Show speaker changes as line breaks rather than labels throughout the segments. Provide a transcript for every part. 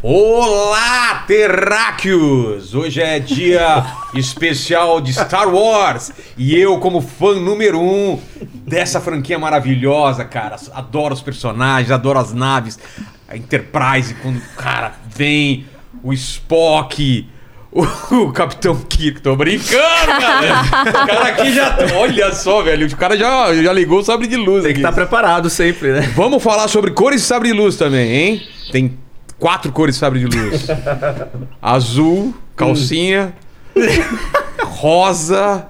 Olá, terráqueos! Hoje é dia especial de Star Wars e eu, como fã número um dessa franquia maravilhosa, cara, adoro os personagens, adoro as naves, a Enterprise, quando, cara, vem o Spock. O, o Capitão Kirk, tô brincando, cara! O cara aqui já. Olha só, velho. O cara já, já ligou o sabre de luz
Tem que tá
aqui.
estar preparado sempre, né?
Vamos falar sobre cores de sabre de luz também, hein? Tem quatro cores de sabre de luz: azul, calcinha, rosa,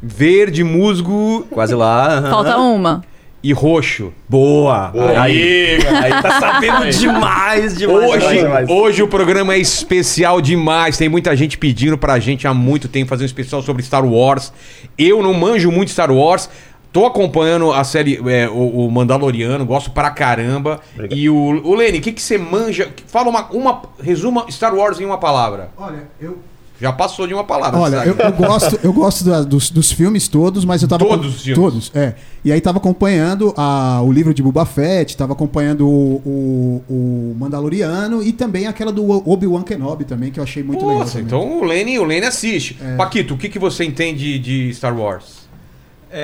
verde, musgo
Quase lá. aham.
Falta uma.
e roxo.
Boa. Aí,
Aí,
aí tá sabendo demais, demais.
Hoje,
demais, demais.
hoje o programa é especial demais. Tem muita gente pedindo pra gente há muito tempo fazer um especial sobre Star Wars. Eu não manjo muito Star Wars. Tô acompanhando a série é, o, o Mandaloriano, gosto pra caramba. E o, o Lene, o que, que você manja? Fala uma, uma. Resuma Star Wars em uma palavra.
Olha, eu.
Já passou de uma palavra.
Olha,
sabe?
eu, eu gosto, eu gosto da- dos, dos filmes todos, mas eu tava.
Todos os filmes?
Todos, é. E aí tava acompanhando a- o livro de Boba Fett, tava acompanhando o, o- o Mandaloriano e também aquela do Obi-Wan Kenobi também, que eu achei muito legal.
Nossa,
também.
então o Lene, o Lene assiste.
É.
Paquito, o que, que você entende de Star Wars?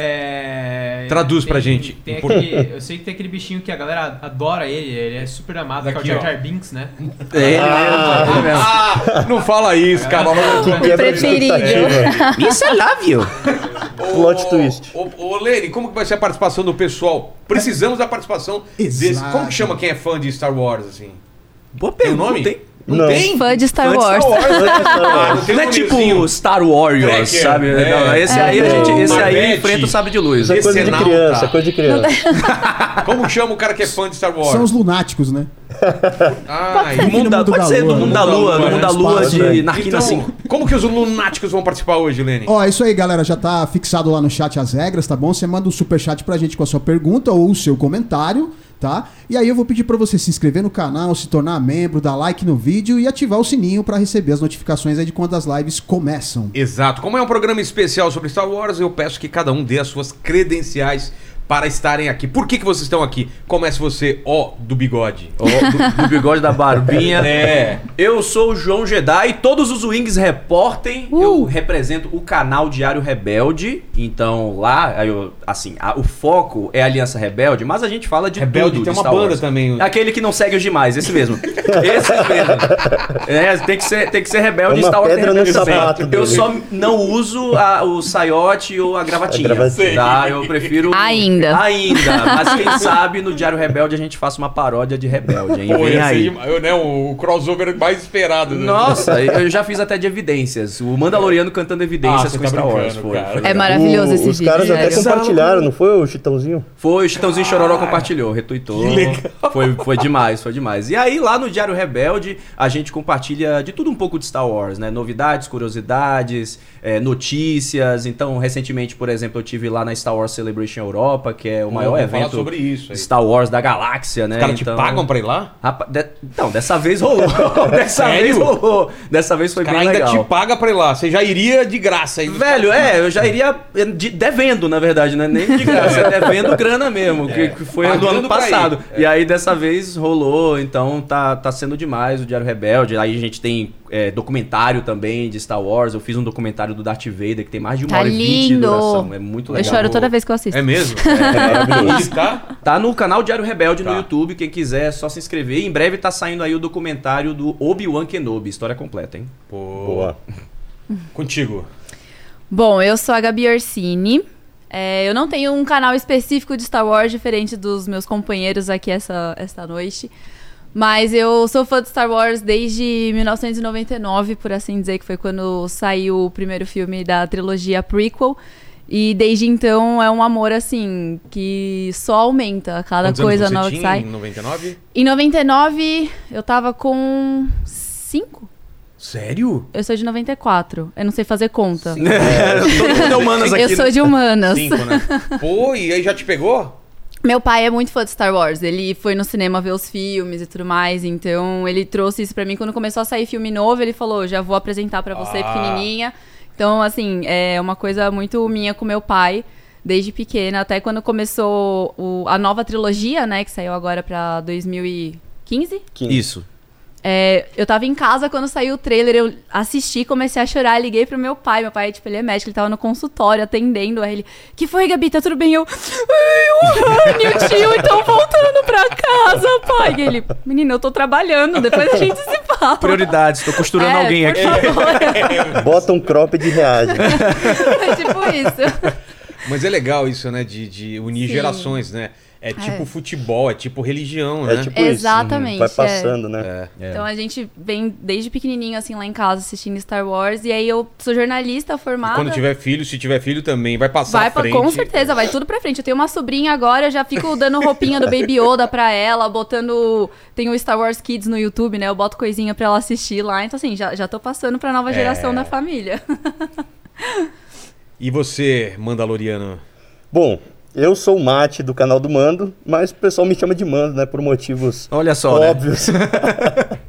É...
Traduz pra gente.
Tem aquele, eu sei que tem aquele bichinho que a galera adora ele, ele é super amado, que
Daqui,
é
ó.
o Jar Jar Binks, né?
É, um ele mesmo, ele mesmo.
Ah, não fala isso, cara.
Cumprindo a
Preferido.
expectativa.
Isso é lábio.
Plot twist.
Ô, ô, Lene, como que vai ser a participação do pessoal? Precisamos da participação desse.
Exato.
Como que chama quem é fã de Star Wars, assim?
Boa
Tem o
pergunta,
nome?
hein?
Não,
Não.
tem?
um Fã de Star
Fã de
Wars.
Ah,
Não é tipo
nomezinho.
Star Warriors,
Cracker,
sabe?
é.
Não, esse aí, a gente, esse aí
Marvete.
enfrenta o sabre de luz.
Isso é coisa de
Decenalta.
criança, coisa
tá
de criança.
Como chama o cara que é fã de Star Wars?
São os lunáticos, né?
Ah,
Do
e-
mundo da-
mundo
pode
da
ser do
lua,
mundo
né?
da lua, do mundo da lua
Bastante.
de Narquina
então,
5.
como que os lunáticos vão participar hoje, Lene?
Ó, é isso aí, galera. Já tá fixado lá no chat as regras, tá bom? Você manda um superchat pra gente com a sua pergunta ou o seu comentário, tá? E aí eu vou pedir pra você se inscrever no canal, se tornar membro, dar like no vídeo e ativar o sininho pra receber as notificações aí de quando as lives começam.
Exato. Como é um programa especial sobre Star Wars, eu peço que cada um dê as suas credenciais para estarem aqui. Por que, que vocês estão aqui? Comece você, ó, do bigode.
Ó, do, do bigode da barbinha.
É.
Eu sou o João Jedi, todos os Wings reportem.
Uh!
Eu represento o canal Diário Rebelde. Então lá, aí eu- assim, a- o foco é a Aliança Rebelde, mas a gente fala de
Rebelde tem
tudo de
uma
Star
banda
Wars.
também. né?
Aquele que não segue os demais, esse mesmo. esse mesmo. É, tem que ser, tem que ser rebelde
É uma
Star Wars tem
pedra no
rebelde.
sapato
Eu
dele.
só não uso a- o saiote ou a gravatinha.
A gravatinha.
Tá? Eu prefiro.
Ainda.
Ainda. Mas quem sabe no Diário Rebelde a gente faça uma paródia de rebelde, hein?
Pô,
Vem
esse
aí.
é demais, né, o crossover mais esperado. né?
Nossa, eu já fiz até de evidências. O Mandaloriano cantando
Ah,
evidências
você
com
tá
Star Wars.
brincando,
Foi,
cara.
foi,
É
legal.
maravilhoso esse
Os
vídeo. né?
caras até
sério.
compartilharam, não foi o Chitãozinho?
Foi, o Chitãozinho Chororó compartilhou, retuitou. Foi, foi demais, foi demais. E aí, lá no Diário Rebelde, a gente compartilha de tudo um pouco de Star Wars, né? Novidades, curiosidades, eh, notícias. Então, recentemente, por exemplo, eu tive lá na Star Wars Celebration Europa, que é o maior
Vamos falar
evento
sobre isso aí.
Star Wars da galáxia, né?
Os caras te pagam pra ir lá?
Rapa- de- Então, dessa vez rolou. dessa
Sério?
vez rolou. Dessa vez foi
O cara
bem
ainda tipo,
legal.
te paga pra ir lá. Você já iria de graça aí.
Velho, é, eu já iria de- devendo, na verdade, né? Nem de graça, é devendo grana mesmo, que, que foi a do
É. Pagando
ano
pra
passado.
ir. É.
E aí dessa vez rolou, então tá, tá sendo demais o Diário Rebelde. Aí a gente tem é, documentário também de Star Wars. Eu fiz um documentário do Darth Vader que tem mais de uma
Tá
hora e vinte de
lindo.
duração. É muito
Eu
legal.
choro toda vez que eu assisto.
É mesmo?
maravilhoso.
Onde tá?
Tá no canal Diário Rebelde
Tá.
no YouTube, quem quiser é só se inscrever. Em breve tá saindo aí o documentário do Obi-Wan Kenobi, história completa, hein?
Pô.
Boa.
Contigo.
Bom, eu sou a Gabi Orsini. É, eu não tenho um canal específico de Star Wars, diferente dos meus companheiros aqui essa, esta noite. Mas eu sou fã de Star Wars desde 1999, por assim dizer, que foi quando saiu o primeiro filme da trilogia prequel. E desde então é um amor, assim, que só aumenta a cada
Quantos anos
coisa
você
nova que
tinha
sai.
Em 99?
Em 99, eu tava com 5?
Sério?
Eu sou de 94. Eu não sei fazer conta.
Todo mundo é humanas aqui.
Eu sou de humanas.
Cinco, né? Pô, e aí já te pegou?
Meu pai é muito fã de Star Wars. Ele foi no cinema ver os filmes e tudo mais. Então, ele trouxe isso pra mim. Quando começou a sair filme novo, ele falou: já vou apresentar pra você,
Ah.
pequenininha. Então, assim, é uma coisa muito minha com meu pai. Desde pequena, até quando começou o- a nova trilogia, né? Que saiu agora pra 2015, 15?
15.
Isso.
É, eu tava em casa quando saiu o trailer, eu assisti, comecei a chorar, liguei pro meu pai. Meu pai, tipo, ele é médico, ele tava no consultório atendendo. Aí ele, que foi, Gabi? Tá tudo bem? Eu, ai, o Rani e o tio estão voltando pra casa, pai. E ele, menina, eu tô trabalhando, depois a gente se fala.
Prioridades, tô costurando
É,
alguém
por
aqui.
favor.
Bota um cropped e reage.
É tipo isso.
Mas é legal isso, né? De, de unir
Sim.
gerações, né? É tipo futebol, é tipo religião,
É
né?
tipo
Exatamente,
isso. Vai
é.
passando, né?
É.
Então a gente vem desde pequenininho, assim, lá em casa assistindo Star Wars. E aí eu sou jornalista
E
formada.
quando tiver filho, se tiver filho também, vai passar
Vai
à
pra,
frente.
com certeza, vai tudo pra frente. Eu tenho uma sobrinha agora, eu já fico dando roupinha do Baby Yoda pra ela, botando. Tem o Star Wars Kids no YouTube, né? Eu boto coisinha pra ela assistir lá. Então, assim, já, já tô passando pra
É.
nova geração da família.
E você, Mandaloriano?
Bom, eu sou o Mate do canal do Mando, mas o pessoal me chama de Mando, né? Por motivos
é.
Olha só, né?
óbvios.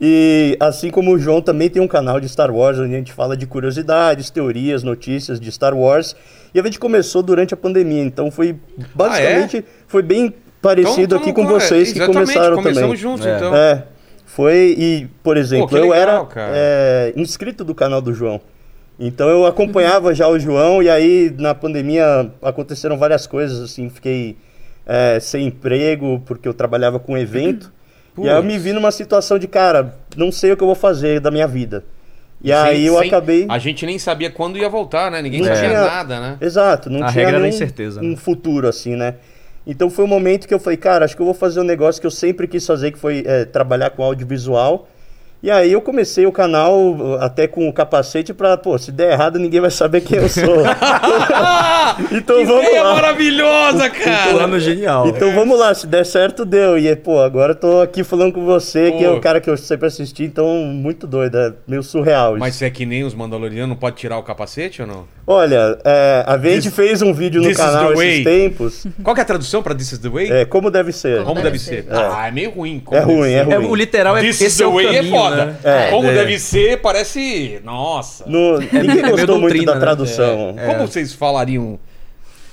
e assim como o João também tem um canal de Star Wars, onde a gente fala de curiosidades, teorias, notícias de Star Wars. E a gente começou durante a pandemia, então foi basicamente foi bem parecido
Ah, é? Então,
aqui
então,
com vocês que
exatamente,
começaram
começamos
também.
juntos,
É.
então.
É, foi e, por exemplo,
que
eu
legal,
era
cara.
é, inscrito do canal do João. Então eu acompanhava já o João e aí na pandemia aconteceram várias coisas, assim, fiquei é, sem emprego porque eu trabalhava com evento. e aí eu me vi numa situação de, cara, não sei o que eu vou fazer da minha vida. E aí
Sem-
eu
sem-
acabei...
A gente nem sabia quando ia voltar, né? Ninguém
Não
sabia
tinha-
nada, né?
Exato, não
A
tinha
regra era
nem
incerteza, né?
um futuro assim, né? Então foi um momento que eu falei, cara, acho que eu vou fazer um negócio que eu sempre quis fazer, que foi é, trabalhar com audiovisual. E aí eu comecei o canal uh, até com o capacete pra, pô, se der errado ninguém vai saber quem eu sou. então vamos
Ah! Ideia
lá.
maravilhosa, cara!
Um Plano genial.
Então vamos lá, se der certo, deu. E, pô, agora eu tô aqui falando com você, que é
Pô.
o cara que eu sempre assisti, então muito doido, é meio surreal isso.
Mas é que nem os Mandalorianos, não pode tirar o capacete ou não?
Olha, é, a gente fez um vídeo no
this is the
canal
way.
esses tempos,
Qual que é a tradução pra This is the Way?
é, como deve ser.
Como deve
Deve
ser.
ser.
Ah, é meio ruim. Como
É
deve
ruim,
ser.
é
É,
ruim.
o literal é
This is
esse
the
é o
way
caminho,
é foda.
né?
É,
Como
é.
deve ser, parece. Nossa.
No- ninguém
É meio
gostou muito
doutrina,
da
né?
tradução.
Como vocês falariam?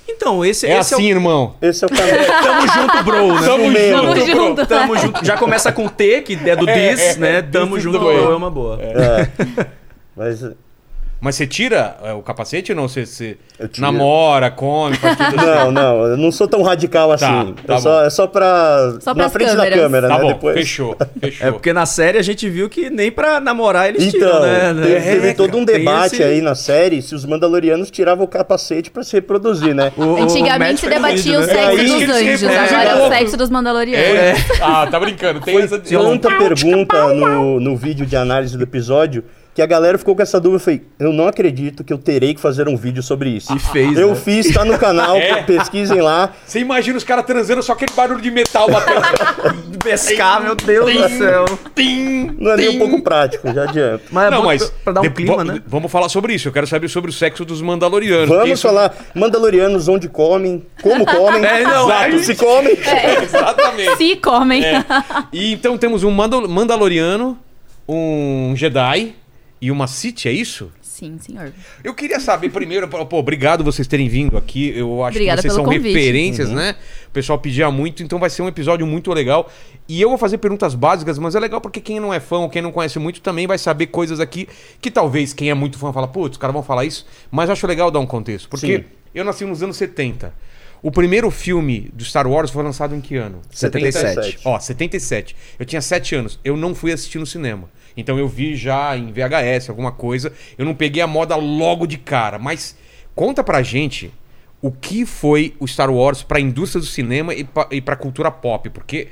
Então, esse,
É
esse
assim,
é
irmão.
é. Esse é o caminho.
o... Tamo junto, bro, né?
Tamo junto,
Tamo
bro.
junto.
Tamo junto. Já começa com T, que é do
É,
This,
é,
né?
this
Tamo
is
junto,
the way.
bro, é uma boa.
Mas eh,
Mas você tira é, o capacete ou não? Você, você
Eu tiro.
namora, come, faz tudo assim?
não, não, eu não sou tão radical assim.
tá
Eu só-
bom.
é só pra.
Só
na
pras
frente da
câmeras.
câmera,
Tá
né?
bom,
Depois.
fechou, fechou.
É porque na série a gente viu que nem pra namorar eles
Então,
tiram, né?
teve,
É,
teve
cara,
todo um
tem
debate
esse-
aí
né?
na série se os Mandalorianos tiravam o capacete pra se reproduzir, né?
O- o- o Matt
Antigamente se
fez um
debatia
debatia
vídeo,
o
né? É
sexo
isso que
dos
eles
anjos,
representam.
agora é
É.
o sexo dos mandalorianos.
É. Ah, tá brincando. Tem essa.
Tanta pergunta no, no vídeo de análise do episódio que a galera ficou com essa dúvida. Eu falei, eu não acredito que eu terei que fazer um vídeo sobre isso.
E fez,
Eu
né?
fiz, tá no canal,
É.
pesquisem lá.
Você imagina os caras transando só aquele barulho de metal batendo.
Pescar, meu Deus do céu.
Tim,
Não é nem um
tim.
pouco prático, já adianto.
Mas é
Não,
bom
mas
pra- pra dar um
de-
clima,
va-
né?
Vamos falar sobre isso. Eu quero saber sobre o sexo dos Mandalorianos.
Vamos
Isso-
falar Mandalorianos onde comem, como comem,
É, não,
exato,
aí-
se comem.
É. Exatamente.
É Se comem.
E então temos um Mandal- Mandaloriano, um Jedi e uma Sith, é isso?
Sim, senhor.
Eu queria saber primeiro, pô, pô, obrigado vocês terem vindo aqui. Eu acho
Obrigada
que vocês são
pelo convite.
referências, né? O pessoal pedia muito, então vai ser um episódio muito legal. E eu vou fazer perguntas básicas, mas é legal porque quem não é fã ou quem não conhece muito também vai saber coisas aqui que talvez quem é muito fã fala, putz, os caras vão falar isso, mas eu acho legal dar um contexto, porque
Sim.
eu nasci nos anos 70. O primeiro filme do Star Wars foi lançado em que ano?
77.
Ó, 77. Eu tinha 7 anos. Eu não fui assistir no cinema. Então eu vi já em VHS, alguma coisa. Eu não peguei a moda logo de cara. Mas conta pra gente o que foi o Star Wars pra indústria do cinema e pra, e pra cultura pop. Porque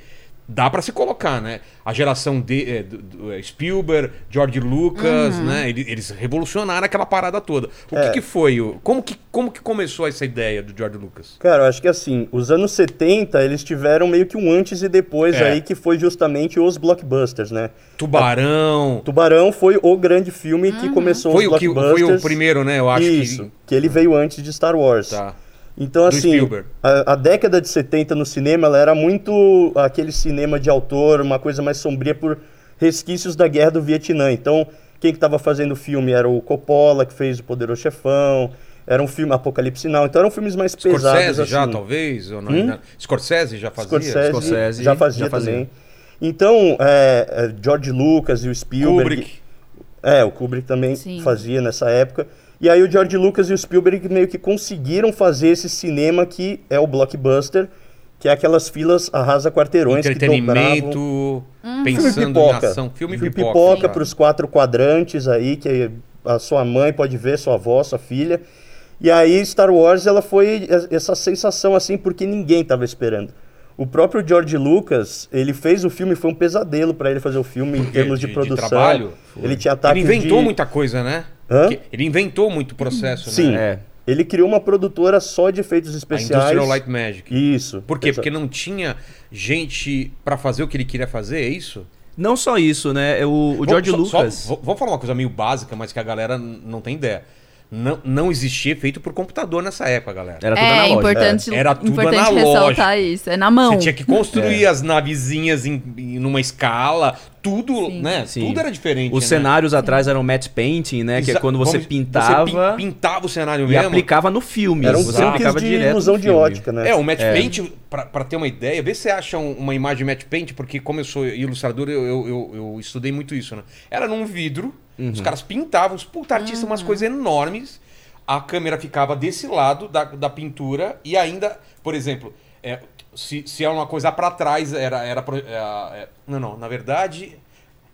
dá pra se colocar, né? A geração de eh, do- do, eh, Spielberg, George Lucas, né? Ele- Eles, revolucionaram aquela parada toda. O que, que foi? o- Como que, como que começou essa ideia do George Lucas?
Cara, eu acho que assim, os anos 70 eles tiveram meio que um antes e depois
É.
aí, que foi justamente os blockbusters, né?
Tubarão.
Tubarão foi o grande filme que começou
Foi
os
o, que,
blockbusters.
foi o primeiro, né? Eu acho
Isso,
que.
que... ele veio antes de Star Wars.
Tá.
Então,
Do
assim,
Spielberg.
a, a década de 70 no cinema, ela era muito aquele cinema de autor, uma coisa mais sombria por resquícios da guerra do Vietnã. Então, quem que estava fazendo o filme era o Coppola, que fez O Poderoso Chefão, era um filme Apocalipse Now. Então, eram filmes mais pesados,
Scorsese
assim.
já, talvez? Ou não, Scorsese já fazia?
Scorsese,
Scorsese
já fazia
já fazia.
também. Então, é, é, George Lucas e o Spielberg.
Kubrick.
É, o Kubrick também
Sim.
fazia nessa época. E aí o George Lucas e o Spielberg meio que conseguiram fazer esse cinema que é o blockbuster, que é aquelas filas arrasa quarteirões que
Entretenimento,
dobravam.
pensando em ação. Filme,
Filme
pipoca.
pipoca
cara.
para os quatro quadrantes aí que a sua mãe pode ver, sua avó, sua filha. E aí Star Wars ela foi es- essa sensação assim porque ninguém estava esperando. O próprio George Lucas, ele fez o filme, foi um pesadelo para ele fazer o filme em
Porque
termos
de-
de,
de
produção.
trabalho? Foi.
Ele tinha
Ele
ataques
inventou
de...
muita coisa, né?
Hã?
Que- Ele inventou muito processo,
Sim.
né?
É.
Ele criou uma produtora só de efeitos
A
especiais.
Industrial Light Magic.
Isso.
Por quê?
Exa-
Porque não tinha gente pra fazer o que ele queria fazer, é isso?
Não só isso, né? O, o George
Vamos- só-
Lucas.
só- v- vamos falar uma coisa meio básica, mas que a galera n- não tem ideia. Não, não existia efeito por computador nessa época, galera.
Era tudo
É,
analógico.
importante,
É, era tudo
importante
analógico.
ressaltar isso. É na mão.
Você tinha que
É.
construir as navezinhas em, em- numa escala, tudo,
Sim.
né?
Sim.
Tudo era diferente.
Os
né?
cenários atrás eram matte painting, né? Que é
Exa-
quando você
vamos-
pintava
Você pin- pintava o cenário
e
mesmo.
aplicava no filme.
Era um
você aplicava
truque de
direto no
ilusão de
filme.
ótica, né?
É, o Match Paint, pra, pra ter uma ideia, vê se você acha um- uma imagem Match Paint, porque como eu sou ilustrador, eu, eu, eu- eu estudei muito isso, né? Era num vidro,
Uhum.
os caras pintavam, os puta artistas, umas coisas enormes, a câmera ficava desse lado da, da pintura e ainda, por exemplo, é, se, se é uma coisa pra trás, era... era pro- é, é, não, não, na verdade,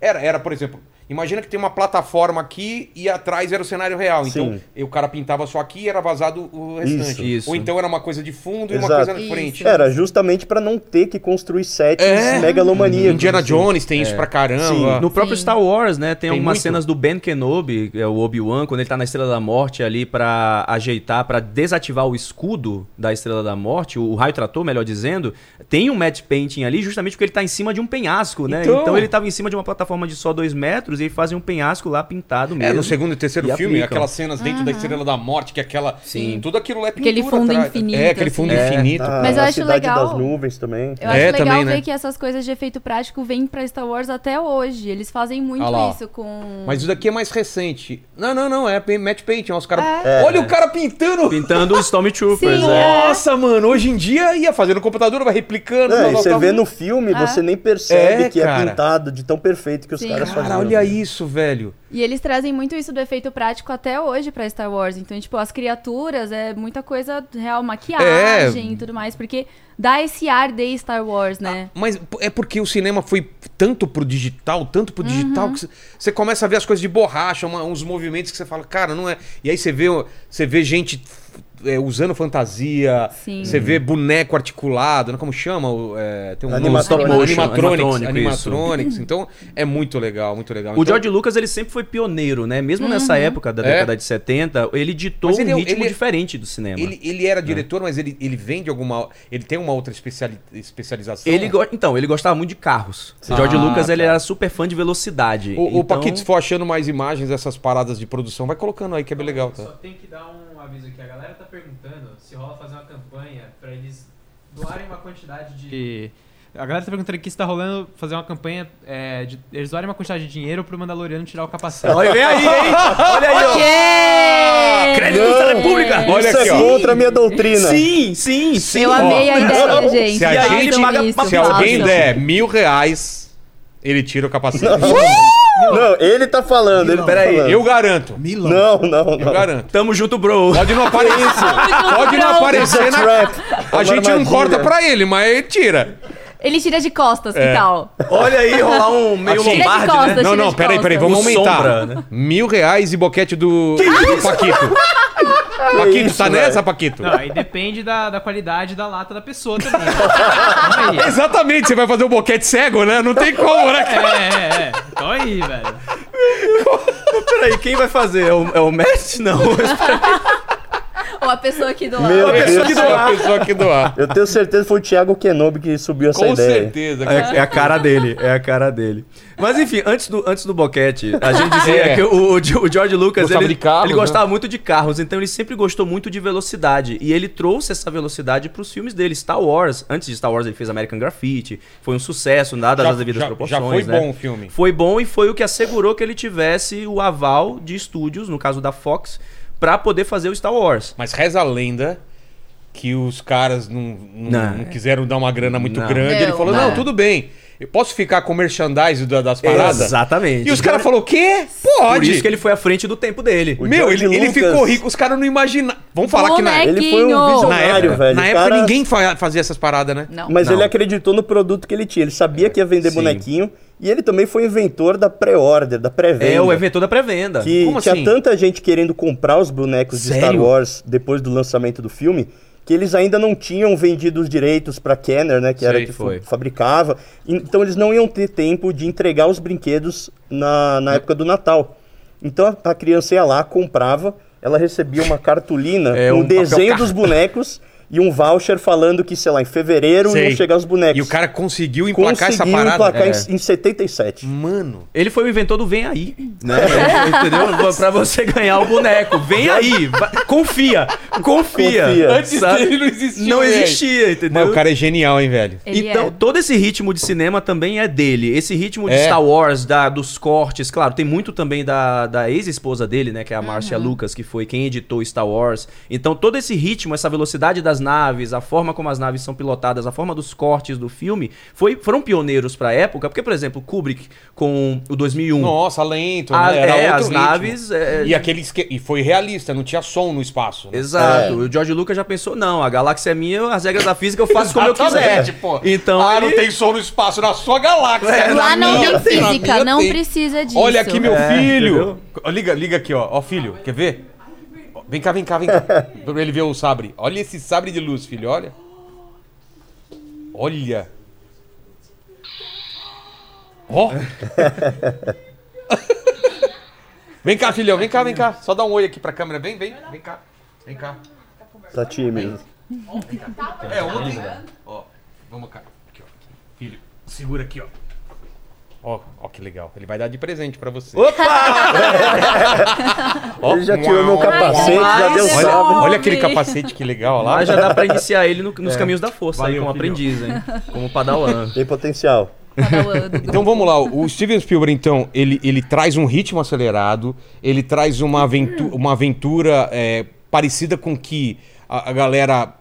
era, era, por exemplo... Imagina que tem uma plataforma aqui e atrás era o cenário real. Então,
Sim.
e o cara pintava só aqui e era vazado o restante.
Isso,
isso.
Ou então era uma coisa de fundo e uma
Exato.
coisa na
Isso.
frente.
Era justamente para não ter que construir sets
É.
megalomaníacos.
Indiana
assim.
Jones tem isso pra caramba.
No próprio
Sim.
Star Wars, né, tem,
Ah. Tem
algumas
muito.
cenas do Ben Kenobi, é, o Obi-Wan, quando ele tá na Estrela da Morte ali pra ajeitar, pra desativar o escudo da Estrela da Morte, o, o raio trator, melhor dizendo, tem um matte painting ali justamente porque ele tá em cima de um penhasco, né?
Então.
Então, ele tava em cima de uma plataforma de só dois metros e aí fazem um penhasco lá pintado
É,
mesmo.
no segundo e terceiro
E
filme,
aplicam.
aquelas cenas dentro da Estrela da Morte, que é aquela.
Sim.
Tudo aquilo lá é pintura.
Aquele fundo
atrás.
infinito,
É, aquele fundo
assim.
É.
infinito.
Na,
Mas eu
Ah, na
acho
Cidade
legal-
das Nuvens também.
Eu acho
É,
legal
também,
ver
né?
que essas coisas de efeito prático vêm pra Star Wars até hoje. Eles fazem muito
Ah lá.
isso com.
Mas isso daqui é mais recente. Não, não, não. É match painting. Os caras.
É.
Olha o cara pintando.
Pintando os Stormtroopers,
Sim,
é.
né?
Nossa, mano. Hoje em dia ia fazer no computador, vai replicando.
É,
blá,
e
blá,
você
blá.
vê no filme,
Ah.
você nem percebe
É,
que é
cara.
pintado de tão perfeito que os
Sim. Ah,
caras faziam.
Cara, olha isso, velho.
E eles trazem muito isso do efeito prático até hoje pra Star Wars. Então, tipo, as criaturas é muita coisa real, maquiagem
É.
e tudo mais, porque dá esse ar de Star Wars, né?
Mas p- é porque o cinema foi tanto pro digital, tanto pro digital, que c- você começa a ver as coisas de borracha, uma- uns movimentos que você fala, cara, não é. E aí você vê, você vê gente é, usando fantasia,
Sim.
você vê boneco articulado, né? como chama? O, é, tem um nome,
Animatronics.
stop motion, Animatronics.
Animatronics,
animatronics. Então é muito legal, muito legal.
O
Então,
George Lucas ele sempre foi pioneiro, né? Mesmo nessa época da
É.
década de 70, ele ditou
Mas ele é-
um ritmo
ele é-
diferente do cinema.
ele, ele
É.
era diretor, mas ele, ele vende alguma. Ele tem uma outra especiali- especialização.
Ele go- Então, ele gostava muito de carros. O George
Ah,
Lucas ele
tá.
era super fã de velocidade.
O, o
então...
Paquito, se for achando mais imagens dessas paradas de produção, vai colocando aí que é bem legal, tá?
Só tem que dar um aviso aqui. A galera tá perguntando se rola fazer uma campanha pra eles doarem uma quantidade de... A galera tá perguntando aqui se tá rolando fazer uma campanha, é, de- eles doarem uma quantidade de dinheiro pro Mandaloriano tirar o capacete.
Olha vem aí, hein? Olha aí,
Ah. É!
ó. Crédito
Não.
da República!
Olha
Olha
isso
aqui,
é
ó.
contra a minha doutrina.
Sim, sim, sim.
Eu
Ó,
amei a ideia da
não.
gente.
Se a
eu
gente-
adorei
paga-
isso.
paga-
Se alguém
Nossa.
der é, mil reais, ele tira o capacete.
Não, ele tá falando, ele tá
Peraí,
falando.
Eu garanto.
Milão.
Não, não,
Eu
não.
garanto.
Tamo junto, bro.
Pode não aparecer. Pode não aparecer na.
Trap.
A gente não corta pra ele, mas ele tira.
Ele tira de costas,
É.
que tal?
Olha aí, rolar um meio
Assim.
lombarde,
Tira de
né?
costas.
Não, não, peraí, peraí, vamos
O
aumentar.
Sombra, né?
Mil reais e boquete do, do Paquito. Paquito,
isso,
tá
velho.
nessa, Paquito?
Não, aí depende da, da qualidade da lata da pessoa também. né? Calma aí.
Exatamente, você vai fazer o boquete cego, né? Não tem como, né, cara?
É, é, é. Então aí, velho.
Peraí, quem vai fazer? É o, é o Matt? Não.
Ou a pessoa aqui do lado.
Meu
A pessoa
Deus.
que doar. A pessoa que doar.
Eu tenho certeza que foi o Thiago Kenobi que subiu essa
Com
ideia.
certeza, cara.
É, é a cara dele, é a cara dele. Mas enfim, antes do, antes do boquete, a gente dizia
É.
que o, o Gio- o George Lucas
Gostava
ele,
de carros, né?
ele gostava muito de carros, então ele sempre gostou muito de velocidade. E ele trouxe essa velocidade pros filmes dele. Star Wars, antes de Star Wars, ele fez American Graffiti, foi um sucesso, nada das devidas proporções.
foi
né?
bom o filme.
Foi bom e foi o que assegurou que ele tivesse o aval de estúdios, no caso da Fox, pra poder fazer o Star Wars.
Mas reza a lenda que os caras não, não-
Não.
não quiseram dar uma grana muito
Não.
grande. Ele
Não.
falou: não,
Não.
tudo bem. Eu posso ficar com merchandise da- das paradas?
Exatamente.
E os caras falaram: quê? Pode.
Por isso que ele foi à frente do tempo dele.
O
Meu,
George
ele, ele
Lucas-
ficou rico. Os caras não imaginaram. Vamos falar que na,
Boneco.
Ele foi um
Quinho.
na
visionário,
época,
velho.
na
O
época
cara-
ninguém fa- fazia essas paradas, né?
Não.
Mas
Não.
ele acreditou no produto que ele tinha. Ele sabia que ia vender
Sim.
bonequinho e ele também foi inventor da pré-order, da pré-venda.
É o inventor da pré-venda.
Que
Como
tinha
assim?
tanta gente querendo comprar os bonecos de Star
Sério?
Wars depois do lançamento do filme que eles ainda não tinham vendido os direitos para Kenner, né, que era
Sei,
que fa-
foi.
fabricava. Então eles não iam ter tempo de entregar os brinquedos na,
É.
na época do Natal. Então a, a criança ia lá, comprava, ela recebia uma cartolina
É,
com
um
o desenho
papel
dos bonecos e um voucher falando que, sei lá, em fevereiro
Sei.
iam chegar os bonecos.
E o cara conseguiu emplacar essa
Conseguiu
parada.
emplacar
É.
em, em 77.
Mano.
Ele foi o inventor do Vem Aí, né?
É,
Entendeu? Pra você ganhar o boneco. Vem aí, va- confia, confia.
Confia.
Antes dele não existia,
Não
velho.
existia, entendeu?
Mas o cara é genial, hein, velho?
Ele
então,
é.
todo esse ritmo de cinema também é dele. Esse ritmo de
É.
Star Wars, da, dos cortes, claro, tem muito também da, da ex-esposa dele, né? Que é a Marcia Lucas, que foi quem editou Star Wars. Então, todo esse ritmo, essa velocidade das naves, a forma como as naves são pilotadas, a forma dos cortes do filme, foi, foram pioneiros pra época. Porque, por exemplo, Kubrick com o 2001.
Nossa, lento,
a-
né? Era
é,
outro
as
ritmo.
naves. é,
E, aquele esque- e foi realista, não tinha som no espaço. Né?
Exato. O George Lucas já pensou, não, a galáxia é minha, as regras da física eu faço como eu
Exatamente,
quiser.
pô.
Então,
ah,
ele-
não tem som no espaço, na sua galáxia.
É,
Na
Lá não
minha
tem
na
física,
minha
não
tem.
precisa disso.
Olha aqui, meu
É,
filho.
entendeu?
Ó, Liga, liga aqui, ó. Ó, filho, quer ver? Ó, Vem cá, vem cá, vem cá. pra ele ver o sabre. Olha esse sabre de luz, filho, olha. Olha. Ó. vem cá, filhão, vem cá, vem cá. Só dá um oi aqui pra câmera. Vem, vem, vem cá. Vem cá.
Tá tímido.
É, ontem. Ó, vamos cá. Aqui, ó. Filho, segura aqui, ó. Ó, ó que legal. Ele vai dar de presente pra você. Ó,
Ele já tirou meu
uau.
capacete, já
Ai,
deu
Deus.
Olha,
salve.
olha aquele capacete que legal lá.
Mas já dá pra iniciar ele no- nos caminhos da força,
É. Valeu,
aí, como
filho.
aprendiz, hein? Como padawan.
Tem potencial.
Tá Padawan do
Então vamos lá, o Steven Spielberg, então, ele, ele traz um ritmo acelerado, ele traz uma aventura, uma aventura é, parecida com que a, a galera. a-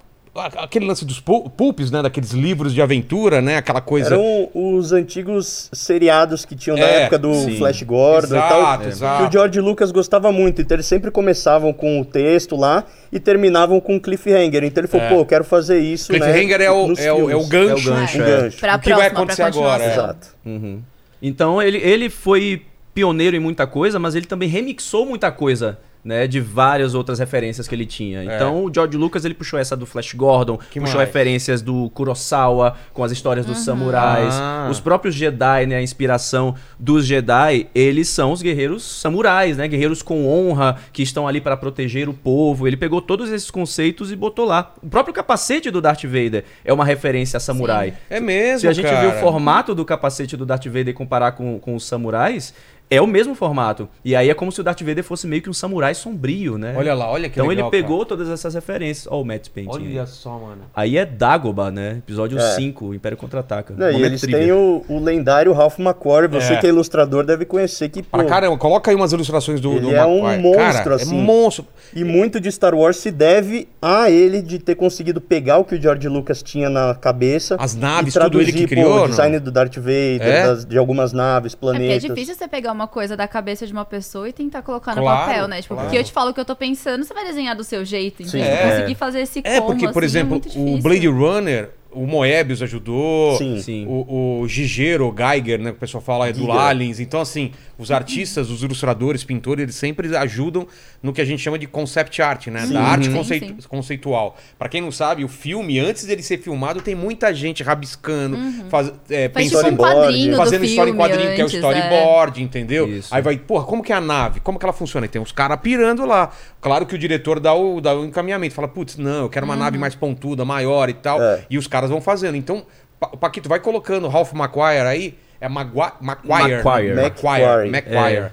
Aquele lance dos pul- pulps, né? Daqueles livros de aventura, né? Aquela coisa.
Eram os antigos seriados que tinham na
É,
época do
sim.
Flash Gordon
Exato,
e tal.
exato.
Que o George Lucas gostava muito. Então eles sempre começavam com o texto lá e terminavam com o cliffhanger. Então ele falou, pô, eu quero fazer isso. né,
É. Cliffhanger é, o,
nos
é, o, é o
filmes."
gancho.
É o gancho,
Um
é.
gancho.
Pra
O que vai
próxima,
acontecer
pra continuação.
agora, é.
Exato.
Então ele, ele foi pioneiro em muita coisa, mas ele também remixou muita coisa. Né, de várias outras referências que ele tinha. Então, o George Lucas ele puxou essa do Flash Gordon,
É.
puxou
mais?
referências do Kurosawa com as histórias dos samurais,
Ah.
os próprios Jedi, né, a inspiração dos Jedi, eles são os guerreiros samurais, né, guerreiros com honra que estão ali para proteger o povo. Ele pegou todos esses conceitos e botou lá. O próprio capacete do Darth Vader é uma referência a samurai.
É mesmo.
Se a gente
cara.
viu o formato do capacete do Darth Vader e comparar com, com os samurais, é o mesmo formato. E aí é como se o Darth Vader fosse meio que um samurai sombrio, né?
Olha lá, olha que
Então
legal.
ele pegou todas essas referências. Ó, o Matt Painting.
Cara.
aí.
Olha só, mano.
Aí é Dagoba, né? Episódio
É.
5, Império Contra-Ataca.
Não, e
Momento
eles
trivia.
têm o, o lendário Ralph McQuarrie. Você
É.
que é ilustrador deve conhecer que, pô,
Pra caramba, coloca aí umas ilustrações do, do
Ele é um
Maguire.
monstro,
Cara,
assim.
É monstro.
E muito de Star Wars se deve a ele de ter conseguido pegar o que o George Lucas tinha na cabeça.
As naves,
e
tudo ele que
traduzir,
criou,
pô,
não?
o design do Darth Vader,
É?
das- de algumas naves,
É porque é
planetas.
difícil você pegar uma coisa da cabeça de uma pessoa e tentar colocar
Claro,
no papel, né? Tipo, porque eu te falo o que eu tô pensando, você vai desenhar do seu jeito. Então,
Sim.
tipo,
É.
conseguir fazer esse
É,
combo,
porque, por
assim, é
exemplo,
muito
o
difícil.
Blade Runner, o Moebius ajudou,
Sim.
Sim.
o, o Gigero, o Geiger, né, que o pessoal fala, é do
Giger.
Aliens. Então, assim, os artistas, os ilustradores, pintores, eles sempre ajudam no que a gente chama de concept art, né? Da arte
Sim,
conceitu-
sim.
conceitual. Pra quem não sabe, o filme, antes dele ser filmado, tem muita gente rabiscando, faz- é, pensando
Uhum. Faz tipo um
Storyboard,
quadrinho
fazendo
do filme
história em quadrinho, que é o
antes,
storyboard, entendeu?
Isso.
Aí vai, porra, como que é a nave? Como que ela funciona? E tem uns caras pirando lá. Claro que o diretor dá o, dá o encaminhamento, fala, putz, não, eu quero uma nave mais pontuda, maior e tal.
É.
E os caras vão fazendo. Então, Pa- Paquito, vai colocando Ralph McQuire aí. É Magua Maguire.
Maguire.
né? Maguire.
Maguire.
Maguire.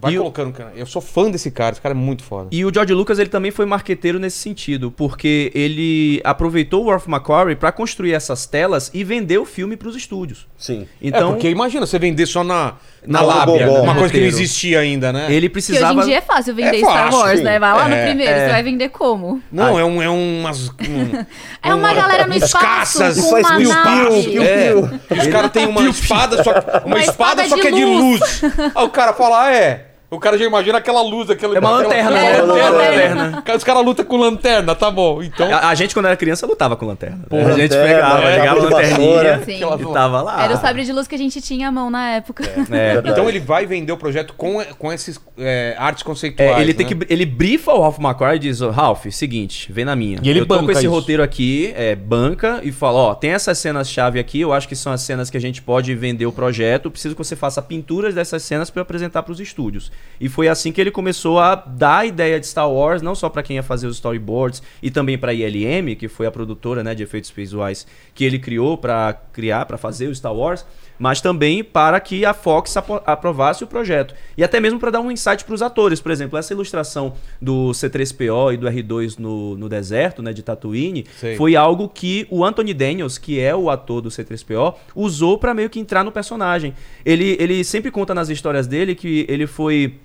Vai
E o-
colocando, cara. Eu sou fã desse cara, esse cara é muito foda.
E o George Lucas ele também foi marqueteiro nesse sentido, porque ele aproveitou o Ralph McQuarrie pra construir essas telas e vender o filme pros estúdios.
Sim.
Então,
Então,
porque imagina você vender só na, na
Alô,
lábia. né?
Gogó.
Uma coisa que não
Roteiro.
existia ainda, né?
Ele
Que hoje
precisava.
em dia é fácil vender
É
Star
fácil.
Wars, né? Vai
É,
lá no primeiro,
é.
você vai vender como?
Não, é um. É umas, um-
É uma galera no
Os
espaço
caças,
com
faz
uma
mil
nave.
passos, É. E os caras têm uma espada, só, uma,
Uma
espada,
espada
só
de
que é de luz.
luz.
Aí o cara fala, ah, é. O cara já imagina aquela luz, aquela.
É uma lanterna,
aquela,
né?
aquela
É uma
lanterna.
lanterna. Ah,
Cara, Os caras lutam com lanterna, tá bom. Então.
A, a gente, quando era criança, lutava com lanterna.
Pô,
né? a gente
lanterna,
pegava,
é,
pegava a
cabo de
lanterninha
vassoura.
Sim.
e tava lá.
Era o sabre de luz que a gente tinha à mão na época.
É.
Verdade.
Então ele vai vender o projeto com, com esses é, artes
É,
conceituais.
ele tem
né?
que ele brifa o Ralph McQuarrie e diz, "Ô, Ralph, seguinte, vem na minha.
E ele
eu tô com
banca
esse
isso.
roteiro aqui, é, banca e fala, ó, tem essas cenas chave aqui, eu acho que são as cenas que a gente pode vender o projeto, preciso que você faça pinturas dessas cenas pra eu apresentar pros estúdios. E foi assim que ele começou a dar a ideia de Star Wars, não só pra quem ia fazer os storyboards e também pra ILM, que foi a produtora, né, de efeitos visuais que ele criou pra criar, pra fazer o Star Wars, mas também para que a Fox apo- aprovasse o projeto. E até mesmo para dar um insight para os atores. Por exemplo, essa ilustração do C3PO e do R2 no, no deserto, né, de Tatooine,
Sei.
foi algo que o Anthony Daniels, que é o ator do C3PO, usou para meio que entrar no personagem. Ele, ele sempre conta nas histórias dele que ele foi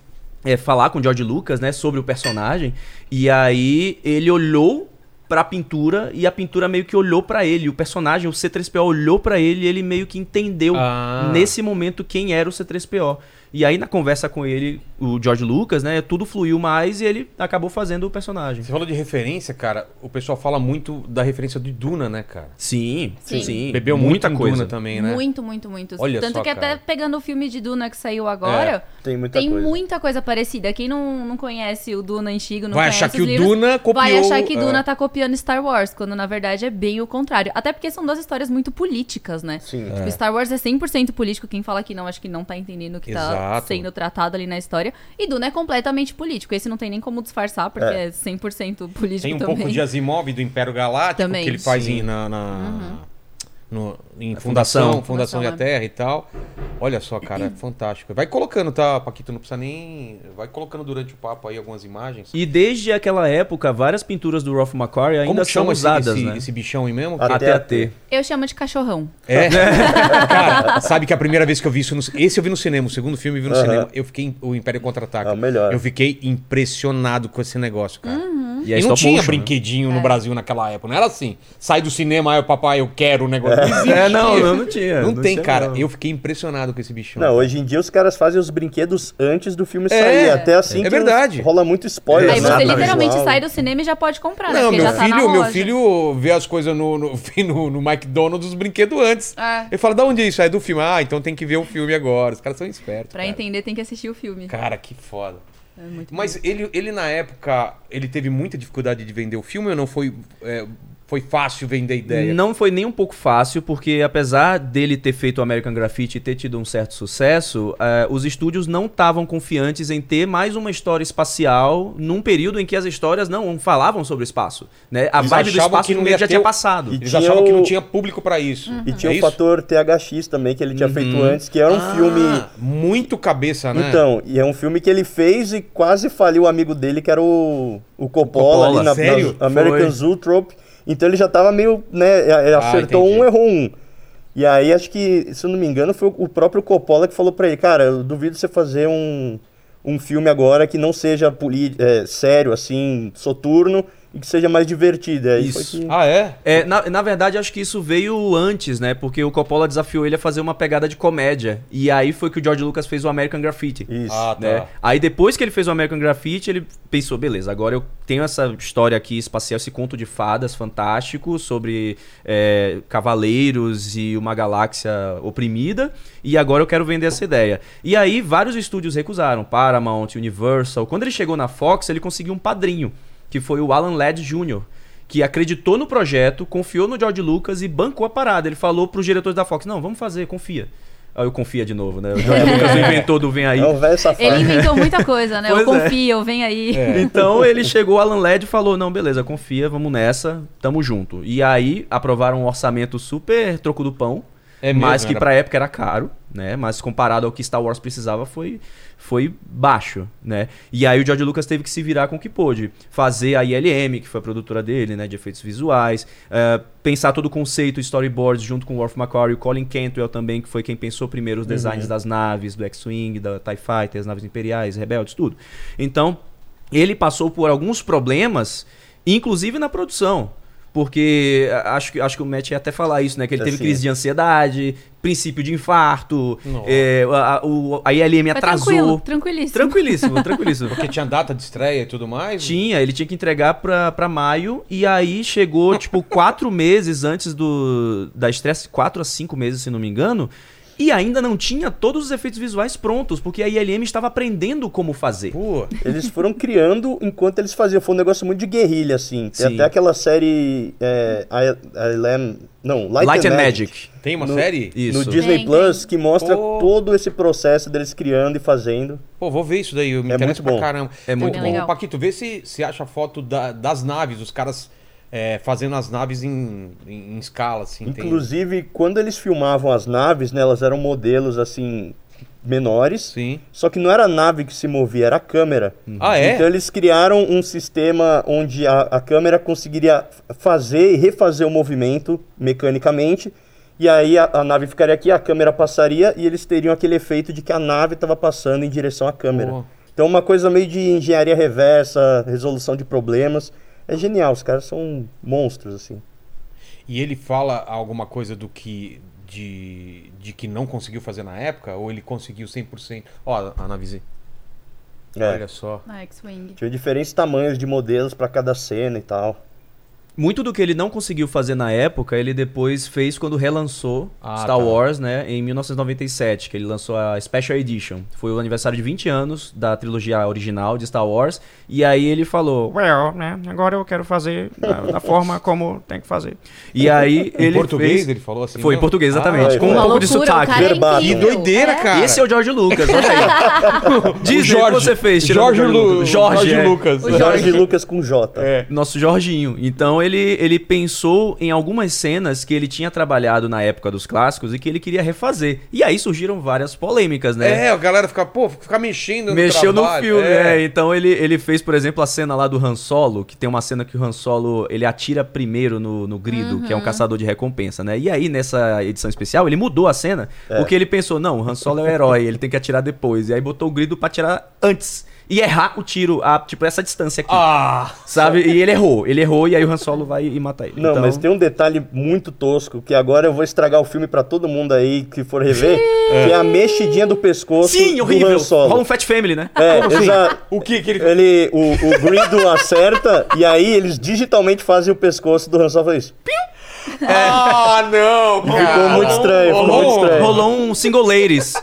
é, falar com o George Lucas, né, sobre o personagem, e aí ele olhou pra pintura e a pintura meio que olhou pra ele, o personagem, o C3PO olhou pra ele, e ele meio que entendeu
Ah.
nesse momento quem era o C3PO. E aí na conversa com ele, o George Lucas, né, tudo fluiu mais e ele acabou fazendo o personagem.
Você falou de referência, cara. O pessoal fala muito da referência de Duna, né, cara?
Sim, sim,
Sim.
sim.
Bebeu
muita
muito em
coisa
Duna também, né?
Muito, muito, muito.
Olha
Tanto
só,
que
cara. É.
até pegando o filme de Duna que saiu agora,
Tem muita
tem
coisa.
muita coisa parecida. Quem não, não conhece o Duna antigo, não
Vai
conhece
achar que
os
o
livros,
Duna copiou...
Vai achar que Duna
é.
tá copiando Star Wars, quando na verdade é bem o contrário. Até porque são duas histórias muito políticas, né?
Sim.
Tipo, Star Wars é 100% político. Quem fala que não, acho que não tá entendendo o que tá
Exato.
sendo tratado ali na história. E Duna é completamente político. Esse não tem nem como disfarçar, porque é, 100% político
Tem um
também.
pouco de Asimov do Império Galáctico,
Também.
que ele faz
Sim.
em, na, na- no- em
Fundação.
Fundação, Fundação, da
Fundação,
Terra e tal. Olha só, cara, é fantástico. Vai colocando, tá, Paquito? Não precisa nem... Vai colocando durante o papo aí algumas imagens.
E desde aquela época, várias pinturas do Ralph McQuarrie ainda
Como que
são
chama esse,
usadas,
esse,
né?
esse bichão aí mesmo?
Ah.
AT-AT.
Eu chamo de cachorrão.
É. Cara, sabe que a primeira vez que eu vi isso no, esse eu vi no cinema, o segundo filme eu vi no
Aham.
cinema, eu fiquei o Império contra-ataca.
Ah,
É o melhor.
Eu fiquei impressionado com esse negócio, cara.
E,
E,
é
não
stop
tinha
motion, né?
brinquedinho
É.
no Brasil naquela época, não era assim. Sai do cinema, aí o papai, eu quero o negócio. Não existe.
É, não, não, não tinha.
Não tem,
tinha,
cara.
não.
Eu fiquei impressionado com esse bichão.
Não, hoje em dia os caras fazem os brinquedos antes do filme
É,
sair. Até assim
é
que
verdade.
rola muito spoiler.
Aí
né,
você
no
literalmente
visual.
sai do cinema e já pode comprar, né?
Não,
Porque
meu
já tá na
filho, meu
loja.
filho vê as coisas no, no, no, no McDonald's os brinquedos antes.
É.
Ele fala, da onde é isso? É do filme. Ah, então tem que ver o filme agora. Os caras são espertos.
Pra
cara.
entender, tem que assistir o filme.
Cara, que foda.
É muito
Mas ele, ele na época, ele teve muita dificuldade de vender o filme ou não foi, é, foi fácil vender a ideia?
Não foi nem um pouco fácil, porque apesar dele ter feito o American Graffiti e ter tido um certo sucesso, eh, os estúdios não estavam confiantes em ter mais uma história espacial num período em que as histórias não falavam sobre o espaço. Né? A
Eles
vibe do
achavam
espaço
que não
meio
ia
já
ter
tinha
o-
passado.
E
Eles
tinha
achavam que
o-
não tinha público pra isso.
E tinha
É
o
isso?
fator THX também, que ele tinha feito antes, que era um
Ah,
filme.
Muito cabeça, né?
Então, e é um filme que ele fez e quase faliu o amigo dele, que era o, o
Coppola,
Coppola, ali na,
sério?
na American
Foi.
Zootrope. Então ele já tava meio, né, ele
Ah,
acertou
entendi.
um, errou um. E aí acho que, se eu não me engano, foi o próprio Coppola que falou pra ele, cara, eu duvido você fazer um, um filme agora que não seja poli- é, sério, assim, soturno, e que seja mais divertido. Aí foi
Isso.
que-
Ah, é?
É, na, na verdade, acho que isso veio antes, né? Porque o Coppola desafiou ele a fazer uma pegada de comédia. E aí foi que o George Lucas fez o American Graffiti.
Isso.
Ah, tá.
né? Aí depois que ele fez o American Graffiti, ele pensou, beleza, agora eu tenho essa história aqui espacial, esse conto de fadas fantástico sobre é, cavaleiros e uma galáxia oprimida, e agora eu quero vender essa ideia. E aí vários estúdios recusaram, Paramount, Universal. Quando ele chegou na Fox, ele conseguiu um padrinho, que foi o Alan Ladd Jr., que acreditou no projeto, confiou no George Lucas e bancou a parada. Ele falou pros diretores da Fox, não, vamos fazer, confia. Aí eu confia de novo, né? O George Lucas não inventou do Vem Aí.
É um velho safado.
Ele inventou muita coisa, né? eu
Pois é.
confio, vem aí.
Então ele chegou, Alan Led e falou: Não, beleza, confia, vamos nessa, tamo junto. E aí aprovaram um orçamento super troco do pão.
É
mas
mesmo,
que
era-
pra época era caro, né? Mas comparado ao que Star Wars precisava, foi, foi baixo, né? E aí o George Lucas teve que se virar com o que pôde. Fazer a ILM, que foi a produtora dele, né? De efeitos visuais. eh, pensar todo o conceito, storyboards, junto com o Worf McQuarrie, o Colin Cantwell também, que foi quem pensou primeiro os designs das naves, do X-Wing, da TIE Fighter, as naves imperiais, rebeldes, tudo. Então, ele passou por alguns problemas, inclusive na produção. Porque a- acho que, acho que o Matt ia até falar isso, né? Que ele teve
Assim.
crise de ansiedade, princípio de infarto,
Nossa.
é, a, a- o- a ILM
Mas
atrasou.
tranquilo, tranquilíssimo.
Tranquilíssimo, tranquilíssimo.
Porque tinha data de estreia e tudo mais?
Tinha, ele tinha que entregar pra, pra maio, e aí chegou, tipo, quatro meses antes do da estresse, quatro a cinco meses, se não me engano, e ainda não tinha todos os efeitos visuais prontos, porque a ILM estava aprendendo como fazer.
Pô,
Eles foram criando enquanto eles faziam. Foi um negócio muito de guerrilha, assim. Tem
Sim.
até aquela série. É, I, I Lam- não, Light,
Light, and Magic.
tem uma
No-
série?
Isso.
No Disney
Tem,
Plus, que mostra
Pô.
todo esse processo deles criando e fazendo.
Pô, vou ver isso daí, eu me
É
interessa
muito
pra
bom.
caramba.
É muito
Ô,
bom.
ô, Paquito, vê se, se acha foto da- das naves, os caras é, fazendo as naves em, em, em escala, assim. tem-
Inclusive, quando eles filmavam as naves, né, elas eram modelos assim menores.
Sim.
Só que não era a nave que se movia, era a câmera.
Ah, é?
Então eles criaram um sistema onde a, a câmera conseguiria fazer e refazer o movimento mecanicamente. E aí a, a nave ficaria aqui, a câmera passaria e eles teriam aquele efeito de que a nave estava passando em direção à câmera.
Pô.
Então uma coisa meio de engenharia reversa, resolução de problemas. É genial, os caras são monstros, assim.
E ele fala alguma coisa do que. De, de que não conseguiu fazer na época? Ou ele conseguiu 100%? Ó, a navezinha.
É.
Olha só.
Na é X-Wing.
Tinha diferentes tamanhos de modelos para cada cena e tal.
Muito do que ele não conseguiu fazer na época, ele depois fez quando relançou
Ah, tá.
Star Wars, né, em 1997, que ele lançou a Special Edition. Foi o aniversário de 20 anos da trilogia original de Star Wars, e aí ele falou,
Well, né? Agora eu quero fazer da, da forma como tem que fazer.
e aí
Em
ele
português
fez...
ele falou assim?
Foi em
não? Ah,
português, exatamente,
Ah,
com um
foi.
Uma
pouco de
loucura, o
sotaque.
cara é
verbatim.
Que
incrível.
doideira,
É.
cara.
Esse é o George Lucas, olha aí. Diz o que
Jorge.
você fez, tirando
Jorge,
o
Lu...
Lucas. Jorge, é.
Lucas.
O
Jorge,
Jorge.
Lucas com J.
É.
nosso Jorginho. Então ele, ele pensou em algumas cenas que ele tinha trabalhado na época dos clássicos e que ele queria refazer. E aí surgiram várias polêmicas, né?
É, a galera fica, pô, fica mexendo no
Mexeu no
trabalho,
filme,
é.
é. Então ele, ele fez, por exemplo, a cena lá do Han Solo, que tem uma cena que o Han Solo ele atira primeiro no, no grido, que é um caçador de recompensa, né? E aí, nessa edição especial, ele mudou a cena,
É.
porque ele pensou: não, o Han Solo é o herói, ele tem que atirar depois. E aí botou o grido pra atirar antes. E errar o tiro, a, tipo, essa distância aqui.
Ah,
Sabe? E ele errou. Ele errou e aí o Han Solo vai e mata ele.
Não,
Então,
mas tem um detalhe muito tosco que agora eu vou estragar o filme pra todo mundo aí que for rever, que é a mexidinha do pescoço
Sim,
um do
horrível.
Han Solo.
Rola um Fat Family, né?
É, exa-
o que que ele...
ele, o, o Grido acerta e aí eles digitalmente fazem o pescoço do Han Solo fazer isso.
Ah, não, cara.
Ficou muito estranho, ficou muito
Rolou-
estranho. É.
Rolou um single ladies.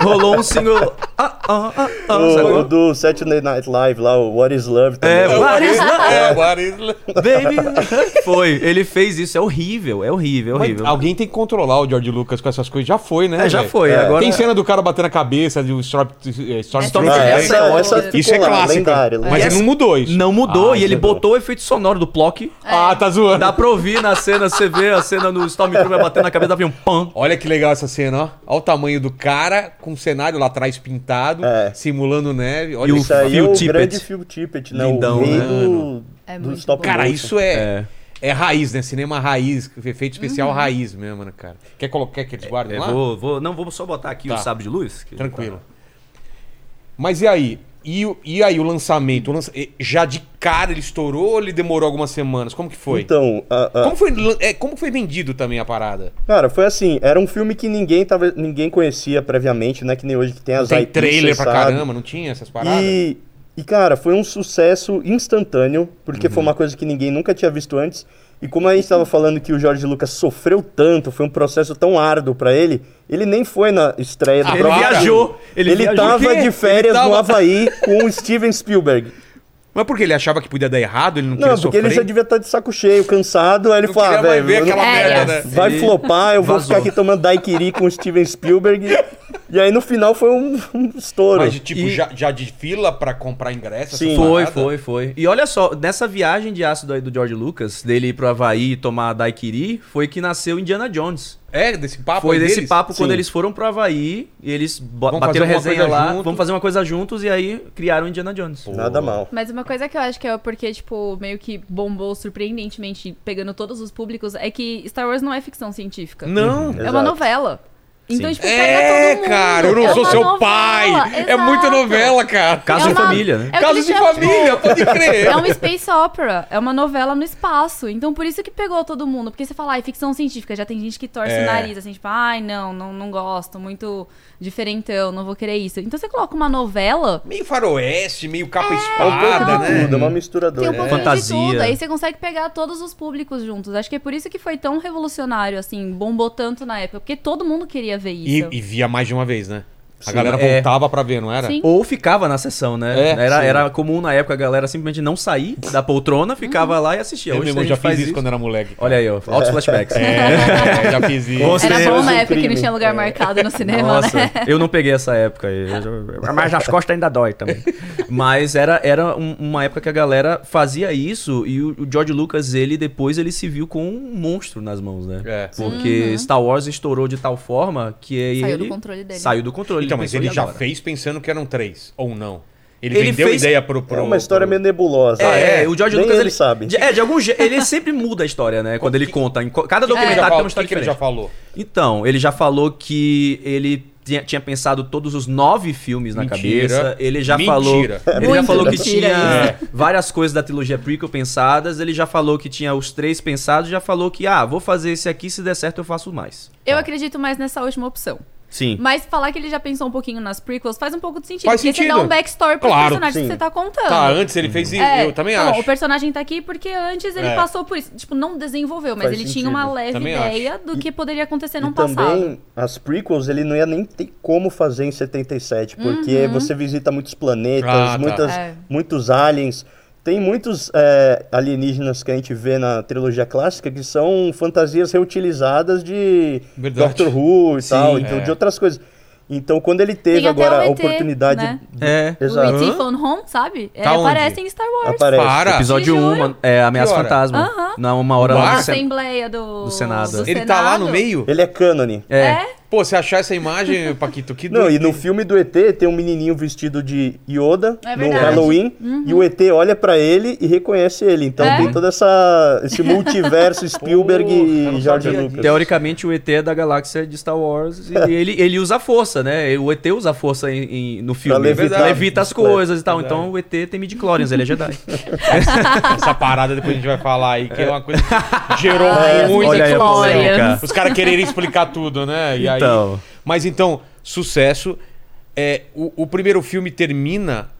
Rolou um single. Ah, ah, ah, ah,
O, o
sacou?
do Saturday Night Live lá, o What is Love também. Ah,
É,
o-
what is love,
É, what is love?
baby? Foi. Ele fez isso. É horrível, é horrível, é
Mas
horrível.
alguém tem que controlar o George Lucas com essas coisas. Já foi, né?
É, já
velho?
foi.
É.
Agora.
Tem cena do cara batendo a cabeça de um Storm- eh, Stormtrooper.
Stormtrooper.
Ah, essa,
Essa é
essa
outra.
ficou
Isso é
lá, né?
clássico.
lendária,
Mas
lendária.
ele não mudou isso.
Não mudou
Ah,
e ele
isso é bom.
botou o efeito sonoro do Plock.
Ah, tá zoando.
Dá pra ouvir na cena, você vê a cena no Stormtrooper batendo na cabeça da avião. Pam.
Olha que legal essa cena, ó. Olha o tamanho do cara com o cenário lá atrás pintado,
É.
simulando neve. Olha
E o
isso.
Isso aí é
Phil
o
Tippett.
grande Phil Tippett, né?
Lindão,
o rei
né,
do,
É
do
muito
stop
bom.
Cara,
motion.
isso é, é. raiz, né? Cinema raiz, efeito especial raiz mesmo, né, cara? Quer colocar que eles guardem
É,
lá?
vou, vou, não, vou só botar aqui
Tá.
o sábio de luz. que- tá.
Tranquilo. Mas e aí? E, o- e aí o lançamento? O lança- eh, Já de cara ele estourou ou ele demorou algumas semanas? Como que foi?
Então, a, a,
como, foi lan- é, como foi vendido também a parada?
Cara, foi assim, era um filme que ninguém, tava, ninguém conhecia previamente, né? Que nem hoje que tem as
Tem
IPs,
trailer
cê
pra
sabe.
caramba, não tinha essas paradas?
E, e, cara, foi um sucesso instantâneo, porque
Uhum.
foi uma coisa que ninguém nunca tinha visto antes. E como a gente estava falando que o Jorge Lucas sofreu tanto, foi um processo tão árduo pra ele, ele nem foi na estreia
Ah,
do
Ele
Claro.
próprio filme.
viajou. Ele,
Ele,
viajou.
O
tava
quê?
de férias
Ele tava-
no Havaí com o Steven Spielberg.
Mas porque ele achava que podia dar errado, ele não,
Não,
queria
porque ele já
sofrer?
devia estar de saco cheio, cansado. Aí ele
Não
falou: ah,
queria mais
velho,
ver
eu não
aquela
É,
merda, né?
Vai
Ele
flopar, eu vou
vazou.
ficar aqui tomando daiquiri com o Steven Spielberg. E aí no final foi um, um estouro.
Mas tipo,
E-
já, já de fila pra comprar ingresso?
Sim.
essas
Foi,
paradas?
foi, foi. E olha só, nessa viagem de ácido aí do George Lucas, dele ir pro Havaí tomar daiquiri, foi que nasceu Indiana Jones.
É, desse papo
Foi
aí
desse
deles?
papo quando
Sim.
eles foram pro Havaí e eles bo-
Vamos fazer
bateram
alguma
resenha
coisa
lá,
junto.
vamos fazer uma coisa juntos e aí criaram Indiana Jones.
Nada mal.
Mas uma coisa que eu acho que é porque, tipo, meio que bombou surpreendentemente, pegando todos os públicos, é que Star Wars não é ficção científica.
Não.
É uma
Exato.
novela. Então,
Sim.
tipo, pega todo mundo.
Uhum. É, cara, eu não
É
sou
uma
seu
novela,
pai. É
exato.
muita novela, cara.
Caso
É
de
uma-
família, né?
É o que
Caso
eles
de
chamam-
família, pode crer.
É uma space opera, é uma novela no espaço. Então por isso que pegou todo mundo. Porque você fala, ai, ficção científica, já tem gente que torce
É.
o nariz, assim, tipo, ai, não, não, não gosto, muito diferentão, não vou querer isso. Então você coloca uma novela,
Meio faroeste, meio capa
É um pouco
espada,
de
né?
tudo, é uma mistura
tem um
doida.
pouquinho
Fantasia.
de tudo. Aí você consegue pegar todos os públicos juntos. Acho que é por isso que foi tão revolucionário, assim, bombou tanto na época. Porque todo mundo queria ver isso.
E, e via mais de uma vez, né? A
Sim,
galera
é.
voltava pra ver, não era?
Sim.
Ou ficava na sessão, né?
É,
era,
sim.
era comum na época a galera simplesmente não sair da poltrona, ficava lá e assistia.
Eu
Hoje
mesmo
a
já
gente
fiz
faz
isso, quando era moleque.
Olha aí, ó, altos flashbacks.
É, já fiz isso.
Com certeza.
Era bom
Consideramos um
na época que não
crime.
tinha lugar marcado no cinema,
Nossa,
né?
eu não peguei essa época aí. Eu já- Mas as costas ainda dói também. Mas era, era um- uma época que a galera fazia isso e o, o George Lucas, ele depois ele se viu com um monstro nas mãos, né?
É.
Porque Star Wars estourou de tal forma que
uhum. Saiu
ele
do controle dele.
saiu do controle.
Então, mas
pensou,
ele
"E
já
agora?"
fez pensando que eram três, ou não? Ele,
Ele
vendeu
fez-
ideia pro, pro...
É uma história
pro-
meio nebulosa.
É,
Ah, é?
o George
Nem
Lucas
ele sabe.
de- É, de algum jeito. Ele sempre muda a história, né? Quando ele conta. Em co-
É.
Cada
O que, que, ele, já
documentário É, tá, tem
falou,
uma
o que,
história
que ele
diferente.
já falou?
Então, ele já falou que ele tinha, tinha pensado todos os nove filmes na
Mentira.
cabeça. Ele já
Mentira. É.
falou. Ele já
É Muito
falou que
mentira
tinha
isso.
várias coisas da trilogia prequel pensadas. Ele já falou que tinha os três pensados. Já falou que, ah, vou fazer esse aqui. Se der certo, eu faço mais.
Eu acredito mais nessa última opção.
Sim.
Mas falar que ele já pensou um pouquinho nas prequels faz um pouco de sentido.
Faz
porque
sentido.
você dá um backstory pro
Claro,
personagem
sim.
que você tá contando.
Tá, antes ele fez isso,
É,
eu também
então,
acho.
O personagem tá aqui porque antes ele
É.
passou por isso. Tipo, não desenvolveu, mas
Faz
ele
sentido.
tinha uma leve
Também
ideia do que poderia acontecer num
e
passado.
também as prequels ele não ia nem ter como fazer em 77, porque você visita muitos planetas,
Ah, tá.
muitas,
Uhum. É.
muitos aliens. Tem muitos é, alienígenas que a gente vê na trilogia clássica que são fantasias reutilizadas de
Verdade.
Doctor Who e
Sim.
tal, então
É.
de outras coisas. Então quando ele teve
Tem até
agora
o
a
ET,
oportunidade,
né?
É.
Exato.
O E.T. Phone Home, sabe?
Uhum. Tá
ele
onde?
aparece em Star Wars.
aparece.
Para!
Episódio
Te
1,
juro.
é Ameaça
Que hora?
Fantasma.
Aham.
Na uma hora
No
lá
bar?
do
A
cen-
Assembleia do,
Do Senado.
do
Ele tá lá no
Senado.
meio?
Ele é cânone.
É.
Pô, você achar essa imagem, Paquito, que
Não,
doido,
e no
hein?
filme do ET tem um menininho vestido de Yoda
É
no
verdade.
Halloween e o ET olha pra ele e reconhece ele. Então
É?
tem todo essa esse multiverso Spielberg
Porra, eu não
e George
sabia
Lucas.
Teoricamente, o ET é da galáxia de Star Wars e ele, ele usa a força, né? O ET usa a força em- em- no filme.
levitar.
Ele levita as coisas e tal.
Verdade.
Então, o ET tem midi-chlorians, ele é Jedi.
Essa parada depois a gente vai falar aí, que é uma coisa que gerou
Ai, as
muita
olha aí a
discussão.
polêmica.
Os caras quererem explicar tudo, né? E aí-
Então.
Mas então, sucesso. É, o, o primeiro filme termina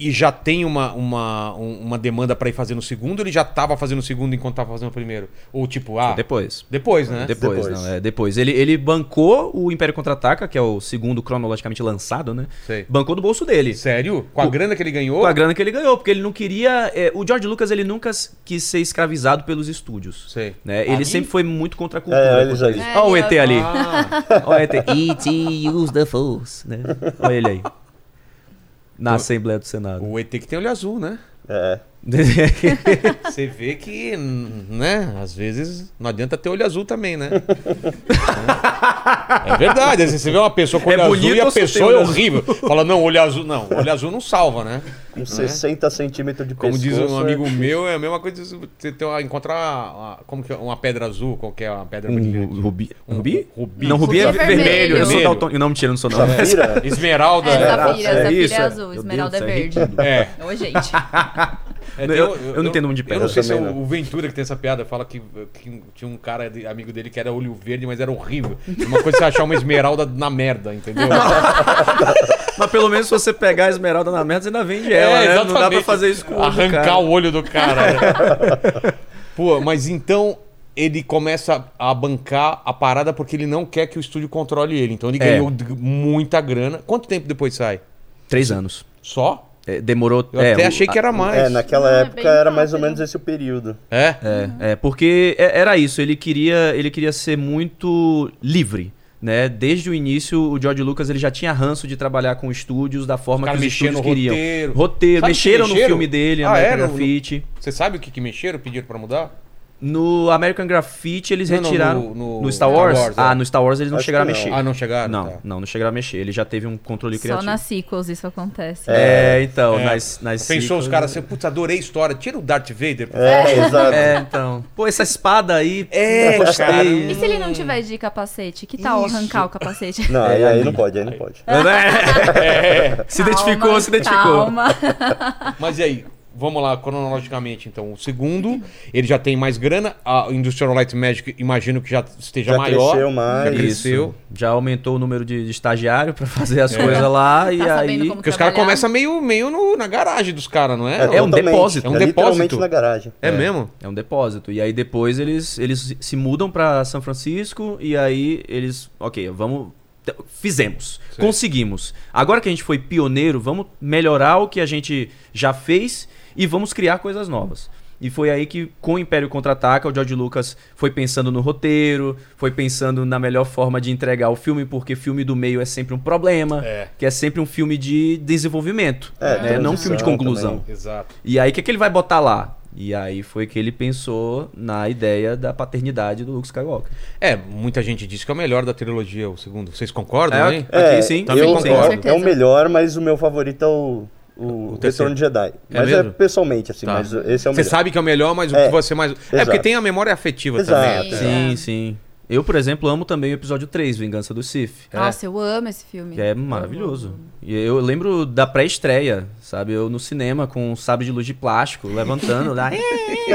e já tem uma, uma, um- uma demanda pra ir fazer no segundo, ou ele já tava fazendo o segundo enquanto tava fazendo o primeiro? Ou tipo, ah,
Depois.
depois, né?
Depois,
Depois.
não, é, depois. Ele, ele bancou o Império Contra-Ataca, que é o segundo cronologicamente lançado, né?
Sei.
Bancou do bolso dele.
Sério? Com a grana que ele ganhou?
Com a grana que ele ganhou, porque ele não queria. é, o George Lucas, ele nunca s- quis ser escravizado pelos estúdios.
Sei.
né?
Ali?
Ele sempre foi muito contra a cultura.
É, eles
contra
ali.
Olha o ET ali.
Ah,
Olha o ET. E.T. use the force. Né? Olha ele aí.
Então-
Na Assembleia do Senado.
o ET que tem olho azul, né?
É.
Você vê que, né, às vezes não adianta ter olho azul também, né? é verdade, às vezes você vê uma pessoa com
É
olho azul
bonito
e a
ou você
pessoa
tem
é
olho azul?
horrível. Fala, não, olho azul, não, olho azul não salva, né?
Com 60 centímetros de
Como
pescoço.
diz um
é-
amigo meu, é a mesma coisa de você ter uma, encontrar uma, como que é, uma pedra azul, qualquer uma pedra brilhante.
Um rubi.
Um
Rubi?
rubi.
Não, rubi, é,
Rubi é
vermelho.
vermelho.
Eu sou
Vermelho.
daltônico. Não, mentira, eu não sou não.
Safira?
Esmeralda.
É,
Nossa,
Zafira,
é
Zafira
isso,
é
é.
azul,
Meu
esmeralda é
Deus, é
verde.
É.
Ô, gente.
É,
Eu-
tem um-
eu não entendo muito de
Eu
pedra
não sei se é
também,
o Ventura que tem essa piada. Fala que, que tinha um cara de- amigo dele que era olho verde, mas era horrível. Uma coisa é você achar uma esmeralda na merda, entendeu?
Mas pelo menos se você pegar a esmeralda na merda, você ainda vende ela, né? Não dá pra
É, exatamente.
fazer isso com o outro,
Arrancar
cara.
o olho do cara. né? Pô, mas então ele começa a bancar a parada porque ele não quer que o estúdio controle ele. Então ele
É.
ganhou d- muita grana. Quanto tempo depois sai?
Três anos.
Só?
É, demorou...
Eu
é,
até
o-
achei que era mais.
É, naquela
Não, é
época
bem
era mais ou
rápido.
menos esse o período.
É?
É, é, porque é- era isso, ele queria, ele queria ser muito livre, né? Desde o início, o George Lucas ele já tinha ranço de trabalhar com estúdios da forma
Os
que os
caras mexeram
estúdios
no
queriam.
roteiro.
Roteiro,
Sabe que
mexeram no
mexeram?
filme dele,
Ah,
American
é? No-
Graffiti.
Você sabe o que, que mexeram, pediram pra mudar?
No American Graffiti eles
Não, não,
retiraram.
no-
no,
no
Star Wars?
Star Wars,
ah,
é.
no Star Wars eles não
Acho
chegaram a
que
mexer.
Ah, não chegaram?
É. Não,
Tá.
não, não chegaram a mexer. Ele já teve um controle
Só
criativo.
nas sequels isso acontece.
É, então, nas, nas
Pensou os
sequels-
caras assim, putz, adorei a história, tira o Darth Vader. por
É, exato.
É, então. Pô, essa espada aí.
É,
eu gostei.
cara.
E se ele não tiver de capacete? Que tal
Isso.
arrancar o capacete?
Não,
É,
aí, aí não pode, aí não pode.
É. né? Se identificou,
Calma,
se identificou.
Calma.
favor. Mas e aí? Vamos lá, cronologicamente, então. O segundo, ele já tem mais grana. A Industrial Light Magic, imagino que já esteja
Já
maior.
cresceu mais.
Já
Isso.
cresceu.
Isso. Já aumentou o número de, de estagiário pra fazer as coisas lá e
Tá sabendo
aí.
como
Porque os caras
trabalhar.
começam meio, meio no- na garagem dos caras, não é?
É, um
totalmente,
depósito,
é um
Literalmente
depósito.
na garagem.
É mesmo?
É um depósito. E aí depois eles, eles se mudam pra São Francisco e aí eles, ok, vamos te- fizemos, conseguimos. Agora que a gente foi pioneiro, vamos melhorar o que a gente já fez e vamos criar coisas novas. E foi aí que com o Império Contra-Ataca, o George Lucas foi pensando no roteiro, foi pensando na melhor forma de entregar o filme, porque filme do meio é sempre um problema,
É.
que é sempre um filme de desenvolvimento,
É,
né? não um filme de
transição
conclusão.
também.
Exato.
E aí, o que, que ele vai botar lá? E aí foi que ele pensou na ideia da paternidade do Luke Skywalker.
É, muita gente diz que é o melhor da trilogia, o segundo. Vocês concordam,
É,
hein?
Aqui sim,
também
eu
concordo.
concordo. É
Com
o
certeza.
melhor, mas o meu favorito é o, o,
terceiro.
Retorno de Jedi. Mas é,
mesmo?
pessoalmente, assim,
Tá.
mas esse é o
Você
melhor.
sabe que é o melhor, mas o
É,
que você mais. É porque
exato.
tem a memória afetiva também.
Exato.
Sim.
Sim, sim. Eu, por exemplo, amo também o episódio 3, Vingança do Sith.
Nossa, eu amo esse
É.
filme.
Que é maravilhoso. E eu lembro da pré-estreia, sabe? Eu no cinema com um sabre de luz de plástico, levantando, lá,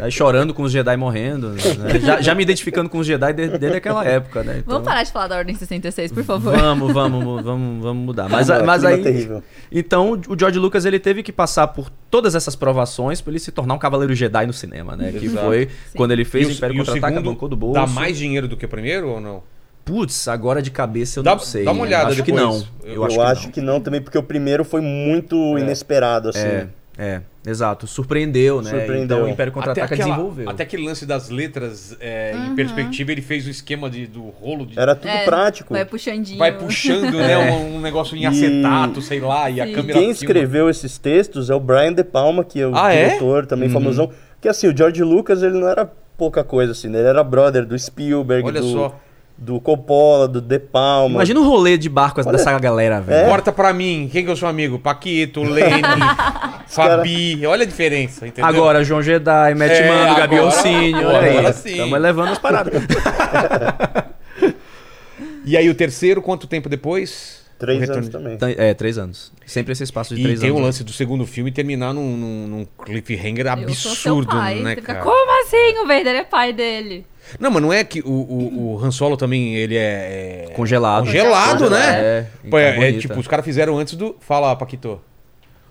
aí chorando com os Jedi morrendo. né? Já, já me identificando com os Jedi desde, desde aquela época, né? Então-
Vamos parar de falar da Ordem 66, por favor.
Vamos, vamos, mu- vamos, vamos mudar. Mas,
Vamos lá,
mas
é
clima
aí.
terrível.
Então, o George Lucas ele teve que passar por todas essas provações pra ele se tornar um cavaleiro Jedi no cinema, né? Que
Exato.
foi quando ele fez
e
o
o,
Império
e o
Contra-Ataca,
segundo
bancou do bolso.
dá mais dinheiro do que o primeiro ou não?
Putz, agora de cabeça eu
Dá-
não sei.
dá uma olhada
acho que
depois.
não. Eu,
Eu
acho, que,
também, porque o primeiro foi muito
É.
inesperado, assim.
não. É, é, exato. Surpreendeu, né?
Surpreendeu.
Então o Império
Até
Contra-Ataca
aquela-
desenvolveu.
Até aquele lance das letras é,
Uhum.
em perspectiva, ele fez o esquema de, do rolo de.
Era tudo
É,
prático.
Vai puxandinho.
Vai puxando, né? Um, um negócio em acetato, sei lá, e a
Sim.
câmera.
Quem
filma.
escreveu esses textos é o Brian De Palma, que é o
Ah, é?
diretor também famosão. Que assim, o George Lucas, ele não era pouca coisa, assim, né? Ele era brother do Spielberg,
Olha
do,
só.
do Coppola, do De Palma.
Imagina o rolê de barco dessa galera,
É.
velho.
Corta pra mim, quem que eu sou amigo? Paquito, Lene, Fabi. Olha a diferença, entendeu?
Agora, João Jedi, Matt
É,
Mano, Gabi
agora-
Orsini,
agora
olha aí.
sim.
Estamos elevando as paradas.
E aí o terceiro, quanto tempo depois? O
Três
Retorno
anos
de-
também.
Então, É, três anos. Sempre esse espaço de
E
três
tem o
anos. né?
lance do segundo filme terminar num, num- num cliffhanger
Eu sou seu
absurdo,
pai.
né,
Você fica,
cara?
Como assim? O Vader é pai dele.
Não, mas não é que o, o, o Han Solo também, ele é... é-
Congelado.
Congelado, né?
É,
Pô, é- é
bonita.
tipo, os caras fizeram antes do... Fala, Paquito.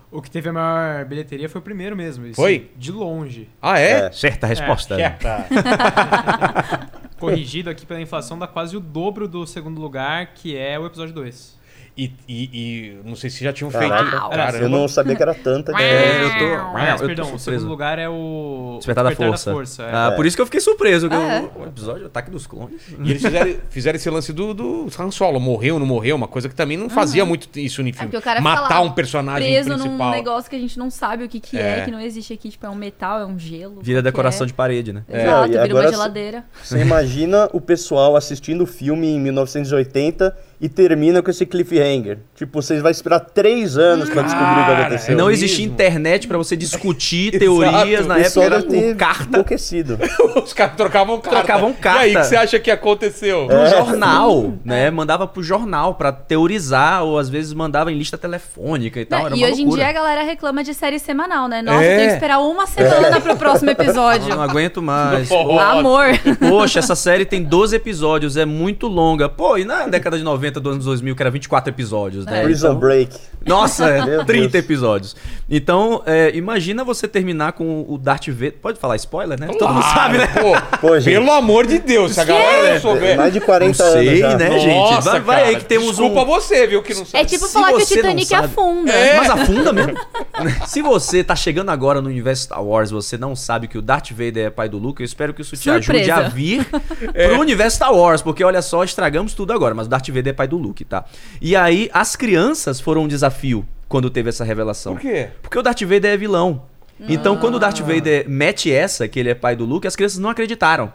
O que teve a maior bilheteria foi o primeiro mesmo. isso
Foi?
De longe.
Ah, é?
Certa resposta. né?
Certa.
Corrigido aqui pela inflação, dá quase o dobro do segundo lugar, que é o episódio 2.
E, e- e não sei se já tinham feito...
Caraca.
Cara,
Eu não sabia que era tanta.
É, eu tô.
Aliás,
eu tô
Ah, perdão, o
surpreso.
segundo lugar é o.
Despertar da Força.
é.
Ah, Por isso que eu fiquei surpreso. que eu-
Ah,
O episódio Ataque dos Clones.
E eles fizeram, fizeram esse lance do, do Han Solo. Morreu, não morreu? Uma coisa que também não fazia muito isso no
É
filme.
porque o cara fica
Matar
lá
um personagem
preso
principal.
num negócio que a gente não sabe o que, que é.
É.
que não existe aqui. Tipo, é um metal, é um gelo.
Vira
o que
decoração
é.
de parede, né?
Exato,
Não, e
vira
agora-
uma geladeira.
Você imagina o pessoal assistindo o filme em 1980 e termina com esse cliffhanger. Tipo, vocês vão esperar três anos pra descobrir o que
Cara,
aconteceu.
não
mesmo.
existia internet pra você discutir teorias. Na
O
época
pessoal
era
deve ter
com carta.
enlouquecido.
Os caras trocavam carta.
Trocavam carta. É.
E aí, o que você acha que aconteceu?
Pro jornal, né? Mandava pro jornal pra teorizar, ou às vezes mandava em lista telefônica e tal.
Não,
Era
e
uma
hoje em
loucura.
dia é a galera reclama de série semanal, né? Nossa,
É.
tem que esperar uma
É.
semana pro próximo
Eu não
episódio.
aguento mais.
Pô,
Amor.
Poxa, essa série tem 12 episódios, é muito longa. Pô, e na década de 90, dos anos 2000, que era 24 episódios,
É,
né?
Prison
Então-
Break.
Nossa, é,
Meu
30
Deus.
episódios. Então, é, imagina você terminar com o Darth Vader. Pode falar spoiler, né? Todo mundo
Claro,
sabe, né?
Ah, Pô,
Pô, gente.
Pelo amor de Deus, se a galera não souber.
É, Mais de
Não
40 anos
sei,
já.
né, gente? Vai, vai aí
cara,
que temos um.
Desculpa você, viu, que não
É
sabe.
tipo
Se
falar que o
você não
Titanic
sabe- É.
afunda.
Mas afunda mesmo. Se você tá chegando agora no universo Star Wars, você não sabe que o Darth Vader é pai do Luke, eu espero que isso te ajude
Surpresa.
a vir pro universo Star Wars, porque olha só, estragamos tudo agora, mas o Darth Vader é pai do Luke, tá? E aí, as crianças foram um desafio quando teve essa revelação.
Por quê?
Porque o Darth Vader é vilão. Então, quando o Darth
Ah.
Vader mete essa, que ele é pai do Luke, as crianças não acreditaram.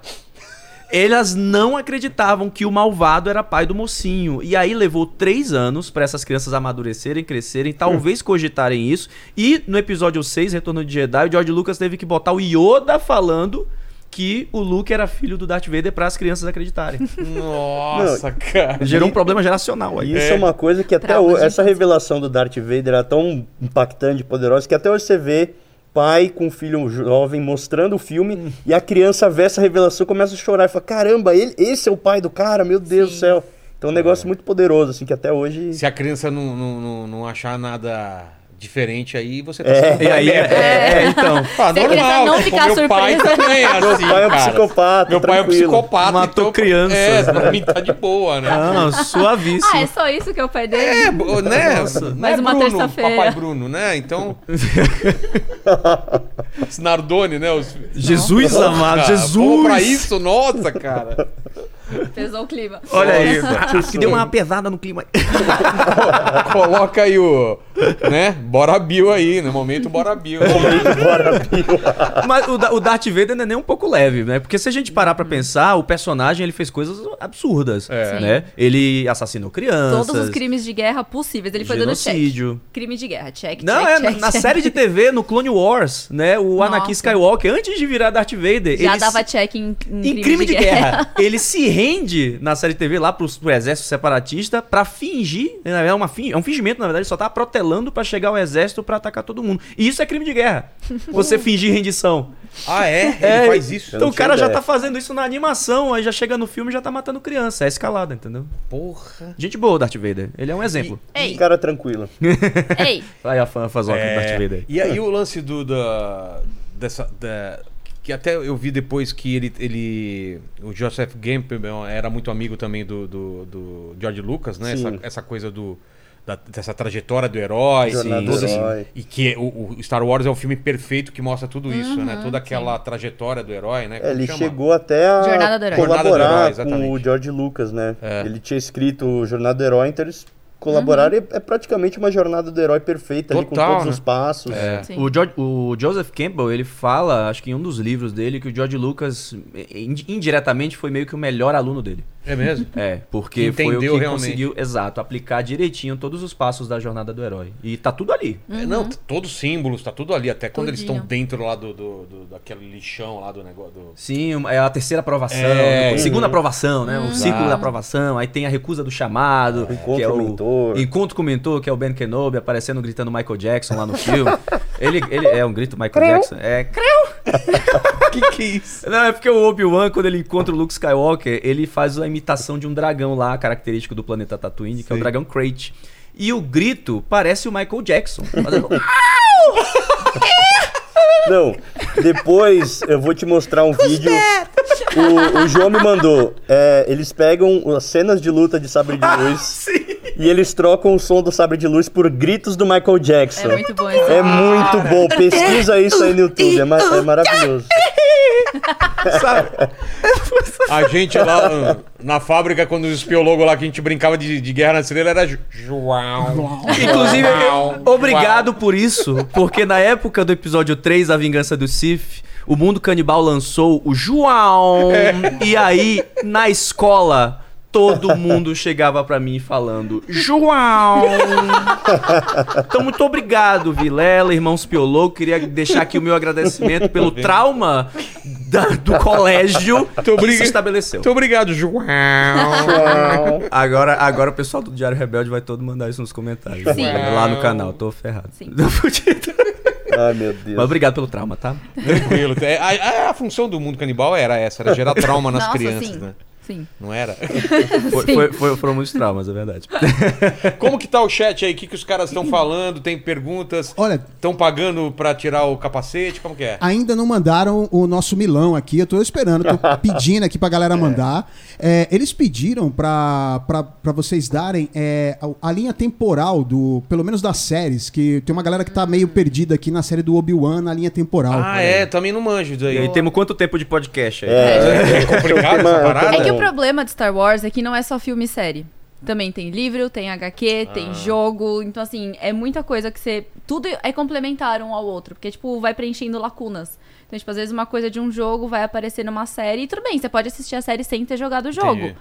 Elas não acreditavam que o malvado era pai do mocinho. E aí levou três anos pra essas crianças amadurecerem, crescerem, talvez cogitarem isso. E no episódio 6, Retorno de Jedi, o George Lucas teve que botar o Yoda falando que o Luke era filho do Darth Vader para as crianças acreditarem.
Nossa, cara.
Gerou um problema geracional aí.
E isso é. uma coisa que até
Traumas
hoje,
de
essa revelação do Darth Vader era tão impactante e poderosa que até hoje você vê pai com filho jovem mostrando o
Hum.
filme e a criança vê essa revelação e começa a chorar e fala: "Caramba, ele, esse é o pai do cara, meu Deus do céu". Então é um negócio muito poderoso assim que até hoje
Se a criança não, não, não, não achar nada diferente aí, você tá
É.
sendo
E aí,
merda.
é, é, então.
Ah,
Se a criança
normal,
não
tipo,
ficar
meu pai
surpresa.
também é assim,
Meu pai é um
cara.
psicopata,
Meu pai é um
tranquilo.
psicopata.
Matou crianças.
É, pra mim tá de boa, né?
Ah, suavíssimo.
Ah, é só isso que é o pai dele?
É, bo- né?
Mais
né,
uma
Bruno,
terça-feira.
Papai Bruno, né? Então. Snardone, né? Os...
Jesus amado,
Cara,
Ah, Jesus!
vamos pra isso, nossa, cara.
Pesou o clima.
Olha aí, acho que deu uma pesada no clima.
Coloca aí o. Né? Bora Bill aí, no momento Bora Bill.
bora Bill.
Mas o, Da- o Darth Vader não é nem um pouco leve, né? Porque se a gente parar pra pensar, o personagem ele fez coisas absurdas,
É.
né? Ele assassinou crianças,
Todos os crimes de guerra possíveis. Ele foi dando
genocídio.
check. Crime de guerra, check,
Não,
check,
é
check,
na
check.
série de TV, no Clone Wars, né? O Anakin
Nossa.
Skywalker, antes de virar Darth Vader,
Já
ele
dava
se-
check em,
em crime, de, guerra. Ele se rende na série TV lá pro, pro exército separatista pra fingir, na verdade, é, uma fin- é um fingimento, na verdade, ele só tá protelando pra chegar ao exército pra atacar todo mundo. E isso é crime de guerra. Você fingir rendição.
Ah, é? Ele
É,
faz isso.
eu
Então
não
o cara
tinha
já
ideia.
tá fazendo isso na animação, aí já chega no filme e já tá matando criança. É escalada, entendeu?
Porra.
Gente boa, o Darth Vader. Ele é um exemplo.
Ei,
Cara tranquilo.
ei.
Vai a fã faz o
É,
Darth Vader.
E aí o lance do da dessa da- que até eu vi depois que ele ele o Joseph Campbell era muito amigo também do, do, do George Lucas, né?
Sim.
Essa, essa coisa do da- dessa trajetória do herói,
Jornada
e,
do herói.
e que o, o Star Wars é o filme perfeito que mostra tudo isso, né? Toda aquela trajetória do herói, né?
É,
Como
ele
chama?
chegou até a
Jornada do Herói.
Jornada do Herói,
colaborar com o
exatamente. É.
George Lucas, né? Ele tinha escrito Jornada do Herói, então eles
Uhum.
colaboraram e é praticamente uma jornada do herói perfeita, ali, com
Total,
todos
né?
os passos.
É.
Sim.
O, George- o Joseph Campbell, ele fala, acho que em um dos livros dele, que o George Lucas, ind- indiretamente, foi meio que o melhor aluno dele.
É mesmo?
É, porque foi o que
Entendeu realmente.
conseguiu, exato, aplicar direitinho todos os passos da jornada do herói. E tá tudo ali.
É, Não, t- todos os símbolos, tá tudo ali, até quando eles
Tudinho.
estão dentro lá do, do, do- daquele lixão lá do negócio do-
Sim, uma- é a terceira aprovação,
É,
depois- segunda aprovação, né? O ciclo
Exato.
da aprovação, aí tem a recusa do chamado,
Encontro
que é
com Hum. Ah. o mentor.
Encontro com o mentor, que é o Ben Kenobi aparecendo gritando Michael Jackson lá no filme. ele, ele é um grito Michael Jackson, é creu. que que é isso? Não, é porque o Obi-Wan quando ele encontra o Luke Skywalker, ele faz a imitação de um dragão lá, característico do planeta Tatooine, que é o dragão Krayt. E o grito parece o Michael Jackson. fazendo-
Não, depois eu vou te mostrar um vídeo. O, o João me mandou. É, eles pegam as cenas de luta de sabre de
Ah,
luz
Sim.
e eles trocam o som do sabre de luz por gritos do Michael Jackson.
É muito bom esse Ah,
É muito bom, pesquisa isso aí no YouTube, é, ma- é maravilhoso.
Sabe?
A gente lá uh, na fábrica, quando os espiologos lá que a gente brincava de, de guerra na cileira, era Ju- João.
Inclusive,
Uau.
obrigado por isso, porque na época do episódio 3, A Vingança do Sif, o Mundo Canibal lançou o João. E aí, na escola, todo mundo chegava pra mim falando João. Então, muito obrigado, Vilela, irmãos Piolô. Queria deixar aqui o meu agradecimento pelo
Tá
trauma da- do colégio que se
obrigado.
estabeleceu.
Muito obrigado, João.
Agora, agora o pessoal do Diário Rebelde vai todo mandar isso nos comentários.
Sim.
Lá no canal, tô ferrado.
Sim.
Tô fudido.
Ai, meu
Mas
Deus.
obrigado pelo trauma, tá?
Tranquilo. É, A, a função do mundo canibal era essa, era gerar trauma nas
Nossa,
crianças,
sim.
né?
Sim.
Não era?
Foi,
Sim.
foi, foi- foram muitos traumas, é verdade.
Como que tá o chat aí? O que, que os caras estão falando? Tem perguntas?
Olha, Ah,
Estão pagando pra tirar o capacete? Como que é?
Ainda não mandaram o nosso Milão aqui. Eu tô esperando, tô pedindo aqui pra galera mandar. É, eles pediram pra, pra, pra vocês darem é, a, a linha temporal do, pelo menos das séries, que tem uma galera que tá meio perdida aqui na série do Obi-Wan na linha temporal.
Ah, é, também não manjo isso
E
aí.
aí temos quanto tempo de podcast aí?
É complicado essa
É
parada?
É que o problema de Star Wars é que não é só filme e série. Também tem livro, tem HQ,
Ah.
tem jogo. Então, assim, é muita coisa que você. Tudo é complementar um ao outro. Porque, tipo, vai preenchendo lacunas. Então, tipo, às vezes uma coisa de um jogo vai aparecer numa série. E tudo bem, você pode assistir a série sem ter jogado o jogo.
Entendi.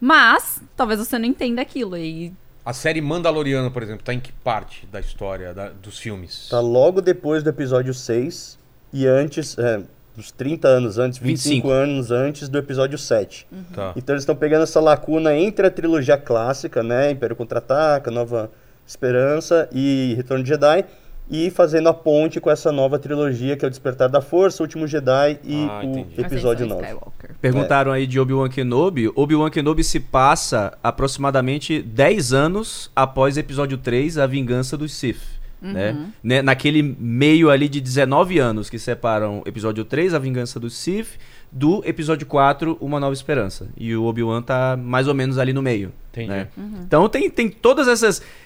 Mas, talvez você não entenda aquilo. E
A série Mandaloriano, por exemplo, tá em que parte da história da- dos filmes?
Tá logo depois do episódio 6 e antes, é, uns 30 anos antes, 25,
25.
anos antes do episódio 7.
Hum.
Tá.
Então eles estão pegando essa lacuna entre a trilogia clássica, né, Império Contra-Ataca, Nova Esperança e Retorno de Jedi, e fazendo a ponte com essa nova trilogia que é o Despertar da Força, o Último Jedi e
Ah, entendi.
o Episódio
Ascensão
9.
Skywalker.
Perguntaram aí de Obi-Wan Kenobi. Obi-Wan Kenobi se passa aproximadamente 10 anos após episódio 3, A Vingança dos Sith. Né? Né? Naquele meio ali de 19 anos que separam episódio 3, A Vingança dos Sith, do episódio 4, Uma Nova Esperança. E o Obi-Wan tá mais ou menos ali no meio.
Entendi.
né? Então tem, tem todos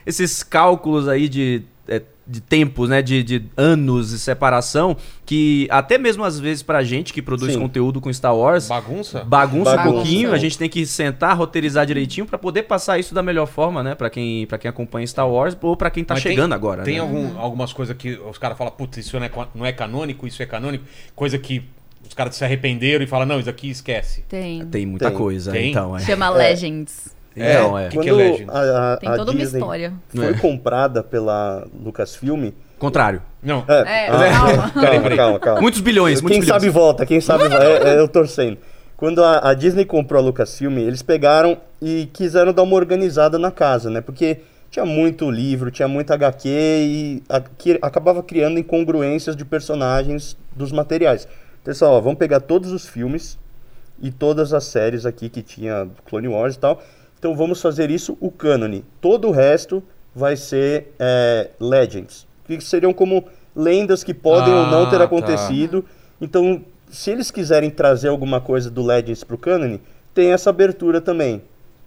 esses cálculos aí de, é, de tempos, né? De, de anos de separação, que até mesmo às vezes pra gente que produz
Sim.
conteúdo com Star Wars,
é. Bagunça?
bagunça um
Bagunça.
pouquinho, a gente tem que sentar, roteirizar direitinho pra poder passar isso da melhor forma, né, Pra quem para quem acompanha Star Wars ou pra quem tá
Mas tem-
chegando agora,
Tem
né?
algum- algumas coisas que os caras falam, putz, isso não é, ca- não é canônico, isso é canônico. Coisa que os caras se arrependeram e falam, não, isso aqui esquece.
Tem.
Tem muita
É, Tem.
coisa,
Tem.
então é.
Chama Legends.
Então, é.
Que que é
Quando
Legend? é?
a, a,
Tem
a
toda uma
Disney
história.
foi comprada pela Lucasfilm...
Contrário.
Não,
É, calma.
calma, calma, calma,
Muitos bilhões, muitos
Quem
bilhões.
sabe volta, quem sabe volta. É, é, eu torcendo. Quando a, a Disney comprou a Lucasfilm, eles pegaram e quiseram dar uma organizada na casa, né? Porque tinha muito livro, tinha muito HQ e a- que acabava criando incongruências de personagens dos materiais. Então, eles falaram, ó, vamos pegar todos os filmes e todas as séries aqui que tinha do Clone Wars e tal. Então vamos fazer isso o cânone. Todo o resto vai ser é, Legends, que seriam como lendas que podem ou não ter
Ah,
acontecido sentido. Então, se eles quiserem trazer alguma coisa do Legends pro cânone, tem essa abertura também.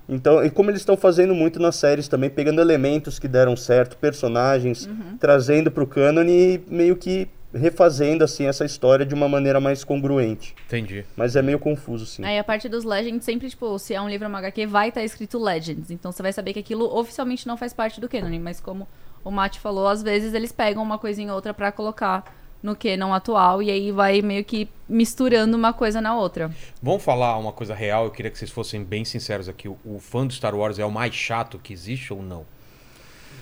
Então, e como eles estão fazendo muito nas séries também, pegando elementos que deram certo, personagens, trazendo pro cânone e meio que refazendo assim essa história de uma maneira mais congruente.
entendi.
Mas é meio confuso, sim.
Aí a parte dos Legends sempre, tipo, se é um livro ou uma HQ, vai estar escrito Legends. Então você vai saber que aquilo oficialmente não faz parte do canon. Mas como o Matt falou, às vezes eles pegam uma coisa em outra pra colocar no canon atual. E aí vai meio que misturando uma coisa na outra.
Vamos falar uma coisa real, eu queria que vocês fossem bem sinceros aqui. O, o fã do Star Wars é o mais chato que existe ou não?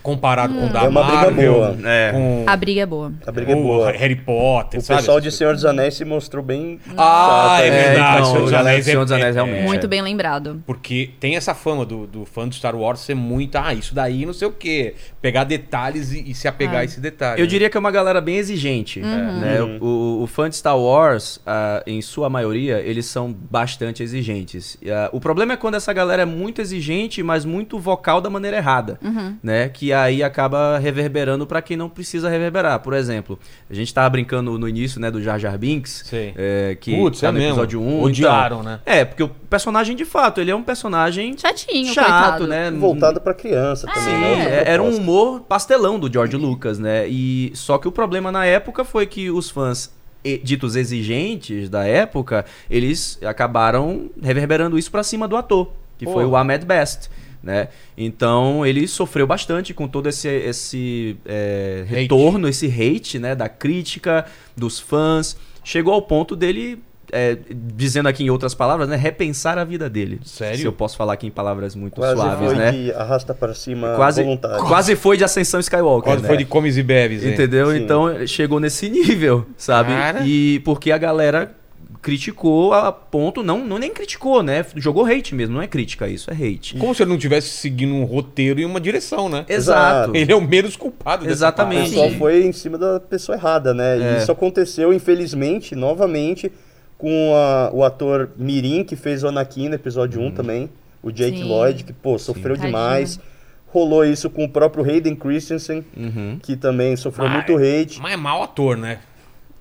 Comparado com o da
É uma briga
Marvel,
boa.
É.
com
A briga é boa.
A briga é
o
boa.
Harry Potter,
O
sabe?
pessoal de
Essas
Senhor dos Anéis se mostrou bem.
Ah,
chato,
é
né?
verdade.
então,
Senhor dos
galera,
Anéis é-
Senhor dos
é-
Anéis realmente.
Muito
é.
bem lembrado.
Porque tem essa fama do, do fã do Star Wars ser muito, ah, isso daí não sei o quê. Pegar detalhes e, e se apegar a esse detalhe.
Eu
né?
diria que é uma galera bem exigente. né? O, o- o fã de Star Wars, ah, em sua maioria, eles são bastante exigentes. E, ah, o problema é quando essa galera é muito exigente, mas muito vocal da maneira errada. Né? Que aí acaba reverberando pra quem não precisa reverberar. Por exemplo, a gente tava brincando no início né, do Jar Jar Binks.
Sei.
é, que
Putz,
tá
é
no
mesmo.
episódio 1.
Odiaram,
então.
né?
É, porque o personagem, de fato, ele é um personagem
Chatinho,
chato,
coitado.
né?
Voltado pra criança também.
Sim,
né? Outra
é- era um
proposta.
humor pastelão do George Lucas, né? E só que o problema na época foi que os fãs e- ditos exigentes da época, eles acabaram reverberando isso pra cima do ator, que
Pô.
foi o Ahmed Best, né? Então ele sofreu bastante com todo esse, esse é,
Hate.
retorno, esse hate, né? Da crítica, dos fãs. Chegou ao ponto dele, é, dizendo aqui em outras palavras, né? Repensar a vida dele.
Sério?
Se eu posso falar aqui em palavras muito
Quase
suaves,
foi
né? É
de arrasta pra cima
quase,
voluntário.
quase foi de Ascensão Skywalker.
Quase
né?
foi de comes e bebes, né? hein?
Entendeu?
Sim.
Então chegou nesse nível, sabe?
Cara.
E porque a galera criticou a ponto, não, não nem criticou, né? Jogou hate mesmo, não é crítica isso, é hate.
Como se ele não tivesse seguindo um roteiro e uma direção, né?
Exato.
Ele é o menos culpado dessa
O
Exatamente.
pessoal
Sim.
foi em cima da pessoa errada, né?
É.
E isso aconteceu, infelizmente, novamente, com a- o ator Mirim, que fez o Anakin no episódio
Uhum.
1 também, o Jake
Sim.
Lloyd, que, pô, sofreu
Tadinho.
demais. Rolou isso com o próprio Hayden Christensen,
Uhum.
que também sofreu
Mas-
muito hate.
Mas é mau ator, né?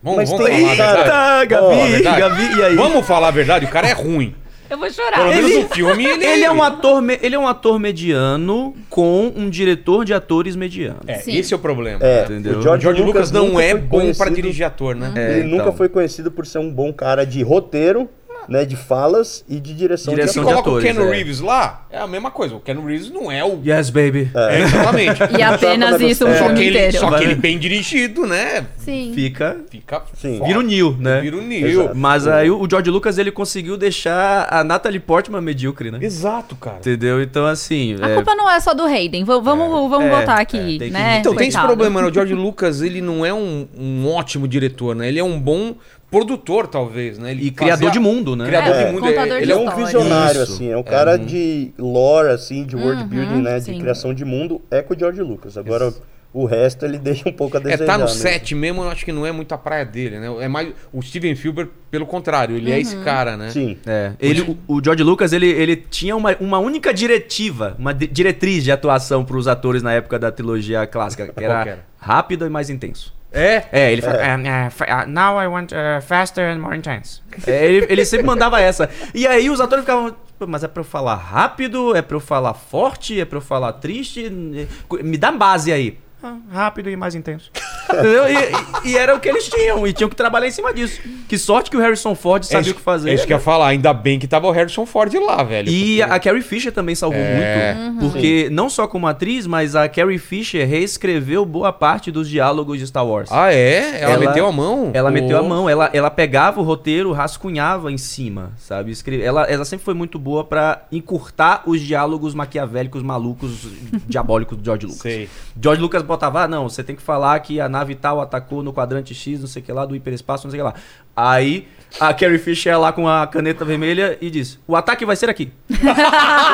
Vamos,
Mas
vamos
tem-
falar a verdade.
Eita,
Vamos falar a
tá, Gabi,
verdade.
Gabi, e aí?
Vamos falar a verdade, o cara é ruim.
Eu vou
Pelo
chorar.
menos
Ele-
no filme ele,
Ele é um ator, me- ele é um ator mediano com um diretor de atores mediano.
É,
Sim.
esse é o problema.
É,
Entendeu?
o
O
George,
George Lucas, não
nunca
é
foi
bom pra
conhecido-
dirigir ator, né?
É,
ele nunca
então.
foi conhecido por ser um bom cara de roteiro né, de falas e de direção,
Se
Direção
de ator.
de
coloca o
atores,
Ken
é.
Reeves lá, é a mesma coisa. O Ken Reeves não é o.
Yes, baby.
É, exatamente.
E apenas isso o
Só,
filme
que ele,
inteiro.
só que ele bem dirigido, né?
Sim.
Fica.
Fica.
Sim.
foda.
Vira o Neil, né?
Vira o Neil.
Exato.
Mas aí o George Lucas ele conseguiu deixar a Natalie Portman medíocre, né?
Exato, cara.
Entendeu? Então, assim.
Ah,
A
é,
culpa não é só do Hayden. V- vamos vamos
é,
voltar
é,
aqui,
tem que-
né?
Então, tem esse
coitado.
problema, né? O George Lucas, ele não é um, um ótimo diretor, né? Ele é um bom produtor, talvez, né? Ele
E
fazia-
criador de mundo, né?
Criador
É.
de mundo. é-
Contador
ele
Ele
é
é
um...
um
História.
visionário,
Isso.
assim. É um cara
Uhum.
de lore, assim, de world
Uhum,
building, né? De
sim.
criação de mundo. É com o George Lucas. Agora, o resto ele deixa um pouco a
É,
desejar.
tá no
mesmo.
set mesmo, eu acho que não é muito a praia dele, né? É mais... O Steven Spielberg, pelo contrário, ele é esse cara, né?
Sim.
É, ele, o, o George Lucas ele, ele tinha uma, uma única diretiva, uma di- diretriz de atuação para os atores na época da trilogia clássica, que
Qual
era,
que era?
rápido e mais intenso.
É?
É, ele, fa-
Um, uh, fa- uh, now I want uh, faster and more intense.
é, ele, ele sempre mandava essa. E aí os atores ficavam, "Pô, mas é pra eu falar rápido, é pra eu falar forte, é pra eu falar triste, me dá base aí.
Ah, rápido e mais intenso.
Entendeu? E, e- e era o que eles tinham, e tinham que trabalhar em cima disso. Que sorte que o Harrison Ford
É
sabia
isso-
o que fazer. né?
É isso que eu ia falar. Ainda bem que tava o Harrison Ford lá, velho.
E
porque-
a Carrie Fisher também salvou
É.
muito. Porque, não só como atriz, mas a Carrie Fisher reescreveu boa parte dos diálogos de Star Wars.
Ah, é? Ela,
Ela-
meteu a mão?
Ela meteu a
Pô.
mão, ela, ela pegava o roteiro, rascunhava em cima, sabe? Escre- Ela, ela sempre foi muito boa pra encurtar os diálogos maquiavélicos, malucos, diabólicos do George Lucas.
Sei.
George Lucas botava, ah, não, você tem que falar que a nave tal atacou no quadrante X, não sei o que lá, do hiperespaço, não sei o que lá. Aí a Carrie Fisher ia lá com a caneta vermelha e diz, o ataque vai ser aqui.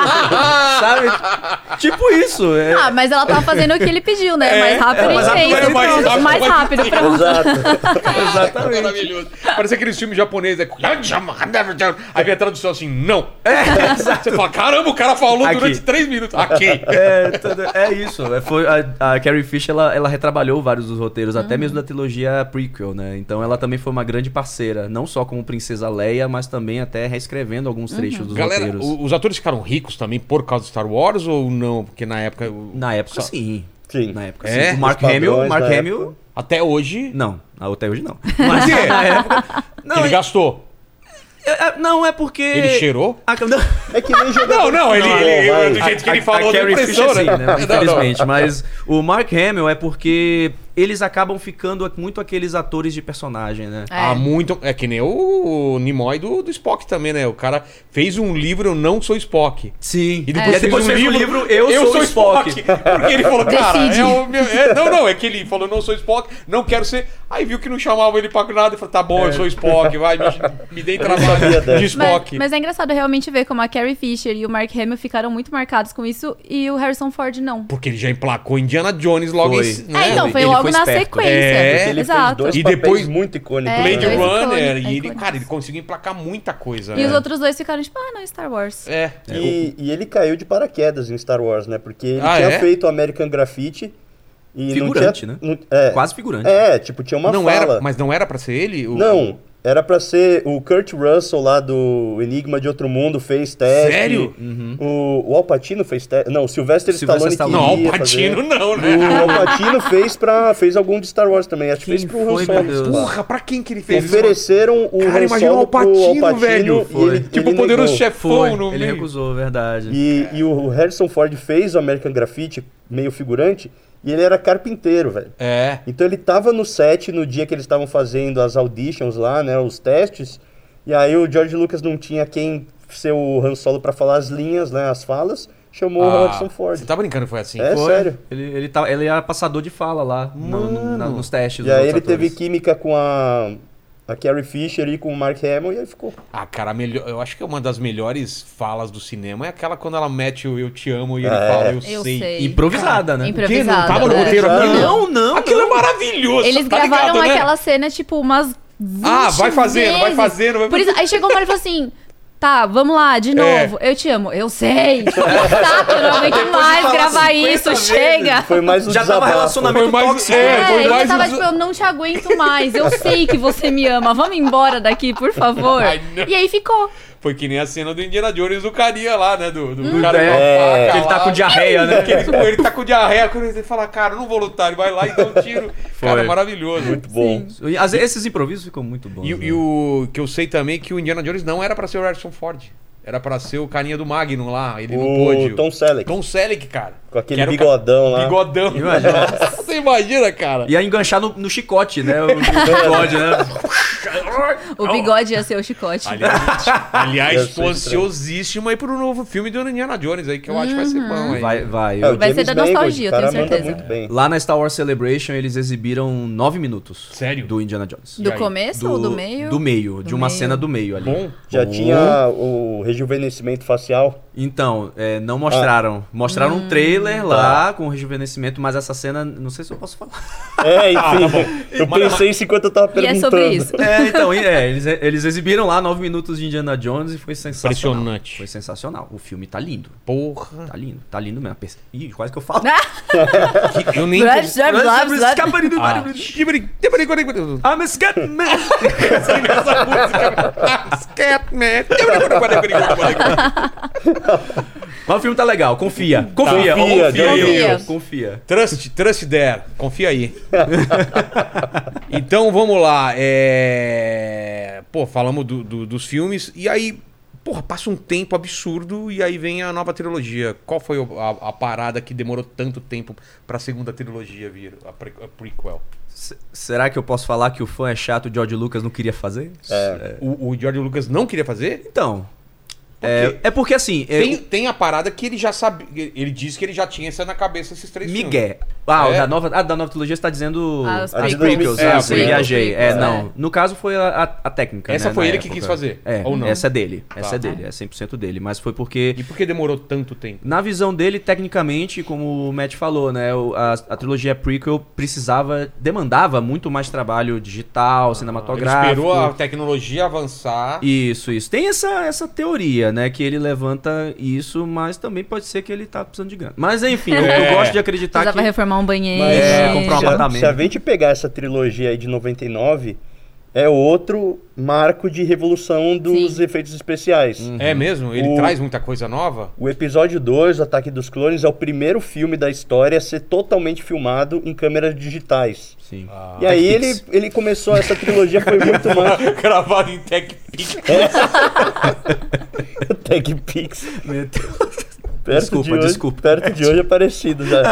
Sabe? Tipo isso. É,
Ah, mas ela tava fazendo o que ele pediu,
É.
né? mais rápido
mais
e
rápido,
intenso.
mais
pronto,
rápido,
mais
mais
rápido, pronto.
Exato.
exatamente.
É Maravilhoso. Parece aqueles filmes japoneses. né? Aí vem a tradução assim, não. Você fala, caramba, o cara falou
É, Aqui.
durante três minutos. Aqui.
É, tudo- é isso. é, Foi, a, a Carrie Fisher, ela, ela retrabalhou vários dos roteiros, até mesmo da trilogia prequel, né? Então ela também foi uma grande parceira, não só como Princesa Leia, mas também até reescrevendo alguns trechos dos
Galera,
roteiros.
o- os atores ficaram ricos também por causa do Star Wars ou não? Porque na época. o-
Na época,
Só-
sim.
Sim.
Na época,
É? né?
sim. O Mark
Os
Hamill,
padrões
o Mark
da
Hamill...
época.
Até hoje.
Não, até hoje não.
Por quê?
Na época... Não,
ele
e-
gastou.
é- é- não, é porque...
Ele cheirou?
A, não,
É que nem jogar.
Não, não, ele.
Não,
ele-
vai.
do jeito que ele
a-
falou,
a
deu
Carrie
impressão,
Fisher, sim,
Não,
né?
não.
Infelizmente, mas o Mark Hamill é porque eles acabam ficando muito aqueles atores de personagem, né?
É.
Ah, muito. É que nem o, o Nimoy do, do Spock também, né? O cara fez um livro, eu não sou Spock.
Sim.
E depois,
é, depois
fez um livro,
Eu, sou, Spock.
Porque ele falou, cara,
Decide.
é o meu- é- não, não, é que ele falou, não sou Spock, não quero ser. Aí viu que não chamava ele pra nada e falou, tá bom, eu sou Spock, vai, me, me dê
sabia
trabalho
dessa.
de
Mas,
Spock.
mas é engraçado realmente ver como a Carrie Fisher e o Mark Hamill ficaram muito marcados com isso e o Harrison Ford não.
Porque ele já emplacou Indiana Jones logo
Foi.
em. né?
É, então, foi
Ele
logo
foi
na
esperto.
sequência.
É,
Ele fez
Exato.
dois
E
e
depois-
depois muito icônicos.
É,
Blade
dois
né?
Runner.
icônicos,
E ele,
icônicos.
cara, ele conseguiu emplacar muita coisa.
E os
né?
outros dois ficaram tipo, ah, não, Star Wars.
É.
E, e ele caiu de paraquedas em Star Wars, né? Porque ele
Ah,
tinha
é?
feito American Graffiti e
Figurante,
não
né?
tinha, não- é,
Quase figurante.
É, tipo, tinha uma
não
fala.
era, mas não era pra ser ele? O-
Não, era pra ser o Kurt Russell lá do Enigma de Outro Mundo fez teste.
Sério?
O, o Al Pacino fez teste. Não, o Sylvester,
Uhum. Sylvester
Stallone
Não,
Stallone.
queria
o Patino
fazer.
não, né?
O Al Pacino fez, pra, fez algum de Star Wars também. Acho que
Quem
fez pro Han
foi,
Solo.
meu Deus?
sei lá.
Porra, pra quem que ele fez isso?
Ofereceram o
Cara,
Han
imagina o
Solo
Al
pro Al
Pacino,
Pacino
velho.
e ele,
Tipo o
ele
poderoso
negou.
chefão
É, Foi,
no
ele
meio.
recusou, verdade.
E, e o Harrison Ford fez o American Graffiti, meio figurante, e ele era carpinteiro, velho.
É.
Então ele tava no set no dia que eles estavam fazendo as auditions lá, né, os testes, e aí o George Lucas não tinha quem ser o Han Solo pra falar as linhas, né, as falas, chamou o
Ah,
Harrison Ford.
Você tá brincando, foi assim?
É
Foi.
sério.
Ele, ele, tá, ele era passador de fala lá no- no- na- nos testes.
E aí ele teve química com a, a Carrie Fisher e com o Mark Hamill, e aí ficou.
Ah, cara, a melhor, eu acho que uma das melhores falas do cinema é aquela quando ela mete o eu te amo e ele
É.
fala eu,
Eu
sei.
sei.
Improvisada, né?
Porque não
Improvisada.
tava no
né?
roteiro aquilo?
Não, não.
Aquilo é maravilhoso.
Eles
tá
gravaram
ligado, né?
aquela cena, tipo, umas. 20
Ah, vai fazendo,
vezes.
vai fazendo, vai É.
Por isso, aí chegou uma hora e falou assim. Tá, vamos lá, de novo. Eu te amo. Eu sei. Tipo, saco, eu não aguento mais gravar isso. Chega.
Foi mais um
Já tava
desabafo.
relacionamento
Foi mais-
tóxico. né?
é,
É,
foi
ele
mais
tava
um-
tipo, eu não te aguento mais. Eu sei que você me ama. Vamos embora daqui, por favor.
Ai, não.
e aí ficou.
Foi que nem a cena do Indiana Jones do carinha lá, né? Do, do cara
é,
com a
é,
faca
ele tá
lá.
com diarreia, né?
Que ele, ele tá com diarreia, quando ele fala, cara, não voluntário, vai lá e dá um tiro. Cara,
Foi.
maravilhoso.
Muito bom.
E às vezes esses improvisos ficam muito bons.
E,
né?
e o que eu sei também é que o Indiana Jones não era pra ser o Harrison Ford. Era pra ser o carinha do Magnum lá. Ele não pôde.
O Tom Selleck,
Tom Selleck, cara.
com aquele
Que era o ca-
bigodão lá.
Bigodão.
Imagina.
Você imagina, cara.
Ia é enganchar no, no chicote, né? O, o bigode, né?
O bigode ia ser o chicote.
Aliás,
Eu
aliás
sei
tô ansiosíssimo aí pro novo filme do Indiana Jones aí, que eu acho que vai ser bom aí.
Vai, vai.
É, o
Vai ser
James
da
Mangold,
nostalgia,
o cara
eu tenho
manda
certeza.
muito bem.
Lá na Star Wars Celebration, eles exibiram nove minutos.
Sério?
Do Indiana Jones.
E
Do
aí?
começo ou do meio?
Do meio, de
Do
uma
meio.
cena do meio ali.
Bom.
Já tinha
Uhum.
o rejuvenescimento facial.
Então, é, não mostraram. Mostraram um trailer lá com rejuvenescimento, mas essa cena, não sei se eu posso falar.
É,
Ah, tá
enfim. eu pensei isso enquanto eu tava
E é
perguntando.
sobre isso.
É, então, e- é, eles, eles exibiram lá nove minutos de Indiana Jones e foi sensacional.
Impressionante.
Foi sensacional. O filme tá lindo.
Porra.
Tá lindo, tá lindo mesmo. Perce- Ih, quase que eu falo.
Que- Eu nem.
é
Ah.
é I'm a Scatman.
Essa música. Scatman.
Mas o filme tá legal, confia. Confia,
Confia,
confia.
confia.
confia. confia.
Trust, trust there. Confia aí. então vamos lá. É... Pô, falamos do- do- dos filmes. E aí, porra, passa um tempo absurdo e aí vem a nova trilogia. Qual foi o- a, a parada que demorou tanto tempo pra segunda trilogia vir? A, pre- a prequel.
Se- Será que eu posso falar que o fã é chato e o George Lucas não queria fazer? É.
O, o George Lucas não queria fazer?
Então.
Por quê?
É, é porque assim. é,
Tem, tem a parada que ele já sabe. Ele disse que ele já tinha essa na cabeça esses três filmes.
Miguel. Ah, o
É.
da nova, ah, da nova trilogia você tá dizendo.
Ah, os
as
prequels.
prequels.
É,
ah,
as
sim,
prequels.
viajei. É,
É.
não. No caso foi a, a- a técnica.
Essa
né,
foi
na
ele que quis fazer,
É,
ou não?
Essa é dele.
Tá.
Essa é dele. É 100% dele. Mas foi porque.
E por que demorou tanto tempo?
Na visão dele, tecnicamente, como o Matt falou, né, o- a, a trilogia prequel precisava, demandava muito mais trabalho digital,
Ah, Ele
cinematográfico.
esperou a tecnologia avançar.
Isso, isso. Tem essa, essa teoria, né? Que ele levanta isso, mas também pode ser que ele tá precisando de grana. Mas enfim, eu- eu,
É.
gosto de acreditar
Precisava
que.
reformar um banheiro.
Mas
É,
se-
comprar um
se, a,
apartamento.
se a gente pegar essa trilogia aí de 99, é outro marco de revolução dos efeitos especiais.
Uhum.
É mesmo? Ele
O-
traz muita coisa nova?
O episódio 2, Ataque dos Clones, é o primeiro filme da história a ser totalmente filmado em câmeras digitais.
Sim. Ah.
e aí ele,
TechPix.
ele começou, essa trilogia foi muito mais...
Gravado em TechPix.
TechPix.
Meu Deus.
Perto
Desculpa,
de hoje,
desculpa.
Perto de hoje é parecido já.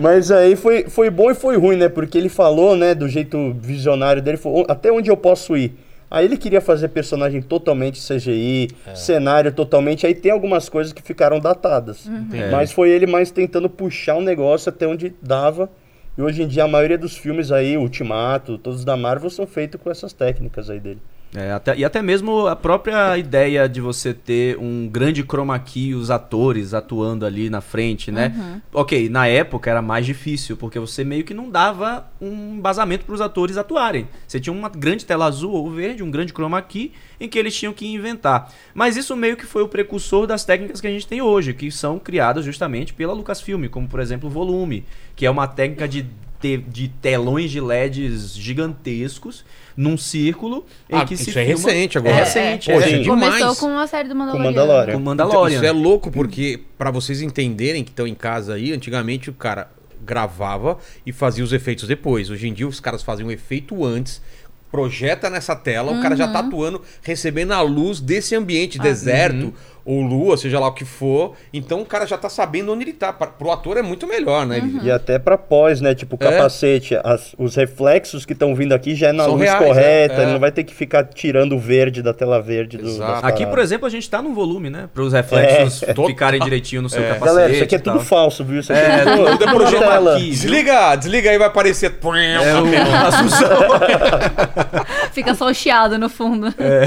Mas aí foi, foi bom e foi ruim, né? Porque ele falou, né, do jeito visionário dele, falou, até onde eu posso ir. Aí ele queria fazer personagem totalmente CGI, cenário totalmente. Aí tem algumas coisas que ficaram datadas.
Uhum.
Mas foi ele mais tentando puxar o negócio até onde dava. E hoje em dia a maioria dos filmes aí, Ultimato, todos da Marvel, são feitos com essas técnicas aí dele.
É, até- e até mesmo a própria ideia de você ter um grande chroma key, os atores atuando ali na frente, né? Ok, na época era mais difícil, porque você meio que não dava um embasamento para os atores atuarem. Você tinha uma grande tela azul ou verde, um grande chroma key, em que eles tinham que inventar. Mas isso meio que foi o precursor das técnicas que a gente tem hoje, que são criadas justamente pela Lucasfilm, como por exemplo o volume, que é uma técnica de, te- de telões de LEDs gigantescos num círculo em
Ah,
que se
isso é
filma-
recente agora.
É recente,
Pô,
é.
gente,
Começou
demais.
com a série do
Com
Mandalorian.
Mandalorian.
Então,
Com Mandalorian.
isso é louco, porque pra vocês entenderem que estão em casa aí, antigamente o cara gravava e fazia os efeitos depois. Hoje em dia os caras fazem um efeito antes, projeta nessa tela, o cara já tá atuando, recebendo a luz desse ambiente, deserto ou lua, seja lá o que for. Então o cara já tá sabendo onde ele tá. Pra- Pro ator é muito melhor, né? Ele-
E até pra pós, né? Tipo, o
É.
capacete, as- os reflexos que estão vindo aqui já é na
São
luz
reais,
correta,
é, é.
ele não vai ter que ficar tirando o verde da tela verde do
Exato.
das
Aqui, por
paradas.
exemplo, a gente tá num volume, né? Para os reflexos ficarem direitinho no seu capacete.
Galera, isso aqui é
e
tudo
tal.
falso, viu? Isso aqui
É,
tudo,
tudo é
na
projetado
tela.
aqui.
Desliga, desliga aí, vai aparecer.
É o Assunção.
Fica só o chiado no fundo.
É.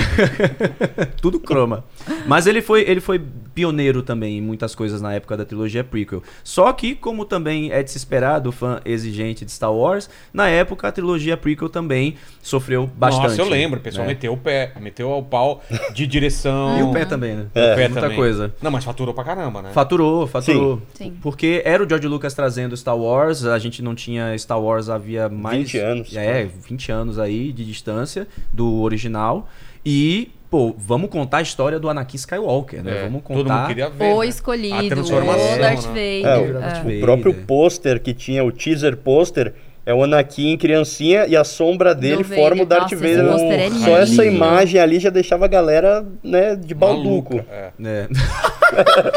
tudo croma. Mas ele foi, ele foi pioneiro também em muitas coisas na época da trilogia prequel. Só que, como também é de se esperar do fã exigente de Star Wars, na época a trilogia prequel também sofreu bastante.
Nossa, eu lembro, o pessoal
né?
meteu o pé, meteu o pau de direção.
E o pé também, né?
É.
O pé
muita
também.
coisa.
Não, mas faturou pra caramba, né?
É. Faturou, faturou.
Sim. Sim.
Porque era o George Lucas trazendo Star Wars, a gente não tinha Star Wars havia mais
né?
20 anos.
É, 20 anos aí de distância do original e pô, vamos contar a história do Anakin Skywalker, né?
É,
Vamos
Todo mundo
contar.
queria ver.
O
né? A
escolhido,
transformação,
o Darth
né?
É,
Vader.
o,
é.
o próprio
Vader.
pôster que tinha, o teaser pôster, é o Anakin criancinha e a sombra dele
Do
forma o
Vader.
Darth
Nossa, esse
Vader.
pôster é
Só
lindo.
essa imagem ali já deixava a galera, né, de balduco.
Maluca, é.
né?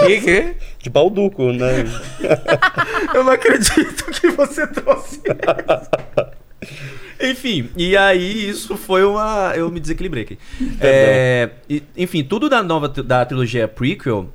Que que?
De balduco, né?
Eu não acredito que você trouxe isso. Enfim, e aí isso foi uma. Eu me desequilibrei aqui.
Tá
É, e- enfim, tudo da nova tri- da trilogia prequel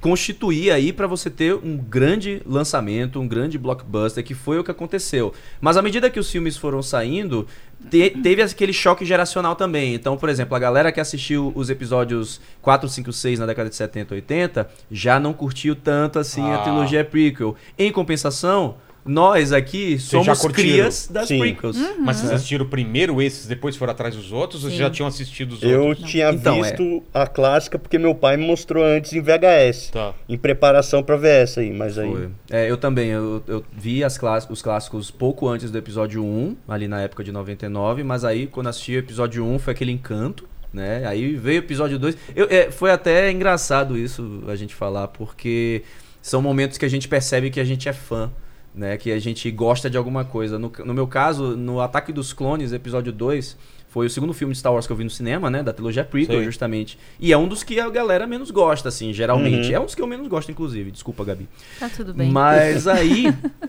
constituía aí pra você ter um grande lançamento, um grande blockbuster, que foi o que aconteceu. Mas à medida que os filmes foram saindo, te- teve aquele choque geracional também. Então, por exemplo, a galera que assistiu os episódios 4, 5, 6 na década de 70, 80, já não curtiu tanto assim a
Ah.
trilogia prequel. Em compensação, nós aqui
já
somos
curtiram.
crias das
Sim.
prequels.
Mas vocês assistiram primeiro esses, depois foram atrás dos outros? Ou vocês
Hum. Sim.
já tinham assistido os
Eu
outros?
tinha
Então, é.
visto a clássica porque meu pai me mostrou antes em VHS.
Tá.
Em preparação pra VS aí, mas aí.
Foi. É, eu também, eu, eu vi as clás- os clássicos pouco antes do episódio 1, ali na época de 99, mas aí quando assisti o episódio 1 foi aquele encanto, né? Aí veio o episódio 2. Eu, é, foi até engraçado isso a gente falar, porque são momentos que a gente percebe que a gente é fã. Né, que a gente gosta de alguma coisa. No, no meu caso, no Ataque dos Clones, episódio 2, foi o segundo filme de Star Wars que eu vi no cinema, né? Da trilogia prequel,
Sim.
justamente. E é um dos que a galera menos gosta, assim, geralmente. É um dos que eu menos gosto, inclusive. Desculpa, Gabi.
Tá tudo bem.
Mas aí,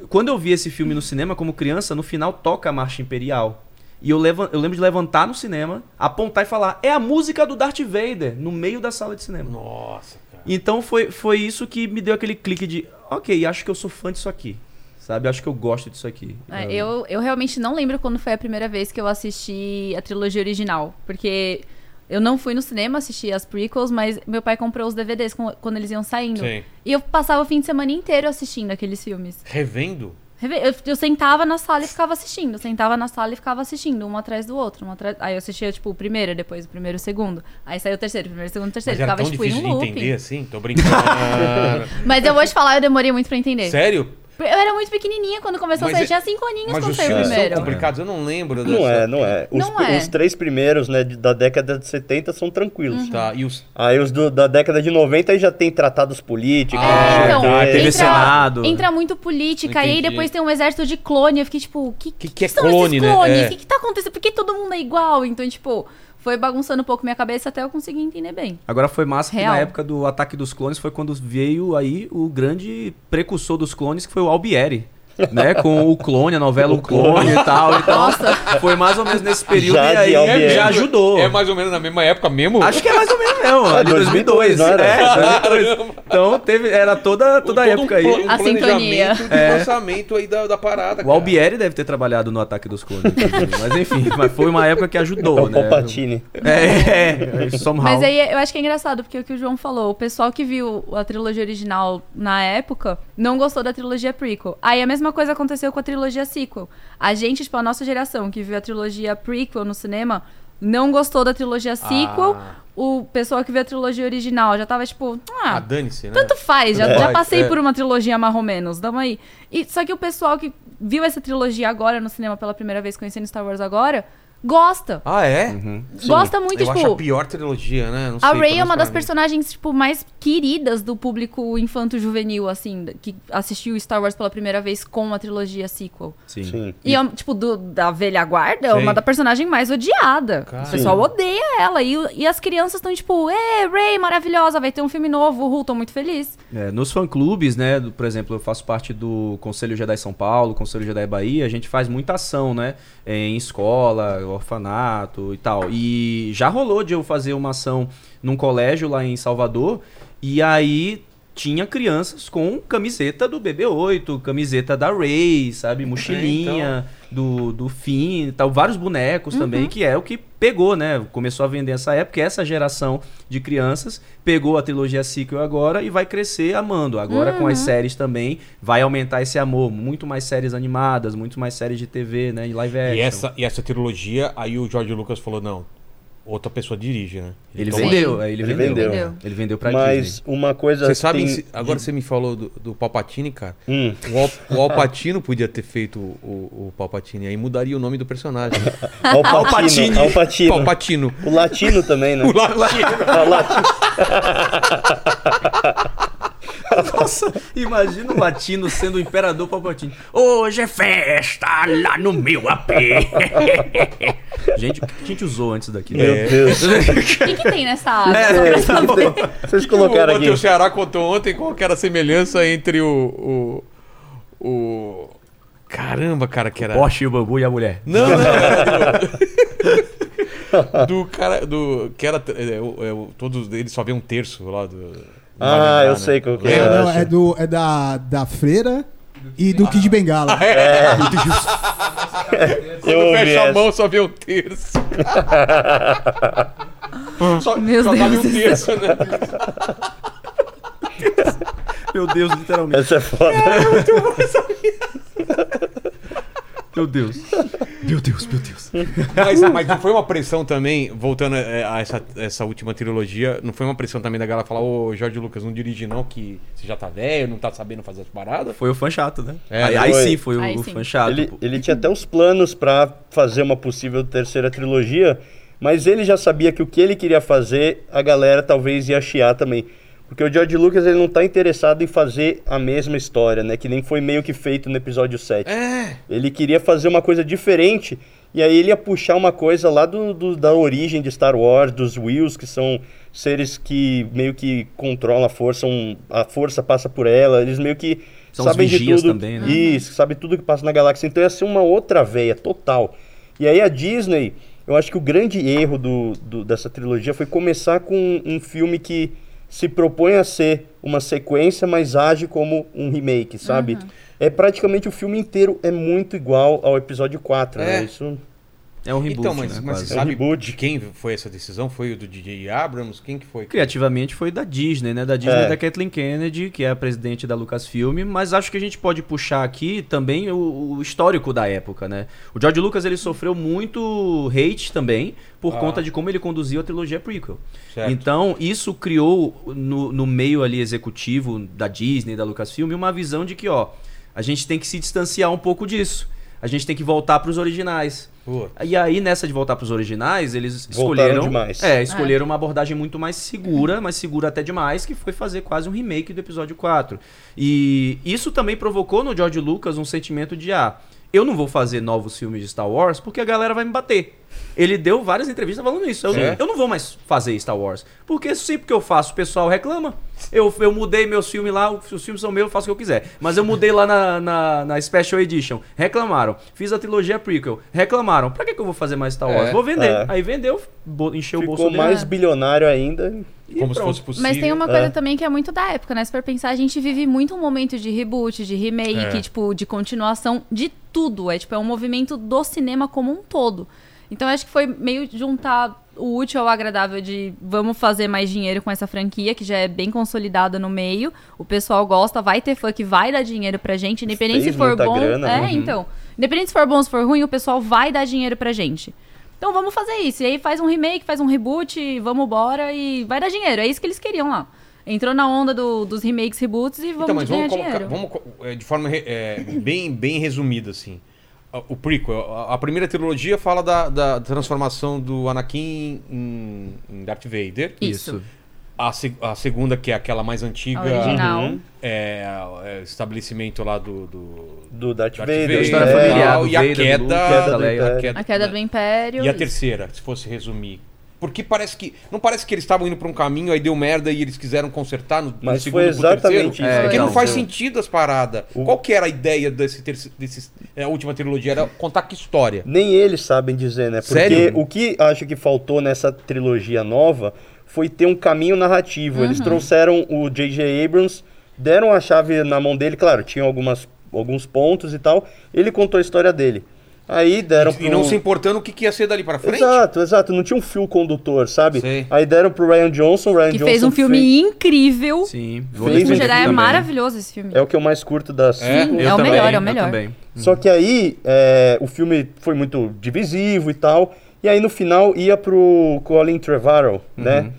quando eu vi esse filme no cinema como criança, no final toca a Marcha Imperial. E eu, levan- eu lembro de levantar no cinema, apontar e falar: é a música do Darth Vader, no meio da sala de cinema.
Nossa, cara.
Então foi, foi isso que me deu aquele clique de: ok, acho que eu sou fã disso aqui. Sabe? Acho que eu gosto disso aqui. Né?
É, eu, eu realmente não lembro quando foi a primeira vez que eu assisti a trilogia original. Porque eu não fui no cinema assistir as prequels, mas meu pai comprou os DVDs com- quando eles iam saindo.
Sim.
E eu passava o fim de semana inteiro assistindo aqueles filmes.
Revendo?
Reve- Eu, eu sentava na sala e ficava assistindo. eu Sentava na sala e ficava assistindo, um atrás do outro. Um atrás... Aí eu assistia, tipo, o primeiro, depois o primeiro, o segundo. Aí saiu o terceiro, o primeiro, o segundo, o terceiro.
Mas era
ficava,
tão
tipo,
difícil
em
de
um looping.
entender assim? Tô brincando.
Mas eu vou te falar, eu demorei muito pra entender.
Sério?
Eu era muito pequenininha quando começou
Mas
a sair.
é-
Tinha cinco aninhos
Mas é
quando
os
saiu o
filmes são
primeiro.
complicados, eu não lembro.
Não
dessa-
é, não é. Os,
Não é.
os três primeiros, né, de- da década de 70 são tranquilos.
Uhum.
Tá, e os...
Aí os do- da década de 90 aí já tem tratados políticos. é
Ah,
não sei o
então,
quê.
teve
entra-
Senado.
Entra muito política, e aí
Entendi.
depois tem um exército de clone. Eu fiquei tipo, o que,
Que que
que
é
são
clone,
esses
né?
clones? O
É.
que, que tá acontecendo? Por que todo mundo é igual? Então, tipo, foi bagunçando um pouco minha cabeça até eu conseguir entender bem.
Agora foi massa que
Real.
na época do Ataque dos Clones foi quando veio aí o grande precursor dos clones, que foi o Albieri. né, com o clone, a novela O Clone e tal. Então, foi mais ou menos nesse período
Já
e
de
aí
Albieri.
já ajudou.
É mais um. ou menos na mesma época mesmo?
Acho que é mais ou menos mesmo, ali
2002,
2002,
não era?
né? 2002. Então teve, era toda, toda a
Todo um
época aí. É.
pla- um
A
planejamento
sintonia.
de lançamento aí da, da parada.
O
cara.
Albieri deve ter trabalhado no Ataque dos Clones, inclusive. mas enfim, mas foi uma época que
É
ajudou,
o
né?
Palpatine.
Uhum.
É, é, somehow.
Mas aí eu acho que é engraçado, porque o que o João falou, o pessoal que viu a trilogia original na época não gostou da trilogia prequel. Aí a mesma coisa aconteceu com a trilogia sequel. A gente, tipo, a nossa geração que viu a trilogia prequel no cinema não gostou da trilogia sequel.
Ah.
O pessoal que viu a trilogia original já tava tipo, ah,
Ah, dane-se, né?
Tanto faz, já,
Tanto
já
faz,
passei
é.
por uma trilogia mais ou menos, damos aí. E, só que o pessoal que viu essa trilogia agora no cinema pela primeira vez, conhecendo Star Wars agora, gosta.
Ah, é?
Uhum.
gosta muito,
Eu acho a
tipo.
pior trilogia, né? Não sei,
A
pelo
Ray é
menos
uma
pra
das
mim.
personagens, tipo, mais queridas do público infanto-juvenil, assim, da- que assistiu Star Wars pela primeira vez com a trilogia sequel.
Sim.
Sim.
E, é, tipo, do- da velha guarda, é
Sim.
uma da personagem mais odiada. O pessoal odeia ela. E, o- e as crianças estão, tipo, é, Ray, maravilhosa, vai ter um filme novo, Uhul, tô muito feliz.
É, nos fã-clubes, né? do- por exemplo, eu faço parte do Conselho Jedi São Paulo, Conselho Jedi Bahia, a gente faz muita ação, né? Em escola, orfanato e tal. E já rolou de eu fazer uma ação num colégio lá em Salvador, e aí tinha crianças com camiseta do BB-8, camiseta da Ray, sabe? Mochilinha do, do Finn e tal. Vários bonecos também, que é o que pegou, né? Começou a vender essa época, essa geração de crianças pegou a trilogia Sequel agora e vai crescer amando. Agora com as séries também vai aumentar esse amor. Muito mais séries animadas, muito mais séries de TV, né? E live action.
E essa, e essa trilogia, aí o George Lucas falou: não. outra pessoa dirige, né?
Ele
toma-
vendeu, é, ele,
Ele
vendeu.
vendeu.
Ele vendeu pra
Mas
Disney.
uma coisa.
Vocês sabem,
tem-
se- agora você me falou do, do Palpatine, cara.
Hum.
O, Al, o Alpatino podia ter feito o, o Palpatine, aí mudaria o nome do personagem.
Al Pacino, Al Pacino.
Palpatino.
O latino também, né?
O Latino.
Ah, o latino.
Nossa, imagina o latino sendo o imperador Palpatine. Hoje é festa lá no meu AP. gente, o que a gente usou antes daqui?
Meu
né?
Deus.
O que, que tem nessa área?
Vocês colocaram
É. o
aqui.
Matheus Ceará contou ontem qual que era a semelhança entre o. o, o- Caramba, cara, que era.
Porsche, o bambu e a mulher.
Não, não, era do, do cara. Do, que era. é, o- é, o- todos eles só vê um terço lá do. do
Ah,
Maringá,
eu
né?
sei qual que
É,
é. eu
não,
acho.
é, do, é da, da freira e
Ah.
do Kid Bengala.
é.
Eu
Quando
ouvi
fecha a
essa.
mão, só vê um terço. só
Meu
só vale
Deus é
um
do
terço, né?
Meu Deus, literalmente.
Essa é foda.
Meu Deus. Meu Deus, meu Deus.
Mas, mas não foi uma pressão também, voltando é, a essa, essa última trilogia, não foi uma pressão também da galera falar, ô Jorge Lucas, não dirige não, que você já tá velho, não tá sabendo fazer as paradas?
Foi o fã chato, né?
É,
aí, aí
foi.
sim foi o,
Aí
o
sim.
fã chato.
Ele, ele tinha até uns planos pra fazer uma possível terceira trilogia, mas ele já sabia que o que ele queria fazer, a galera talvez ia chiar também. Porque o George Lucas ele não tá interessado em fazer a mesma história, né? Que nem foi meio que feito no episódio 7.
É,
Ele queria fazer uma coisa diferente, e aí ele ia puxar uma coisa lá do, do- da origem de Star Wars, dos Wills, que são seres que meio que controlam a força, um- a força passa por ela, eles meio que
São os
sabem de
vigias
tudo.
também, né?
Isso, sabe tudo que passa na galáxia. Então ia ser uma outra veia, total. E aí a Disney, eu acho que o grande erro do, do- dessa trilogia foi começar com um filme que se propõe a ser uma sequência, mas age como um remake, sabe? É praticamente o filme inteiro é muito igual ao episódio 4,
É.
né? Isso
É um reboot,
então, mas,
né,
mas
quase.
você
É um
sabe
reboot.
de quem foi essa decisão? Foi o do DJ Abrams? Quem que foi?
Criativamente foi da Disney, né? Da Disney
É.
da Kathleen Kennedy, que é a presidente da Lucasfilm, mas acho que a gente pode puxar aqui também o, o histórico da época, né? O George Lucas ele sofreu muito hate também por
Ah.
conta de como ele conduziu a trilogia prequel.
Certo.
Então, isso criou no, no meio ali executivo da Disney, da Lucasfilm, uma visão de que, ó, a gente tem que se distanciar um pouco disso. A gente tem que voltar pros originais.
Pô,
E aí, nessa de voltar pros originais, eles
Voltaram
escolheram.
demais.
É, escolheram uma abordagem muito mais segura, mas segura até demais, que foi fazer quase um remake do episódio 4. E isso também provocou no George Lucas um sentimento de: ah, eu não vou fazer novos filmes de Star Wars porque a galera vai me bater. Ele deu várias entrevistas falando isso. Eu,
É.
eu não vou mais fazer Star Wars. Porque sempre que eu faço, o pessoal reclama. Eu, eu mudei meus filmes lá, os filmes são meus, eu faço o que eu quiser. Mas eu mudei lá na, na, na Special Edition. Reclamaram. Fiz a trilogia prequel. Reclamaram. Pra que, que eu vou fazer mais Star Wars?
É.
Vou vender.
É.
Aí vendeu, bo- encheu o
ficou
bolso
mais
dele.
bilionário ainda.
e
como se
pronto.
fosse possível.
Mas tem uma coisa
É.
também que é muito da época, né? Se for pensar, a gente vive muito um momento de reboot, de remake,
É.
tipo, de continuação de tudo. É tipo, é um movimento do cinema como um todo. Então acho que foi meio juntar o útil ao agradável de vamos fazer mais dinheiro com essa franquia, que já é bem consolidada no meio. O pessoal gosta, vai ter fã que vai dar dinheiro pra gente, independente
Fez
se for
muita
bom.
grana,
é,
uhum.
então. Independente se for bom ou se for ruim, o pessoal vai dar dinheiro pra gente. Então vamos fazer isso. E aí faz um remake, faz um reboot, vamos embora e vai dar dinheiro. É isso que eles queriam lá. Entrou na onda do- dos remakes, reboots e vamos
Então, mas
ganhar
vamos colocar,
dinheiro.
vamos, co- é, de forma re- é, bem, bem resumida, assim. A- O prequel, a- a primeira trilogia fala da, da transformação do Anakin em, em Darth Vader.
Isso.
A, se- a segunda, que é aquela mais
A
antiga,
original.
é, é, estabelecimento lá do... do...
Do Darth,
Darth Vader,
Vader.
tá
A história
é,
familiar do
e a
Vader, do
queda,
Luke,
queda
da
do
Leia,
Império.
A queda do Império.
É. E a
isso.
terceira, se fosse resumir. Porque parece que. Não parece que eles estavam indo pra um caminho, aí deu merda e eles quiseram consertar no, no
Mas
segundo
foi
pro
exatamente
terceiro?
isso.
É,
Porque
então,
não faz
eu-
sentido as paradas.
O-
Qual que era a ideia desse, terce- desses- é, a última trilogia? Era contar que história?
Nem eles sabem dizer, né? Porque
Sério?
o que acho que faltou nessa trilogia nova foi ter um caminho narrativo. Eles trouxeram o J.J. Abrams, deram a chave na mão dele, claro, tinham algumas, alguns pontos e tal. Ele contou a história dele. Aí deram
E não se importando o que, que ia ser dali pra frente?
Exato, exato. Não tinha um fio condutor, sabe?
Sei.
Aí deram pro Ryan Johnson, o Ryan
Que
Johnson
fez um filme incrível.
Sim.
Fez
Vou
O último
Fez um
defender
Jedi é
também.
maravilhoso esse filme.
É o que eu mais curto das
É?
Sim,
Eu
é o
também,
melhor, é o
eu
melhor.
também.
Só que aí é, o filme foi muito divisivo e tal. E aí no final ia pro Colin Trevorrow,
Uhum.
né?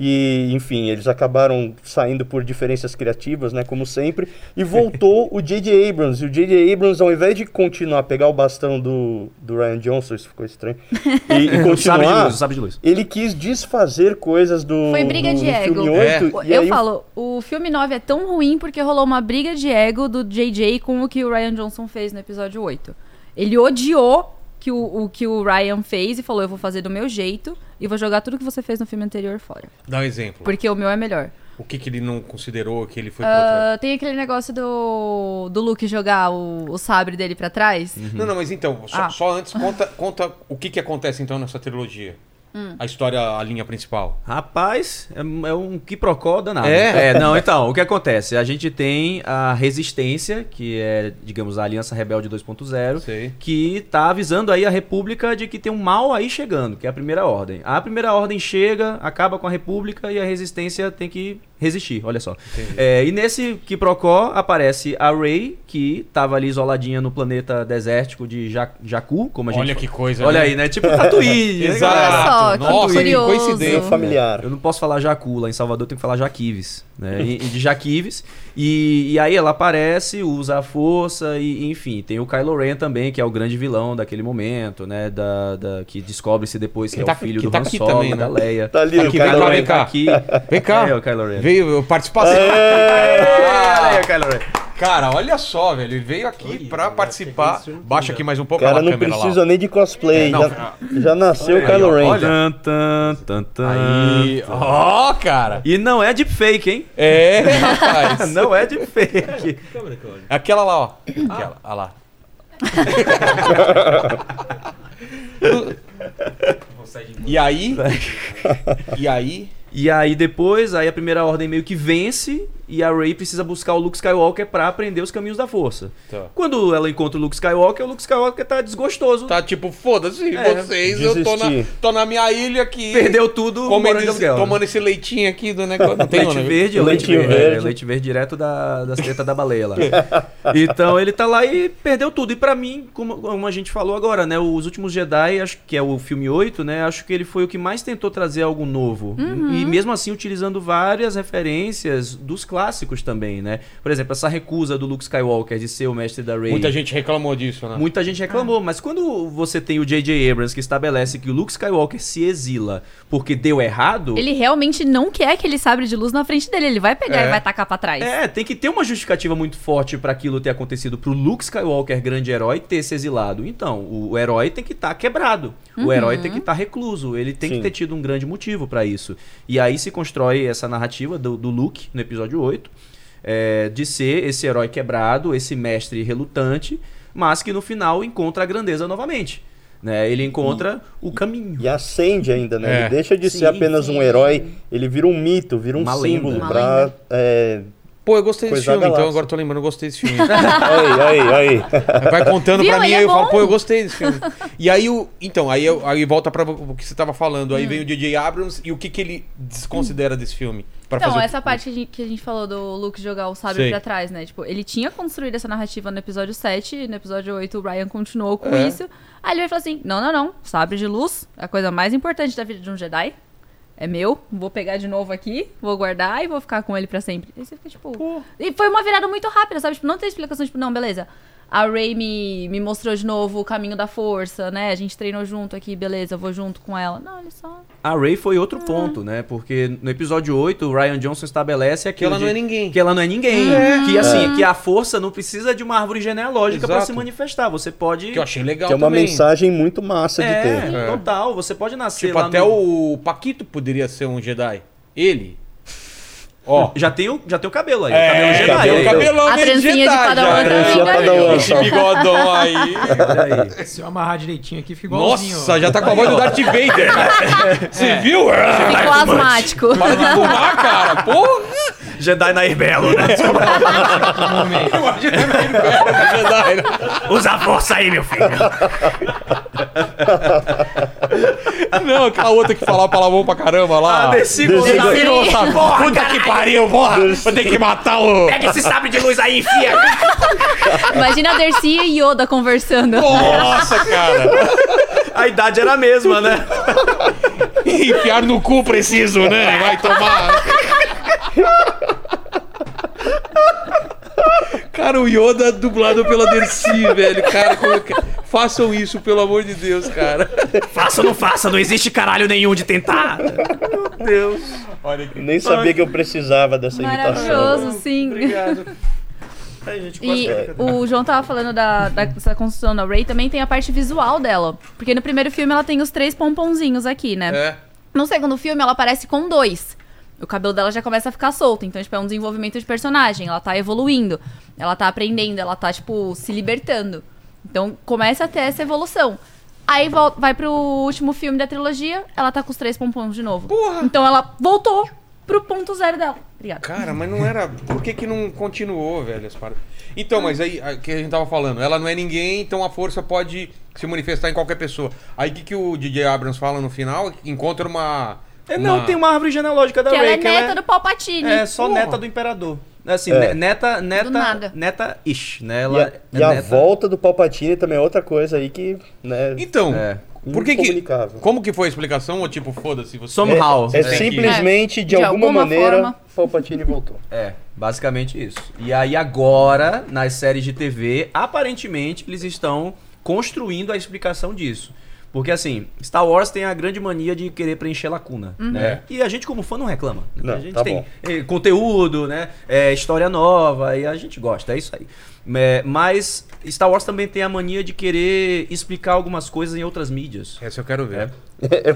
E, enfim, eles acabaram saindo por diferenças criativas, né? Como sempre. E voltou o J.J. Abrams. E o J.J. Abrams, ao invés de continuar a pegar o bastão do, do Ryan Johnson, isso ficou estranho. E, e
Sabe de
continuar.
luz, sabe de luz.
Ele quis desfazer coisas do,
Foi briga
do
de
filme
ego.
É.
8. E
eu
aí o
falo, o filme 9 é tão ruim porque rolou uma briga de ego do JJ com o que o Ryan Johnson fez no episódio 8. Ele odiou que o, o que o Ryan fez e falou: Eu vou fazer do meu jeito e vou jogar tudo que você fez no filme anterior fora.
Dá um exemplo.
Porque o meu é melhor.
O que, que ele não considerou que ele foi pro outro lado?
Ah, tem aquele negócio do, do Luke jogar o, o sabre dele pra trás.
Hum.
Não, não, mas então, só,
Uhum. Ah.
só antes, conta, conta o que, que acontece então nessa trilogia.
Hum.
A história, a linha principal.
Rapaz, é, um- é um quiprocó danado.
É?
não, então, o que acontece? A gente tem a Resistência, que é, digamos, a Aliança Rebelde 2.0,
Sei.
que tá avisando aí a República de que tem um mal aí chegando, que é a Primeira Ordem. A Primeira Ordem chega, acaba com a República e a Resistência tem que resistir, olha só. É, e nesse quiprocó aparece a Rey, que tava ali isoladinha no planeta desértico de Ja- Jakku, como a gente
Olha que coisa,
Olha
né?
aí, né? Tipo Tatooine. né,
é
galera?
Olha só, que
Nossa,
curioso.
que coincidência.
meu é familiar.
É, Eu não posso falar Jacu, lá em Salvador eu tenho que falar Jaquives, né? E, e de Jaquives. E, e aí ela aparece, usa a força, e e, enfim, tem o Kylo Ren também, que é o grande vilão daquele momento, né? Da, da- que descobre-se depois que
Que
é
tá-
o filho
que
do
tá
Han
aqui
Solo,
também, né?
da Leia.
Tá ali o
que
vem
Kylo
cá,
Kylo
vem
Ren tá
cá.
aqui.
Vem cá.
É, o Kylo Ren.
Veio participação.
Olha aí,
Ah,
o Kylo Ren.
cara, olha só, velho. Ele veio aqui pra participar. Baixa aqui mais um
O
pouco
cara
olha lá a
não
câmera
precisa
lá.
nem de cosplay.
não,
já, já nasceu o
aí,
Kylo
ó,
Ren.
olha.
Tan, tan, tan, tan.
Aí, ó, cara.
E não é deepfake, hein?
É, rapaz.
Não é deepfake.
Aquela lá, ó. Aquela, ah. lá. e aí? e aí?
E aí depois, aí a primeira ordem meio que vence e a Rey precisa buscar o Luke Skywalker pra aprender os caminhos da força.
Tá.
Quando ela encontra o Luke Skywalker, o Luke Skywalker tá desgostoso.
Tá tipo, foda-se
É,
vocês, eu tô na,
desistir.
tô na minha ilha aqui.
Perdeu tudo,
comendo
morando em
esse-
aluguel.
tomando esse leitinho aqui do negócio. Não né? tem
Leite
nome.
verde, leite,
Leitinho
verde.
verde.
é, leite verde direto da, das tetas da baleia lá. Então ele tá lá e perdeu tudo. E pra mim, como, como a gente falou agora, né? Os Últimos Jedi, acho que é o filme 8, né? Acho que ele foi o que mais tentou trazer algo novo.
Uhum.
E mesmo assim, utilizando várias referências dos clássicos também, né? Por exemplo, essa recusa do Luke Skywalker de ser o mestre da Rey.
Muita gente reclamou disso, né?
Muita gente reclamou, mas quando você tem o J.J. Abrams que estabelece que o Luke Skywalker se exila porque deu errado,
Ele realmente não quer aquele sabre de luz na frente dele. Ele vai pegar
É.
e vai tacar pra trás.
É, tem que ter uma justificativa muito forte pra aquilo ter acontecido, pro Luke Skywalker, grande herói, ter se exilado. Então, o, o herói tem que estar quebrado. O herói tem que estar recluso. Ele tem que
Sim.
ter tido um grande motivo pra isso. E aí se constrói essa narrativa do, do Luke, no episódio 8, é, de ser esse herói quebrado, esse mestre relutante, mas que no final encontra a grandeza novamente. Né? Ele encontra o caminho.
E acende ainda, né?
É.
Ele deixa de
Sim,
ser apenas um herói, ele vira um mito, vira um
Uma lenda.
símbolo
Uma
pra. É...
Pô, eu gostei desse
Coisa
filme, então
galáxia.
agora eu tô lembrando, eu gostei desse filme.
Aí, aí, aí.
Vai contando
Viu?
pra mim,
Ele
aí
é
eu falo,
bom.
pô, eu gostei desse filme. E aí, o, então, aí, eu- aí volta pra o que você tava falando.
Hum.
Aí vem o DJ Abrams e o que, que ele desconsidera desse filme? Pra
Então,
fazer o-
essa parte que a, gente, que a gente falou do Luke jogar o sabre
Sei.
pra trás, né? Tipo, ele tinha construído essa narrativa no episódio 7, e no episódio 8 o Ryan continuou com
É.
isso. Aí ele vai falar assim: não, não, não, sabre de luz é a coisa mais importante da vida de um Jedi. É meu, vou pegar de novo aqui, vou guardar e vou ficar com ele pra sempre. Aí você fica tipo. E foi uma virada muito rápida, sabe? Tipo, não tem explicação, tipo, não, beleza. A Ray me, me mostrou de novo o caminho da força, né? A gente treinou junto aqui, beleza, eu vou junto com ela. Não, ele só.
A Ray foi outro ponto, né? Porque no episódio 8, o Ryan Johnson estabelece
Que
aquilo
ela não
de-
é ninguém.
Que ela não é ninguém. Que assim, que a força não precisa de uma árvore genealógica pra
Exato.
se manifestar. Você pode.
Que eu achei legal
Que é uma
também.
mensagem muito massa de ter.
É, total. Você pode nascer
né? Tipo,
lá
até
no-
o Paquito poderia ser um Jedi. Ele. Ó.
Já tem o, já tem o cabelo aí. o cabelo
É,
Jedi.
cabelo,
aí,
cabelo
A
meio
trancinha de um tá
Jedi,
Padawan
já.
também,
Trancinha né? Padawan.
Esse bigodão aí.
Olha aí.
Se eu amarrar direitinho aqui, fica igualzinho.
Nossa,
ó.
já tá com a voz do Darth Vader. Você viu? Tá,
Ficou asmático.
Para de fumar, cara. Porra.
Jedi Nair Belo, né?
Jedi, né?
Usa a força aí, meu filho.
Não, aquela outra que falava palavrão pra caramba lá.
Ah, desse gol.
Desse-
Jedi.
Porra, Puta que pariu, porra! Vou ter que matar o.
Pega esse sabre de luz aí, enfia.
Imagina a Dercy e Yoda conversando.
Nossa, cara!
a idade era a mesma, né?
Enfiar no cu preciso, né? Vai tomar. Cara, o Yoda dublado pela Dercy, velho. Cara, como é que... façam isso, pelo amor de Deus, cara.
faça ou não faça, não existe caralho nenhum de tentar.
Nem sabia que eu precisava dessa imitação.
Maravilhoso, sim.
A gente
E o João tava falando da, da- dessa construção da Ray, também tem a parte visual dela. Porque no primeiro filme ela tem os três pomponzinhos aqui, né?
É.
No segundo filme ela aparece com dois. O cabelo dela já começa a ficar solto, então, tipo, é um desenvolvimento de personagem. Ela tá evoluindo, ela tá aprendendo, ela tá, tipo, se libertando. Então começa a ter essa evolução. Aí vol- vai pro último filme da trilogia, ela tá com os três pompons de novo. Porra! Então ela voltou pro ponto zero dela. tá Obrigada.
Cara, mas não era. Por que, que não continuou, velho? As paradas? Então, mas aí, o que a gente tava falando? Ela não é ninguém, então a força pode se manifestar em qualquer pessoa. Aí o que, que o DJ Abrams fala no final? Encontra uma.
É, Não, tem uma árvore genealógica da
Que ela
Ray,
é neta do Palpatine.
né? É só
Porra.
neta do imperador. Assim, ne-
É.
neta,
Do
neta,
nada.
neta ish, né?
E
Ela
é
a, e a
neta-
volta do Palpatine também é outra coisa aí que, né,
Então,
É.
por que que.
Incomunicável.
Como que foi a explicação? Ou tipo, foda-se, você.
Somehow.
Tem
É
que-
simplesmente,
de
de, alguma,
alguma
maneira,
forma.
Palpatine voltou.
É, basicamente isso. E aí agora, nas séries de TV, aparentemente eles estão construindo a explicação disso. Porque assim, Star Wars tem a grande mania de querer preencher lacuna, né? E a gente como fã não reclama. né?
Uhum. É. Não,
a gente
tá
tem
bom.
eh, conteúdo, né? É, história nova e a gente gosta, é isso aí. É, mas Star Wars também tem a mania de querer explicar algumas coisas em outras mídias.
Essa eu quero ver.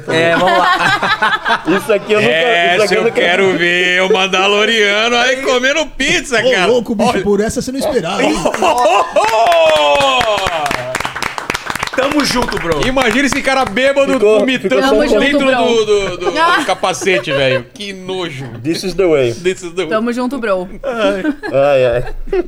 É, vamos lá.
Isso aqui É. eu nunca... isso aqui
É, Essa eu
nunca-
quero ver. O Mandaloriano aí comendo pizza, cara.
Ô, louco, bicho, por essa você não esperava. hein?
Tamo junto, bro.
Imagina esse cara bêbado
Ficou-
vomitando
ficou só um
dentro do,
pouco.
do- do- do
Ah.
capacete, velho. Que nojo.
This is the way.
Desses do...
Tamo junto, bro.
Ai, ai.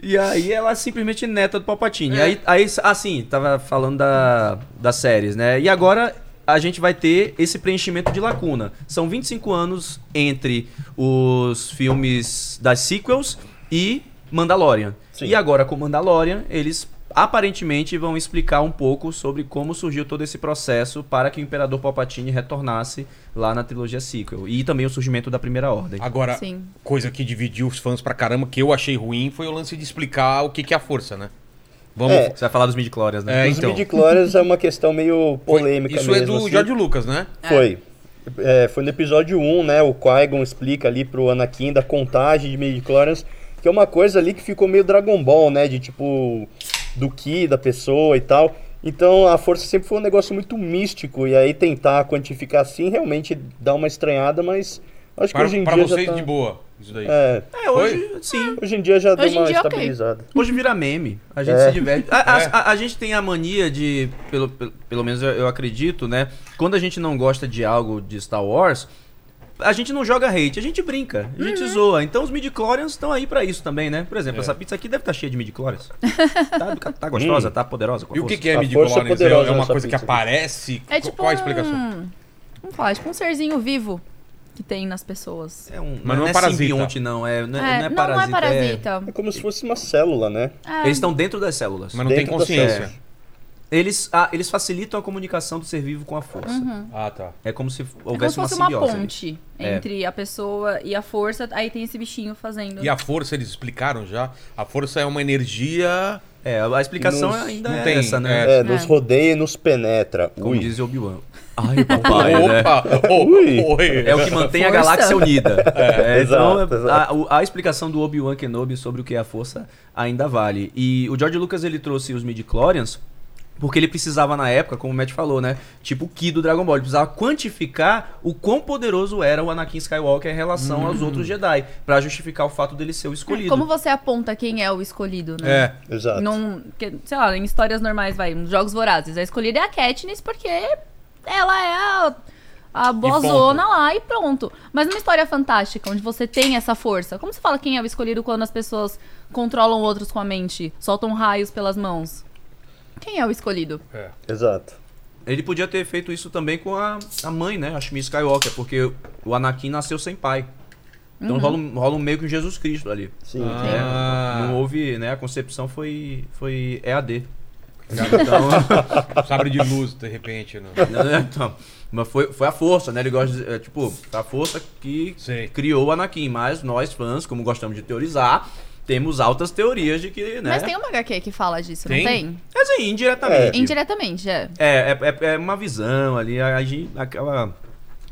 E aí ela simplesmente neta do Palpatine. Aí, aí, assim, tava falando da, das séries, né? E agora a gente vai ter esse preenchimento de lacuna. São 25 anos entre os filmes das sequels e Mandalorian.
Sim.
E agora com Mandalorian, eles aparentemente vão explicar um pouco sobre como surgiu todo esse processo para que o Imperador Palpatine retornasse lá na trilogia sequel. E também o surgimento da Primeira Ordem.
Agora,
Sim.
coisa que dividiu os fãs pra caramba, que eu achei ruim, foi o lance de explicar o que, que é a força, né? Vamos.
É.
Você vai falar dos midi-chlorians, né?
É,
Os
então.
midi-chlorians é uma questão meio
Foi-
polêmica
Isso
mesmo.
é do
assim.
George Lucas, né?
Foi. É, foi no episódio 1, né? O Qui-Gon explica ali pro Anakin da contagem de midi-chlorians, que é uma coisa ali que ficou meio Dragon Ball, né? De tipo, do Ki, da pessoa e tal. Então a força sempre foi um negócio muito místico, e aí tentar quantificar assim realmente dá uma estranhada, mas acho que
Para,
hoje em
pra
dia
vocês
já tá...
de boa. Isso daí.
É,
É, hoje, sim.
hoje em dia já
Hoje em
deu uma
dia, é ok.
estabilizada.
Hoje vira meme. A gente
É.
se diverte. A, a- a- a gente tem a mania de, pelo, pelo, pelo menos eu, eu acredito, né? Quando a gente não gosta de algo de Star Wars, a gente não joga hate, a gente brinca, a gente zoa. Então os midichlorians estão aí pra isso também, né? Por
É.
exemplo, essa pizza aqui deve estar cheia de midichlorians. tá, do- tá gostosa, tá poderosa. com a
E o que,
força.
que é
A
midi
força é
Chlorians? É,
poderosa
é uma
nessa
coisa que
pizza.
aparece?
É
Qu-
tipo
Qual a explicação?
um... Vamos falar, tipo um serzinho vivo que tem nas pessoas.
É um,
Mas não é
é
parasita.
simbionte, não. É, não, é, não é
não,
parasita.
é parasita.
É como se fosse uma célula, né?
É.
é- Eles estão dentro das células.
Mas não tem
Dentro da
consciência.
célula.
Eles, ah, eles facilitam a comunicação do ser vivo com a força.
Ah, tá.
É como se
É como
houvesse
se fosse
uma
uma,
simbiose. ali.
ponte
É.
entre a pessoa e a força. Aí tem esse bichinho fazendo.
E a força, eles explicaram já. A força é uma energia.
É, a explicação
Nos-
ainda
não
é
tem,
essa, né?
É, nos
É.
rodeia e nos penetra.
Como
Ui.
diz Obi-Wan. Ai, papai, né?
Opa! Oh,
Ui.
oi.
É o que mantém a
Força.
galáxia unida. É, então,
exato,
a,
exato.
o- a explicação do Obi-Wan Kenobi sobre o que é a força ainda vale. E o George Lucas, ele trouxe os midi-chlorians porque ele precisava, na época, como o Matt falou, né? Tipo o Ki do Dragon Ball. Ele precisava quantificar o quão poderoso era o Anakin Skywalker em relação aos outros Jedi. Pra justificar o fato dele ser o escolhido.
É, Como você aponta quem é o escolhido, né?
É.
Exato.
Não, que- sei lá, em histórias normais, vai, nos jogos vorazes. A escolhida é a Katniss porque ela é a, a bozona lá e pronto. Mas numa história fantástica, onde você tem essa força, como você fala quem é o escolhido quando as pessoas controlam outros com a mente, soltam raios pelas mãos? Quem é o escolhido?
Exato.
Ele podia ter feito isso também com a, a mãe, né? A Shmi Skywalker, porque o Anakin nasceu sem pai.
Uhum.
Então rola, um, rola um meio que um Jesus
Ah.
Cristo ali. É,
Sim.
né? Não houve, né? A concepção foi, foi EAD.
Sabre de luz, de repente. né? Não.
Não, não, então, mas foi, foi a força, né? Ele gosta de, é, tipo, a força que
Sei.
criou o Anakin. Mas nós, fãs, como gostamos de teorizar, temos altas teorias de que, né?
Mas tem uma HQ que fala disso,
Tem?
não tem?
Mas assim, indiretamente.
Indiretamente, é.
É, é, é- é uma visão ali, a, a gente acaba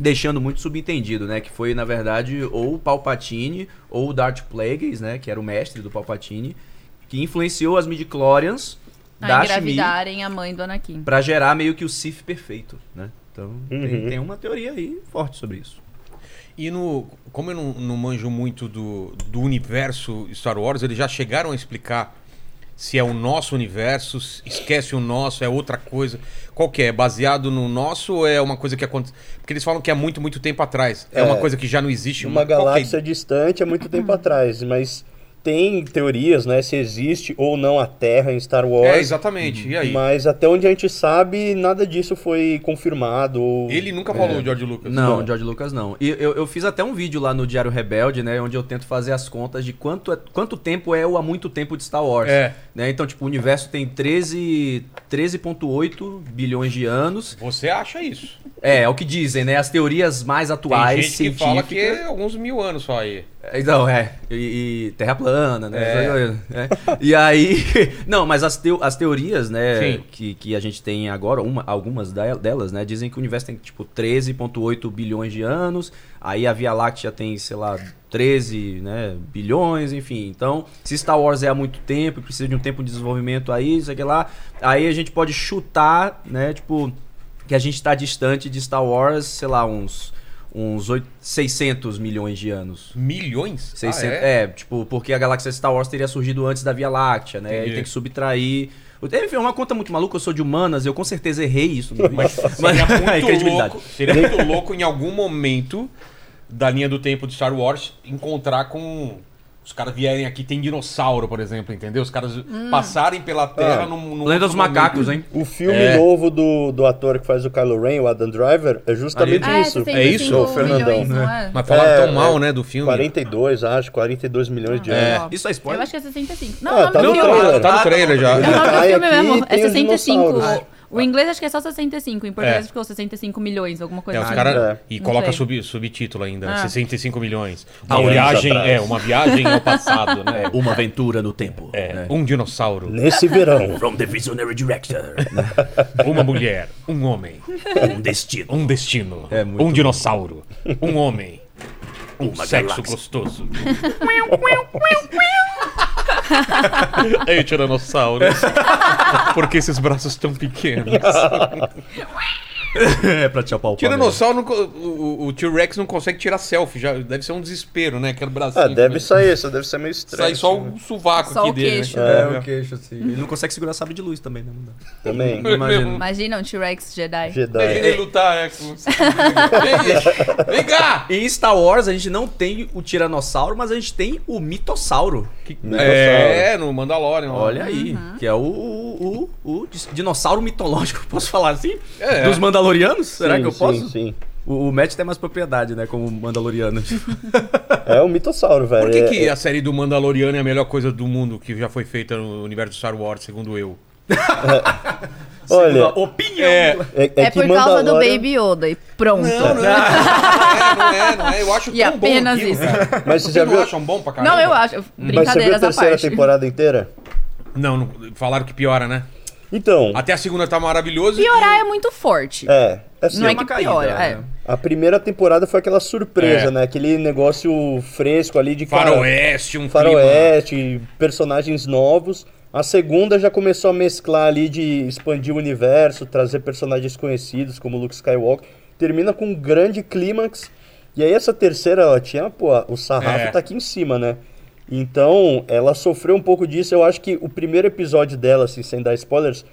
deixando muito subentendido, né? Que foi, na verdade, ou o Palpatine ou o Darth Plagueis, né? Que era o mestre do Palpatine, que influenciou as midichlorians
A
da Shmi
engravidarem a mãe do Anakin.
pra gerar meio que o Sith perfeito, né? Então tem,
Uhum.
tem uma teoria aí forte sobre isso.
E no. Como eu não, não manjo muito do, do universo Star Wars, eles já chegaram a explicar se é o nosso universo, se esquece o nosso, é outra coisa. Qual que é? É baseado no nosso ou é uma coisa que acontece. Porque eles falam que é muito, muito tempo atrás. É,
É.
uma coisa que já não existe.
Uma
Qual que é?
galáxia distante há muito tempo
Uhum.
atrás, mas tem teorias, né, se existe ou não a Terra em Star
É,
Wars.
exatamente. E aí?
mas até onde a gente sabe, nada disso foi confirmado. ou-
Ele nunca falou,
É.
o George Lucas.
Não, George Lucas não. E eu, eu fiz até um vídeo lá no Diário Rebelde, né? Onde eu tento fazer as contas de quanto, é- quanto tempo é o há muito tempo de Star Wars.
É.
né? Então, tipo, o universo tem 13 13,8 bilhões de anos.
Você acha isso?
É, é o que dizem, né? As teorias mais atuais,
Tem gente que
científicas.
fala que é alguns mil anos só aí.
Então, é. E, e terra plana, né? É. E aí. Não, mas as, teo- as teorias, né?
Sim.
Que, que a gente tem agora, uma- algumas da- delas, né? Dizem que o universo tem, tipo, 13,8 bilhões de anos. Aí a Via Láctea tem, sei lá, 13 né, bilhões, enfim. Então, se Star Wars é há muito tempo e precisa de um tempo de desenvolvimento aí, sei que lá. Aí a gente pode chutar, né? Tipo, que a gente está distante de Star Wars, sei lá, uns. Uns oito- 600 milhões de anos.
Milhões? Ah,
600,
é?
é? tipo, porque a galáxia Star Wars teria surgido antes da Via Láctea, né?
Entendi.
Aí tem que subtrair. Enfim, é uma conta muito maluca, eu sou de humanas, eu com certeza errei isso no vídeo. Mas,
Seria
é
muito,
credibilidade.
louco, seria muito louco em algum momento da linha do tempo de Star Wars encontrar com. Os caras vierem aqui, tem dinossauro, por exemplo, entendeu? Os caras
Hum.
passarem pela Terra
Ah.
É.
num. num
Planeta dos
outro
macacos, hein?
O filme
É.
novo do, do ator que faz o Kylo Ren, o Adam Driver, é justamente
Ah,
isso.
65
É isso,
ô, Fernandão?
milhões, não é?
momento. Mas falaram
É,
tão mal,
é.
né, do filme.
42, acho, 42 milhões de anos.
Ó,
Isso é spoiler?
Eu acho que é 65. Não,
Ah,
o nome
tá
do
no
filme.
trailer.
Tá no trailer já.
É o nome do
Cai
filme
aqui,
mesmo. É
tem os
65.
dinossauros.
O inglês acho que é só 65. Em português
É.
ficou 65 milhões, alguma
É,
coisa
os
assim.
cara...
É.
E
Não
coloca
sei.
sub- subtítulo ainda, né?
Ah. um
65 milhões. Uma
Anos
viagem.
atrás.
É, uma viagem ao passado, né?
Uma aventura no tempo.
É,
né?
Um dinossauro,
Nesse verão.
From the Visionary Director.
uma mulher, um homem,
um destino.
um destino,
É muito
um dinossauro, um homem, um
Uma
sexo
galáxia.
gostoso. Ei, tiranossauro, por que esses braços tão pequenos?
é pra te apalpar.
Tiranossauro, não co- o, o- o T-Rex não consegue tirar selfie, já deve ser um desespero, né? Aquele bracinho.
Ah, deve
que-
sair isso, deve ser meio
Sai
estranho.
só
é
assim,
um
né?
o sovaco
Só
aqui
o
dele.
queixo.
Né?
mesmo. É, o queixo, assim. Ele não consegue segurar a sabre de luz também, né? Não dá.
Também.
É.
Imagina.
Imagina um T-Rex
É
Jedi.
Imagina
Jedi.
ele
tá,
lutar,
é,
né? com- Vem, vem cá!
Em Star Wars, a gente não tem o Tiranossauro, mas a gente tem o Né? Mitossauro.
É, no Mandalorian. ó.
Olha aí, que é o, o, o- o dis- dinossauro mitológico, posso falar assim?
É.
Dos Mandalorianos? Será que eu
Sim,
posso?
Sim, sim.
O, o Matt tem mais propriedade, né, como Mandaloriano.
É o mitossauro, velho.
Por que,
É-
que a série do Mandaloriano é a melhor coisa do mundo que já foi feita no universo de Star Wars, segundo eu? assim
Olha,
Opinião!
é,
É,
é que
por causa do
Mandalorian-
Baby Yoda e pronto.
é, não é, não é. Eu acho
E apenas isso.
Mas você
Vocês
já
não
viu,
acham bom pra caramba?
Não, eu acho.
mas você viu a
Brincadeiras à
terceira
parte.
temporada inteira?
Não, não- falaram que piora, né?
Então,
Até a segunda tá maravilhosa. e-
Piorar é muito forte.
é, assim,
Não é
uma
que
caída,
piora.
né?
é.
a primeira temporada foi aquela surpresa,
É.
né? Aquele negócio fresco ali de cara,
Faroeste, um clima.
faroeste, personagens novos. A segunda já começou a mesclar ali de expandir o universo, trazer personagens conhecidos como Luke Skywalker. Termina com um grande clímax. E aí essa terceira, ela tinha, pô, o sarrafo
É.
tá aqui em cima, né? Então, ela sofreu um pouco disso. Eu acho que o primeiro episódio dela, assim, sem dar spoilers,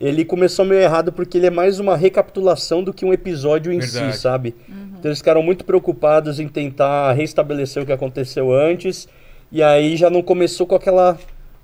ele começou meio errado porque ele é mais uma recapitulação do que um episódio em
Verdade.
si, sabe?
Uhum.
Então eles ficaram muito preocupados em tentar restabelecer o que aconteceu antes. E aí já não começou com aquela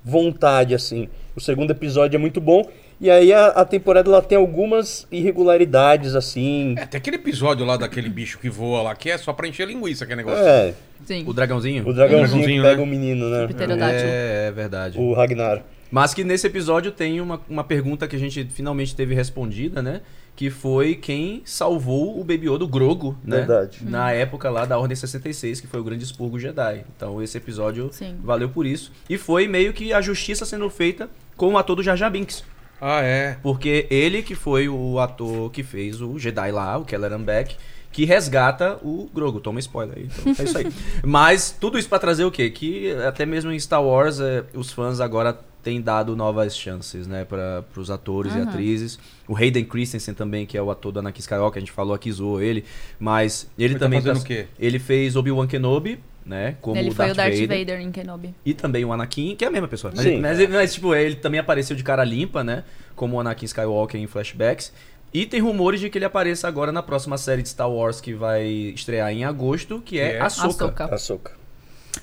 vontade, assim. O segundo episódio é muito bom. E aí a, a temporada ela tem algumas irregularidades, assim.
É, tem aquele episódio lá daquele bicho que voa lá, que é só pra encher linguiça, que é negócio.
É,
Sim.
O dragãozinho?
o dragãozinho,
dragãozinho,
que pega
né?
o menino, né?
Pterodátil.
É, é verdade.
O Ragnar.
Mas que nesse episódio tem uma, uma pergunta que a gente finalmente teve respondida, né? Que foi quem salvou o Baby Yoda, o Grogo, né?
Verdade.
Na época lá da Ordem 66, que foi o grande expurgo Jedi. Então esse episódio
Sim.
valeu por isso. E foi meio que a justiça sendo feita com o ator do Jar Jar Binks.
Ah, é.
Porque ele que foi o ator que fez o Jedi lá, o Kelleran Beck, que resgata o Grogu. Toma spoiler aí. Então é isso aí. Mas tudo isso pra trazer o quê? Que até mesmo em Star Wars, eh, os fãs agora têm dado novas chances, né, para os atores e atrizes. O Hayden Christensen também, que é o ator do Anakin Skywalker, que a gente falou aqui, zoou ele. Mas ele
Ele tá
também...
fazendo o quê?
Ele fez Obi-Wan Kenobi, né, como
Ele
o
foi
Darth
o Darth Vader.
Vader.
em Kenobi.
E também o Anakin, que é a mesma pessoa. Mas,
Sim.
mas, mas, tipo, ele também apareceu de cara limpa, né? Como o Anakin Skywalker em flashbacks. E tem rumores de que ele apareça agora na próxima série de Star Wars que vai estrear em agosto, que é
É.
Ahsoka.
Ahsoka.
Açúcar.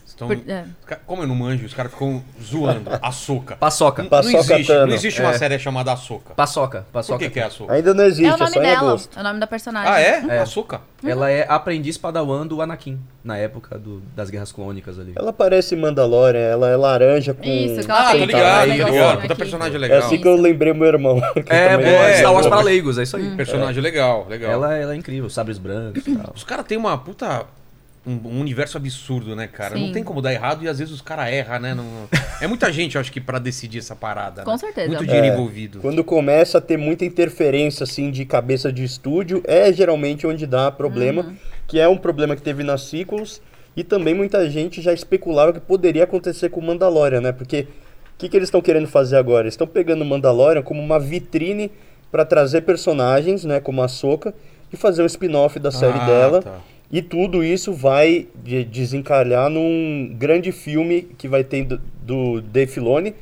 Estão...
Por- é.
Os ca- Como eu não manjo, os caras ficam zoando. Açúcar.
Paçoca.
Não
Paçoca É.
existe,
Tano.
não existe uma série chamada Açúcar.
Paçoca.
Por que,
Paçoca.
que é açúcar?
Ainda não existe,
É o
é
nome
só em
dela.
agosto.
É o nome da personagem.
Ah, é? Açúcar?
Ela é aprendiz padawan do Anakin, na época do- das Guerras Clônicas ali.
Ela parece Mandalorian, ela é laranja com.
Isso, que ela
Ah,
tem
tô
um
ligado, tô
negocinho
ligado.
aqui.
Puta personagem
tá É
legal.
assim que eu lembrei meu irmão. que
É,
também
boa,
é,
Star Wars
boa.
pra leigos, é isso
Hum.
aí.
Personagem legal, legal.
Ela, ela é incrível, sabres brancos e tal.
Os caras têm uma puta. Um, um universo absurdo, né, cara? Não
Sim.
tem como dar errado e às vezes os caras erram, né? Não- É muita gente, eu acho que, pra decidir essa parada.
Com
né?
certeza.
Muito dinheiro
É.
envolvido.
Quando começa a ter muita interferência assim de cabeça de estúdio, é geralmente onde dá problema, que é um problema que teve nas sequels e também muita gente já especulava que poderia acontecer com o Mandalorian, né? Porque o que, que eles estão querendo fazer agora? Eles estão pegando o Mandalorian como uma vitrine para trazer personagens, né, como a Soca, e fazer um spin-off da série
Ah,
dela.
tá.
E tudo isso vai de- desencalhar num grande filme que vai ter do, do De Filoni,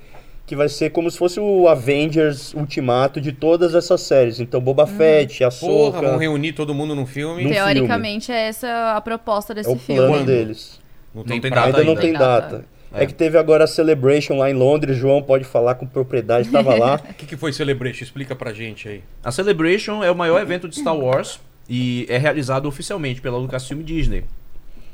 que vai ser como se fosse o Avengers Ultimato de todas essas séries. Então,
Hum.
Boba Fett,
Porra, vão
Ahsoka,
reunir todo mundo num filme. Não,
Não Um filme.
Teoricamente, é essa a proposta desse
é o
um filme.
plano deles.
tem,
tem
prazo
data
ainda não
né?
ainda.
tem
Tem data.
data. É. que teve agora a Celebration lá em Londres, João pode falar com propriedade, estava lá.
O que, que foi Celebration? Explica pra gente aí.
A Celebration é o maior evento de Star Wars e é realizado oficialmente pela Lucasfilm Disney.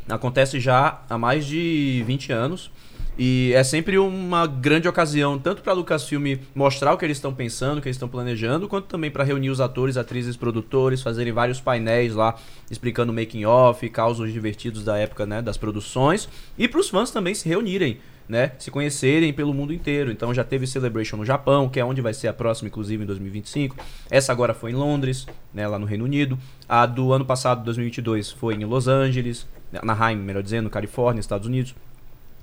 Acontece já há mais de 20 anos e é sempre uma grande ocasião tanto para a Lucasfilm mostrar o que eles estão pensando, o que eles estão planejando, quanto também para reunir os atores, atrizes, produtores, fazerem vários painéis lá explicando o making off, causos divertidos da época, né, das produções e para os fãs também se reunirem né, se conhecerem pelo mundo inteiro. Então já teve Celebration no Japão, que é onde vai ser a próxima, inclusive, em 2025. Essa agora foi em Londres, né, lá no Reino Unido. A do ano passado, 2022, foi em Los Angeles, na Anaheim, melhor dizendo, Califórnia, Estados Unidos.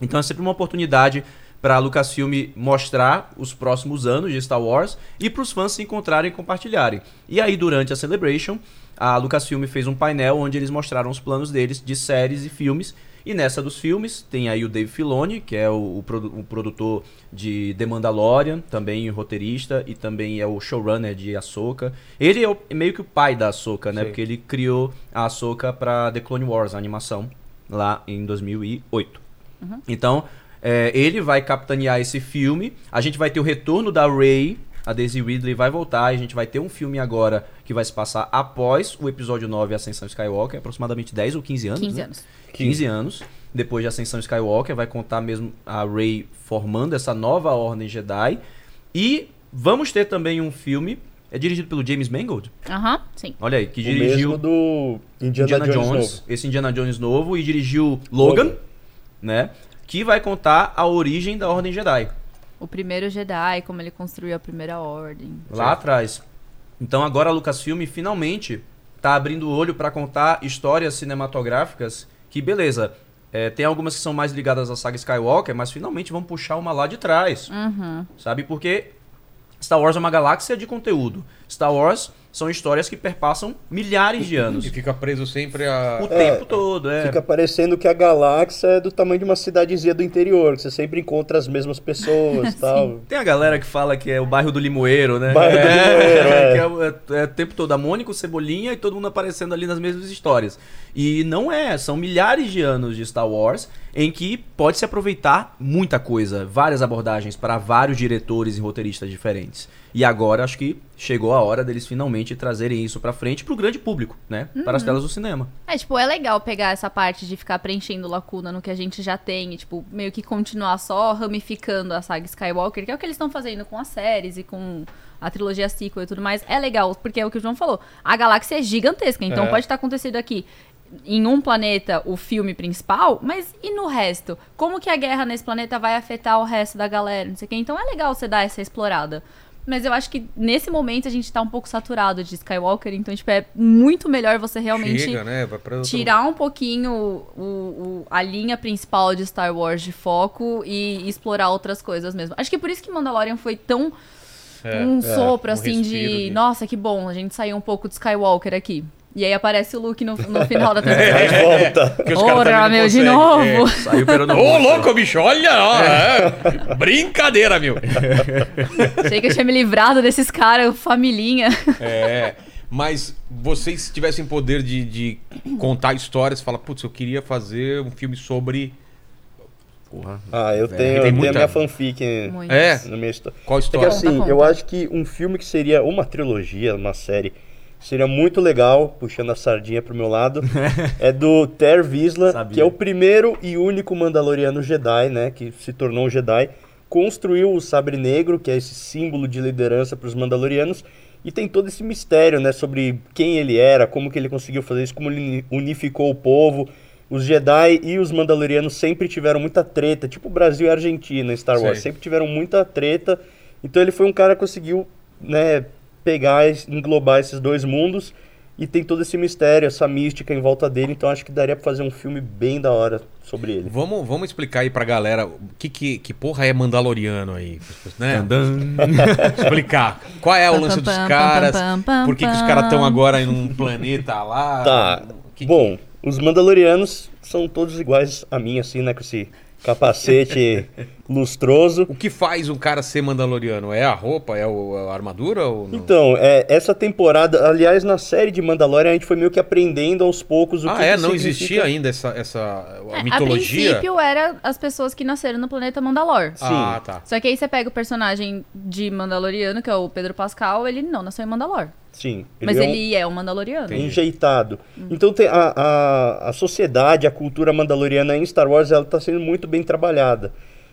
Então é sempre uma oportunidade para a Lucasfilm mostrar os próximos anos de Star Wars e para os fãs se encontrarem e compartilharem. E aí, durante a Celebration, a Lucasfilm fez um painel onde eles mostraram os planos deles de séries e filmes. E nessa dos filmes tem aí o Dave Filoni, que é o, o produ- o produtor de The Mandalorian, também roteirista e também é o showrunner de Ahsoka. Ele é o- meio que o pai da Ahsoka, né? Porque ele criou a Ahsoka para The Clone Wars, a animação, lá em 2008. Então, é, ele vai capitanear esse filme. A gente vai ter o retorno da Ray. A Daisy Ridley vai voltar. e A gente vai ter um filme agora que vai se passar após o episódio 9, Ascensão Skywalker. É Aproximadamente 10 ou 15 anos.
15
né?
anos.
15 anos. Depois de Ascensão Skywalker, vai contar mesmo a Rey formando essa nova ordem Jedi. E vamos ter também um filme. É dirigido pelo James Mangold.
Aham, sim.
Olha aí, que
o
dirigiu.
mesmo do Indiana,
Indiana,
Jones,
Jones,
novo.
esse Indiana Jones novo, e dirigiu Logan,
Logan.
né? Que vai contar a origem da Ordem Jedi,
O primeiro Jedi, como ele construiu a primeira ordem.
lá atrás. Então agora a Lucasfilm finalmente tá abrindo o olho para contar histórias cinematográficas que, beleza, é, tem algumas que são mais ligadas à saga Skywalker, mas finalmente vão puxar uma lá de trás. Sabe? Porque Star Wars é uma galáxia de conteúdo. Star Wars são histórias que perpassam milhares de anos.
E fica preso sempre a.
O
É,
tempo todo, é.
Fica parecendo que a galáxia é do tamanho de uma cidadezinha do interior, que você sempre encontra as mesmas pessoas e tal.
Tem a galera que fela que é o bairro do Limoeiro, né?
Bairro do Limoeiro, é.
que é o- é, é o tempo todo a Mônica, o Cebolinha e todo mundo aparecendo ali nas mesmas histórias. E não é, são milhares de anos de Star Wars em que pode se aproveitar muita coisa, várias abordagens para vários diretores e roteiristas diferentes. E agora acho que chegou a hora deles finalmente trazerem isso pra frente pro grande público, né? Para as telas do cinema.
É, tipo, é legal pegar essa parte de ficar preenchendo lacuna no que a gente já tem e, tipo, meio que continuar só ramificando a saga Skywalker, que é o que eles estão fazendo com as séries e com a trilogia sequel e tudo mais. É legal, porque é o que o João falou. A galáxia é gigantesca, então
É.
pode estar acontecendo aqui em um planeta o filme principal, mas e no resto? Como que a guerra nesse planeta vai afetar o resto da galera? Não sei o quê. Então é legal você dar essa explorada. Mas eu acho que nesse momento a gente tá um pouco saturado de Skywalker, então tipo, é muito melhor você realmente
Chega, né? Vai pra outro-
tirar um pouquinho o- o- a linha principal de Star Wars de foco e explorar outras coisas mesmo. Acho que por isso que Mandalorian foi tão
É,
um sopro
um
assim de,
respiro de-
nossa, que bom, a gente saiu um pouco de Skywalker aqui. E aí aparece o Luke no, no final da temporada.
É.
Mas volta.
Porque os caras também
Ora,
não
meu, de
conseguem,
novo.
é.
Saiu pelo
Ô, louco, bicho, olha! ó, é. Brincadeira, meu!
Achei que eu tinha me livrado desses caras, familhinha.
É. Mas vocês se tivessem poder de, de contar histórias, fala, putz, eu queria fazer um filme sobre.
Porra.
Ah, eu
Velho,
tenho,
É. tem
eu tenho
muita-
minha fanfic em-
Muito.
É,
na minha história.
qual
É que
história?
assim,
Conta,
eu
conta.
acho que um filme que seria uma trilogia, uma série, seria muito legal, puxando a sardinha pro meu lado, é do Ter Visla,
Sabia.
que é o primeiro e único Mandaloriano Jedi, né, que se tornou um Jedi, construiu o Sabre Negro, que é esse símbolo de liderança para os Mandalorianos, e tem todo esse mistério, né, sobre quem ele era, como que ele conseguiu fazer isso, como ele uni- unificou o povo. Os Jedi e os Mandalorianos sempre tiveram muita treta, tipo Brasil e Argentina em Star Wars,
Sei.
sempre tiveram muita treta. Então ele foi um cara que conseguiu, né, pegar, es- englobar esses dois mundos e tem todo esse mistério, essa mística em volta dele. Então acho que daria pra fazer um filme bem da hora sobre ele.
Vamos, vamos explicar aí pra galera o que, que, que porra é Mandaloriano aí, né? Explicar. Qual é o
Pam,
lance
pam,
dos
pam,
caras?
pam, pam, pam,
Por que, que os caras estão agora em um planeta lá?
Tá.
O que-
Bom, os Mandalorianos são todos iguais a mim, assim, né, com esse capacete lustroso.
O que faz um cara ser Mandaloriano? É a roupa? É o- a armadura? Ou não?
Então, é, essa temporada, aliás, na série de Mandalorian, a gente foi meio que aprendendo aos poucos o que
ah, é?
que
Não
significa-
existia ainda essa, essa a
É, A
mitologia?
princípio era as pessoas que nasceram no planeta Mandalor.
Ah, tá.
Só que aí você pega o personagem de Mandaloriano, que é o Pedro Pascal, ele não nasceu em Mandalor.
Sim.
Mas
é um-
ele é um Mandaloriano.
enjeitado. Então tem a, a, a sociedade, a cultura mandaloriana em Star Wars, ela está sendo muito bem trabalhada.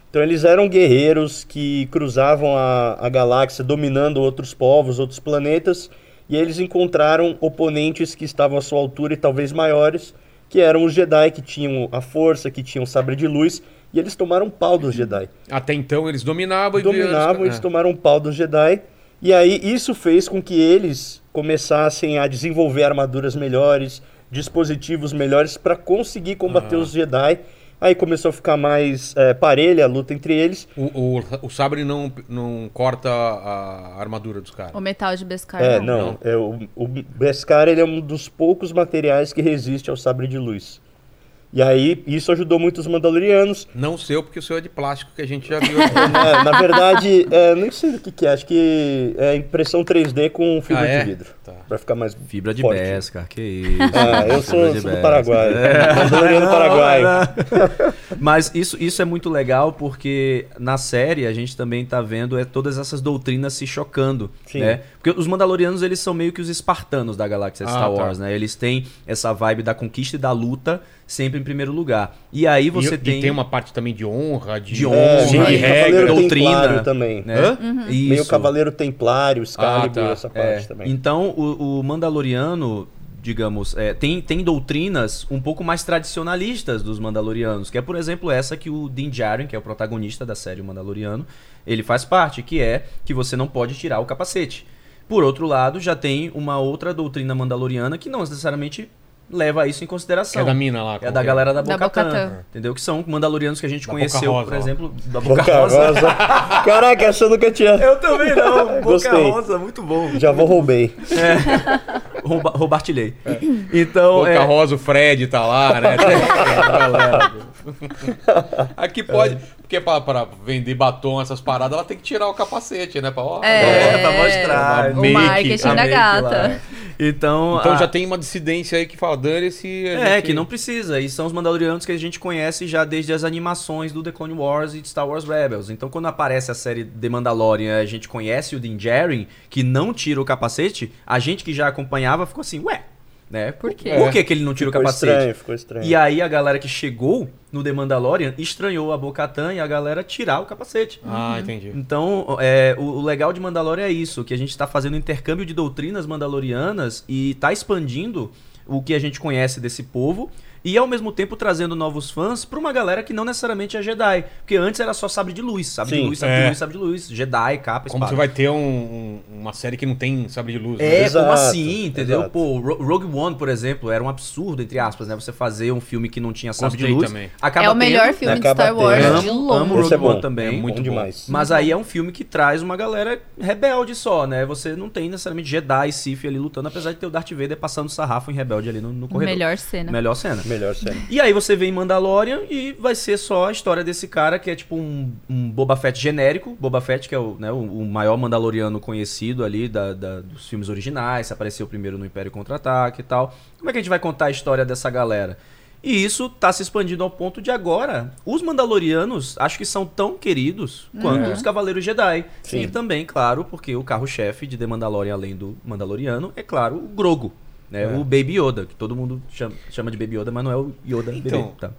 Então eles eram guerreiros que cruzavam a, a galáxia, dominando outros povos, outros planetas, e eles encontraram oponentes que estavam à sua altura e talvez maiores, que eram os Jedi, que tinham a força, que tinham o sabre de luz, e eles tomaram um pau dos Jedi
Até então eles dominavam e
dominavam, eles
é.
tomaram um pau dos Jedi. E aí isso fez com que eles começassem a desenvolver armaduras melhores, dispositivos melhores para conseguir combater os Jedi. Aí começou a ficar mais é, parelha a luta entre eles.
O, o, o sabre não, não corta a armadura dos caras.
O metal de Beskar.
é,
Ah, não.
não, é, o, o Beskar ele é um dos poucos materiais que resiste ao sabre de luz. E aí isso ajudou muito os Mandalorianos.
Não o seu, porque o seu é de plástico que a gente já viu. aqui.
É, na verdade, é, nem sei do que, que é, acho que é impressão 3D com fibra
Ah, é?
de vidro.
Tá.
Pra ficar mais
Fibra de
forte.
pesca, que isso.
Ah,
Fibra
eu sou,
de É.
sou do
Besca.
Paraguai. Mandaloriano do Tá Paraguai.
Mas isso, isso é muito legal porque na série a gente também tá vendo é, todas essas doutrinas se chocando,
Sim.
né? Porque os Mandalorianos eles são meio que os espartanos da galáxia
Ah,
Star
tá.
Wars, né? Eles têm essa vibe da conquista e da luta sempre em primeiro lugar. E aí você
e,
tem
e tem uma parte também de honra, de,
de
É,
honra, né? Tá
de então,
meio
de regra,
Cavaleiro
doutrina,
Templário também.
né? Isso.
Meio Cavaleiro Templário, Excalibur,
Ah, tá.
essa parte
É,
também.
Então, o, o Mandaloriano, digamos, é, tem, tem doutrinas um pouco mais tradicionalistas dos Mandalorianos, que é, por exemplo, essa que o Din Djarin, que é o protagonista da série o Mandaloriano, ele faz parte, que é que você não pode tirar o capacete. Por outro lado, já tem uma outra doutrina mandaloriana que não necessariamente leva isso em
Que
consideração.
é da mina lá.
É da galera da
Da
Bocatã,
Bo-Katan.
entendeu? Que são mandalorianos que a gente
Da
conheceu,
Boca Rosa,
por
ó.
exemplo, da Boca,
Boca
Rosa.
Rosa. Caraca, essa eu nunca tinha.
Eu também não, Boca
Gostei.
Rosa, muito bom.
Já vou roubei.
Rouba, roubartilhei. Então,
Boca
é,
Rosa, o Fred tá lá, né?
É.
Aqui pode. Porque pra, pra vender batom, essas paradas, ela tem que tirar o capacete, né? Pra, ó,
É,
É, pra mostrar.
O
Make,
marketing
a
da
make
gata.
lá. Então,
Então
a-
já tem uma dissidência aí que fala, dane-se. a
É,
gente-
que não precisa. E são os Mandalorianos que a gente conhece já desde as animações do The Clone Wars e de Star Wars Rebels. Então, quando aparece a série The Mandalorian, a gente conhece o Din Djarin, que não tira o capacete, a gente que já acompanhava ficou assim, ué, né? Por
quê?
Por que, que ele não tira
Ficou
o capacete?
estranho, ficou estranho.
E aí a galera que chegou no The Mandalorian estranhou a Bocatan e a galera tirar o capacete.
Ah, entendi.
Então, é, o, o legal de Mandalorian é isso, que a gente está fazendo intercâmbio de doutrinas mandalorianas e está expandindo o que a gente conhece desse povo e ao mesmo tempo trazendo novos fãs para uma galera que não necessariamente é Jedi, porque antes era só sabre de luz, sabre de
Sim,
luz, sabre
é.
de luz, sabre de luz, Jedi, capa,
Como
espada.
você vai ter um- um- uma série que não tem sabre de luz? né?
É, como
Exato,
assim, entendeu?
exato.
Pô, Ro- Rogue One, por exemplo, era um absurdo, entre aspas, né? Você fazer um filme que não tinha sabre de
Gostei
luz.
também.
Acaba
é o
tendo-
melhor filme de
Acaba
Star
tendo.
Wars
Amo,
de
amo
longe.
Rogue
Esse é bom.
One também.
É muito
bom
bom.
demais.
Mas aí
Uhum.
é um filme que traz uma galera rebelde só, né? Você não tem necessariamente Jedi e Sith ali lutando, apesar de ter o Darth Vader passando sarrafo em rebelde ali no, no corredor.
Melhor cena.
Melhor cena.
Melhor série.
E aí você vem Mandalorian e vai ser só a história desse cara que é tipo um, um Boba Fett genérico. Boba Fett, que é o, né, o, o maior Mandaloriano conhecido ali da- da- dos filmes originais, apareceu primeiro no Império Contra-Ataque e tal. Como é que a gente vai contar a história dessa galera? E isso tá se expandindo ao ponto de agora. Os Mandalorianos acho que são tão queridos quanto
Uhum.
os Cavaleiros Jedi.
Sim.
E também, claro, porque o carro-chefe de The Mandalorian, além do Mandaloriano, é claro, o Grogo. Né? O Baby Yoda, que todo mundo chama, chama de Baby Yoda, mas não é o Yoda
Então,
bebê. Tá.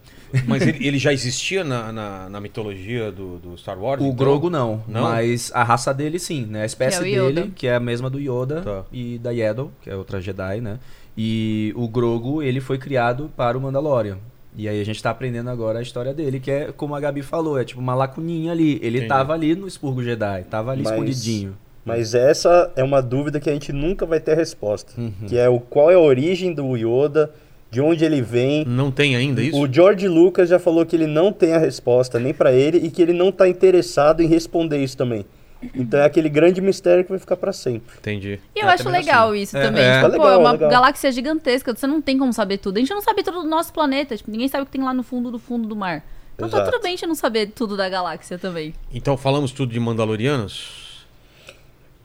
Mas ele, ele já existia na, na, na mitologia do, do Star Wars?
O
então?
Grogo não,
Não?
mas a raça dele sim, né? A espécie
Que é o Yoda.
dele, que é a mesma do Yoda
Tá.
e da Yaddle, que é outra Jedi, né? E o Grogo, ele foi criado para o Mandalorian. E aí a gente tá aprendendo agora a história dele, que é como a Gabi falou, é tipo uma lacuninha ali. Ele
Entendi.
tava ali no expurgo Jedi, tava ali
Mas-
escondidinho.
Mas essa é uma dúvida que a gente nunca vai ter resposta.
Uhum.
Que é o qual é a origem do Yoda, de onde ele vem.
Não tem ainda isso?
O George Lucas já falou que ele não tem a resposta nem pra ele e que ele não tá interessado em responder isso também. Então é aquele grande mistério que vai ficar pra sempre.
Entendi.
E eu
É,
acho
também
legal
assim.
isso
É,
também.
é.
Tipo,
É
pô, é
legal,
uma
legal.
galáxia gigantesca, você não tem como saber tudo. A gente não sabe tudo do nosso planeta. Tipo, ninguém sabe o que tem lá no fundo do fundo do mar. Então tá
Exato.
tudo bem a gente não saber tudo da galáxia também.
Então falamos tudo de Mandalorianos?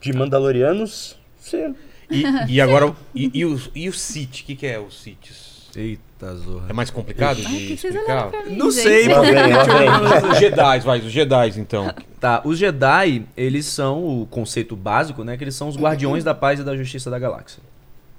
De Mandalorianos, sim.
E, e agora, e, e, os- e o Sith? O que, que é o Sith?
Eita,
É
zorra.
mais complicado
Ai, o
de
que vocês olharam
explicar?
pra mim,
Não
gente?
sei,
Lá vem, lá vem.
Os Jedi, vai, os Jedi, então.
Tá, os Jedi, eles são o conceito básico, né? Que eles são os guardiões da paz e da justiça da galáxia.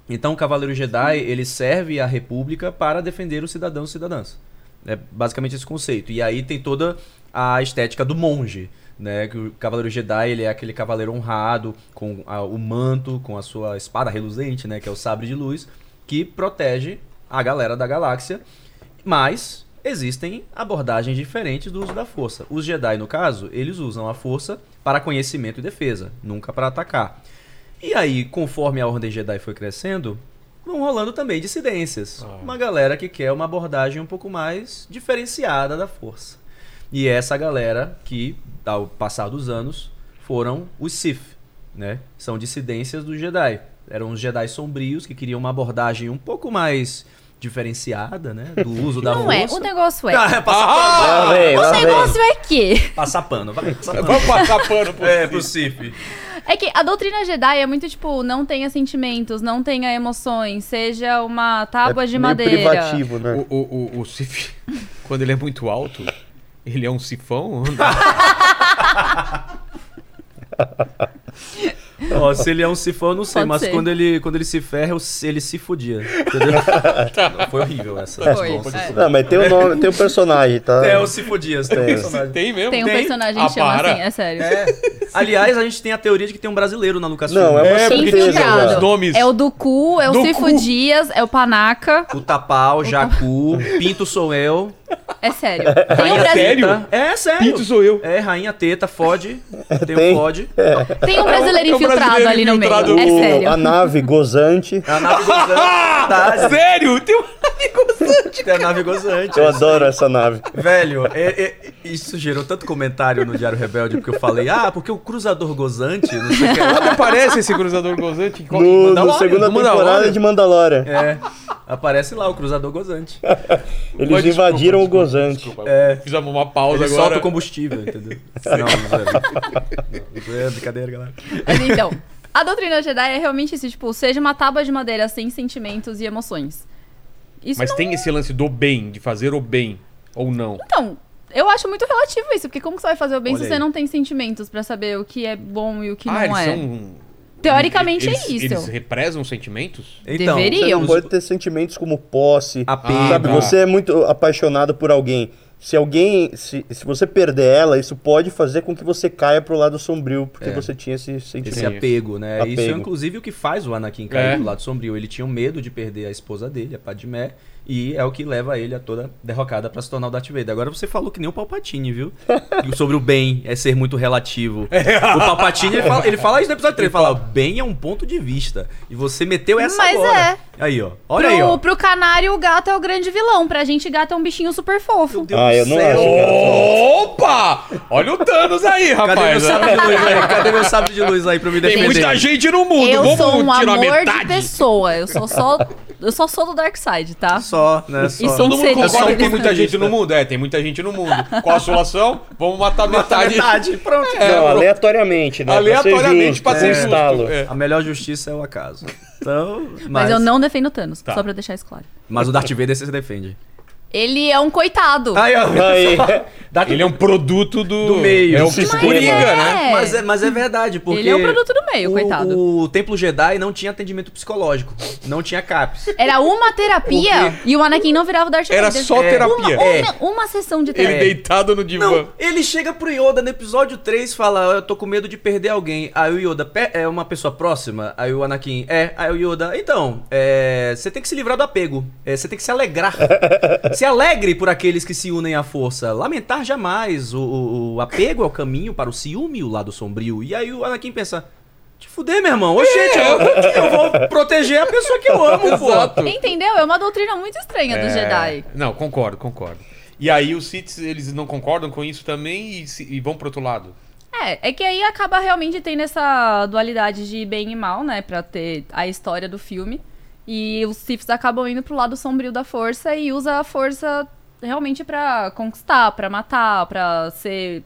Então, o Cavaleiro Jedi, ele serve à República para defender os cidadãos e cidadãs. É basicamente esse conceito. E aí tem toda a estética do monge, né? Que o Cavaleiro Jedi, ele é aquele cavaleiro honrado, com a- o manto, com a sua espada reluzente, né? Que é o sabre de luz, que protege a galera da galáxia. Mas existem abordagens diferentes do uso da força. Os Jedi, no caso, eles usam a força para conhecimento e defesa, nunca para atacar. E aí, conforme a Ordem Jedi foi crescendo, vão rolando também dissidências. Uma galera que quer uma abordagem um pouco mais diferenciada da força. E é essa galera que, ao passar dos anos, foram os Sith, né? São dissidências dos Jedi. Eram os Jedi sombrios que queriam uma abordagem um pouco mais diferenciada, né? Do uso da
Não é,
força.
o negócio é.
Ah, passar
Lá vem,
O
lá vem.
negócio é que.
pano. Passar pano, vai. Passar
É
pano.
Vamos passar pano pro
É,
é,
pro Sif.
É que a doutrina Jedi é muito tipo, não tenha sentimentos, não tenha emoções, seja uma tábua
É
de
meio
madeira.
privativo, né?
o, o, o, o Sith, quando ele é muito alto, ele é um sifão?
Ó, se ele é um sifão, eu não sei,
Pode
mas
ser.
quando ele, quando ele se ferra, eu- ele se fudia. Entendeu? Não, foi horrível essa
Foi,
resposta.
é.
Não, mas tem o nome, tem o personagem, tá?
É, o se fudia, tem um personagem.
Tem mesmo?
Tem um
Tem?
personagem
Ah,
que chama
para.
assim, é sério.
Aliás, a gente tem a teoria de que tem um brasileiro na Lucasfilm.
Não, é uma
É, porque
certeza.
infiltrado.
já.
Os nomes.
É o do cu, é
Do
o Cifo
cu.
Dias, é o Panaca.
O Tapau, Jacu, Pinto sou eu.
É sério. Tem um,
Rainha
brasi-
Sério?
Teta. É, sério.
Pinto sou eu.
É, Rainha Teta, Fode. Tem, o
Tem.
Fode.
tem
É um
um brasileiro
brasileiro
infiltrado ali no meio.
infiltrado.
É
O-
sério.
a nave gozante.
A nave gozante.
É.
Tá,
Sério? Tem um-
tem a nave gozante.
Eu adoro essa nave.
Velho, é- é- isso gerou tanto comentário no Diário Rebelde, porque eu falei, ah, porque o cruzador gozante, não sei o que.
Quando aparece esse cruzador gozante? Qual-
No, no
Mandalorian,
segunda
no Mandalorian?
temporada de Mandalorian.
É, aparece lá o cruzador gozante. É,
Eles
Mas desculpa, desculpa,
invadiram o gozante.
Desculpa, É. fizemos uma pausa
Ele solta
agora.
o combustível, entendeu? Não, não, velho. Não, isso é brincadeira, galera.
Mas então, A doutrina Jedi é realmente isso, tipo, seja uma tábua de madeira sem sentimentos e emoções. Isso
Mas
não-
tem esse lance do bem, de fazer o bem, ou não.
Então, eu acho muito relativo isso, porque como que você vai fazer o bem
Olha
se você
aí.
não tem sentimentos pra saber o que é bom e o que
ah,
não
eles
é?
são.
Teoricamente
eles-
é isso.
Eles represam sentimentos?
Então,
Deveria.
Você
Iriam.
não pode ter sentimentos como posse.
Apego.
Sabe,
Ah, tá.
você é muito apaixonado por alguém. Se alguém. Se, se você perder ela, isso pode fazer com que você caia pro lado sombrio, porque
É.
você tinha esse sentimento.
Esse apego, né? Isso é
Apego.
inclusive o que faz o Anakin cair
É.
do lado sombrio. Ele tinha um medo de perder a esposa dele, a Padmé, e é o que leva ele a toda derrocada pra se tornar o Darth Vader. Agora você falou que nem o Palpatine, viu? E Sobre o bem é ser muito relativo.
É.
O Palpatine, ele fala, ele fala isso no episódio 3, ele fala, bem é um ponto de vista. E você meteu essa
Mas é.
agora. Aí, ó. Olha
pro,
aí, ó.
pro canário, o gato é o grande vilão. Pra gente, gato é um bichinho super fofo.
é
Deus
Ah,
do
eu não
céu.
acho,
Opa! Olha o Thanos aí,
Cadê meu
rapaz. é.
sabre de luz, velho? Cadê meu sabre de luz aí pra eu me
Tem
defender?
muita gente no mundo.
Eu
Vamos
sou um
tirar
amor de
metade.
pessoa. Eu sou só. Eu só sou do Dark Side, tá?
Só, né? Só.
Isso
Todo mundo
Seria
concorda que tem
interessante.
muita gente no mundo? É, tem muita gente no mundo. Qual a solução? Vamos matar
Tá
metade.
metade. Pronto.
É.
Não, aleatoriamente, né?
Aleatoriamente pra ser
um
justo.
estalo.
É.
A melhor justiça é o acaso. Então, mas,
Mas, eu não defendo o Thanos,
Tá.
só pra deixar isso claro.
mas o Darth Vader você se defende.
Ele é um coitado.
Aí, ó.
Aí,
Darth-
Ele é um produto do,
Do meio.
É o
Mas é.
Coringa, né?
Mas, é, mas é verdade, porque.
Ele é um produto do meio,
o,
coitado.
O Templo Jedi não tinha atendimento psicológico. Não tinha CAPS.
Era uma terapia e o Anakin não virava o Darth
Era
Vader.
só
É.
terapia.
Uma,
É.
uma sessão de
Ele
terapia.
deitado no divã.
Não, ele chega pro Yoda no episódio 3 e fala: Eu tô com medo de perder alguém. Aí o Yoda "Pe- é uma pessoa próxima. Aí o Anakin é. Aí o Yoda, então, é, você tem que se livrar do apego. É, Você tem que se alegrar. se alegre por aqueles que se unem à força. Lamentar jamais. O, o- o apego é o caminho para o ciúme e o lado sombrio. E aí o Anakin pensa. Te fuder, meu irmão. Oxente, eu, eu vou proteger a pessoa que eu amo, pô.
Exato.
Entendeu? É uma doutrina muito estranha
É.
do Jedi.
Não, concordo, concordo. E aí os Siths, eles não concordam com isso também e, se- e vão pro outro lado.
É, é que aí acaba realmente tendo essa dualidade de bem e mal, né? Pra ter a história do filme. E os Siths acabam indo pro lado sombrio da força e usa a força realmente pra conquistar, pra matar, pra ser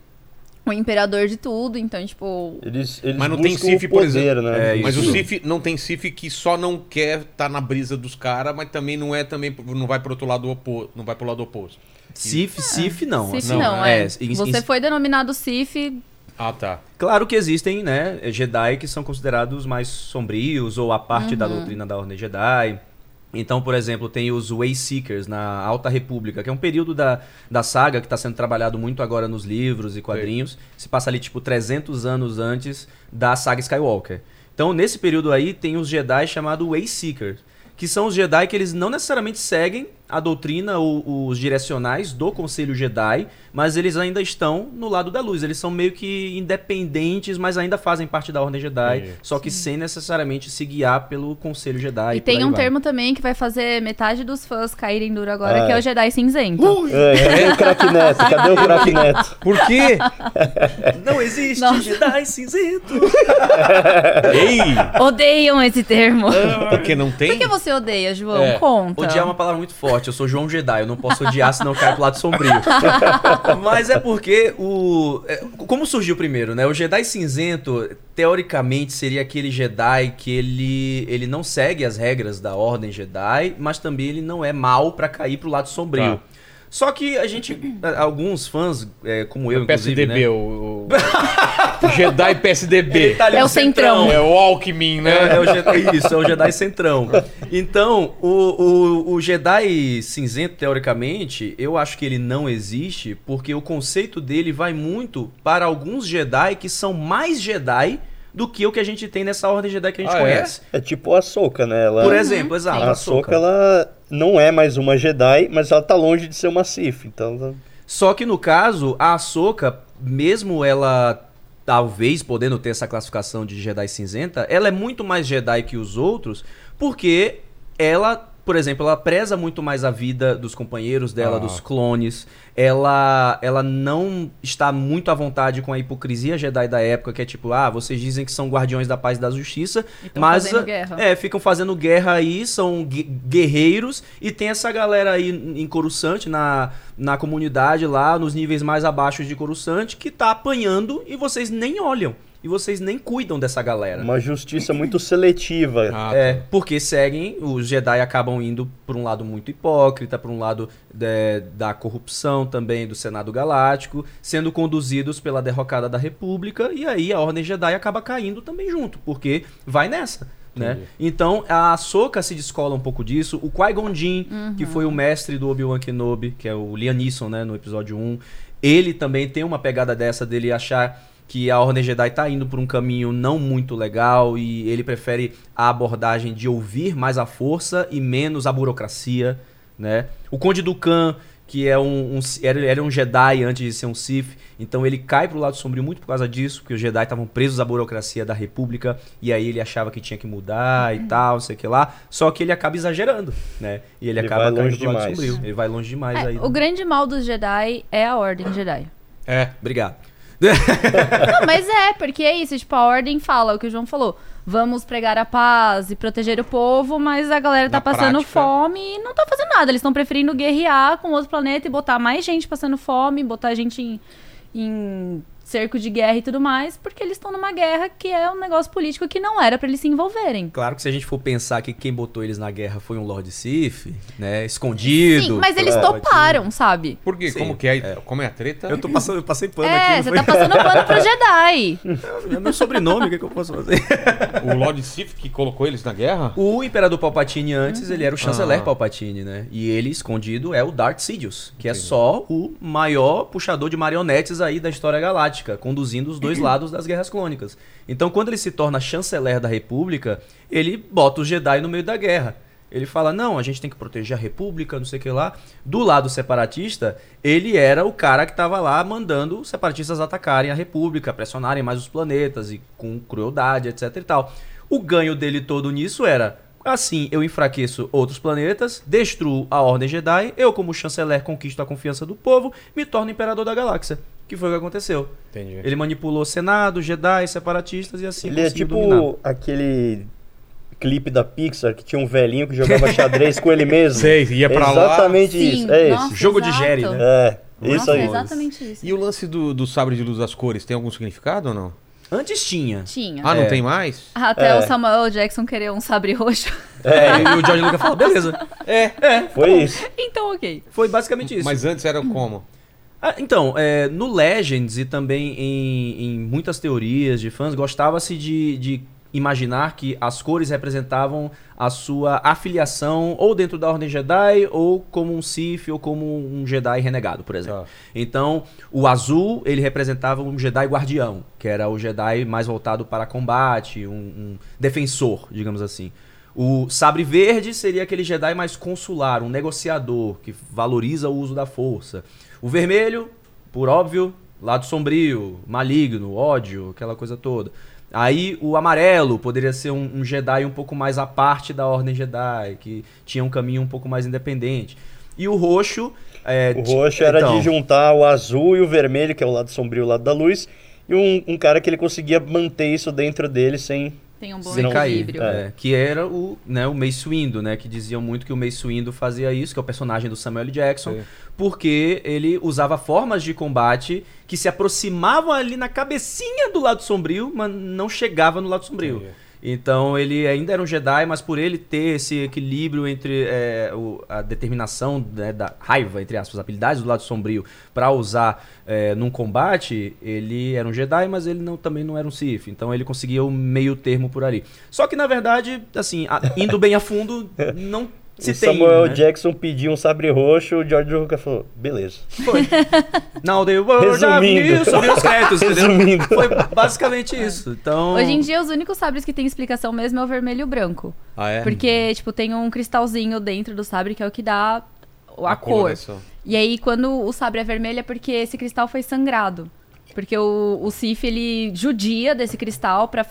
o imperador de tudo. Então, tipo.
Eles, eles
Mas não tem
buscam
Sif,
o
por
poder,
exemplo.
né?
É,
Mas o
isso.
Sif não tem Sif que só não quer estar na brisa dos caras, mas também não é também não vai pro outro lado oposto, não vai pro lado oposto.
Sif, Sif não.
Sith
não,
não,
é.
é.
Em- em-
Você foi denominado Sith.
Ah, tá.
Claro que existem, né, Jedi que são considerados mais sombrios ou a parte da doutrina da Ordem Jedi. Então, por exemplo, tem os Wayseekers na Alta República, que é um período da, da saga que está sendo trabalhado muito agora nos livros e quadrinhos. Se passa ali, tipo, 300 anos antes da saga Skywalker. Então, nesse período aí, tem os Jedi chamados Wayseekers, que são os Jedi que eles não necessariamente seguem a doutrina ou os direcionais do Conselho Jedi, mas eles ainda estão no lado da luz. Eles são meio que independentes, mas ainda fazem parte da Ordem Jedi, só que sem necessariamente se guiar pelo Conselho Jedi.
e
por
tem
aí
um
vai.
termo também que vai fazer metade dos fãs caírem duro agora, que é o Jedi cinzento.
Uh!
É, cadê o craque neto? Cadê o craque neto?
Por quê?
Não existe
Nossa.
Jedi cinzento.
Ei!
Odeiam esse termo.
Porque não tem?
Por que você odeia, João?
É,
Conta.
Odiar é uma palavra muito forte. Eu sou João Jedi, eu não posso odiar senão eu caio pro lado sombrio. Mas é porque o. é, Como surgiu primeiro, né? O Jedi cinzento, teoricamente, seria aquele Jedi que ele, ele não segue as regras da ordem Jedi, mas também ele não é mal pra cair pro lado sombrio.
Tá.
Só que a gente. a- Alguns fãs, é, como eu, inclusive.
PSDB,
né?
o, o- o Jedi PSDB.
Tá ali
É
no
o centrão.
É o Alckmin,
É,
né?
é o Jedi, isso, é o Jedi Centrão. Então, o, o, o Jedi cinzento, teoricamente, eu acho que ele não existe, porque o conceito dele vai muito para alguns Jedi que são mais Jedi do que o que a gente tem nessa ordem Jedi que a gente
Ah, é?
conhece.
É tipo a soca, né? Ela,
Por exemplo, exato.
a
Ahsoka.
soca, ela não é mais uma Jedi, mas ela tá longe de ser uma Sif. Então, ela-
Só que no caso, a Ahsoka, mesmo ela talvez podendo ter essa classificação de Jedi cinzenta, ela é muito mais Jedi que os outros, porque ela, por exemplo, ela preza muito mais a vida dos companheiros dela,
Ah.
dos clones. Ela ela não está muito à vontade com a hipocrisia Jedi da época, que é tipo, ah, vocês dizem que são guardiões da paz e da justiça,
E tão
mas
fazendo guerra.
é, ficam fazendo guerra aí, são gue- guerreiros e tem essa galera aí em Coruscant na na comunidade lá, nos níveis mais abaixo de Coruscant, que tá apanhando e vocês nem olham. e vocês nem cuidam dessa galera.
Uma justiça muito seletiva.
Ah,
É,
tá.
porque seguem, os Jedi acabam indo por um lado muito hipócrita, por um lado é, da corrupção também do Senado Galáctico, sendo conduzidos pela derrocada da República, e aí a Ordem Jedi acaba caindo também junto, porque vai nessa. Né? Então a Soca se descola um pouco disso. O Qui-Gon Jinn, que foi o mestre do Obi-Wan Kenobi, que é o Liam Neeson, né, no episódio 1, ele também tem uma pegada dessa dele achar que a Ordem Jedi tá indo por um caminho não muito legal e ele prefere a abordagem de ouvir mais a força e menos a burocracia, né? O Conde Dukan, que é um, um era, era um Jedi antes de ser um Sith, então ele cai pro lado sombrio muito por causa disso, porque os Jedi estavam presos à burocracia da República e aí ele achava que tinha que mudar e
Uhum.
tal, não sei o que lá, só que ele acaba exagerando, né? E ele,
Ele
acaba
vai
caindo
longe
pro lado
demais.
sombrio. Ele vai longe demais
É,
aí.
o grande mal dos Jedi é a Ordem Jedi.
É.
Obrigado.
Não, mas é, porque é isso. Tipo, a Ordem fala o que o João falou. Vamos pregar a paz e proteger o povo, mas a galera tá
Na
passando
prática.
fome e não tá fazendo nada. Eles estão preferindo guerrear com outro planeta e botar mais gente passando fome, botar gente em, em cerco de guerra e tudo mais, porque eles estão numa guerra que é um negócio político que não era pra eles se envolverem.
Claro que se a gente for pensar que quem botou eles na guerra foi um Lord Sif, né? Escondido.
Sim, mas eles
É,
toparam, sabe?
Por quê?
Sim,
Como que é? Como é a treta?
Eu tô passando, eu passei pano
É,
aqui.
você
não
tá
foi-
passando pano pro Jedi.
É meu sobrenome, o que, é que eu posso fazer?
O Lord Sif que colocou eles na guerra?
O Imperador Palpatine antes, ele era o chanceler
Ah.
Palpatine, né? E ele, escondido, é o Darth Sidious, que é só o maior puxador de marionetes aí da história galáctica, conduzindo os dois lados das guerras clônicas. Então, quando ele se torna chanceler da República, ele bota os Jedi no meio da guerra. Ele fala, não, a gente tem que proteger a república, não sei o que lá. Do lado separatista, ele era o cara que tava lá mandando os separatistas atacarem a república, pressionarem mais os planetas e com crueldade, etc e tal. O ganho dele todo nisso era, assim eu enfraqueço outros planetas, destruo a Ordem Jedi, eu como chanceler conquisto a confiança do povo, me torno imperador da galáxia. Que foi o que aconteceu.
Entendi.
Ele manipulou o Senado, Jedi, separatistas e assim
Ele é
conseguiu
tipo
dominar.
aquele clipe da Pixar que tinha um velhinho que jogava xadrez com ele mesmo.
Sei, ia pra lá.
Exatamente
Sim,
isso. É
nossa,
isso.
Jogo de Jerry,
exato.
né?
É, isso
Nossa,
aí.
é exatamente isso.
E o lance do, do sabre de luz das cores tem algum significado ou não?
Antes tinha.
Tinha.
Ah, não
É.
tem mais?
Até o Samuel Jackson querer um sabre roxo.
É,
E o George Lucas falou, beleza.
foi isso.
então, ok.
Foi basicamente isso.
Mas antes era como?
Ah, então, é, no Legends e também em, em muitas teorias de fãs, gostava-se de, de imaginar que as cores representavam a sua afiliação ou dentro da Ordem Jedi, ou como um Sith, ou como um Jedi renegado, por exemplo.
Tá.
Então, o azul, ele representava um Jedi guardião, que era o Jedi mais voltado para combate, um, um defensor, digamos assim. O sabre verde seria aquele Jedi mais consular, um negociador, que valoriza o uso da força. O vermelho, por óbvio, lado sombrio, maligno, ódio, aquela coisa toda. Aí o amarelo poderia ser um, um Jedi um pouco mais à parte da Ordem Jedi, que tinha um caminho um pouco mais independente. E o roxo... é,
O
ti-
roxo era
então,
de juntar o azul e o vermelho, que é o lado sombrio e o lado da luz, e um, um cara que ele conseguia manter isso dentro dele sem.
Tem um bom
sem cair,
equilíbrio.
é, que era o, né, o Mace Windu, né, que diziam muito que o Mace Windu fazia isso, que é o personagem do Samuel L. Jackson, porque ele usava formas de combate que se aproximavam ali na cabecinha do lado sombrio, mas não chegava no lado sombrio. Então ele ainda era um Jedi, mas por ele ter esse equilíbrio entre é, o- a determinação né, da raiva, entre aspas, habilidades do lado sombrio para usar é, num combate, ele era um Jedi, mas ele não- também não era um Sith. Então ele conseguia o meio termo por ali. Só que na verdade, assim, a- indo bem a fundo, não se
o
tem.
Samuel
né?
Jackson pediu um sabre roxo, o George Lucas falou: beleza.
Não, the world
Resumindo.
subiu os créditos, entendeu?
Resumindo.
Foi basicamente isso. Então.
Hoje em dia, os únicos sabres que tem explicação mesmo é o vermelho e o branco.
Ah, é?
Porque, tipo, tem um cristalzinho dentro do sabre que é o que dá a,
A
cor.
coloração.
E aí, quando o sabre é vermelho, é porque esse cristal foi sangrado. Porque o, o Sif, ele judia desse cristal pra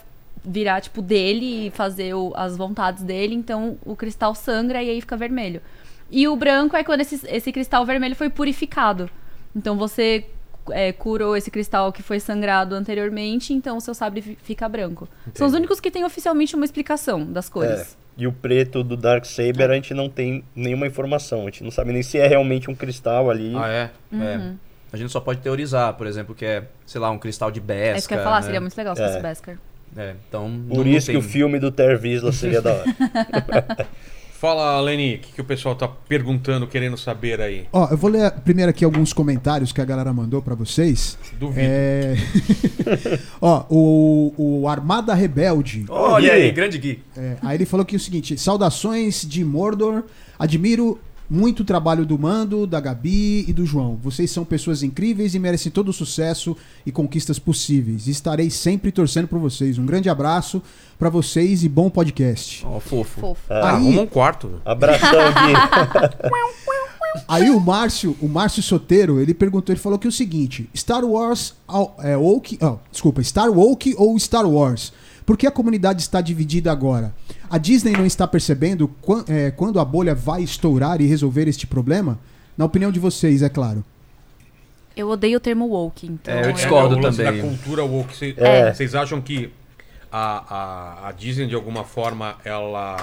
virar, tipo, dele e fazer o- as vontades dele. Então, o cristal sangra e aí fica vermelho. E o branco é quando esse, esse cristal vermelho foi purificado. Então, você é, curou esse cristal que foi sangrado anteriormente, então o seu sabre fi- fica branco. São os únicos que têm oficialmente uma explicação das cores.
E o preto do Dark Saber,
Uhum.
a gente não tem nenhuma informação. A gente não sabe nem se é realmente um cristal ali.
Ah, é? É.
Ah, A gente só pode teorizar, por exemplo, que é, sei lá, um cristal de Beskar.
É isso que eu ia falar,
né?
seria muito legal se fosse
É.
o Beskar.
É, então,
Por isso que o filme do Ter Visla seria da hora.
Fala, Leni, o que, que o pessoal tá perguntando, querendo saber aí?
Ó, eu vou ler primeiro aqui alguns comentários que a galera mandou pra vocês.
Duvido.
É... Ó, o, o Armada Rebelde.
Olha
aí,
aí, grande Gui.
É, aí ele falou que é o seguinte: saudações de Mordor. Admiro muito o trabalho do Mando, da Gabi e do João. Vocês são pessoas incríveis e merecem todo o sucesso e conquistas possíveis. Estarei sempre torcendo por vocês. Um grande abraço pra vocês e bom podcast.
Ó, fofo.
Fofo.
Ah,
Aí-
arruma um quarto. velho.
Abração, Gui.
Aí o Márcio, o Márcio Soteiro, ele perguntou, ele falou que é o seguinte: Star Wars ao- é woke, ó, desculpa, Star Woke ou Star Wars? Por que a comunidade está dividida agora? A Disney não está percebendo quan- é, quando a bolha vai estourar e resolver este problema? Na opinião de vocês, é claro.
Eu odeio o termo woke, então.
É, eu discordo
o lance
também.
Da cultura woke. Cê-
É.
Vocês acham que a, a, a Disney, de alguma forma, ela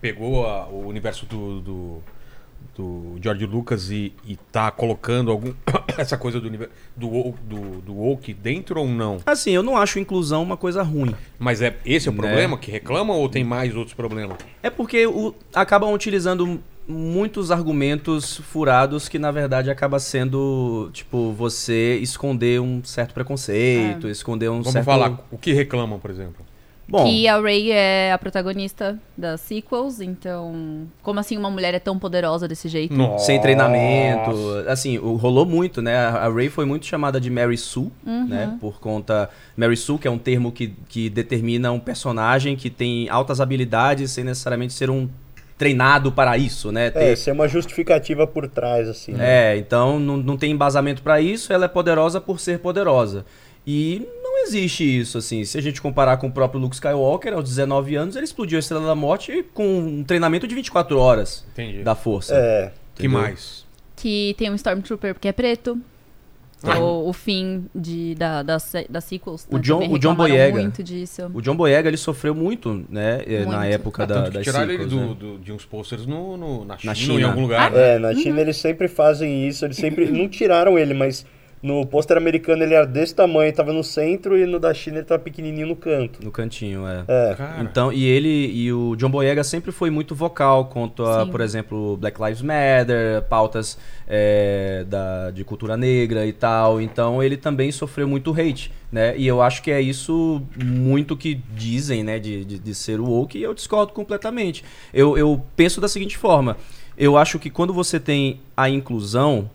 pegou a- o universo do, do, do George Lucas e, e tá colocando algum, essa coisa do, univer- do, wo- do, do woke dentro ou não?
Assim, eu não acho inclusão uma coisa ruim.
Mas é esse é o
Né?
problema que reclamam ou tem mais outros problemas?
É porque o- acabam utilizando muitos argumentos furados que na verdade acaba sendo tipo você esconder um certo preconceito,
É.
esconder um
Vamos
certo
falar o que reclamam, por exemplo.
Bom,
Que a Rey é a protagonista das sequels, então. Como assim uma mulher é tão poderosa desse jeito?
Nossa.
sem treinamento. Assim, o- rolou muito, né? A a Ray foi muito chamada de Mary Sue, né? Por conta. Mary Sue, que é um termo que, que determina um personagem que tem altas habilidades sem necessariamente ser um treinado para isso, né?
É,
Ter-
isso é uma justificativa por trás, assim. né?
É, então não, não tem embasamento pra isso, ela é poderosa por ser poderosa. E não existe isso, assim. Se a gente comparar com o próprio Luke Skywalker, aos 19 anos, ele explodiu a Estrela da Morte com um treinamento de 24 horas
Entendi.
da força.
É.
Que mais?
Que tem um Stormtrooper que é preto. Ou o fim de, da, da, se- das sequels.
Ah. O
né,
John-
também
o John
reclamaram
Boyega.
muito disso.
O John Boyega, ele sofreu muito, né, eh, na
Muito.
época da,
Ah, Tanto que
das
tiraram ele
sequels,
do,
né?
do- de uns posters no, no- na, China, ou em
China.
algum lugar. né?
É, na China eles sempre fazem isso, eles sempre. não tiraram ele, mas no pôster americano ele era desse tamanho, tava no centro, e no da China ele tava pequenininho no canto.
No cantinho, é.
É.
né? Cara.
Então, e ele e o John Boyega sempre foi muito vocal quanto a,
Sim.
por exemplo, Black Lives Matter, pautas é, da, de cultura negra e tal. Então, ele também sofreu muito hate, né? E eu acho que é isso muito que dizem, né, de, de, de ser woke, e eu discordo completamente. Eu, eu penso da seguinte forma: eu acho que quando você tem a inclusão,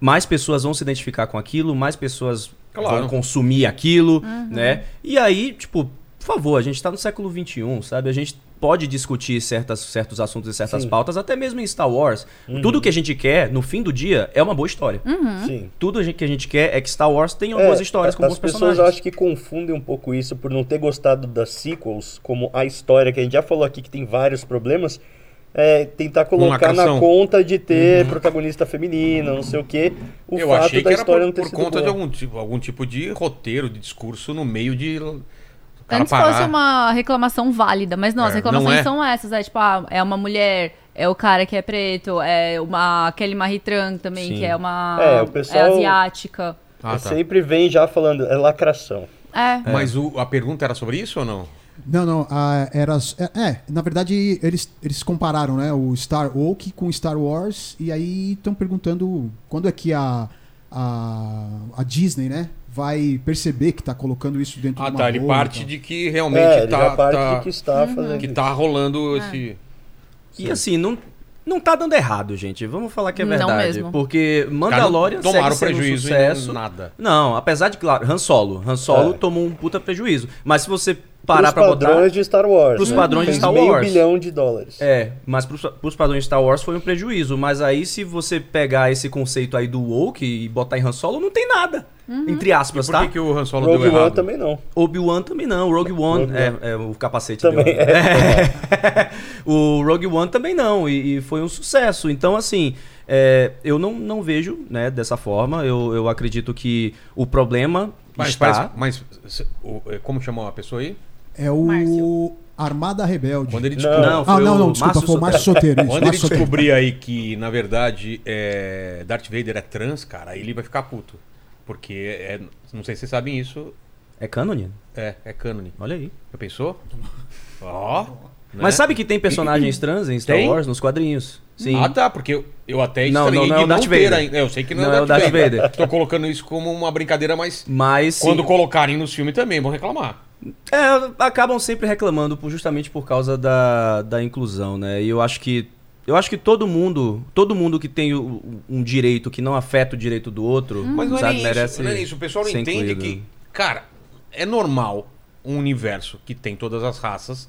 mais pessoas vão se identificar com aquilo, mais pessoas
Claro.
vão consumir aquilo,
Uhum.
né? E aí, tipo, por favor, a gente tá no século XXI, sabe? A gente pode discutir certas, certos assuntos e certas
Sim.
pautas, até mesmo em Star Wars. Tudo que a gente quer, no fim do dia, é uma boa história.
Hum.
Sim.
Tudo a gente- que a gente quer é que Star Wars tenha
É,
boas histórias com
as
bons
pessoas
personagens.
eu acho que confundem um pouco isso por não ter gostado das sequels, como a história, que a gente já falou aqui que tem vários problemas, é, tentar colocar na
lacração.
conta de ter protagonista feminina, não sei o quê, o
Uhum. eu
fato
achei
da
que era
história
por,
não ter
por
sido
conta
boa.
de algum tipo, algum tipo de roteiro, de discurso no meio de. o cara
Antes
parar.
fosse uma reclamação válida, mas não, as
É,
reclamações
não é.
são essas. É tipo, ah, é uma mulher, é o cara que é preto, é uma Kelly Marie Tran também,
Sim.
que é uma
É, o pessoal-
asiática.
Ah, tá.
Sempre vem já falando, é lacração.
É.
Mas o- a pergunta era sobre isso ou não?
Não, não, a- era. É, é, na verdade, eles, eles compararam, né? O Star Woke com Star Wars, e aí estão perguntando quando é que a, a, a Disney, né? Vai perceber que tá colocando isso dentro
Ah,
de uma
tá. Ele
bolha e
parte
tal.
de que
É,
realmente
ele já
tá,
parte
tá,
que está
Uhum.
Uhum.
fazendo
que
isso.
tá
É.
rolando esse.
E assim, não, não tá dando errado, gente. Vamos falar que é
Não
verdade.
mesmo.
Porque
Cara,
Mandalorian
tomaram
segue sendo um
prejuízo
sucesso.
e não- nada.
Não, apesar de, claro, Han Solo. Han Solo
É.
tomou um puta prejuízo. Mas se você parar
pros
pra
padrões
botar.
de Star Wars.
Pros
né?
padrões de
Fez
Star
meio
Wars.
bilhão de dólares.
É, mas pros, pros padrões de Star Wars foi um prejuízo. Mas aí, se você pegar esse conceito aí do woke e botar em Han Solo, não tem nada.
Uhum.
Entre aspas,
Por
tá?
que, que o Han Solo
Rogue
deu
One
errado?
também não.
Obi-Wan também não. Rogue One,
Rogue One.
é, é, o capacete
Também
deu- É. o Rogue One também não. E, e foi um sucesso. Então, assim, é, eu não, não vejo né, dessa forma. Eu, eu acredito que o problema
Mas,
está...
parece- mas se- o- é, como chamou a pessoa aí?
É o.
Márcio.
Armada Rebelde.
Quando ele
Não.
descobriu,
Ah,
foi
não,
o
não, desculpa,
Márcio
foi o Márcio Solteiro. isso,
É, quando ele
Márcio Solteiro.
descobrir aí que, na verdade, é, Darth Vader é trans, cara, aí ele vai ficar puto. Porque, é- não sei se vocês sabem isso,
É cânone?
é, é cânone.
Olha aí.
Já pensou? Ó. né?
Mas sabe que tem personagens trans em Star
Tem?
Wars nos quadrinhos? Sim.
Ah, tá, porque eu, eu até
Não,
estranhei
não, não é
de
o Darth
ter
Vader.
ainda. Eu sei que não,
Não
é
é
o
o
Darth,
Darth
Vader.
Vader.
Tô colocando isso como uma brincadeira, mas
Mas sim,
quando colocarem nos filmes também vão reclamar.
é, acabam sempre reclamando por- justamente por causa da, da inclusão, né? E eu acho que eu acho que todo mundo, todo mundo que tem o- um direito que não afeta o direito do outro,
Mas não é,
sabe,
nem
merece
isso, não é nem isso. O pessoal não
ser
entende
incluído.
que, cara, é normal um universo que tem todas as raças,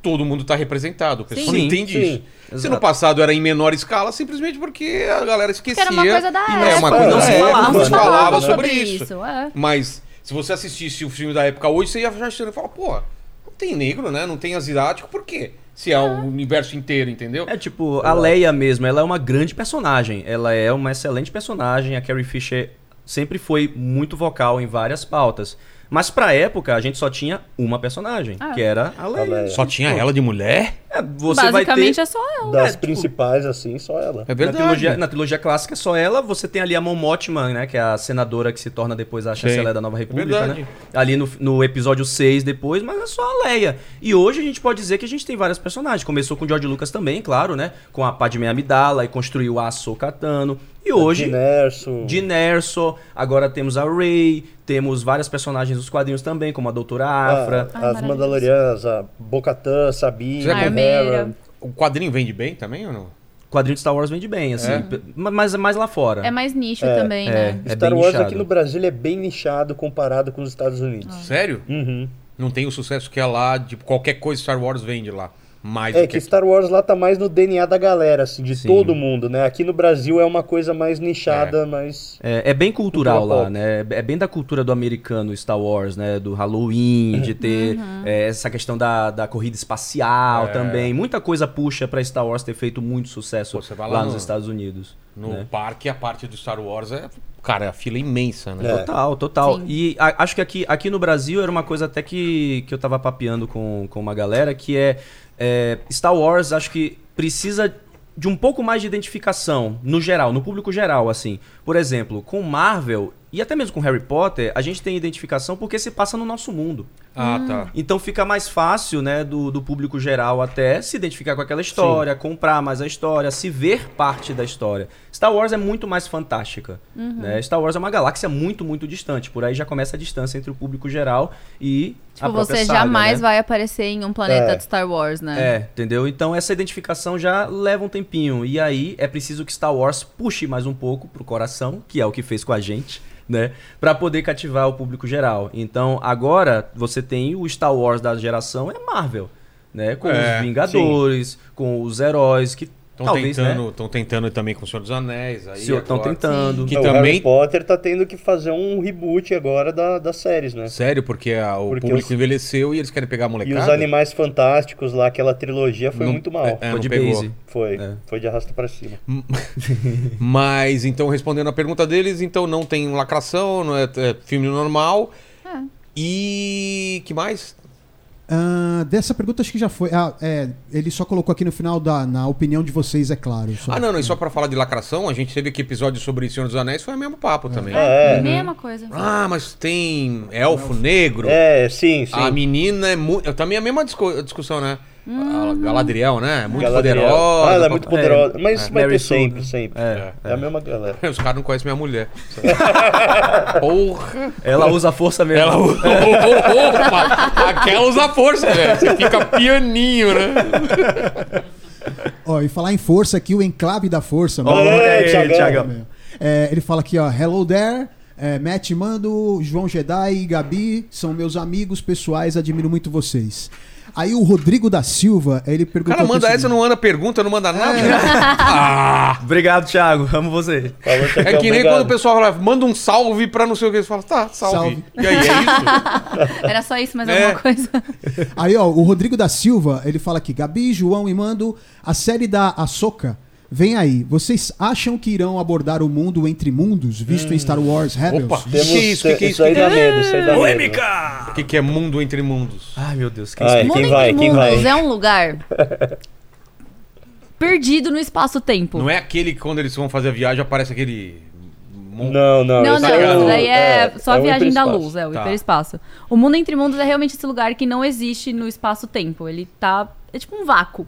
todo mundo tá representado. O pessoal
Sim.
não
Sim,
entende
sim.
isso. Se no
Exato.
passado era em menor escala, simplesmente porque a galera esquecia.
Porque era uma coisa da
E
época,
É uma
né?
coisa
Não
da
se
época, não
falava,
se
não
falava
falava
sobre isso.
é.
Mas se você assistisse o filme da época hoje, você ia já achando e falar, pô, não tem negro, né? Não tem asiático, por quê? Se é o universo inteiro, entendeu?
É tipo, a Leia mesmo, ela é uma grande personagem. Ela é uma excelente personagem. A Carrie Fisher sempre foi muito vocal em várias pautas. Mas pra época, a gente só tinha uma personagem,
Ah.
que era a Leia.
Ela é-
Só tinha ela de mulher?
É, você vai
Basicamente
ter...
é só ela.
é,
Das
tipo-
principais, assim, só ela.
É
Na
verdade.
trilogia, na trilogia clássica, só ela. Você tem ali a Mon Mothman, né? Que é a senadora que se torna depois a chanceler da Nova República,
verdade.
né? Ali no, no episódio 6 depois, mas é só a Leia. E hoje a gente pode dizer que a gente tem vários personagens. Começou com o George Lucas também, claro, né? Com a Padme Amidala e construiu a Ahsoka Tano. E hoje...
Dinerso.
De Nerso, agora temos a Rey, temos várias personagens dos quadrinhos também, como a Doutora
Ah.
Afra.
Ai,
as
maravilhoso.
Mandalorianas, a Bocatã, Sabine,
É
Dragon
Armeira.
Hera.
O quadrinho vende bem também ou não?
O quadrinho de Star Wars vem de bem, assim,
É?
p- mas é mais lá fora.
É mais nicho também,
é.
né?
É
Star
bem
Wars
nichado.
aqui no Brasil ele é bem nichado comparado com os Estados Unidos.
Sério?
Uhum.
Não tem o sucesso que é lá, de qualquer coisa Star Wars vende lá. Mais
É
do que,
que Star Wars lá tá mais no DNA da galera, assim, de
Sim.
todo mundo, né? Aqui no Brasil é uma coisa mais nichada, mas
É, é bem cultural
Cultura
lá,
pop.
né? É bem da cultura do americano Star Wars, né? Do Halloween, de ter é, essa questão da, da corrida
É.
espacial também. Muita coisa puxa pra Star Wars ter feito muito sucesso
Pô, você vai lá
lá,
no-
nos Estados Unidos.
no
né?
parque a parte do Star Wars é, cara, é a fila imensa, né?
É.
Total, total.
Sim.
E a- acho que aqui, aqui no Brasil era uma coisa até que, que eu tava papeando com, com uma galera, que é, é, Star Wars acho que precisa de um pouco mais de identificação, no geral, no público geral, assim. Por exemplo, com Marvel e até mesmo com Harry Potter, a gente tem identificação porque se passa no nosso mundo.
Ah, tá.
Então fica mais fácil, né, do, do público geral até se identificar com aquela história, comprar mais a história, se ver parte da história. Star Wars é muito mais fantástica.
Uhum.
né? Star Wars é uma galáxia muito, muito distante. Por aí já começa a distância entre o público geral e a
Tipo,
própria
você
saga,
jamais
né?
vai aparecer em um planeta
É.
de Star Wars, né?
É, entendeu? Então essa identificação já leva um tempinho. E aí é preciso que Star Wars puxe mais um pouco pro coração, que é o que fez com a gente, né? Pra poder cativar o público geral. Então agora você tem o Star Wars da geração é Marvel, né? Com
É,
os Vingadores, com os heróis que
Estão
talvez, né?
tentando, estão tentando também com o Senhor dos Anéis. aí
Se estão
agora.
tentando.
Que
o
também-
Harry Potter tá tendo que fazer um reboot agora da, das séries, né?
Sério, porque a- o
Porque
público
os-
envelheceu e eles querem pegar a
E
molecada.
os Animais Fantásticos lá, aquela trilogia foi
é Não-
muito mal.
é, é,
Foi
não
de
pegou.
base.
Foi,
É.
foi de arrasta pra cima.
Mas então, respondendo a pergunta deles, então não tem lacração, não é, é filme normal.
É.
E que mais?
Ah, dessa pergunta acho que já foi. Ah, é, ele só colocou aqui no final da na opinião de vocês, é claro. só.
Ah, não, não, e só pra falar de lacração, a gente teve aqui episódio sobre Senhor dos Anéis, foi o mesmo papo também.
É, é.
Mesma coisa.
Ah, mas tem elfo negro.
É, sim, sim.
A menina é muito. Também é a mesma discu- discussão, né? A Galadriel, né? É Muito
Galadriel.
poderosa. tá
Ah, ela é muito poderosa. Mas isso vai
Mary
ter
Sue,
sempre,
né?
sempre.
É.
É a mesma galera.
Os caras não conhecem minha mulher. Porra!
Ela usa a força mesmo.
Ela. Opa! Aquela usa força, velho. Você fica pianinho, né?
Ó, e falar em força aqui, o enclave da força. mano.
Olha aí,
É,
Thiagão.
meu. É, ele fala aqui, ó, hello there. É, Matt Mando, João Jedi e Gabi são meus amigos pessoais, admiro muito vocês. Aí o Rodrigo da Silva, ele
O
perguntou.
cara manda
aqui o
essa,
seguinte,
não manda pergunta, não manda nada.
É.
Obrigado, Thiago. Amo você.
Falou,
É
Thiagão,
que nem
obrigado.
quando o pessoal fala, manda um salve pra não sei o que. Você fala, tá, salve.
Salve.
E aí, é isso?
Era só isso, mas
É.
alguma coisa.
Aí, ó, o Rodrigo da Silva, ele fala aqui: Gabi, João e Mando, a série da Ahsoka Vem aí, vocês acham que irão abordar o mundo entre mundos, visto em Star Wars Rebels?
Hum. Opa.
Temos,
Que isso, que que é isso?
aí
Que
dá medo, isso aí dá medo.
O que, que é mundo entre mundos?
Ai, meu Deus, que
Ai,
Mundo
É, quem
entre
vai, quem
mundos
vai?
é um lugar perdido no espaço-tempo.
Não é aquele que quando eles vão fazer a viagem aparece aquele. mon-
Não, não.
um- Não,
esse
não,
aí é
isso
o-
daí é, só a
é o
viagem da
hiperespaço.
luz, é o
Tá.
hiperespaço. O mundo entre mundos é realmente esse lugar que não existe no espaço-tempo. Ele tá. É tipo um vácuo.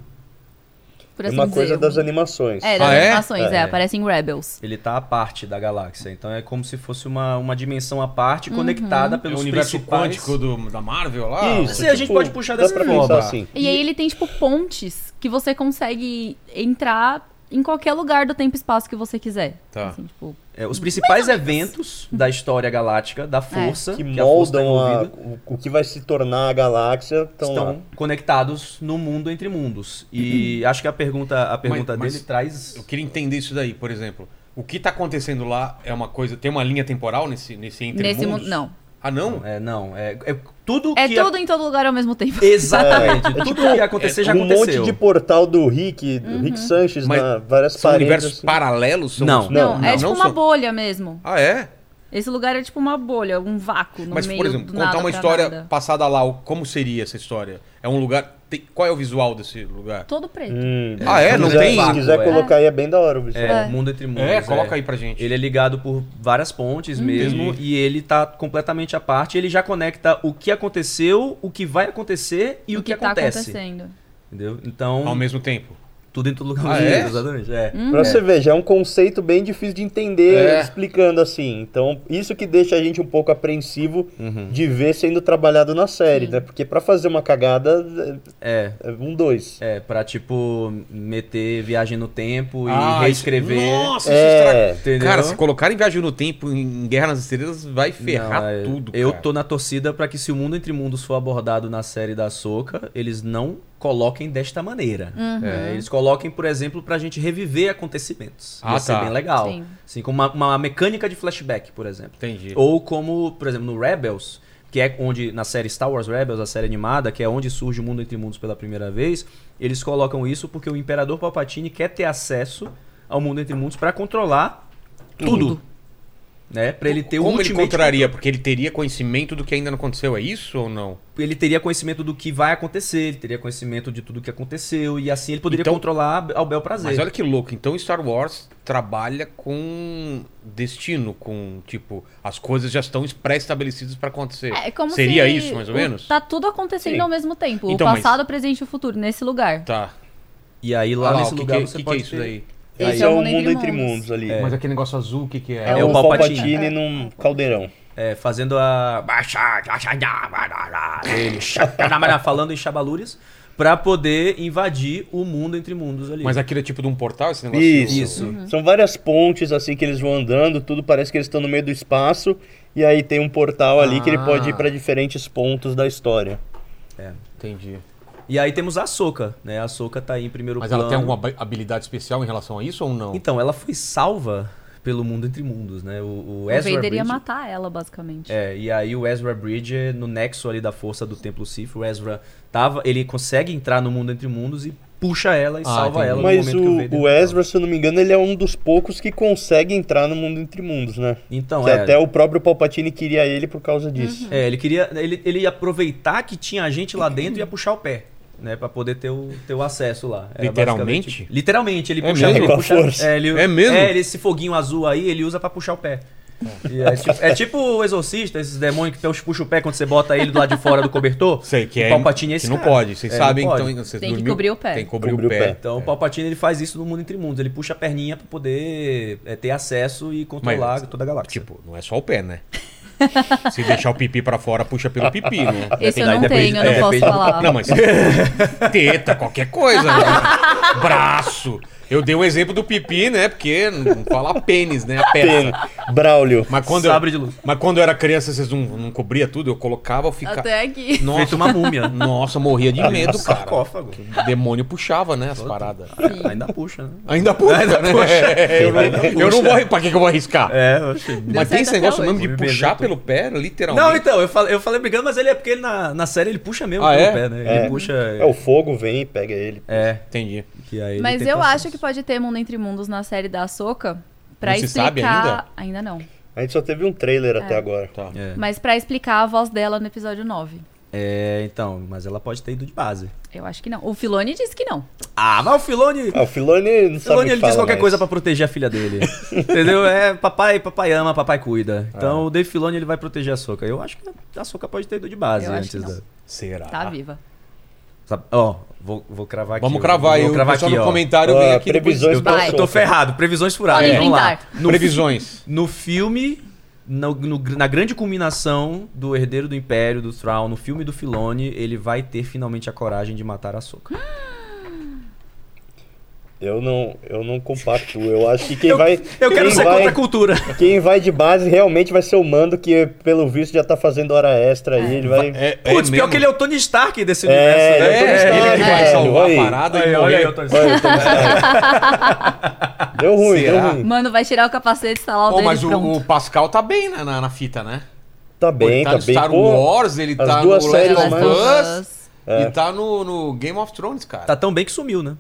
Por
É
assim
uma
dizer.
coisa das
Um-
animações.
É, das
Ah, é?
animações, é?
É.
aparece em Rebels.
Ele tá à parte da galáxia, então é como se fosse uma, uma dimensão à parte
Uhum.
conectada
É o
pelos
universo
principais.
quântico do- da Marvel lá?
Isso,
Assim, a gente pode puxar
tipo, dá
dessa
pra
forma.
pensar assim.
E, aí ele tem, tipo, pontes que você consegue entrar em qualquer lugar do tempo e espaço que você quiser.
Tá.
Assim, tipo,
É, os principais eventos da história galáctica,
É.
da força,
que
a força tá
moldam a-
envolvida,
o, o que vai se tornar a galáxia estão lá.
estão conectados no mundo entre mundos. E acho que a pergunta, a pergunta
mas-
dele traz.
Eu queria entender isso daí, por exemplo. O que tá acontecendo lá é uma coisa. Tem uma linha temporal nesse, nesse entre
nesse
mundos?
mundo. Não.
Ah, não?
É, não, é, é tudo
É
que.
tudo em todo lugar ao mesmo tempo.
Exatamente. tudo que ia acontecer já
um
aconteceu.
monte de portal do Rick, do Rick
Uhum.
Sanches,
Mas
na, várias
São
paredes.
universos
assim.
paralelos? São
Não.
Não, é
não,
tipo
não
uma
são-
bolha mesmo.
Ah, é?
Esse lugar é tipo uma bolha, um vácuo no
Mas,
meio
por exemplo,
do
contar
nada
uma
pra
história
nada.
passada lá, o- como seria essa história? É um lugar. tem- Qual é o visual desse lugar?
Todo preto.
Hum.
Ah, é? Não
Se quiser,
tem.
se quiser
É.
colocar aí é bem da hora o visual.
É, o mundo entre mundos.
É, coloca aí pra gente.
Ele é ligado por várias pontes mesmo e ele tá completamente à parte. Ele já conecta o que aconteceu, o que vai acontecer e o, que,
tá
acontece.
acontecendo.
entendeu? Então,
Ao mesmo tempo.
tudo em todo lugar.
Ah,
ao mesmo
é?
tempo, Exatamente. É.
Pra você ver, já é um conceito bem difícil de entender
É.
explicando assim. Então, isso que deixa a gente um pouco apreensivo
Uhum.
de ver sendo trabalhado na série, né? Porque pra fazer uma cagada,
É,
é é um dois.
é, pra tipo meter viagem no tempo e
Ah, isso-
reescrever.
Nossa,
É.
isso estraga.
Entendeu?
Cara, se colocarem Viagem no Tempo em Guerra nas Estrelas, vai ferrar
Não, é,
tudo.
Eu
cara.
tô na torcida pra que se o mundo entre mundos for abordado na série da Soca, eles não coloquem desta maneira. É, eles coloquem, por exemplo, pra gente reviver acontecimentos.
Ah,
Ia ser
tá.
bem legal.
Sim.
Assim, como uma, uma mecânica de flashback, por exemplo.
Entendi.
Ou como, por exemplo, no Rebels, que é onde, na série Star Wars Rebels, a série animada, que é onde surge o Mundo Entre Mundos pela primeira vez, eles colocam isso porque o Imperador Palpatine quer ter acesso ao Mundo Entre Mundos pra controlar tudo. Né? Pra ele ter o
Como ele
ultimate
contraria? Porque ele teria conhecimento do que ainda não aconteceu, é isso ou não?
ele teria conhecimento do que vai acontecer, ele teria conhecimento de tudo que aconteceu, e assim ele poderia
Então-
controlar ao bel prazer.
Mas olha que louco, então Star Wars trabalha com destino, com tipo, as coisas já estão pré-estabelecidas pra acontecer.
É como
Seria
se
isso, mais ou
o-
menos?
Tá tudo acontecendo
Sim.
ao mesmo tempo.
Então,
o
mas-
passado, o presente e o futuro, nesse lugar.
Tá.
E aí lá
Olha
nesse
o que
lugar
que,
você
que que
pode
é isso
ter-
daí?
Esse
Esse é, o mundo entre mundos ali. É,
Mas aquele negócio azul, o que que
É
um
o Palpatine.
Palpatine, num caldeirão.
É, fazendo a. Ele falando em chabalures pra poder invadir o mundo entre mundos ali.
Mas aquilo é tipo de um portal, esse negócio?
Isso.
Isso.
São várias pontes assim que eles vão andando, tudo parece que eles estão no meio do espaço e aí tem um portal ali que ele
Ah.
pode ir pra diferentes pontos da história.
Entendi.
E aí temos a Soca, né? A Soca tá aí em primeiro
Mas
plano.
ela tem alguma ab- habilidade especial em relação a isso ou não?
Então, ela foi salva pelo mundo entre mundos, né? O, o
O
Ezra
Vader ia
Bridger-
matar ela, basicamente.
É, e aí o Ezra Bridger, no nexo ali da força do Templo Sith, o Ezra tava, ele consegue entrar no mundo entre mundos e puxa ela e
Ah,
salva
entendi.
ela no
Mas
momento que o Vader...
o, o Ezra, se eu não me engano, ele é um dos poucos que consegue entrar no mundo entre mundos, né?
Então,
que
é,
até o próprio Palpatine queria ele por causa disso.
é, ele queria, ele, ele ia aproveitar que tinha gente lá dentro e ia puxar o pé. Né, pra poder ter o, ter o acesso lá. Era
Literalmente?
basicamente- Literalmente, ele
É
puxa,
mesmo?
ele
Com a
puxa-
força.
ele,
É mesmo?
É, ele- esse foguinho azul aí, ele usa pra puxar o pé. E é, tipo, é tipo o exorcista, esses demônios que puxa o pé quando você bota ele do lado de fora do cobertor.
Sei que
O
é.
Palpatine é esse
que não
cara.
pode, vocês
É, não
sabem,
pode.
então. Vocês
Tem que cobrir o pé.
Tem que cobrir
Cobrir
o
o
pé.
pé.
Então o Palpatine ele faz isso no mundo entre mundos. Ele puxa a perninha pra poder é, ter acesso e controlar
Mas,
toda a galáxia.
Tipo, não é só o pé, né? Se deixar o pipi pra fora, puxa pelo pipi, né?
Esse eu
Aí
não
depende-
tenho, eu não
é,
posso
depende-
falar.
Não, mas teta, qualquer coisa. né? Braço. Eu dei um exemplo do pipi, né? Porque não fala pênis, né? A
É.
Tem
peça.
Braulio.
Mas quando,
Sabre
eu,
de luz.
mas quando eu era criança, vocês não, não cobria tudo? Eu colocava, eu ficava...
Até aqui.
Nossa,
Feito uma múmia.
nossa, morria de medo, cara.
sarcófago.
O demônio puxava, né? As paradas.
Ainda puxa, né?
Ainda puxa, né? É, eu, não, eu não vou... Pra que que eu vou arriscar?
É, eu achei.
Mas
certo
tem esse
até
negócio
hoje.
mesmo de
Me
puxar
beijou,
pelo
pelo
pé, literalmente?
Não, então, eu falei, eu falei brigando, mas ele é porque ele na, na série ele puxa mesmo
Ah,
pelo
é?
pé, né? Ele
É.
puxa.
É, o fogo vem e pega ele.
É,
Entendi.
que aí ele
Mas
tem
eu
processo.
acho que pode ter Mundo Entre Mundos na série da Soca. Pra
Não se
explicar.
sabe
Ainda não.
A gente só teve um trailer até agora.
Tá.
É.
Mas pra explicar a voz dela no episódio 9.
É, então, mas ela pode ter ido de base.
Eu acho que não. O Filone disse que não.
Ah, mas o Filone.
Ah, o Filone não
O Filone
sabe
ele diz qualquer coisa pra proteger a filha dele. entendeu? É, papai, papai ama, papai cuida. Então o Dave Filone ele vai proteger a Soca. Eu acho que a Soca pode ter ido de base
Eu acho
antes
que não.
da.
Será?
Ah.
Tá viva.
Sabe- Ó, vou, vou cravar aqui.
Vamos
ó.
cravar aí.
Vou
O
cravar
pessoal
aqui,
no
ó.
comentário vem aqui depois.
previsões
Eu tô,
pra
Vai.
eu tô
Soca.
ferrado, previsões
Tá,
furadas.
Podem
Vamos lá.
brindar.
No
Previsões.
No filme, no- no- na grande culminação do Herdeiro do Império, do Thrawn, no filme do Filone, ele vai ter finalmente a coragem de matar a Soca.
Eu não, eu não compactuo. Eu acho que quem vai.
Eu quero
quem
ser
vai,
contra a cultura.
Quem vai de base realmente vai ser o Mando, que pelo visto já tá fazendo hora extra aí. Ele vai.
É,
Putz, pior
mesmo?
que ele é o Tony Stark desse
É,
universo,
É,
né?
Tony Stark,
ele que vai
velho,
salvar
olha aí.
a parada
Aí,
e
olha aí,
morrer.
eu tô...
Olha, eu tô- deu ruim,
Será?
deu ruim.
Mano, vai tirar o capacete, instalar o
Pô,
dele
mas
e
o,
pronto.
o Pascal tá bem na, na, na fita, né?
Tá
Pô,
bem,
ele tá
tá
no
bem.
Star
Pô,
Wars, ele
as
tá
duas
no
séries
Last of
mais-
Us e tá no, no Game of Thrones, cara.
Tá tão bem que sumiu, né?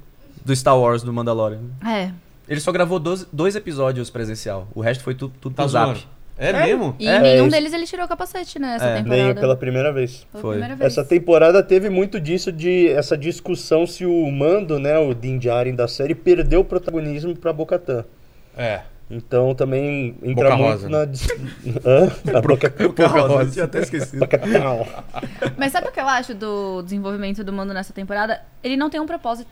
Do Star Wars, do Mandalorian.
É.
Ele só gravou 12 dois episódios presencial. O resto foi tudo, tudo
Tá
pro
zoando.
zap.
É,
É.
mesmo?
E
É,
nenhum
isso.
deles ele tirou o capacete, né? Essa
É.
temporada.
Nem pela primeira vez.
Foi a
Foi.
primeira vez.
Essa temporada teve muito disso de essa discussão se o Mando, né, o Din Djarin da série perdeu o protagonismo para Bocatan.
É.
Então também
Boca
entra muito
Rosa, né?
na dis... Hã? Na Boca
Porra, eu tinha até esquecido.
Bocatan.
Mas sabe o que eu acho do desenvolvimento do Mando nessa temporada? Ele não tem um propósito.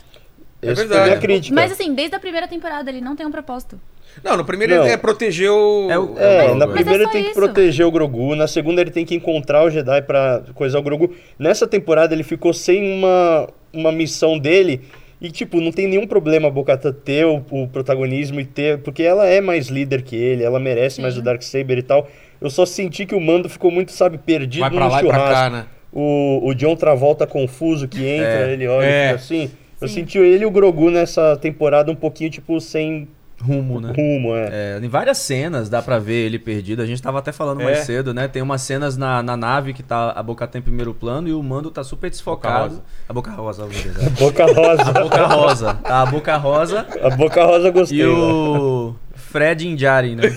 Essa foi
verdade.
minha é
é.
crítica.
Mas assim, desde a primeira temporada ele não tem um propósito.
Não, no primeiro
Não.
ele é proteger o.
É o-
É,
Mas-
na
mas é
primeira
só
ele tem que
isso.
proteger o Grogu, na segunda ele tem que encontrar o Jedi pra coisar o Grogu. Nessa temporada ele ficou sem uma, uma missão dele e, tipo, não tem nenhum problema a Bocata ter o, o protagonismo e ter. Porque ela é mais líder que ele, ela merece mais o Darksaber e tal. Eu só senti que o mando ficou muito, sabe, perdido
Vai pra
no
lá e pra
churrasco.
cá, né?
O, o John Travolta confuso que entra, ele olha e
é.
fica assim. Eu senti ele e o Grogu nessa temporada um pouquinho, tipo, sem
Rumo, né?
rumo, é.
É, em várias cenas dá pra ver ele perdido. A gente tava até falando mais
É.
cedo, né? Tem umas cenas na, na nave que tá a Boca em primeiro plano e o Mando tá super desfocado.
Rosa.
A Boca Rosa, vamos dizer.
Boca rosa.
A Boca Rosa. Tá a Boca Rosa
A Boca Rosa gostei. né?
e o Fred Indiari, né?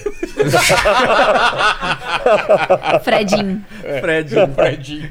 Ah.
Fredinho.
Fred.
Fredinho.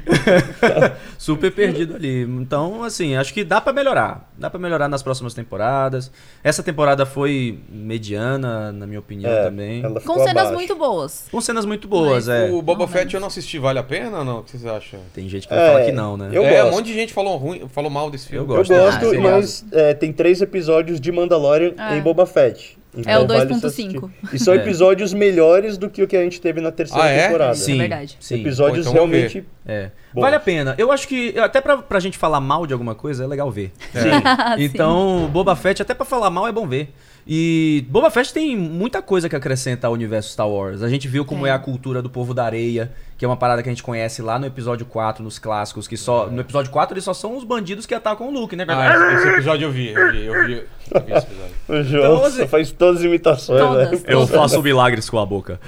Super perdido ali. Então, assim, acho que dá pra melhorar. Dá pra melhorar nas próximas temporadas. Essa temporada foi mediana, na minha opinião
É,
também.
ela ficou
Com cenas
abaixo.
muito boas.
Com cenas muito boas, é.
O Boba
Não,
Fett
mas-
eu não assisti, vale a pena ou não? O que vocês acham?
Tem gente que vai falar que não, né?
Eu
é, um
gosto.
monte de gente falou ruim, falou mal desse filme.
Eu
Eu
gosto.
gosto,
Ah,
mas é, tem três episódios de Mandalorian
É.
em Boba Fett.
É o
Então vale se
2.5.
assistir. E são
É.
episódios melhores do que o que a gente teve na terceira
Ah, é?
temporada.
Sim,
verdade.
sim.
Episódios
Pô, então vamos
realmente.
É.
Boa.
Vale a pena. Eu acho que, até pra, pra gente falar mal de alguma coisa, é legal ver.
É.
Assim.
Então, Boba Fett, até pra falar mal, é bom ver. E Boba Fett tem muita coisa que acrescenta ao universo Star Wars. A gente viu como é.
Tem.
a cultura do povo da areia, que é uma parada que a gente conhece lá no episódio 4, nos clássicos, que só. No episódio 4 eles só são os bandidos que atacam o Luke, né?
Ah, esse, esse episódio eu vi, eu vi, eu vi, eu vi esse episódio.
O João
Então, assim-
faz todas as imitações, né?
Todas,
velho.
Eu
faço milagres com a boca.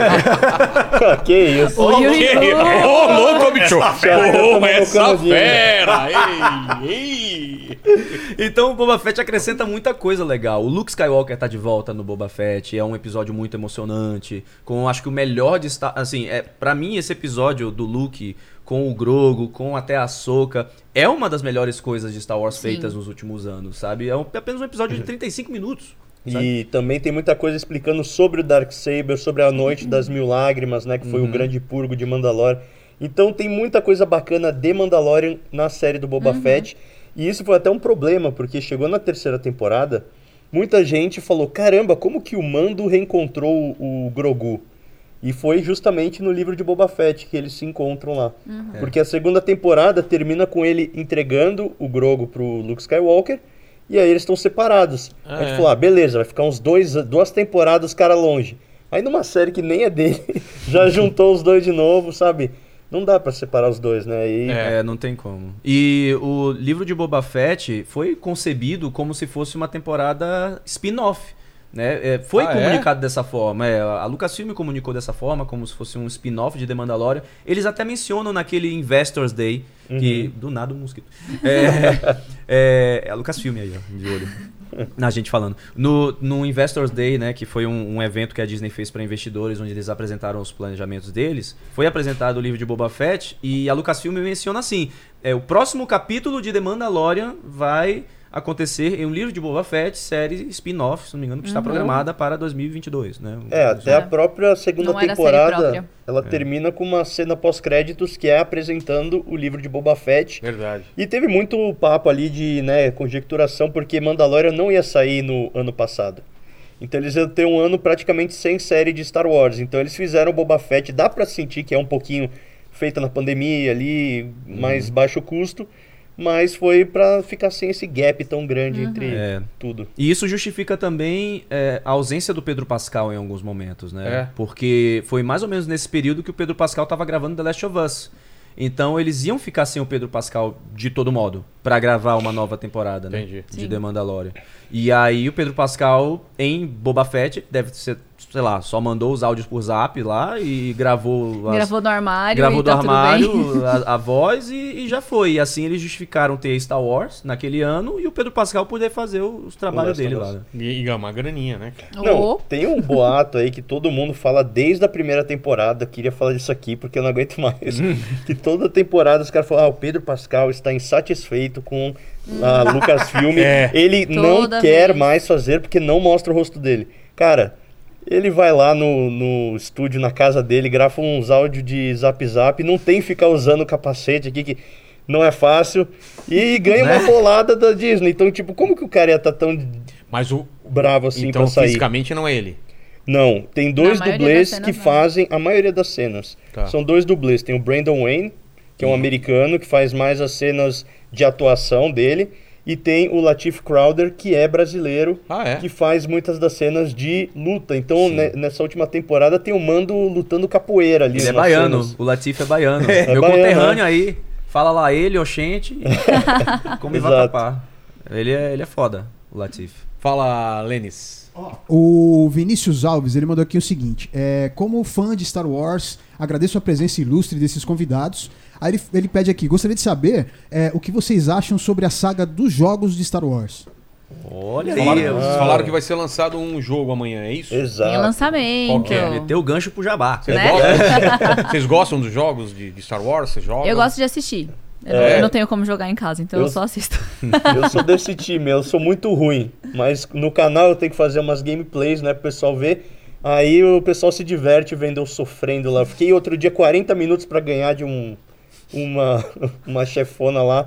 Ah, que isso.
Ô, Yuri,
Ô, louco, bicho!
Ô, essa
fera! Ei, ei!
Então o Boba Fett acrescenta muita coisa legal. O Luke Skywalker tá de volta no Boba Fett, é um episódio muito emocionante, com acho que o melhor de Star, assim, é para mim esse episódio do Luke com o Grogo, com até a Soca, é uma das melhores coisas de Star Wars
Sim.
feitas nos últimos anos, sabe? É um- apenas um episódio de 35 minutos. sabe?
E também tem muita coisa explicando sobre o Darksaber, sobre a Noite das Mil Lágrimas, né? Que foi o grande purgo de Mandalore. Então tem muita coisa bacana de Mandalorian na série do Boba Fett. E isso foi até um problema, porque chegou na terceira temporada, muita gente falou: caramba, como que o Mando reencontrou o o Grogu? E foi justamente no livro de Boba Fett que eles se encontram lá. Porque a segunda temporada termina com ele entregando o Grogu pro Luke Skywalker. E aí eles estão separados.
Ah,
a gente
é.
falou, ah, beleza, vai ficar uns dois, duas temporadas os cara longe. Aí numa série que nem é dele, já juntou os dois de novo, sabe? Não dá pra separar os dois, né? E
É.
É. não tem como. E o livro de Boba Fett foi concebido como se fosse uma temporada spin-off. Né? É, foi
Ah, é?
comunicado dessa forma. é, a Lucasfilm comunicou dessa forma, como se fosse um spin-off de The Mandalorian. Eles até mencionam naquele Investors Day, que
Uhum.
do nada um mosquito. É, é, é a Lucasfilm aí, ó, de olho. Na gente falando. No, no Investors Day, né, que foi um, um evento que a Disney fez para investidores, onde eles apresentaram os planejamentos deles, foi apresentado o livro de Boba Fett e a Lucasfilm menciona assim: é, o próximo capítulo de The Mandalorian vai acontecer em um livro de Boba Fett, série spin-off, se não me engano, que está programada para 2022, né?
É, até a própria segunda
Não era série
temporada,
própria.
ela termina com uma cena pós-créditos que é apresentando o livro de Boba Fett.
Verdade.
E teve muito papo ali de né, conjecturação, porque Mandalorian não ia sair no ano passado. Então eles iam ter um ano praticamente sem série de Star Wars. Então eles fizeram Boba Fett, dá pra sentir que é um pouquinho feita na pandemia ali, mais baixo custo, mas foi pra ficar sem esse gap tão grande entre
É.
tudo.
E isso justifica também é, a ausência do Pedro Pascal em alguns momentos, né?
É.
Porque foi mais ou menos nesse período que o Pedro Pascal estava gravando The Last of Us. Então eles iam ficar sem o Pedro Pascal de todo modo para gravar uma nova temporada, né?
Entendi.
De
Sim.
The Mandalorian. E aí o Pedro Pascal em Boba Fett deve ser, sei lá, só mandou os áudios por Zap lá e gravou as,
Gravou do armário.
Gravou
e tá
do
tudo bem.
armário a, a voz e, e já foi. E assim eles justificaram ter Star Wars naquele ano e o Pedro Pascal poder fazer o- os trabalhos
Last of
dele
Us.
lá. né?
E, e é uma graninha, né? cara?
Não,
Ô,
tem um boato aí que todo mundo fala desde a primeira temporada. eu Queria falar disso aqui porque eu não aguento mais. que toda temporada os caras falam: ah, o Pedro Pascal está insatisfeito com a Lucasfilm. Ele não
Toda
quer
vez.
mais fazer porque não mostra o rosto dele. Cara, ele vai lá no, no estúdio, na casa dele, grava uns áudios de zap zap. Não tem que ficar usando o capacete aqui que. Não é fácil. E ganha uma bolada da Disney. Então, tipo, como que o cara ia estar tão
Mas o.
bravo assim
então,
pra sair?
fisicamente não é ele.
Não, tem dois
maioria
dublês
das
que
cenas não.
fazem a maioria das cenas.
Tá.
São dois dublês. Tem o Brandon Wayne, que é
Uhum.
um americano que faz mais as cenas de atuação dele, e tem o Latif Crowder, que é brasileiro,
Ah, é?
que faz muitas das cenas de luta. Então, ne- nessa última temporada tem o Mando lutando capoeira ali.
Ele é
nas
baiano,
cenas.
o Latif é baiano.
É
Meu
baiano,
conterrâneo
né?
aí. Fala lá ele, Oxente. Como vai
Exato.
tapar. Ele é, ele é foda, o Latif.
Fala, Lenis.
Ah.
O Vinícius Alves, ele mandou aqui o seguinte: é, como fã de Star Wars, agradeço a presença ilustre desses convidados. Aí ele, ele pede aqui: gostaria de saber é, o que vocês acham sobre a saga dos jogos de Star Wars.
Olha aí.
Falaram, vocês falaram que vai ser lançado um jogo amanhã, é isso?
tem
Exato.
lançamento.
Qual que é?
Meteu o gancho pro jabá.
Vocês,
Né?
É.
gostam, vocês gostam dos jogos de, de Star Wars? Vocês jogam?
Eu gosto de assistir. Eu, não,
É.
eu não tenho como jogar em casa, então eu,
Eu-
só assisto.
Eu sou desse time, eu sou muito ruim. Mas no canal eu tenho que fazer umas gameplays, né, pro pessoal ver. Aí o pessoal se diverte vendo eu sofrendo lá. Eu Fiquei outro dia 40 minutos pra ganhar de um uma, uma chefona lá.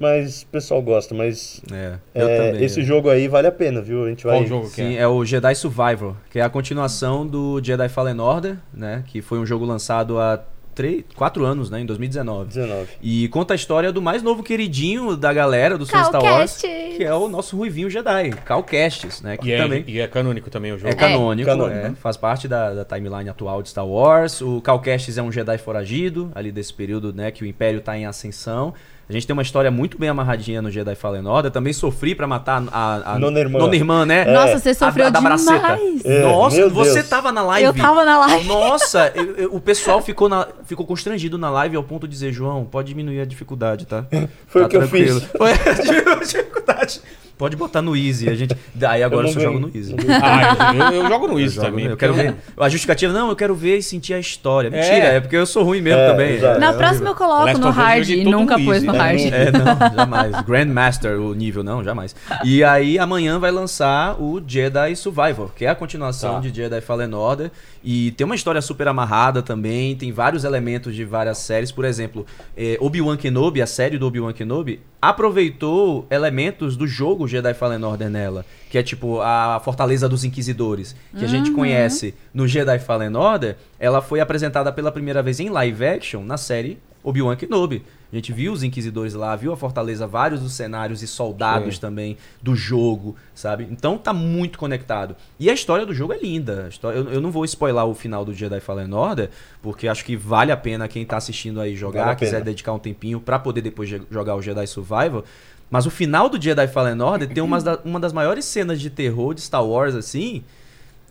Mas o pessoal gosta, mas
É, eu
é,
também.
esse jogo aí vale a pena, viu? A gente vai.
Qual jogo que
Sim,
é?
é o Jedi Survivor, que é a continuação do Jedi Fallen Order, né? Que foi um jogo lançado há 3, 4 anos, né? Em 2019.
19.
E conta a história do mais novo queridinho da galera do seu
Cal
Star Wars,
Kestis.
que é o nosso ruivinho Jedi, Cal Kestis, né? Que
E é,
também
e é canônico também o jogo.
é canônico,
É, canônico.
é, faz parte da, da timeline atual de Star Wars. O Cal Kestis é um Jedi foragido, ali desse período, né, que o Império tá em ascensão. A gente tem uma história muito bem amarradinha no Jedi Fallen Order. Também sofri pra matar a, a
Nona irmã.
né?
Nossa, você sofreu
a, da
demais.
braceta.
É,
Nossa,
meu
você
Deus.
tava na live.
Eu tava na live.
Nossa, eu- eu- o pessoal ficou, na- ficou constrangido na live ao ponto de dizer, João, pode diminuir a dificuldade, tá?
É, Foi
Tá
o que eu
tranquilo."
fiz.
Foi diminuiu a dificuldade. Pode botar no Easy, a gente. Daí agora eu
não
só jogo no
ganhei.
Easy.
Ah, eu, eu jogo no
Eu
Easy
jogo,
também.
Eu quero
porque
ver. A justificativa, não, eu quero ver e sentir a história. Mentira, é, porque eu sou ruim mesmo
É,
também.
exato.
É,
Na próxima eu
Last
coloco
of
no
Us eu
hard.
joguei todo
Nunca
no
pôs
easy,
no
né?
hard.
É, não, jamais. Grandmaster, o nível, não, jamais. E aí, amanhã vai lançar o Jedi Survivor, que é a continuação
Tá.
de Jedi Fallen Order. E tem uma história super amarrada também, tem vários elementos de várias séries. Por exemplo, eh, Obi-Wan Kenobi, a série do Obi-Wan Kenobi, aproveitou elementos do jogo Jedi Fallen Order nela. Que é tipo a Fortaleza dos Inquisidores, que a gente conhece no Jedi Fallen Order. Ela foi apresentada pela primeira vez em live action na série Obi-Wan Kenobi. A gente viu os Inquisidores lá, viu a Fortaleza, vários dos cenários e soldados também do jogo, sabe? Então tá muito conectado. E a história do jogo é linda. A história- Eu, eu não vou spoiler o final do Jedi Fallen Order, porque acho que vale a pena quem tá assistindo aí jogar,
Vale a
quiser
pena.
dedicar um tempinho pra poder depois je- jogar o Jedi Survival. Mas o final do Jedi Fallen Order tem umas da- uma das maiores cenas de terror de Star Wars, assim,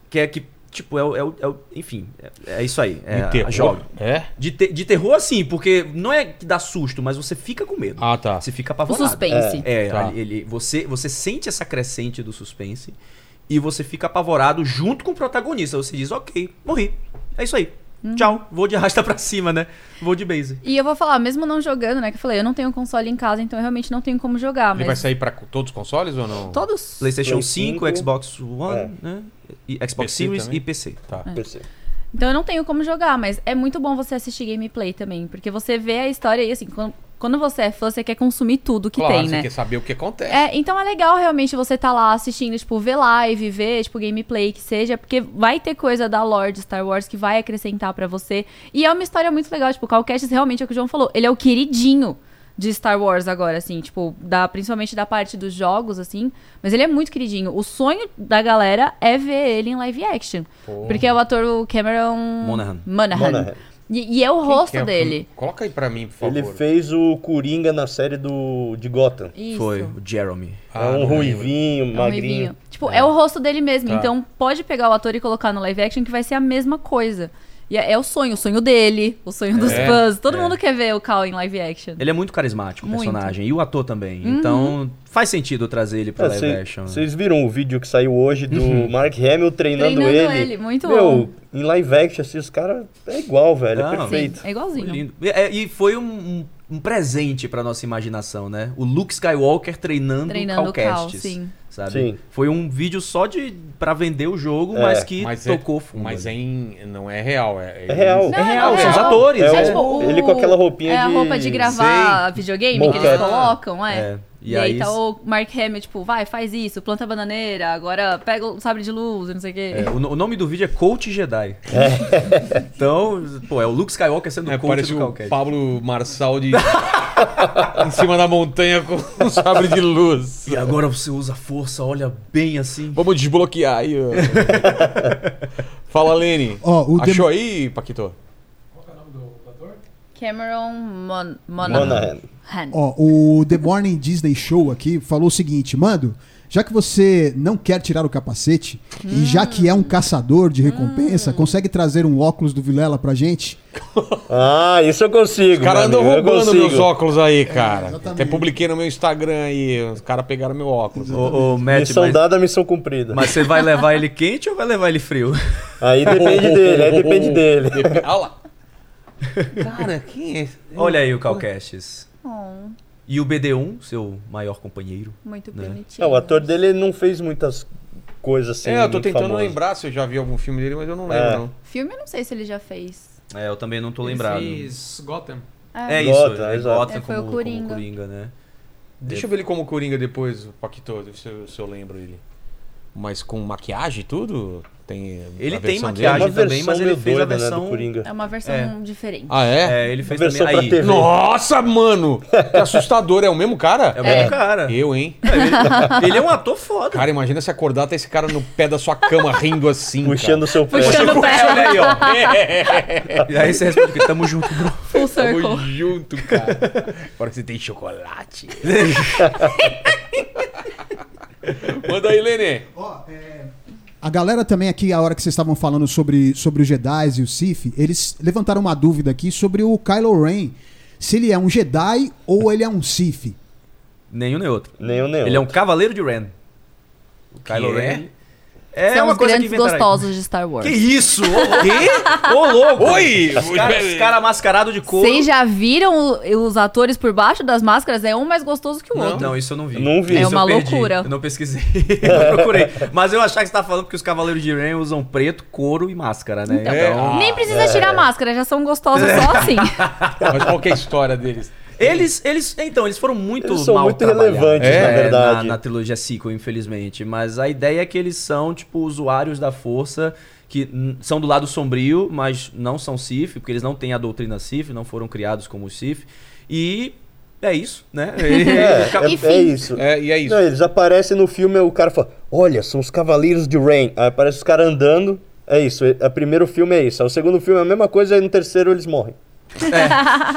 que é que, tipo, é o... é o- é o- enfim, é, é isso aí. É,
De terror?
Joga.
É?
De, te- de terror, assim, porque não é que dá susto, mas você fica com medo.
Ah, tá.
Você fica
O
apavorado.
suspense.
É,
Tá.
ali- ele, você, você sente essa crescente do suspense e você fica apavorado junto com o protagonista. Você diz, ok, morri. É isso aí.
Uhum.
Tchau. Vou de arrasta pra cima, né? Vou de base.
E eu vou falar, mesmo não jogando, né? Que eu falei, eu não tenho console em casa, então eu realmente não tenho como jogar.
Ele vai
mas
sair pra todos os consoles ou não?
todos.
PlayStation
Play
5,
cinco,
Xbox One,
é.
né? E Xbox
PC
Series
também.
e PC.
Tá.
Ah.
PC.
Então eu não tenho como jogar, mas é muito bom você assistir gameplay também. Porque você vê a história e assim, quando, quando você é fã, você quer consumir tudo que
claro,
tem,
você
né?
quer saber o que acontece.
É, então é legal realmente você tá lá assistindo, tipo, ver live, ver, tipo, gameplay que seja, porque vai ter coisa da lore de Star Wars que vai acrescentar pra você. E é uma história muito legal, tipo, o Cal Kestis realmente é o que o João falou, ele é o queridinho de Star Wars agora, assim, tipo, da, principalmente da parte dos jogos, assim, mas ele é muito queridinho. O sonho da galera é ver ele em live action, porque é o ator o Cameron
Monaghan.
Monaghan.
E, e é o
Quem
rosto
que é?
dele.
Coloca aí pra mim, por favor.
Ele fez o Coringa na série do, de Gotham.
Isso.
Foi o Jeremy.
Ah,
é um
não lembro.
ruivinho,
É um
magrinho.
ruivinho. Tipo, é. o rosto dele mesmo.
Tá.
Então, pode pegar o ator e colocar no live action que vai ser a mesma coisa. E é, é o sonho, o sonho dele, o sonho dos
É,
fãs. Todo
é.
mundo quer ver o Cal em live action.
Ele é muito carismático, o
Muito. Uhum.
personagem. E o ator também. Então, faz sentido eu trazer ele pra
É,
live
cê-
action. né?
Vocês viram o vídeo que saiu hoje do Mark Hamill treinando,
Uhum. Treinando
ele?
ele, muito
Meu, em live action, assim, os caras é igual, velho,
Não.
é perfeito.
Sim, é
Foi
igualzinho.
lindo. E, é, e foi um, um- um presente pra nossa imaginação, né? O Luke Skywalker treinando, treinando
Treinando o Cal,
Calcastes.
sim.
sabe?
Sim.
Foi um vídeo só de para vender o jogo,
É,
mas que
Mas é-
tocou fundo.
Mas
ali.
é em, não é real. É,
É real.
Não,
É real,
não,
são os
real. tipo
atores.
É
né?
o- ele com aquela roupinha
É a
de-
roupa de gravar videogame que eles
Mocap.
colocam, é.
É,
E,
E,
aí,
aí
tá o Mark Hamill, tipo, vai, faz isso, planta a bananeira, agora pega o sabre de luz, não sei o quê.
é, o, no- o nome do vídeo é Coach Jedi. então, pô, é o Luke Skywalker sendo
É,
coach
parece
do
o
Calcast.
Pablo Marçal de... em cima da montanha com um sabre de luz.
E agora você usa força, olha bem assim.
Vamos desbloquear aí. ó. Fala, Lene.
Ó, o
Achou aí, Paquito?
Cameron Mon Monahan.
Monahan.
Ó, o The Morning Disney Show aqui falou o seguinte, mando. Já que você não quer tirar o capacete e já que é um caçador de recompensa, consegue trazer um óculos do Vilela pra gente?
Ah, isso eu
Os
consigo.
caras andam
meu amigo, eu
roubando
consigo.
meus óculos aí, cara.
É, exatamente.
Até publiquei no meu Instagram aí. Os caras pegaram meu óculos.
Ô, ô, Matt,
Missão
mas,
dada, missão cumprida.
mas você vai levar ele quente ou vai levar ele frio?
Aí depende dele, aí depende dele.
Dep- Olha lá. Cara, quem é esse?
Olha aí o Calcastes.
Oh,
E o BD1, seu maior companheiro.
muito
Né?
bonitinho.
Não, o ator dele não fez muitas coisas assim.
é, eu tô
muito
tentando
famosas.
lembrar se eu já vi algum filme dele, mas eu não lembro,
É.
não.
Filme eu não sei se ele já fez.
É, eu também não tô
Ele
lembrado.
fez Gotham.
É isso,
Gotham,
é
exato.
Gotham
É, foi
como,
o
como
Coringa.
Coringa, né?
Deixa eu ver ele como Coringa depois, o Paquito, se eu, se eu lembro ele. Mas com maquiagem e tudo? Tem
Ele
a
tem
versão
É
maquiagem.
uma
dele?
também,
versão
mas ele
meio
fez a
doida, né,
versão-
do Coringa.
É uma versão
É.
diferente.
Ah, é?
É, ele fez
Versão
também.
pra
Aí,
TV.
Nossa, mano! Que assustador, é o mesmo cara?
é o mesmo
É.
cara.
Eu, hein?
Ele é um ator foda.
Cara, imagina se acordar até esse cara no pé da sua cama rindo assim.
Puxando o seu
é.
pé.
Puxando o pé,
Olha aí, ó. E aí você responde que tamo junto, bro.
full
cara.
circle.
Tamo junto, cara. Agora você tem chocolate. Manda aí, Lenê.
A galera também aqui, a hora que vocês estavam falando sobre, sobre os Jedi e o Sith, eles levantaram uma dúvida aqui sobre o Kylo Ren. Se ele é um Jedi ou ele é um Sith.
Nenhum nem outro.
Nenhum, nenhum.
Ele é um cavaleiro de Ren. O Kylo
é?
Ren. É
São
uma
os
coisa que
grandes
inventaram aí.
gostosos de Star Wars.
Que isso? O quê? Ô, louco.
Oi!
Os caras cara mascarados de couro.
Vocês já viram o- os atores por baixo das máscaras? É um mais gostoso que o
Não,
outro.
não, isso eu não vi.
Não vi.
Isso
É
eu
uma
perdi.
loucura.
Eu não pesquisei. não procurei. Mas eu achava que você tava falando que os cavaleiros de Ren usam preto, couro e máscara, né?
Então,
É.
nem precisa tirar a máscara, já são gostosos
É.
só assim.
Mas qual que é a história deles?
Eles, eles, então, eles foram muito
É. Eles são
mal
muito
trabalhados, né,
relevantes,
na
verdade.
Na, na trilogia sequel, infelizmente. Mas a ideia é que eles são, tipo, usuários da força que hum, são do lado sombrio, mas não são Sif, porque eles não têm a doutrina Sif, não foram criados como Sif. E é isso, né?
É, é,
Enfim.
é isso.
É, e é isso.
Não, eles aparecem no filme, o cara fala: Olha, são os Cavaleiros de Rain. Aí aparece os é caras andando. É isso. é- O primeiro filme é isso. Aí O segundo filme é a mesma coisa, e no terceiro eles morrem.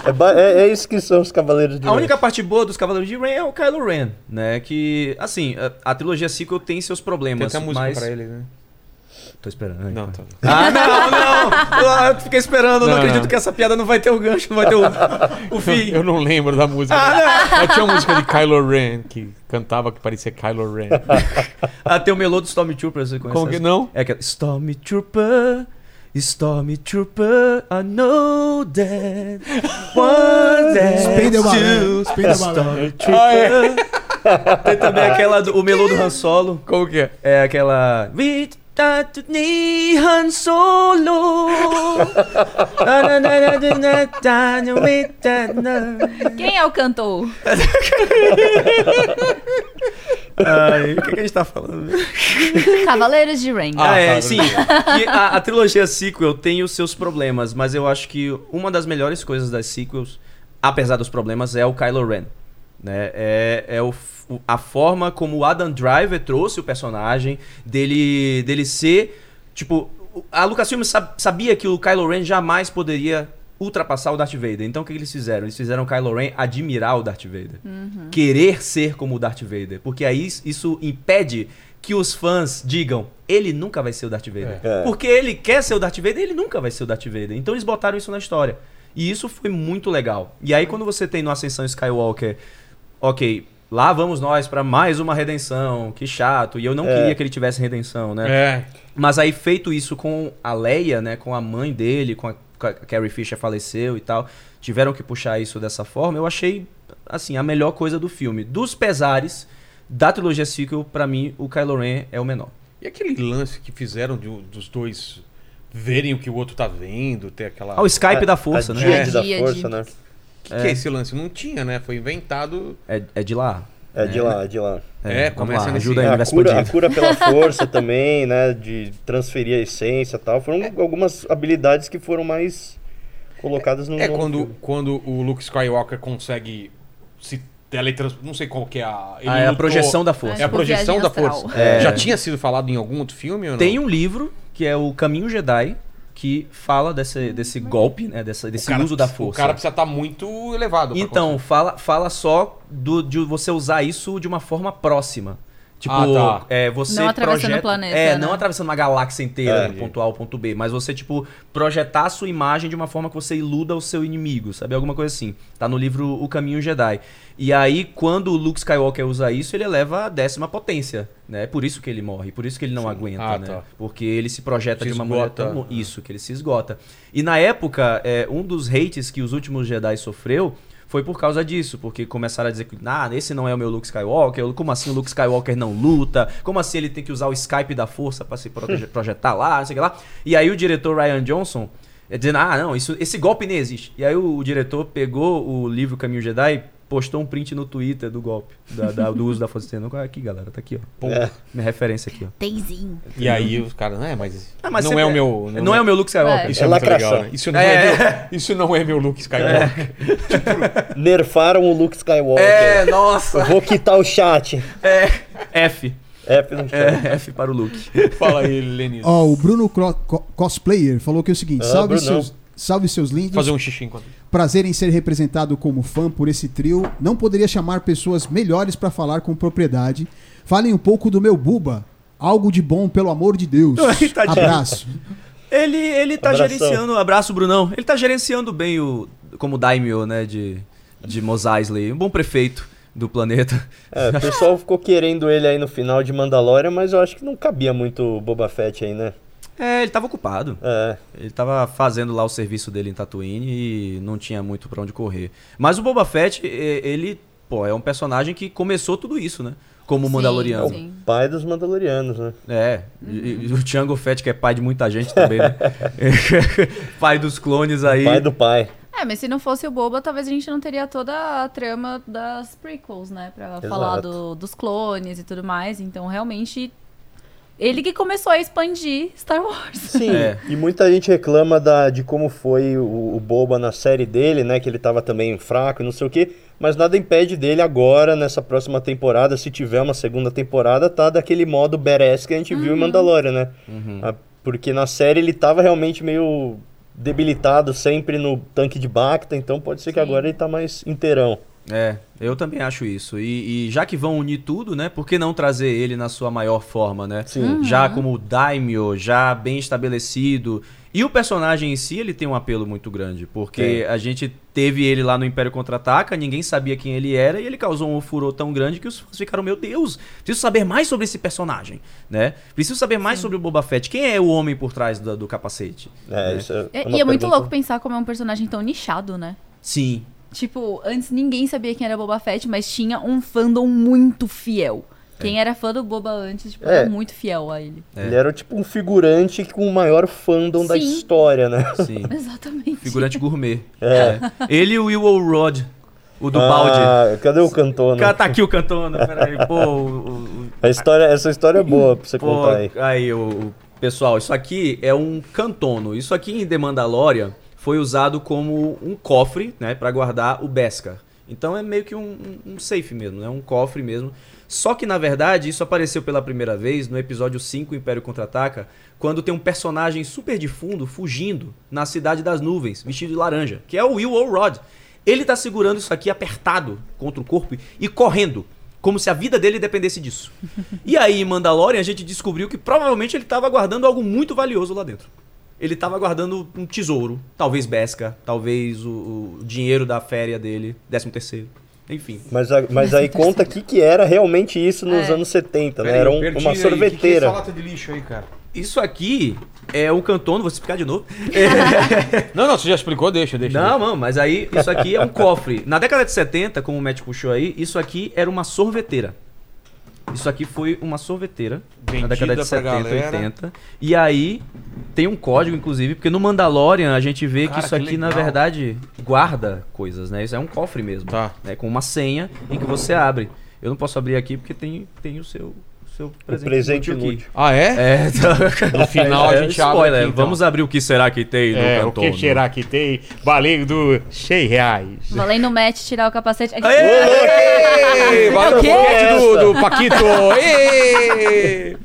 É, ba- é- é isso que são os Cavaleiros de
A
Ren.
única parte boa dos Cavaleiros de Ren é o Kylo Ren, né? Que, assim, a, a trilogia sequel tem seus
Tem
problemas,
até música
mas...
pra ele, né?
Tô esperando. né?
Não, tá.
Ah, não, não! Ah, Eu fiquei esperando, eu não,
Não,
acredito
não.
que essa piada não vai ter o gancho, não vai ter o, o fim. Ah,
Eu não lembro da música. Mas tinha uma música de Kylo Ren que cantava que parecia Kylo Ren.
Ah, tem o melô do Stormtrooper, você conhece?
Como que
essa?
não?
É aquela... Stormtrooper, Stormtrooper, I know that one that
Spin the
you...
balloon, spin the balloon.
Tipo,
Ah,
É.
é.
Stormtrooper... Tem também aquela, do, o melô do Han Solo.
Como que é?
É aquela. Vitatu ni Han Solo. Nanananananana, vitana.
Quem é o cantor?
Ai, o que, que a gente tá falando?
Cavaleiros de Rain.
Ah, é, sim. Que a, a trilogia sequel tem os seus problemas, mas eu acho que uma das melhores coisas das sequels, apesar dos problemas, é o Kylo Ren. Né? É, é o f- o- a forma como o Adam Driver trouxe o personagem, dele, dele ser. Tipo, o- a Lucasfilm sab- sabia que o Kylo Ren jamais poderia ultrapassar o Darth Vader. Então o que que eles fizeram? Eles fizeram o Kylo Ren admirar o Darth Vader. Querer ser como o Darth Vader. Porque aí is- isso impede que os fãs digam, ele nunca vai ser o Darth Vader.
É.
Porque ele quer ser o Darth Vader, ele nunca vai ser o Darth Vader. Então eles botaram isso na história. E isso foi muito legal. E aí quando você tem no Ascensão Skywalker, ok, lá vamos nós pra mais uma redenção, que chato. E eu não
É.
queria que ele tivesse redenção, né?
É.
Mas aí feito isso com a Leia, né, com a mãe dele, com a, com a Carrie Fisher faleceu e tal, tiveram que puxar isso dessa forma. Eu achei assim a melhor coisa do filme. Dos pesares da trilogia sequel, pra mim o Kylo Ren é o menor.
E aquele lance que fizeram de o- dos dois verem o que o outro tá vendo, ter aquela.
Ah, o Skype
A-
da força,
a
né?
Diade
É.
da
Diade.
força, né?
que, que é esse lance? Não tinha, né? Foi inventado.
É, é de lá.
É de lá, é de lá.
É,
vamos
começa
lá,
nesse-
ajuda aí,
É, a,
universo
cura, a
expandido.
cura pela força também, né? De transferir a essência e tal. Foram algumas habilidades que foram mais colocadas no.
É
no
quando,
filme.
quando o Luke Skywalker consegue se teletransportar. Não sei qual que é a. ele
Ah, é a
lutou-
projeção da
É
força. É.
É a
tipo
projeção
viagem
da
astral.
força. Já tinha sido falado em algum outro filme ou não?
Tem um livro que é o Caminho Jedi que fala desse, desse golpe, né, dessa,
O
desse
cara
uso da
precisa-
força.
O cara precisa estar muito elevado. pra
Então,
conseguir.
fala, fala só do, de você usar isso de uma forma próxima. Tipo,
Ah, tá.
é, você
Não atravessando
projeta-
o planeta,
É,
né?
não atravessando uma galáxia inteira,
É.
do ponto A ao ponto B, mas você, tipo, projetar a sua imagem de uma forma que você iluda o seu inimigo, sabe? Alguma coisa assim. Tá no livro O Caminho Jedi. E aí, quando o Luke Skywalker usa isso, ele eleva a décima potência, né? É Por isso que ele morre, por isso que ele não aguenta,
Ah,
né?
tá.
Porque ele se projeta
Se
de uma maneira
esgota.
tão... Isso, que ele se esgota. E na época, é, um dos hates que os últimos Jedi sofreu foi por causa disso, porque começaram a dizer que, ah, esse não é o meu Luke Skywalker, como assim o Luke Skywalker não luta, como assim ele tem que usar o Skype da força pra se proteger- projetar lá, não sei o que lá. E aí o diretor Ryan Johnson é, dizendo, ah, não, isso, esse golpe nem existe. E aí o, o diretor pegou o livro Caminho Jedi e postou um print no Twitter do golpe, da- da- do uso da força. Dizendo, "Ah, aqui, galera, tá aqui, ó. Pum, Minha referência aqui, ó.
Tenzinho.
E aí os caras, é, mas.
Ah, mas
não
sempre-
é o meu.
Não é o meu Luke Skywalker.
É.
Isso é,
É
muito
lacração.
legal, né? Isso não é, meu, isso não é meu Luke Skywalker.
Nerfaram o Luke Skywalker.
É, nossa!
Vou quitar o chat.
F.
É, fiz um chat.
É, F para o Luke.
Fala aí, Lenin.
Ó, o Bruno Cro- Co- Cosplayer falou que é o seguinte:
Ah,
salve,
Brunão.
seus, salve seus lindos.
Fazer um xixi enquanto.
Prazer em ser representado como fã por esse trio. Não poderia chamar pessoas melhores pra falar com propriedade. Falem um pouco do meu buba. Algo de bom, pelo amor de Deus.
Tadinho.
Abraço.
Ele, ele tá
Abração.
gerenciando. Abraço, Brunão. Ele tá gerenciando bem o. Como Daimyo, né? De, de Mos Eisley. Um bom prefeito do planeta.
É, o pessoal ficou querendo ele aí no final de Mandalorian, mas eu acho que não cabia muito o Boba Fett aí, né?
É, ele tava ocupado.
É.
Ele tava fazendo lá o serviço dele em Tatooine e não tinha muito pra onde correr. Mas o Boba Fett, e- ele, pô, é um personagem que começou tudo isso, né? Como o
Sim,
Mandaloriano.
sim.
é Pai dos Mandalorianos, né?
É, e- e o Tiango Fett, que é pai de muita gente também, né? pai dos clones aí.
Pai do pai.
É, mas se não fosse o Boba, talvez a gente não teria toda a trama das prequels, né? Pra falar do- dos clones e tudo mais. Então, realmente, ele que começou a expandir Star Wars.
Sim,
É.
e muita gente reclama da, de como foi o, o Boba na série dele, né? Que ele tava também fraco e não sei o quê. Mas nada impede dele agora, nessa próxima temporada, se tiver uma segunda temporada, tá daquele modo
Uhum.
Uhum.
badass que a gente viu em Mandalorian, né? Ah, Porque na série ele tava realmente meio debilitado sempre no tanque de Bacta, então pode ser que
Sim.
agora ele tá mais inteirão.
É, eu também acho isso. E, e já que vão unir tudo, né? Por que não trazer ele na sua maior forma, né?
Sim. Uhum.
Já como daimyo, já bem estabelecido. E o personagem em si, ele tem um apelo muito grande, porque a gente teve ele lá no Império Contra-Ataca, ninguém sabia quem ele era, e ele causou um furor tão grande que os fãs ficaram, meu Deus, preciso saber mais sobre esse personagem, né? Preciso saber mais sobre o Boba Fett. Quem é o homem por trás do, do capacete?
É, isso é,
É,
uma
e é muito
pergunta-
louco pensar como é um personagem tão nichado, né?
Sim,
Tipo, antes ninguém sabia quem era Boba Fett, mas tinha um fandom muito fiel. Quem era fã do Boba antes, tipo,
É.
era muito fiel a ele.
É.
Ele era tipo um figurante com o maior fandom da
Sim.
história, né?
sim.
Exatamente.
Figurante gourmet. É. Ele e o Will Rod, o do balde.
Ah, cadê o Cantona?
Cara, tá aqui o cantona, peraí. Pô, o- o- o-
A história, essa história é boa pra você
pô,
contar aí.
aí, o, pessoal, isso aqui é um cantono. Isso aqui em The Mandalorian foi usado como um cofre, né, Pra guardar o Beskar. Então é meio que um, um- um safe mesmo, né? Um cofre mesmo. Só que, na verdade, isso apareceu pela primeira vez no episódio 5 Império Contra-Ataca, quando tem um personagem super de fundo fugindo na Cidade das Nuvens, vestido de laranja, que é o Will O'Rod. Ele tá segurando isso aqui apertado contra o corpo e correndo, como se a vida dele dependesse disso. E aí, em Mandalorian, a gente descobriu que provavelmente ele tava guardando algo muito valioso lá dentro. Ele tava guardando um tesouro, talvez Besca, talvez o, o dinheiro da férias dele, 13 terceiro, enfim.
Mas, a- mas aí conta o que, que era realmente isso nos anos 70, né?
Peraí,
Era
eu
um-
perdi
uma
aí. Que que é essa
sorveteira. Um
lata de lixo aí, cara?
Isso aqui é o cantono, vou explicar de novo. É,
Não, não, você já explicou, deixa, deixa.
Não, mano, mas aí isso aqui é um cofre. Na década de 70, como o Matt puxou aí, isso aqui era uma sorveteira. Isso aqui foi uma sorveteira
Vendida
na década
pra
de 70,
galera.
80. E aí tem um código, inclusive, porque no Mandalorian a gente vê
Cara,
que isso
que
aqui, na
legal.
verdade, guarda coisas, né? Isso é um cofre mesmo.
Tá.
Né? Com uma senha em que você abre. Eu não posso abrir aqui porque tem, tem o seu, seu presente,
presente
inútil aqui.
inútil.
Ah, é?
É, então-
No final a gente abre
spoiler,
aqui, então.
Vamos abrir o que será que tem no
É, o
cantor.
que será que tem? Valendo 100 reais.
Valendo o match, tirar o capacete. É Ai,
Ei, valeu o
quê?
paquete do, do Paquito! Ei!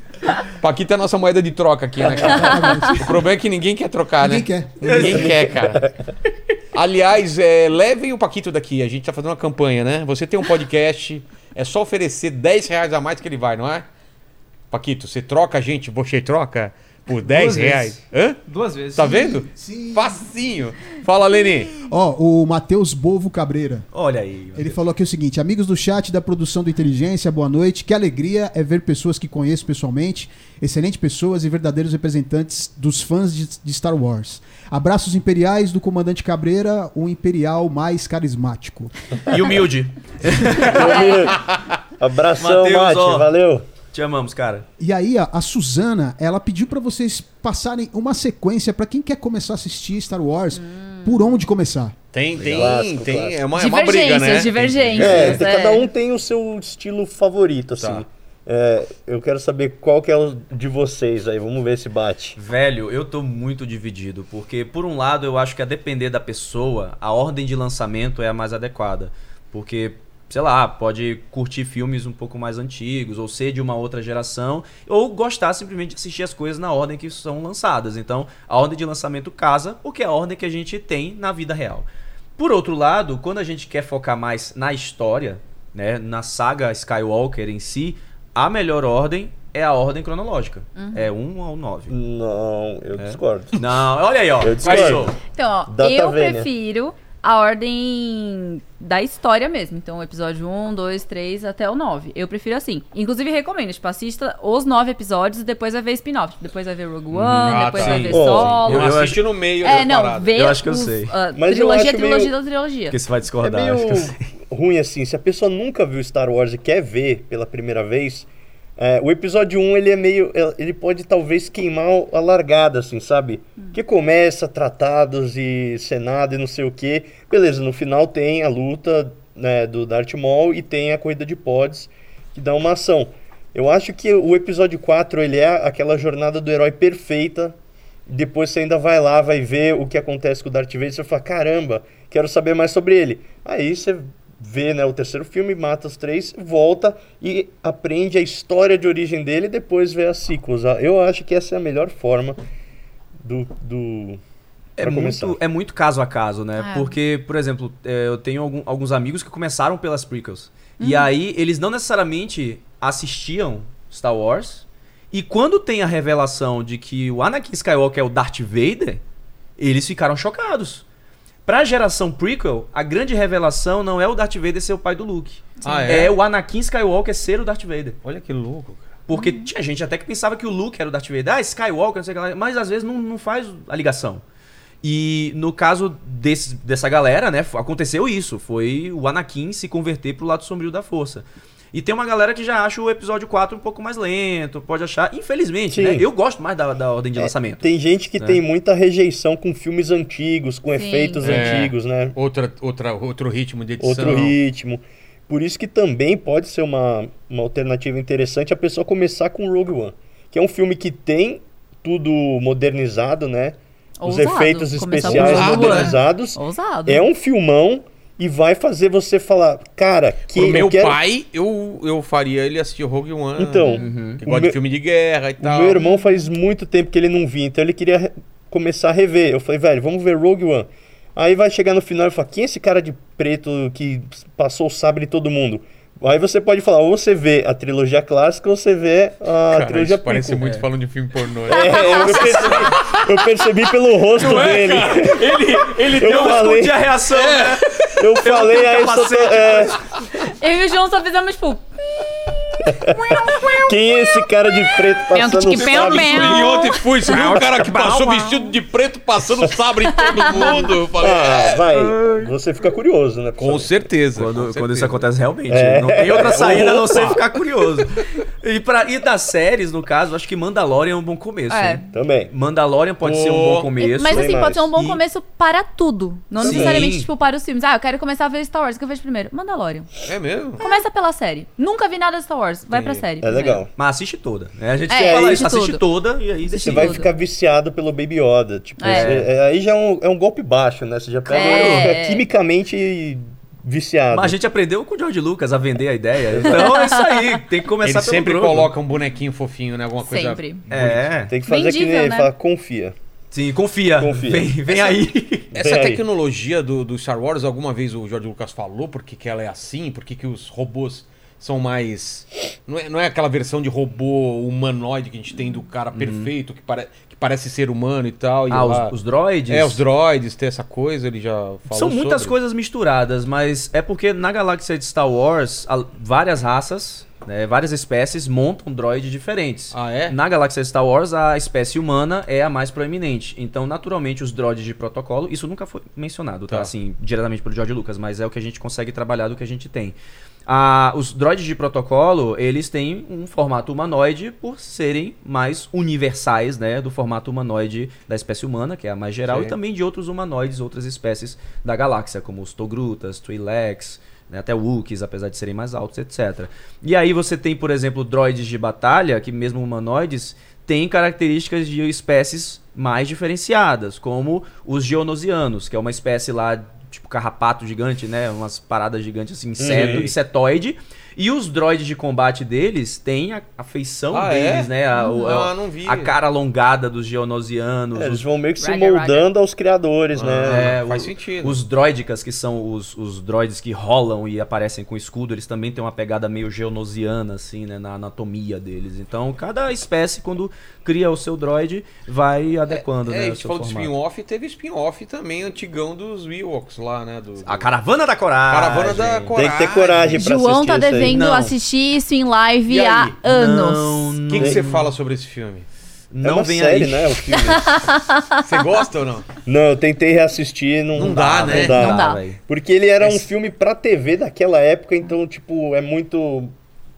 Paquito é a nossa moeda de troca aqui, né, cara? O problema é que ninguém quer trocar,
Ninguém
né?
quer.
Ninguém quer, cara. Aliás, é, levem o Paquito daqui. A gente tá fazendo uma campanha, né? Você tem um podcast, é só oferecer 10 reais a mais que ele vai, não é? Paquito, você troca a gente, você troca por 10
Duas
reais.
vezes.
Hã?
Duas vezes.
Tá vendo?
Sim.
Facinho. Fala, Leni.
Ó, o Matheus Bovo Cabreira.
Olha aí.
Ele falou aqui o seguinte: amigos do chat da produção do Inteligência, boa noite. Que alegria é ver pessoas que conheço pessoalmente, excelentes pessoas e verdadeiros representantes dos fãs de, de Star Wars. Abraços imperiais do comandante Cabreira, o imperial mais carismático.
E humilde.
Abração,
Mateus,
Mate,
ó.
valeu.
Te amamos, cara.
E aí, a, a Suzana, ela pediu pra vocês passarem uma sequência pra quem quer começar a assistir Star Wars, por onde começar.
Tem, tem,
Clássico,
tem.
clássico.
É uma, é uma
divergências,
briga, né?
divergências.
É,
é.
cada um tem o seu estilo favorito, assim.
Tá.
É, eu quero saber qual que é o de vocês aí, vamos ver se bate.
Velho, eu tô muito dividido, porque por um lado eu acho que a depender da pessoa, a ordem de lançamento é a mais adequada. Porque, sei lá, pode curtir filmes um pouco mais antigos, ou ser de uma outra geração, ou gostar simplesmente de assistir as coisas na ordem que são lançadas. Então, a ordem de lançamento casa o que é a ordem que a gente tem na vida real. Por outro lado, quando a gente quer focar mais na história, né, na saga Skywalker em si, a melhor ordem é a ordem cronológica. É 1 ao 9.
Não,
É.
eu discordo.
Não, olha aí, ó.
Eu discordo.
Começou.
Então, ó,
Data
eu
Vênia.
prefiro a ordem da história mesmo. Então, o episódio 1, 2, 3 até o 9. Eu prefiro assim. Inclusive, recomendo, tipo, assista os 9 episódios e depois vai ver spin-off. Tipo, Depois vai ver Rogue One, depois
tá.
vai ver
Ó,
Solo.
Eu,
Eu acho-
assisti no meio
É,
da
não,
parada.
vê
Eu acho que eu
os,
sei.
ah,
Mas eu
trilogia,
acho
trilogia
meio-
da trilogia.
Porque você vai
É
discordar,
meio
acho que eu sei.
ruim assim, se a pessoa nunca viu Star Wars e quer ver pela primeira vez, é, o episódio 1 ele é meio. ele pode talvez queimar a largada, assim, sabe? Que começa tratados e Senado e não sei o quê. Beleza, no final tem a luta né, do Darth Maul e tem a corrida de pods que dá uma ação. Eu acho que o episódio 4 ele é aquela jornada do herói perfeita depois você ainda vai lá, vai ver o que acontece com o Darth Vader, você fala, caramba, quero saber mais sobre ele. Aí você vê né, o terceiro filme, mata os três, volta e aprende a história de origem dele e depois vê as sequels. Ah, Eu acho que essa é a melhor forma do, do,
É
pra começar.
muito, é muito caso a caso, né?
É.
Porque, por exemplo, é, eu tenho algum- alguns amigos que começaram pelas prequels. E aí, eles não necessariamente assistiam Star Wars. E quando tem a revelação de que o Anakin Skywalker é o Darth Vader, eles ficaram chocados. Pra geração prequel, a grande revelação não é o Darth Vader ser o pai do Luke.
Ah,
é?
é?
o Anakin Skywalker ser o Darth Vader.
Olha que louco, cara.
Porque
Uhum.
tinha gente até que pensava que o Luke era o Darth Vader, ah, Skywalker, não sei o que lá, mas às vezes não, não faz a ligação. E no caso desse, dessa galera, né, aconteceu isso. Foi o Anakin se converter pro lado sombrio da força. E tem uma galera que já acha o episódio 4 um pouco mais lento, pode achar. Infelizmente,
Sim. É,
né? Eu gosto mais da, da ordem de lançamento. É.
Tem gente que tem muita rejeição com filmes antigos, com
Sim.
efeitos
É.
antigos, né?
Outra, outra, outro ritmo de edição.
Outro ritmo. Por isso que também pode ser uma, uma alternativa interessante a pessoa começar com Rogue One, que é um filme que tem tudo modernizado, né? Os
Ousado.
efeitos
Começar
especiais
por Rogue One.
modernizados.
Ousado.
É um filmão e vai fazer você falar, cara, que
Pro meu
eu quero...
pai, eu, eu faria ele assistir Rogue One.
Então,
que
o
gosta
meu-
de filme de guerra e tal.
O meu irmão faz muito tempo que ele não via, então ele queria re- começar a rever. Eu falei, velho, vamos ver Rogue One. Aí vai chegar no final e fala, quem é esse cara de preto que passou o sabre em todo mundo? Aí você pode falar, ou você vê a trilogia clássica ou você vê a
Cara,
trilogia
isso parece
prequel.
muito falando de filme pornô. tá
É, eu, percebi, eu percebi pelo rosto
é,
dele.
um
Ele
Eu deu uma- falei.
a reação, né?
Eu falei, aí só,
capacete,
é,
Eu e o João só fizemos tipo.
quem é esse cara de preto passando o
tique, pelo
sabre?
menos.
E ontem fui, você viu o cara que passou vestido de preto passando sabre em todo mundo? Eu falei,
Ah, vai, você fica curioso, né? pra
Com
saber.
certeza. com
Quando, quando
certeza.
isso acontece realmente.
É.
Não tem outra saída a não ser ficar curioso. E, pra, e das séries, no caso, acho que Mandalorian é um bom começo.
É.
hein?
Também.
Mandalorian pode
Pô.
ser um bom começo.
Mas assim,
Bem
pode ser um bom
mais.
E-
começo para tudo. Não
Sim.
necessariamente, tipo, para os filmes. Ah, eu quero começar a ver Star Wars, o que eu vejo primeiro? Mandalorian.
É mesmo?
Começa pela série. Nunca vi nada de Star Wars. Vai pra
Entendi.
série.
É
primeiro.
legal.
Mas assiste toda. né? A gente
É,
sempre fala isso,
assiste
assiste
tudo.
toda e aí
Você
Sim.
vai
Tudo.
ficar viciado pelo Baby Yoda. Tipo,
É.
você- é, aí já é um, é um golpe baixo, né? Você já pega
É.
fica quimicamente viciado.
Mas a gente aprendeu com o George Lucas a vender a ideia. Então é isso aí. Tem que começar
Ele
pelo
sempre
grosso.
coloca um bonequinho fofinho, né? Alguma coisa.
Sempre.
É.
Tem que fazer que
Vendível,
nem
né?
fala, confia.
Sim, confia.
Confia.
Vem, vem aí.
Essa é
Vem aí.
tecnologia do, do Star Wars, alguma vez o George Lucas falou por que que ela é assim? Por que que os robôs são mais. Não é, não é aquela versão de robô humanoide que a gente tem do cara perfeito, que, pare, que parece ser humano e tal. e
Uhum. Ah,
lá-
os, os droids?
É, os droids, ter essa coisa, ele já falou.
São muitas
sobre.
coisas misturadas, mas é porque na galáxia de Star Wars, a- várias raças, né, várias espécies montam droides diferentes.
Ah, é?
Na galáxia de Star Wars, a espécie humana é a mais proeminente. Então, naturalmente, os droids de protocolo, isso nunca foi mencionado, tá?
Tá.
Assim, diretamente pelo George Lucas, mas é o que a gente consegue trabalhar do que a gente tem. Ah, os droids de protocolo, eles têm um formato humanoide por serem mais universais, né? Do formato humanoide da espécie humana, que é a mais geral, e
Sim.
também de outros humanoides, outras espécies da galáxia, como os Togrutas, Twi'leks, né, até Wookiees, apesar de serem mais altos, etc. E aí você tem, por exemplo, droides de batalha, que mesmo humanoides, têm características de espécies mais diferenciadas, como os geonosianos, que é uma espécie lá, tipo carrapato gigante, né? Umas paradas gigantes assim, inseto,
Uhum. Sim.
insetoide. E os droides de combate deles têm a, a feição
Ah, é?
deles, né? A, o-
Ah,
a-
não vi.
a cara alongada dos geonosianos,
É, eles
os
vão meio que se
Raga, raga.
moldando aos criadores,
é,
né?
Ah, faz
o-
sentido.
Os droidicas, que são os, os droides que rolam e aparecem com escudo, eles também têm uma pegada meio geonosiana, assim, né? Na anatomia deles. Então, cada espécie, quando cria o seu droid, vai adequando,
É,
né?
a
o
gente
seu
falou do
formato.
spin-off, teve spin-off também antigão dos Ewoks lá, né? Do,
um-
do-
A caravana da coragem.
Caravana da
Tem
Coragem.
que ter coragem pra
João
assistir
tá
isso aí.
devendo
Não.
assistir isso em live
E aí?
há
Não,
anos.
O
não, é.
que que você fala sobre esse filme?
É
não
uma
vem
série,
aí.
né? O filme.
Você gosta ou não?
não, eu tentei reassistir, não,
Não dá, né?
Não dá.
Não dá.
velho.
Porque ele era um filme pra TV daquela época, então, tipo, é muito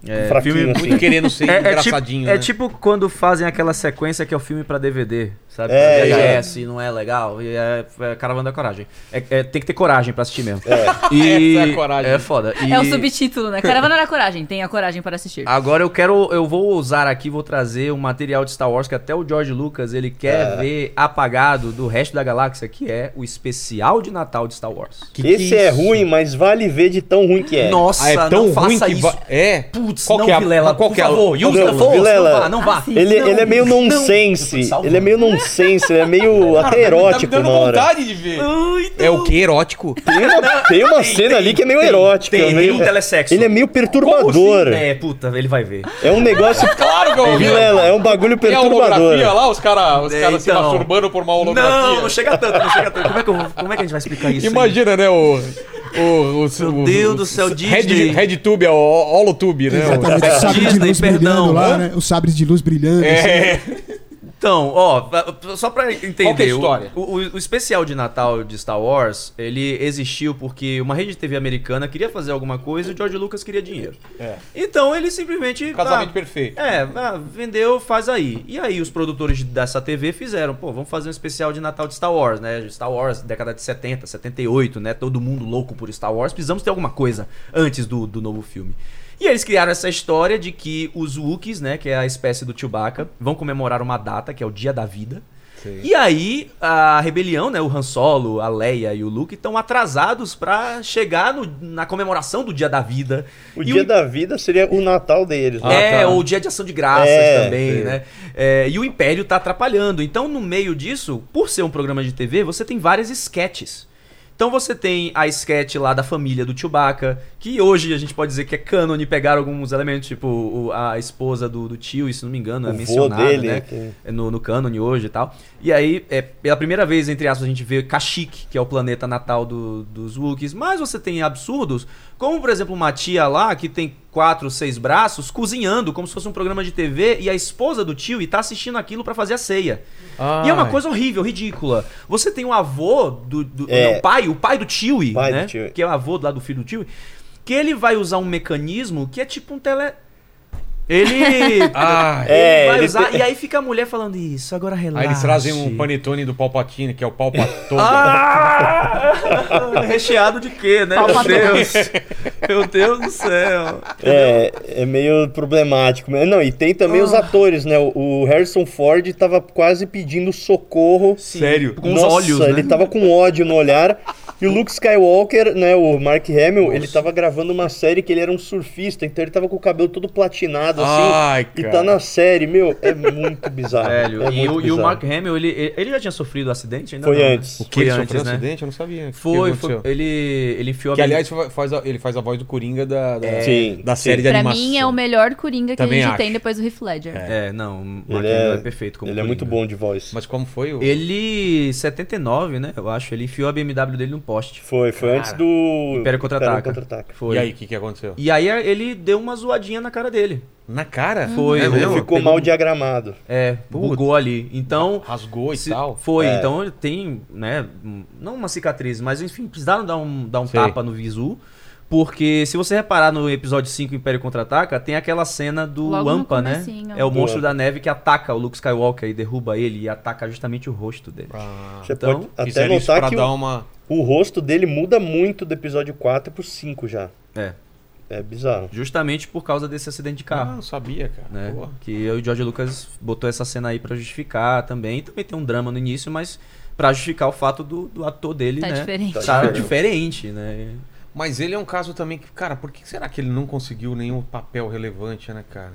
É,
fraquinho,
filme
assim.
Muito querendo ser
É, é,
engraçadinho,
tipo,
né?
é tipo quando fazem aquela sequência que é o filme pra DVD, sabe?
É,
É, VHS, não é legal. e É, é Caravana da Coragem. É- é, tem que ter coragem pra assistir mesmo. E-
Essa é a coragem.
É foda. E
É o subtítulo, né? Caravana da Coragem. Tenha coragem para assistir.
Agora eu quero, eu vou usar aqui, vou trazer um material de Star Wars que até o George Lucas ele
É.
quer ver apagado do resto da galáxia, que é o especial de Natal de Star Wars.
Esse é ruim, mas vale ver de tão ruim que é.
Nossa,
Ah, é tão
não
ruim
faça
que
isso.
va- É.
Putz,
Qual
não,
que é a-
Vilela,
qual
por
que é a-
favor, use the
Não,
force,
Vilela,
não vá, não vá.
Ele,
Não,
ele é meio
não.
nonsense.
Salva.
Ele é meio nonsense, ele é meio até erótico
tá me
na
dando
hora.
vontade de ver. É o que? Erótico?
Tem uma, tem uma cena ali que é meio
né? tem,
erótica.
tem,
meio,
tem um telesexo.
Ele é meio perturbador.
É, puta, ele vai ver.
É um negócio.
Claro que eu
assim?
ouvi.
Vilela, é um bagulho
Tem a holografia
perturbador.
lá, os caras os
É,
cara se
então.
masturbando por uma holografia.
Não, não chega tanto, não chega tanto. Como é que, eu vou- como é que a gente vai explicar isso?
Imagina, né, o... o, o Meu
Deus do céu, Disney.
Red, Tube, é o Holotube, né? o-
é,
Exatamente, o sabre de
Disney,
luz
perdão,
brilhando lá,
hã?
né? O sabre de luz brilhando. assim.
É,
hein? Então, ó, pra- pra- só pra entender.
Qual que é a
o-
história?
O, o- o especial de Natal de Star Wars, ele existiu porque uma rede de TV americana queria fazer alguma coisa e o George Lucas queria dinheiro. Então ele simplesmente...
É. casamento
ah,
perfeito.
É, ah, vendeu, faz aí. E aí os produtores dessa TV fizeram, pô, vamos fazer um especial de Natal de Star Wars, né? Star Wars, década de 70, 78, né? Todo mundo louco por Star Wars. Precisamos ter alguma coisa antes do, do novo filme. E eles criaram essa história de que os Wookiees, né, que é a espécie do Chewbacca, vão comemorar uma data, que é o Dia da Vida. E aí a rebelião, né, o Han Solo, a Leia e o Luke estão atrasados pra chegar no- na comemoração do Dia da Vida.
O
E um-
dia da vida seria o Natal deles. né?
é,
tá.
ou o dia de ação de graças
É,
também,
é.
né? É, e o Império tá atrapalhando. Então, no meio disso, por ser um programa de TV, você tem várias sketches. Então você tem a sketch lá da família do Chewbacca, que hoje a gente pode dizer que é cânone, pegaram alguns elementos, tipo o- a esposa do, do tio, e se não me engano, é
O vô
mencionada,
dele,
né?
que-
É no, no cânone hoje e tal. E aí, é, pela primeira vez, entre aspas, a gente vê Kashyyyk, que é o planeta natal do- dos Wookiees. Mas você tem absurdos, como por exemplo uma tia lá, que tem quatro, seis braços, cozinhando, como se fosse um programa de TV, e a esposa do tio e tá assistindo aquilo pra fazer a ceia. E é uma coisa horrível, ridícula. Você tem o avô do... do
É.
não, pai, o pai do tio,
Pai
né?
do Chewie.
Que é o avô lá do filho do tio, que ele vai usar um mecanismo que é tipo um tele... Ele...
Ah,
É,
ele vai
ele
usar,
tem-
e aí fica a mulher falando isso, agora relaxa.
Aí eles trazem um panetone do Palpatine, que é o Palpatone.
Ah! Recheado de quê, né? Meu Deus. Meu Deus do céu.
É, é meio problemático. Mas, Não, e tem também
Ah.
os atores, né? O o Harrison Ford tava quase pedindo socorro.
Sério? Com os
Nossa,
olhos, né?
ele tava com ódio no olhar. E o Luke Skywalker, né, o Mark Hamill, ele tava gravando uma série que ele era um surfista, então ele tava com o cabelo todo platinado, assim.
Ai,
e
cara.
tá na série, meu, é muito bizarro.
Velho,
é
e, o,
muito
e o
bizarro.
Mark Hamill, ele, ele já tinha sofrido um acidente ainda?
Foi
não, né?
antes. O
Que
Foi
ele sofreu
antes,
um
né?
acidente? Eu não sabia. O que
Foi, foi.
aconteceu?
Ele, ele enfiou
Que,
a
aliás, fa- faz a- ele faz a voz do Coringa da, da,
Sim,
da
sim.
série de
Pra
animação.
mim é o melhor Coringa que
Também
a gente
acho.
tem depois do Heath Ledger. Tá
É, não, o Mark
Ele
Hamill
é,
é perfeito como
ele é
Coringa.
muito bom de voz.
Mas como foi o...
Ele, 79, né? Eu acho, ele enfiou a BMW dele num poste.
Foi, foi antes do
Império Contra-Ataca.
Império Contra-Ataca.
Foi.
E aí, o que, que aconteceu?
E aí ele deu uma zoadinha na cara dele.
Na cara?
Foi,
É
ele
mesmo?
Ficou mal diagramado.
É, bugou ali. Então,
Rasgou e
Se-
tal.
Foi,
É.
então ele tem, né, um- não uma cicatriz, mas enfim, precisaram dar um, dar um
Sei.
tapa no visu. Porque se você reparar no episódio 5 Império Contra-Ataca, tem aquela cena do
Logo no
Wampa, né?
comecinho.
É o
Do
monstro
Wampa.
da neve que ataca o Luke Skywalker e derruba ele e ataca justamente o rosto dele.
Você
então,
pode até
Fizeram isso pra
notar que
dar
o,
uma...
um
o rosto dele muda muito do episódio 4 pro 5 já.
É,
É bizarro.
justamente por causa desse acidente de
Ah,
carro.
não sabia, cara.
né?
Boa.
Que eu e o George Lucas botou essa cena aí pra justificar também. Também tem um drama no início, mas pra justificar o fato do, do ator dele,
Tá
né?
diferente.
Tá diferente, né?
Mas ele é um caso também que... Cara, por que será que ele não conseguiu nenhum papel relevante, né, cara?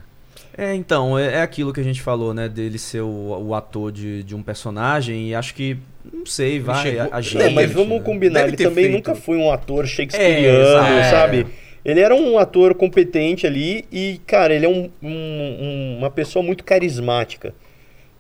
É, então, é, é aquilo que a gente falou, né? Dele ser o, o ator de, de um personagem e acho que, não sei, vai,
chegou-
a, a
Não,
Não,
gente...
mas vamos
né?
combinar,
Deve
ele
ter
também
feito.
nunca foi um ator shakespeariano,
É, exato.
sabe? Ele era um ator competente ali e, cara, ele é um- um- uma pessoa muito carismática.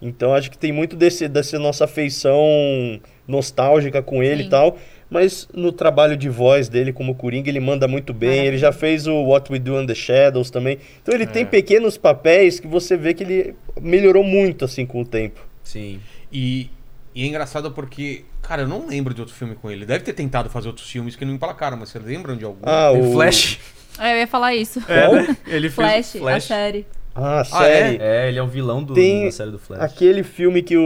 Então acho que tem muito desse, dessa nossa afeição nostálgica com ele
Sim.
e tal. Mas no trabalho de voz dele como Coringa, ele manda muito bem. Ele já fez o What We Do in the Shadows também. Então ele tem pequenos papéis que você vê que ele melhorou muito assim com o tempo.
Sim.
E, e é engraçado porque... Cara, eu não lembro de outro filme com ele. Deve ter tentado fazer outros filmes que não emplacaram, mas vocês lembram de algum?
Ah,
Tem
o
Flash.
É, eu ia falar isso.
Qual?
Ele
Flash, a série.
Ah, a
Ah, é?
série.
É, ele é o vilão do,
Tem
da série do Flash.
Aquele filme que o,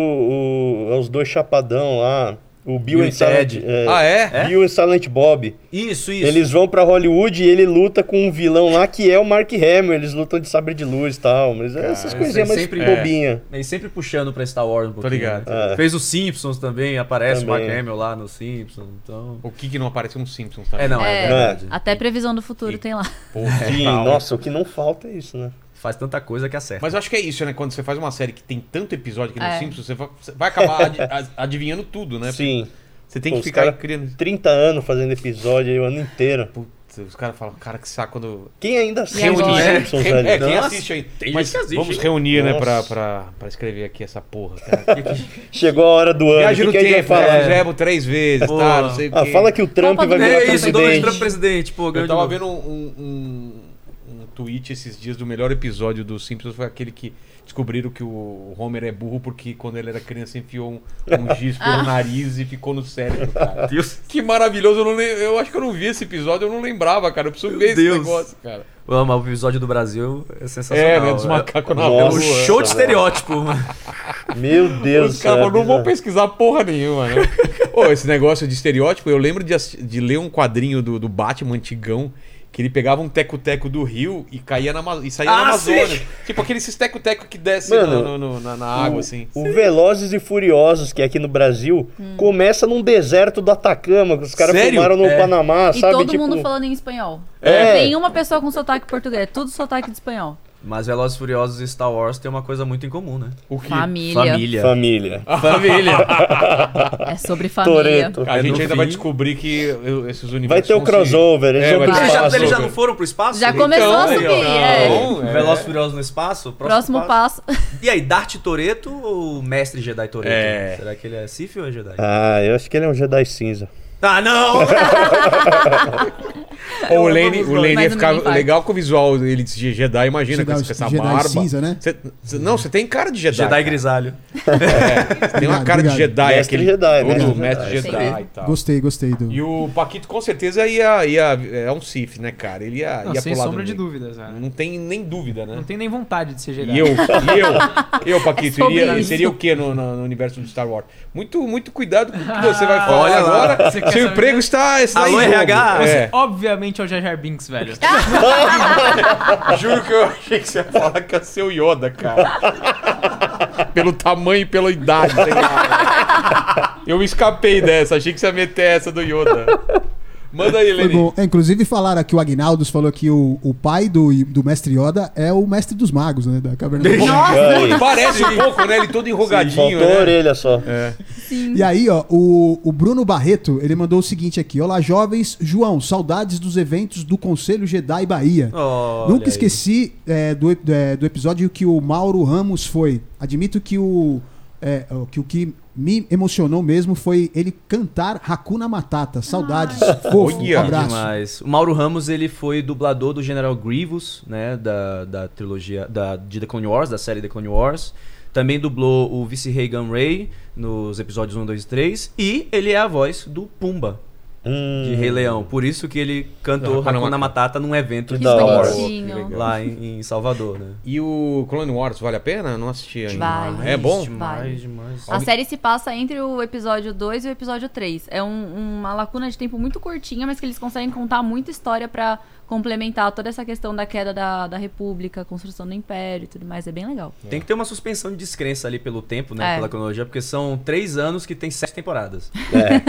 o- é os dois chapadão lá. O Bill,
Bill
e
e Ted.
Silent, é,
Ah, é?
Bill e Silent Bob.
Isso, isso.
Eles vão pra Hollywood e ele luta com um vilão lá que é o Mark Hamill. Eles lutam de sabre de luz e tal. Mas é essas
isso
coisinhas
aí
mais
sempre-
bobinha.
E sempre puxando pra Star Wars um pouquinho.
ligado.
né?
É.
Fez os Simpsons também, aparece o
Também.
Mark Hamill lá no Simpsons, então...
O que que não apareceu um Simpsons também?
É, não, é,
É.
verdade.
Até previsão do futuro tem lá.
Porra,
Sim,
tal.
nossa, o que não falta é isso, né?
Faz tanta coisa que acerta.
Mas eu acho que é isso, né? Quando você faz uma série que tem tanto episódio que no
É.
Simpsons, você va- você vai acabar ad- ad- adivinhando tudo, né?
Sim.
Você tem
Pô,
que
os
ficar
cara-
criando.
30 anos fazendo episódio aí o ano inteiro.
Putz, os caras falam, cara, que saco quando.
Quem ainda assiste
agora?
os
É,
Simpsons,
quem-
velho?
é, quem
Nossa,
assiste ainda.
tem
Mas
gente que assiste,
vamos
hein?
reunir, né, pra,
Nossa.
pra, pra escrever aqui essa porra, cara.
Chegou a hora do ano. O
Viagem
que,
no
que a gente vai
tempo,
falar?
né? Já erro três vezes, tá?
Boa.
Não sei o
Ah,
quê.
fala que o Trump
Copa do
vai
Mundo.
virar
É
Ele
isso, Donald Trump
presidente.
presidente, pô,
Eu
grande
tava
novo.
vendo um, um, um tweet esses dias do melhor episódio do Simpsons, foi aquele que descobriram que o Homer é burro porque quando ele era criança enfiou um, um giz pelo nariz e ficou no cérebro, cara.
Deus.
Que maravilhoso, eu, não, lem- eu acho que eu não vi esse episódio, eu não lembrava, cara. Eu preciso ver esse
Deus.
negócio, cara.
Ô, mas o episódio do Brasil é sensacional.
É, né, dos macacos na
É
rua.
um show de estereótipo, mano.
Meu Deus
Os caras
é
falam, não vou
bizarro.
pesquisar porra nenhuma, né? Ô, esse negócio de estereótipo, eu lembro de, assi- de ler um quadrinho do, do Batman antigão, que ele pegava um teco-teco do rio e caía na Ama- e saía na
Ah,
Amazônia.
sim!
Tipo aqueles teco-teco que desce
Mano,
no- no- no- na, na água, assim.
O Velozes e Furiosos, que é aqui no Brasil,
Hum.
começa num deserto do Atacama, que os caras
Sério?
filmaram no
É.
Panamá,
E
sabe?
todo
Tipo,
mundo falando em espanhol.
É.
Não tem uma pessoa com sotaque português, é tudo sotaque de espanhol.
Mas Velozes e Furiosos e Star Wars tem uma coisa muito em comum, né?
O que?
Família.
Família.
Família.
É sobre família.
Toreto.
A
É,
gente
no
ainda vai
fim.
descobrir que eu- esses universos.
Vai ter o
vão se-
crossover, eles
É,
vão
vai
pro
ter-
Eles já,
espaço.
eles já não foram pro espaço?
Já começou a
aí,
subir,
ó.
é.
Então, é.
Velozes e Furiosos no espaço? Próximo,
Próximo passo.
E aí, Dart Toreto ou Mestre Jedi Toreto?
É.
Será que ele é Sif ou é Jedi?
Ah, eu acho que ele é um Jedi cinza.
Ah, não!
Ou o Lane, o Lane
Mais
ia
um
ficar
mini fight.
legal com o visual ele de Jedi, imagina, com
Jedi-
essa- com essa
Jedi
barba.
cinza, né?
Cê- cê- não, você tem cara de Jedi.
Jedi
cara.
grisalho.
Tem uma cara
Obrigado,
de
obrigado.
Jedi,
Mestre
aquele.
Jedi,
todo
mestre
mestre
Jedi.
Jedi
Sim.
e tal.
Gostei, gostei do.
E o Paquito com certeza ia, ia, é um Sif, né, cara? Ele ia,
Não,
ia
sem
pro lado
sombra de
negro.
dúvidas, velho.
Não tem nem dúvida, né?
Não tenho nem vontade de ser Jedi.
E eu, e eu, eu, Paquito,
É sobre
iria-
isso.
seria o que no, no- no universo do Star Wars? Muito, muito cuidado com o que você vai falar
Olha lá.
agora.
Você quer
Seu
saber?
emprego está, está
Alô,
em jogo.
RH?
É.
Obviamente é o Jar Jar Binks, velho.
Juro que eu achei que você ia falar que ia ser o Yoda, cara. Pelo tamanho e pela idade. sei lá. Eu escapei dessa, achei que você ia meter essa do Yoda. Manda aí,
Foi
Lenny.
bom. É, inclusive falaram aqui, o Agnaldos falou que o, o pai do, do mestre Yoda é o mestre dos magos, né? Da caverna. do Nossa!
Aí,
Parece um pouco, né? Ele todo enrugadinho,
faltou a
né?
orelha só.
E aí, ó, o, o Bruno Barreto, ele mandou o seguinte aqui: Olá, jovens. João, saudades dos eventos do Conselho Jedi Bahia.
Olha
Nunca
aí.
esqueci é, do, ep- é, do episódio que o Mauro Ramos foi. Admito que o, é, o que o que me emocionou mesmo foi ele cantar Hakuna Matata. Saudades. Fofo,
Olha,
um abraço.
Demais. O Mauro Ramos, ele foi dublador do General Grievous, né, da, da trilogia, da, de The Clone Wars, da série The Clone Wars. Também dublou o Vice-Rei Gunray nos episódios 1, 2 e 3. E ele é a voz do Pumba,
Hum,
de Rei Leão. Por isso que ele cantou
Hakuna
Hakuna Matata num evento
Que
de
da
Star
hora.
Wars.
bonitinho.
Lá em, em Salvador, né?
E o Clone Wars, vale a pena? Eu Não assisti ainda.
Vale.
É bom?
Vale.
Demais, demais.
A série se passa entre o episódio 2 e o episódio 3. É um- uma lacuna de tempo muito curtinha, mas que eles conseguem contar muita história pra complementar toda essa questão da queda da, da República, construção do Império e tudo mais. É bem legal.
Tem que ter uma suspensão de descrença ali pelo tempo, né?
É.
Pela cronologia, porque são três anos que tem sete temporadas.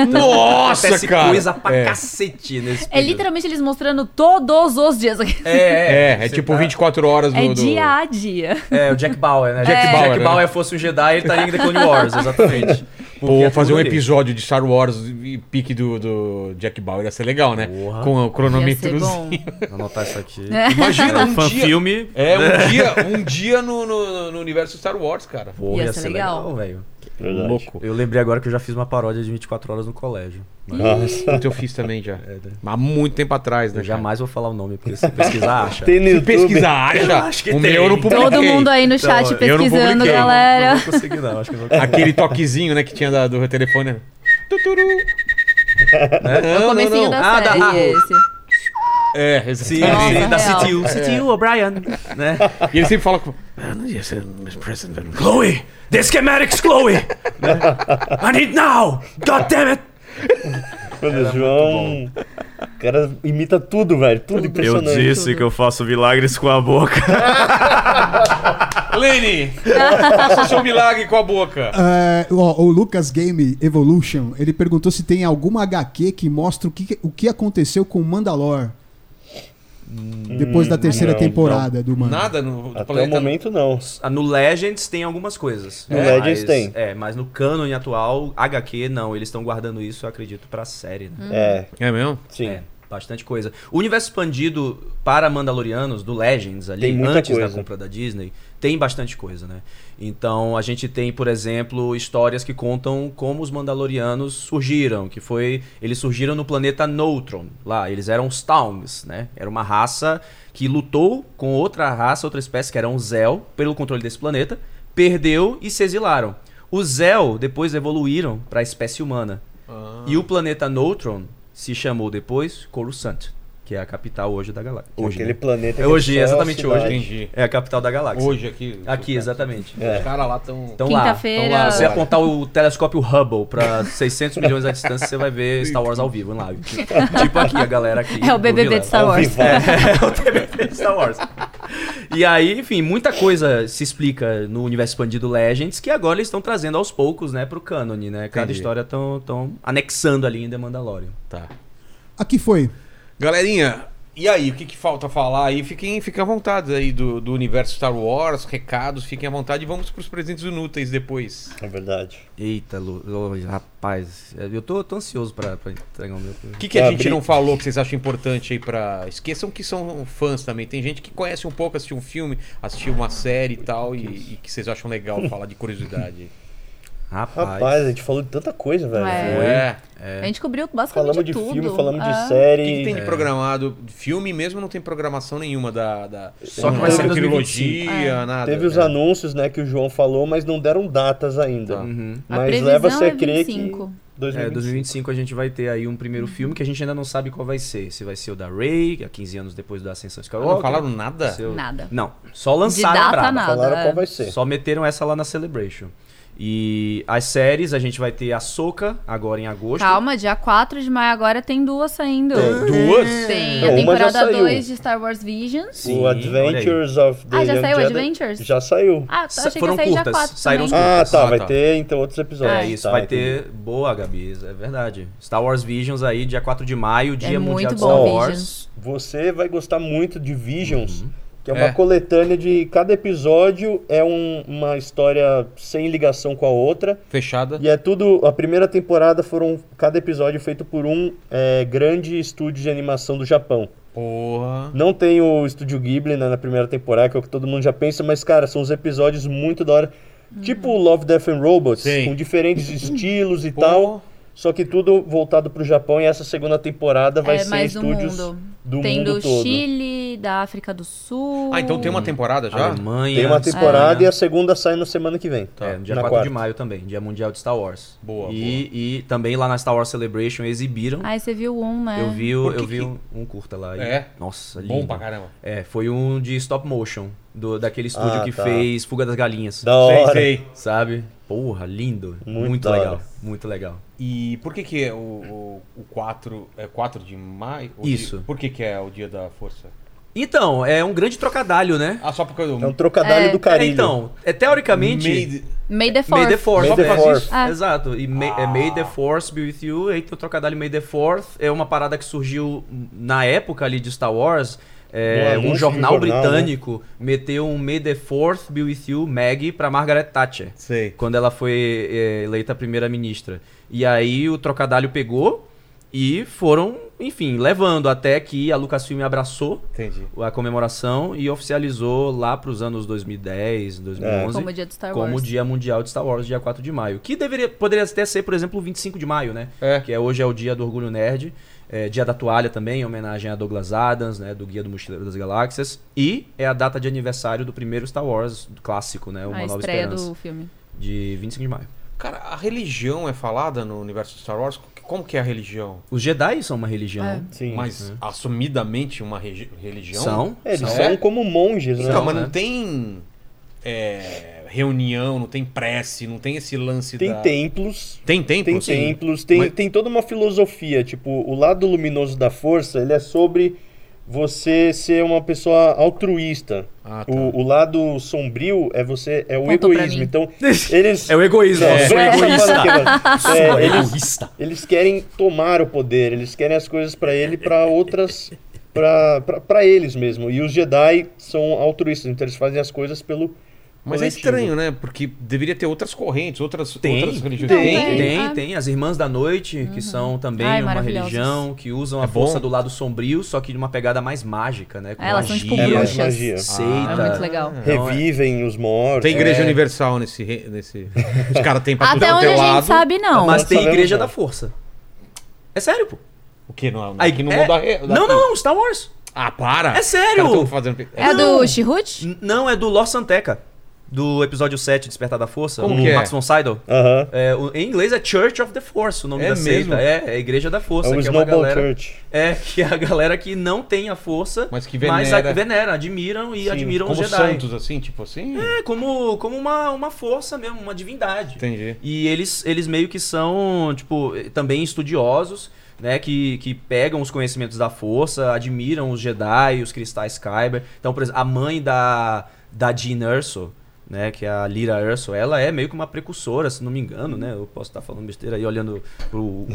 Nossa,
Acontece
cara!
coisa pra
é.
cacete nesse
É
período.
literalmente eles mostrando todos os dias.
É,
É, é
Você
tipo
tá-
24 horas do...
É
do-
dia a dia.
É, o Jack Bauer, né?
Jack
Se
Bauer,
Jack
né?
Bauer fosse um Jedi, ele estaria em The Clone Wars, exatamente.
Pô,
Porque é
fazer
tudo
um
ali.
episódio de Star Wars e pique do, do Jack Bauer ia ser legal, né?
Porra.
Com o
Ia ser
cronômetro.
bom.
Vou anotar isso aqui.
Imagina um
Fã
dia...
filme.
É, um dia, um dia no, no, no universo Star Wars, cara.
Porra,
Ia ser legal.
velho.
Verdade.
Louco.
Eu lembrei agora que eu já fiz uma paródia de 24 horas no colégio. Mas
Nossa.
Puta, eu fiz também já. Mas há muito tempo atrás, né?
É, né? eu
cara?
jamais vou falar o nome, porque se pesquisar, acha.
Tem no
Se
YouTube.
pesquisar, acha.
acho que
o
tem.
meu eu não publiquei.
Todo mundo aí no
Então,
chat
eu não
pesquisando,
publiquei.
Não
galera.
vou conseguir, não. Acho que não vou conseguir.
Aquele toquezinho, né, que tinha da- do telefone. né? Tuturu.
É o comecinho da
Ah, da
série
Harrow.
esse.
É,
Sim,
exatamente.
Nossa,
sim, da CTU.
real.
CTU, O'Brien, né?
E ele sempre fala com.
Chloe! The schematics, Chloe! Né? I need now! God damn it!
Quando o João. O cara imita tudo, velho. Tudo
Eu
impressionante.
disse que eu faço milagres com a boca.
Lene! Faça o seu milagre com a boca.
É, ó, o Lucas Game Evolution, ele perguntou se tem alguma HQ que mostra o que, o que aconteceu com Mandalor depois da terceira
Hum, não,
temporada do Mando.
Nada no do
Até o momento, não.
Hum.
Ah, No Legends tem algumas coisas.
No
É,
Legends
mas-
tem.
É, mas no cânone atual, HQ, não. Eles estão guardando isso, eu acredito, pra série, né?
É,
É mesmo?
sim.
É, bastante coisa. O universo expandido para Mandalorianos, do Legends, ali,
Tem muita
antes da
coisa.
compra da Disney, tem bastante coisa, né? Então a gente tem, por exemplo, histórias que contam como os Mandalorianos surgiram, que foi. Eles surgiram no planeta Noutron, lá. Eles eram os Taungs, né? Era uma raça que lutou com outra raça, outra espécie, que era um Zel, pelo controle desse planeta, perdeu e se exilaram. Os Zel depois evoluíram para a espécie humana. Ah. E o planeta Neutron se chamou depois Coruscant, que é a capital hoje da galáxia. Hoje,
Aquele
né?
planeta.
É hoje,
que só a
exatamente hoje.
cidade.
Entendi.
É a capital da galáxia.
Hoje aqui.
Aqui, exatamente.
É.
Os caras lá estão.
Então lá,
Quinta-feira.
então lá, se você apontar o telescópio Hubble pra 600 milhões à distância, você vai ver Star Wars ao vivo, em live. Tipo aqui, a galera aqui.
É
do
o BBB
Vilela.
de Star
Ao
Wars.
vivo.
É, o TBT de Star Wars. E aí, enfim, muita coisa se explica no universo expandido Legends, que agora eles estão trazendo aos poucos, né, pro cânone, né? Cada
Entendi.
história estão anexando ali em The Mandalorian.
Tá.
Aqui Ah, foi.
Galerinha, e aí? O que, que falta falar aí? Fiquem, fiquem à vontade aí do, do universo Star Wars, recados, fiquem à vontade e vamos pros presentes inúteis depois.
É verdade.
Eita, Lu, Lu- rapaz, eu tô, tô ansioso pra, pra entregar o meu.
O que, que a
É,
gente
abri-
não falou que vocês acham importante aí pra. Esqueçam que são fãs também. Tem gente que conhece um pouco, assistiu um filme, assistiu uma série e tal, e, e que vocês acham legal falar de curiosidade.
Rapaz.
Rapaz, a gente falou de tanta coisa, velho.
É.
É.
A gente cobriu basicamente
Falamos de
tudo.
filme, falamos
Ah.
de
O que, que
série.
tem de programado? Filme mesmo não tem programação nenhuma da. da-
Só que
não
vai sair
teve
em 2025.
trilogia, nada.
Teve os
né?
anúncios, né, que o João falou, mas não deram datas ainda.
Tá.
Uhum.
A
Mas
previsão
leva-se
é
a crer que
25.
É,
2025.
2025 a gente vai ter aí um primeiro filme que a gente ainda não sabe qual vai ser. Se vai ser o da Rey, que é 15 anos depois da Ascensão
Ah,
Skywalker.
Não falaram nada?
se eu-
Nada.
Não, só
De
lançaram a
data,
braba.
nada.
Falaram
é.
qual vai ser.
Só meteram essa lá na Celebration. E as séries, a gente vai ter a Soca agora em agosto.
Calma, dia 4 de maio agora tem duas saindo.
Duas?
Tem a
Não, uma já
temporada
saiu.
2 de Star Wars Visions.
Sim,
o
olha aí.
Adventures of the
Ah, já
Young
saiu o
Jedi
Adventures?
Já saiu.
Ah, eu
Sa-
achei que
foram
ia sair dia
curtas,
4
saíram
também.
os-
Ah,
Lucas.
tá,
Ah,
vai
tá.
ter então outros episódios.
É isso,
tá,
vai
entendi.
ter. Boa, Gabi, é verdade. Star Wars Visions aí, dia 4 de maio, dia
É muito
mundial de
bom,
Star Wars.
Visions.
Você vai gostar muito de Visions, que é uma
É.
coletânea de cada episódio é um- uma história sem ligação com a outra.
Fechada.
E é tudo. A primeira temporada foram cada episódio feito por um é, grande estúdio de animação do Japão.
Porra.
Não tem o estúdio Ghibli né, na primeira temporada, que é o que todo mundo já pensa, mas cara, são os episódios muito da hora.
Hum.
Tipo Love, Death and Robots,
Sim.
com diferentes estilos e tal. Só que tudo voltado pro Japão e essa segunda temporada Ah, vai
É,
ser
mais do
estúdios
mundo.
do
tem
mundo
do
todo.
Chile, da África do Sul.
Ah, então tem
Hum.
uma temporada
é
já?
Alemanha.
Tem
É.
uma temporada
Espanha.
e a segunda sai na semana que vem.
É, no dia
na
4
quarta.
de maio também, dia mundial de Star Wars.
Boa,
E, e também lá na Star Wars Celebration exibiram.
Aí você viu um, né?
Eu vi, o-
Por que
eu vi
que-
um, um curta lá. e-
É?
Nossa, lindo.
Bom pra caramba.
É, foi um de stop motion, do, daquele estúdio
Ah,
que
tá.
fez Fuga das Galinhas.
Da hora.
Sabe? Porra, lindo.
Muito
Muito,
da hora.
legal. Muito legal.
E por que que é o, o, o 4, é 4 de maio? O
Isso.
dia- por que que é o dia da força?
Então, é um grande trocadalho, né?
Ah, só porque eu...
É um trocadilho
É.
do
É,
carinho.
então, é teoricamente.
Made-
May the
May the
Fourth.
Fourth.
May the
Só faz
Fourth.
isso.
Ah.
Exato. E may, é May the Force be with you. Aí tem o trocadilho May the Fourth. É uma parada que surgiu na época ali de Star Wars. É,
No anúncio
um
de
jornal,
jornal, né?
britânico meteu um May the Fourth be with you, Maggie, pra Margaret Thatcher.
Sei.
Quando ela foi é, eleita primeira-ministra. E aí o trocadilho pegou e foram, enfim, levando até que a Lucasfilm abraçou
Entendi.
a comemoração e oficializou lá pros anos 2010, 2011
Como dia do Star Wars.
como o Dia Mundial de Star Wars, dia 4 de maio. Que deveria, poderia até ser, por exemplo, o 25 de maio, né?
É.
Que é, hoje é o dia do Orgulho Nerd, é, dia da toalha também, em homenagem a Douglas Adams, né? Do Guia do Mochileiro das Galáxias. E é a data de aniversário do primeiro Star Wars clássico, né? Uma
a
Nova
estreia
Esperança.
do filme.
De 25 de maio.
Cara, a religião é falada no universo de Star Wars? Como que é a religião?
Os Jedi são uma religião.
É.
Sim.
Mas assumidamente uma regi- religião?
São.
É, eles
são.
são como monges, né?
Então, mas
né?
não tem é, reunião, não tem prece, não tem esse lance
Tem
da...
templos,
Tem
tem
templo?
templos, tem,
Mas-
tem toda uma filosofia. Tipo, o lado luminoso da força, ele é sobre você ser uma pessoa altruísta.
Ah, tá.
O, o lado sombrio é você é o
Contou pra
egoísmo.
mim.
Então, eles
É o egoísmo.
É,
eu sou
é,
egoísta.
é,
Sou
eles,
egoísta.
eles querem tomar o poder, eles querem as coisas pra ele, pra outras pra pra- pra eles mesmo. E os Jedi são altruístas, então eles fazem as coisas pelo
Mas é estranho, né? Porque deveria ter outras correntes, outras,
Tem.
outras religiões.
Tem.
Tem,
Ah. Uhum.
tem, tem. As Irmãs da Noite, que são também
Ai,
uma
maravilhosas.
religião, que usam a
É bom?
força do lado sombrio, só que de uma pegada mais mágica, né? Com
Elas são tipo
magia,
É mais
bruxas.
magia.
seita.
É muito legal.
Não, é-
Revivem os mortos.
Tem igreja
É.
universal nesse... re- nesse... Os caras têm pra tudo
Até
quanto
onde
é
a
lado.
gente sabe, não.
Mas tem
sabemos,
Igreja
não.
da Força. É sério, pô.
O que? Não, não,
A-
aqui no
é-
mundo da re-
Não, não, não, Star Wars.
Ah, para!
É sério!
Os caras tão fazendo...
É a
Não.
do Chihut?
N- Não, é do Lor Santeca. Do episódio 7, Despertar da Força.
Como
o
que é?
Max von Sydow.
Aham.
É, o- em inglês é Church of the Force, o nome
É
da
mesmo?
seita. É, é Igreja da Força.
É o
que é uma
Snowball
galera...
Church.
É, que é a galera que não tem a força,
Mas que
a-
venera.
veneram, admiram e
Sim,
admiram
Como
os Jedi.
santos, assim, tipo assim?
É, como, como uma, uma força mesmo, uma divindade.
Entendi.
E eles, eles meio que são, tipo, também estudiosos, né? Que, que pegam os conhecimentos da força, admiram os Jedi, os cristais Kyber. Então, por exemplo, a mãe da, da Jean Erso, né? Que é a Lyra Erso, ela é meio que uma precursora, se não me engano, né? Eu posso estar falando besteira aí, olhando pro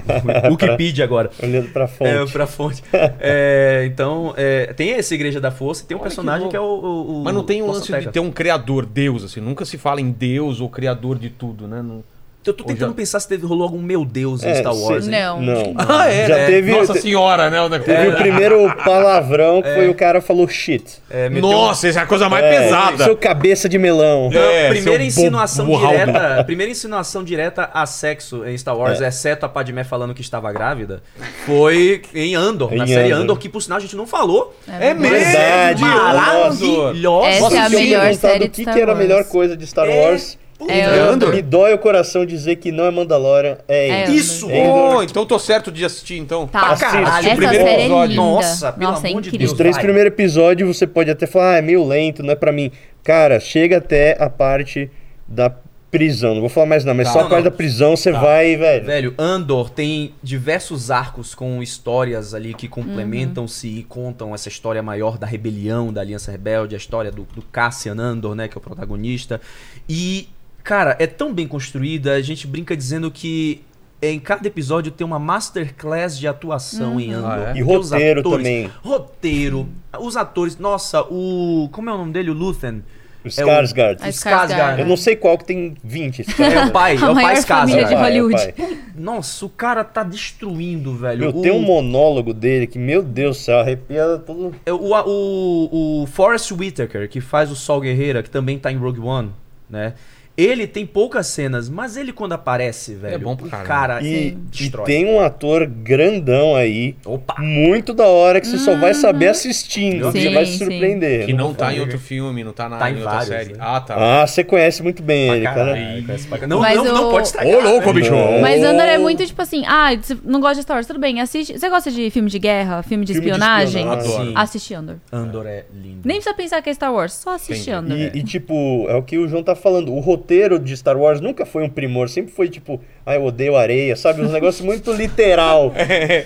Wikipedia agora.
Olhando um pra
É,
fonte.
pra fonte. É, então, é, tem essa Igreja da Força e tem um
Olha que
personagem que,
louco.
é o, o- o-
Mas não tem o
Nossa
lance
Teca.
de ter um criador, Deus, assim. Nunca se fala em Deus ou criador de tudo, né? Não-
Eu tô
Ou
tentando
já-
pensar se teve, rolou algum Meu Deus
É,
em Star
se-
Wars. hein?
Não.
Não.
Ah, é?
Já
né?
teve-
Nossa
te-
Senhora, né? O negócio-
Teve o primeiro palavrão que foi o cara falou shit.
É, meteu-
Nossa, essa é a coisa mais
É,
pesada.
Seu cabeça de melão.
Não,
É, seu
primeira
bo-
insinuação
burral.
direta, primeira insinuação direta a sexo em Star
É.
Wars, exceto a Padmé falando que estava grávida, foi em Andor, na
Em
série
Andor.
Andor, que por sinal a gente não falou.
É
É mesmo?
Verdade,
maravilhosa.
Essa
Posso
é a
te
melhor
perguntar
série
do
de
que,
Star
que era a
Wars.
melhor coisa de Star
É.
Wars?
É
Andor.
Me dói o coração dizer que não é Mandalorian. É,
É
isso.
Isso,
É
Oh, então tô certo de assistir, então.
Tá.
Pra caralho,
Essa
primeiro
série é
episódio.
linda.
Nossa, pelo
Nossa, é
amor de
incrível.
Deus.
Os três
vai.
primeiros episódios você pode até falar, ah, é meio lento, não é pra mim. Cara, chega até a parte da prisão. Não vou falar mais não, mas
Tá.
só a
Não, Tá. É
parte
não.
da prisão você vai, velho.
Velho, Andor tem diversos arcos com histórias ali que complementam-se e contam essa história maior da rebelião, da Aliança Rebelde, a história do, do Cassian Andor, né, que é o protagonista. E, cara, é tão bem construída, a gente brinca dizendo que é, em cada episódio tem uma masterclass de atuação
Uhum.
em Andor.
Ah, é?
E
Porque os
roteiro
atores-
também.
Roteiro, os atores, nossa, o... como é o nome dele? O Luthen?
O
é o-
Skarsgård.
A
Skarsgård. né?
Skarsgård.
Eu não sei qual que tem 20. esse cara.
É o pai, é
A
o pai
maior
Skarsgård.
família de
É o pai, é o
Hollywood.
pai.
Nossa, o cara tá destruindo, velho.
Meu,
O-
tem um monólogo dele que, meu Deus do céu, arrepia todo.
É, O, a- o, o Forrest Whitaker, que faz o Sol Guerreira, que também tá em Rogue One, né? Ele tem poucas cenas, mas ele quando aparece, velho,
bom pra
o
caramba.
cara assim,
E, e
destrói.
tem um ator grandão aí,
Opa!
muito da hora, que você só vai saber assistindo.
Sim,
você vai se
sim.
surpreender. né?
Que não tá em outro filme, não tá na
Tá
em
em
outra
vários,
série.
né?
Ah, tá.
Ah, você conhece muito bem É, ele, cara.
Caralho, cara, esse pra- Não,
Mas
não, não
o-
pode estragar.
Ô, louco,
né?
bicho!
Mas Andor é muito tipo assim, ah, você não gosta de Star Wars, tudo bem, assiste. Você gosta de filme de guerra, filme de
Filme de
espionagem?
espionagem.
Adoro.
Sim.
Assiste Andor.
Andor é lindo.
Nem precisa pensar que é Star Wars, só assiste
Entendi.
Andor.
E, e, tipo, é o que o João tá falando. O roteiro de Star Wars nunca foi um primor, sempre foi tipo, ah, eu odeio areia, sabe? Um negócio muito literal.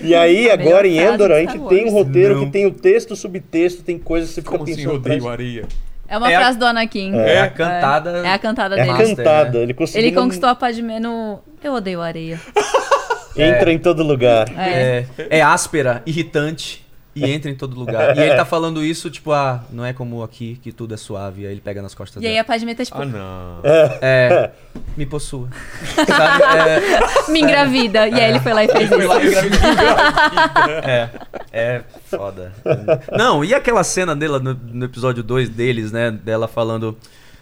E aí,
A
agora em
melhor frase
Endor, a
de
gente
Star
tem um
Wars.
roteiro
É. Não.
que tem o texto, o subtexto, tem coisas que você fica
Como assim,
pensando.
odeio
"Parece-
areia?
É uma
É a-
frase do Anakin.
É a cantada.
É a cantada
É
dele.
Master, né?
cantada. Ele conseguiu.
Ele conquistou a Padmé no Eu odeio areia.
Entra em todo lugar.
É, é áspera, irritante e entra em todo lugar. E ele tá falando isso, tipo, ah, não é como aqui que tudo é suave. Aí ele pega nas costas
E aí
dela.
a Padmé tá tipo,
Ah, não.
É, me possua. Sabe? É,
me engravida. E aí ele foi lá e fez isso.
É, é foda. Não, e aquela cena dela no, no episódio 2 deles, né? Dela falando.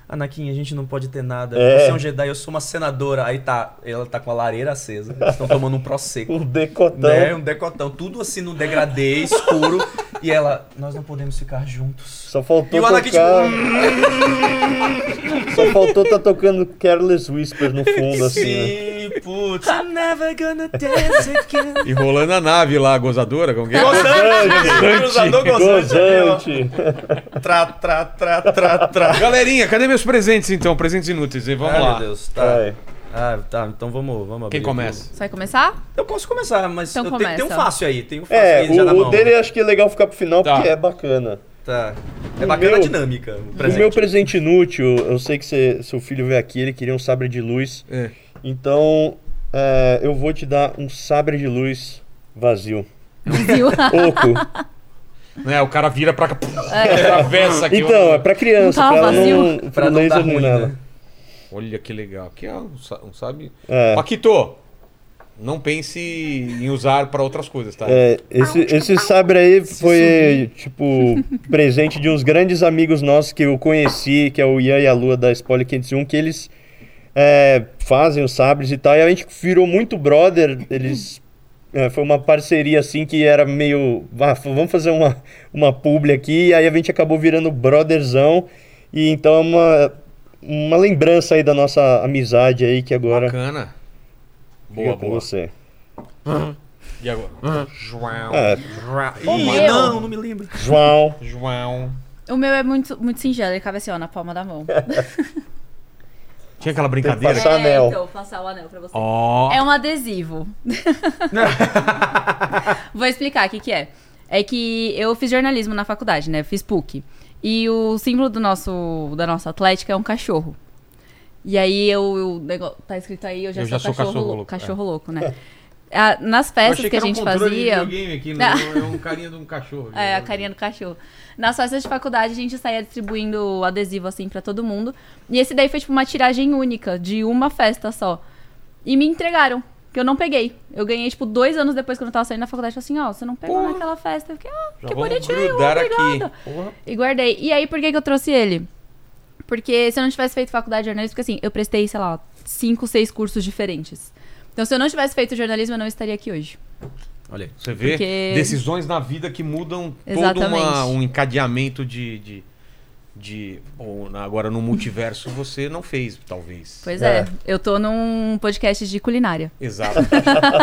Anakin, a gente não pode ter nada.
É.
Você é um Jedi, eu sou uma senadora. Aí tá, ela tá com a lareira acesa. Eles estão tomando um prosecco.
Um decotão.
Né? Um decotão, tudo assim no degradê, escuro. E ela, nós não podemos ficar juntos.
Só faltou
E o Anakin, "Hum,
tocar...
tipo.
Só faltou tá tocando Careless Whisper no fundo, assim. né?
Sim, putz. I'm never gonna dance again.
E rolando a nave lá, gozadora, como que é?
né?
Gozante! Cruzador
é
gozante!
Gozante.
ó. Tra, tra, tra, tra, tra.
Galerinha, cadê meus presentes então? Presentes inúteis, hein? Vamos
Ai,
lá.
meu Deus, tá.
Vai.
Ah, tá, então vamos, vamos abrir.
Quem começa?
Você vai começar?
aqui. Eu posso começar, mas
Então
eu tenho- tem, um
começa.
fácil aí, tem um fácil
É,
aí já na
o,
mão. né?
o dele acho que é legal ficar pro final,
Tá.
porque é bacana.
Tá. É
O
bacana
meu-
a dinâmica, o presente.
O meu presente inútil, eu sei que cê- seu filho veio aqui, ele queria um sabre de luz.
É.
Então, é, eu vou te dar um sabre de luz vazio.
Viu?
Oco.
Tá
Né, o cara vira pra cá, pum,
É.
atravessa aqui.
então, é
olha.
pra criança,
Não
pra
tava
ela
vazio?
não,
Pra
pra
não
laser
dar
nem
ruim,
nada.
né?
Olha que legal. Aqui é um, sa- um sabe.
É.
Paquito, não pense em usar pra outras coisas, tá?
É, esse, esse sabre aí foi, tipo, presente de uns grandes amigos nossos que eu conheci, que é o Ian e a Lua da Spoiler 501, que eles é, fazem os sabres e tal. E a gente virou muito brother, eles... é, foi uma parceria, assim, que era meio... "Ah, f- vamos fazer uma, uma publi aqui. E aí a gente acabou virando brotherzão. E então é uma, uma lembrança aí da nossa amizade aí, que agora
Bacana.
fica
Boa,
com
boa.
você.
E agora? João.
É,
O
Ih,
meu-
não, não me lembro.
João...
João.
O meu é muito, muito singelo, ele cabe assim, ó, na palma da mão.
Tinha aquela
Tem
brincadeira?
que Passar anel.
então, passar o anel pra você.
Ó.
É um adesivo. Vou explicar o que, que é. É que eu fiz jornalismo na faculdade, né? Eu fiz PUC. E o símbolo do nosso, da nossa atlética é um cachorro. E aí eu, eu- nego- tá escrito aí, eu já,
Eu já sou cachorro
lou-
louco,
cachorro louco, né? Ah, nas festas que, a gente fazia.
aqui,
não,
é um carinha de um cachorro.
É, a carinha do cachorro. Nas festas de faculdade, a gente saía distribuindo adesivo, assim, pra todo mundo. E esse daí foi, tipo, uma tiragem única, de uma festa só. E me entregaram, que eu não peguei. Eu ganhei, tipo, dois anos depois, quando eu tava saindo da faculdade, falei assim, ó, você não pegou
Porra.
naquela festa. Eu fiquei, ah,
Já
que
vamos
bonitinho,
grudar aqui.
obrigada. E guardei. E aí, por que que eu trouxe ele? Porque se eu não tivesse feito faculdade de jornalismo, porque assim, eu prestei, sei lá, cinco, seis cursos diferentes. Então, se eu não tivesse feito jornalismo, eu não estaria aqui hoje.
Olha aí.
Você vê
Porque-
decisões na vida que mudam todo
Exatamente.
uma- um encadeamento de. de, de- ou na- agora no multiverso você não fez, talvez.
Pois é, eu tô num podcast de culinária.
Exato.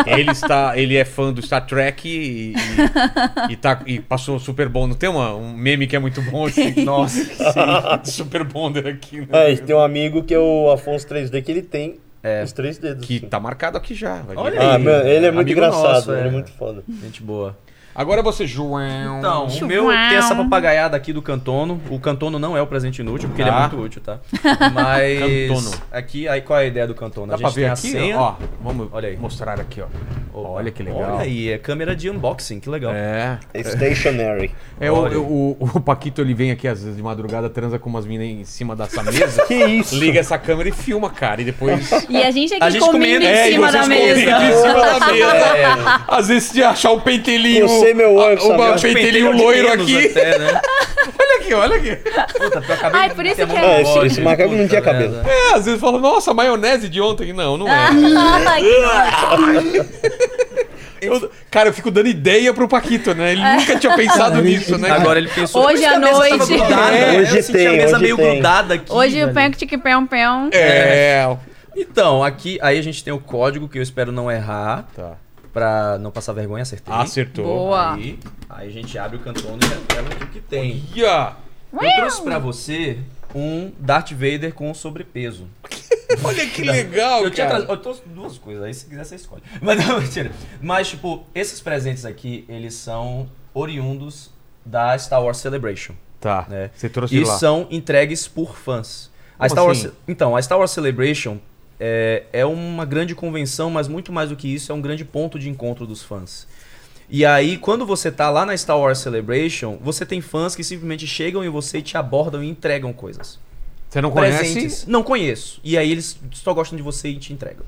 ele, está, ele é fã do Star Trek e, e, e tá, e passou super bom. Não tem uma- um meme que é muito bom assim? Nossa, esse super bonder aqui. né?
É, e tem um amigo que é o Afonso 3D que ele tem os três dedos.
Que
assim.
tá marcado aqui já. vai
Olha
virar.
Ah, meu, ele é muito
Amigo
engraçado,
nosso,
ele
é.
é muito foda.
Gente boa.
Agora é você, João.
Então, o meu tem essa papagaiada aqui do Cantono. O Cantono não é o presente inútil, porque ele é
Tá.
muito útil, tá? Mas.
Cantono.
Aqui, aí qual é a ideia do Cantono?
Dá
a gente
pra ver
tem a
aqui?
senha.
Ó, vamos
Olha aí.
mostrar aqui, ó.
Opa.
Olha que legal.
Olha aí, é câmera de unboxing, que legal.
É.
Stationary.
É, o,
Olha.
o, o Paquito ele vem aqui às vezes de madrugada, transa com umas minas em cima dessa mesa.
que isso?
liga essa câmera e filma, cara. E depois.
E a gente
A
aqui
gente
comendo
comendo,
É,
em
e
cima
vocês
da
comem aqui em
mesa.
cima da mesa. Às vezes de achar o pentelinho.
Eu sei meu olho,
o-
sabe?
o pentelinho loiro aqui.
um Até, né?
Olha aqui, olha aqui.
Puta, eu acabei
Ai,
de
por isso
ter
que
a
é-
mão no
É, esse-
bode.
esse macaco não
Puta
tinha cabelo.
merda.
É, às vezes fala, nossa, a maionese de ontem. Não, não é.
Ah.
Eu- cara, eu fico dando ideia pro Paquito, né? Ele nunca tinha
Ah,
pensado nisso, né?
Agora ele pensou.
Hoje
"Por isso
à
que a mesa tava
noite."
grudada, né?
é. Hoje
eu senti a
tem,
mesa
hoje
meio
tem.
grudada aqui.
Hoje o
velho.
pão que peão peão.
É.
Então, aqui aí a gente tem o código que eu espero não errar.
Tá.
Pra não passar vergonha, acertei.
Acertou.
Boa.
Aí, aí a gente abre o cantono e revela o que que tem.
Ia.
Eu trouxe pra você um Darth Vader com sobrepeso.
Olha que legal,
eu, tinha
é?
cara.
trazido- eu trouxe duas coisas, aí se quiser você escolhe. Mas não, mentira. Mas, tipo, esses presentes aqui, eles são oriundos da Star Wars Celebration.
Tá.
É.
Você trouxe
E
lá.
são entregues por fãs. A
Como
Star Wars,
assim?
então, a Star Wars Celebration é, é uma grande convenção, mas muito mais do que isso, é um grande ponto de encontro dos fãs. E aí, quando você tá lá na Star Wars Celebration, você tem fãs que simplesmente chegam em você e te abordam e entregam coisas.
Você não
Presentes. Não conheço. E aí eles só gostam de você e te entregam.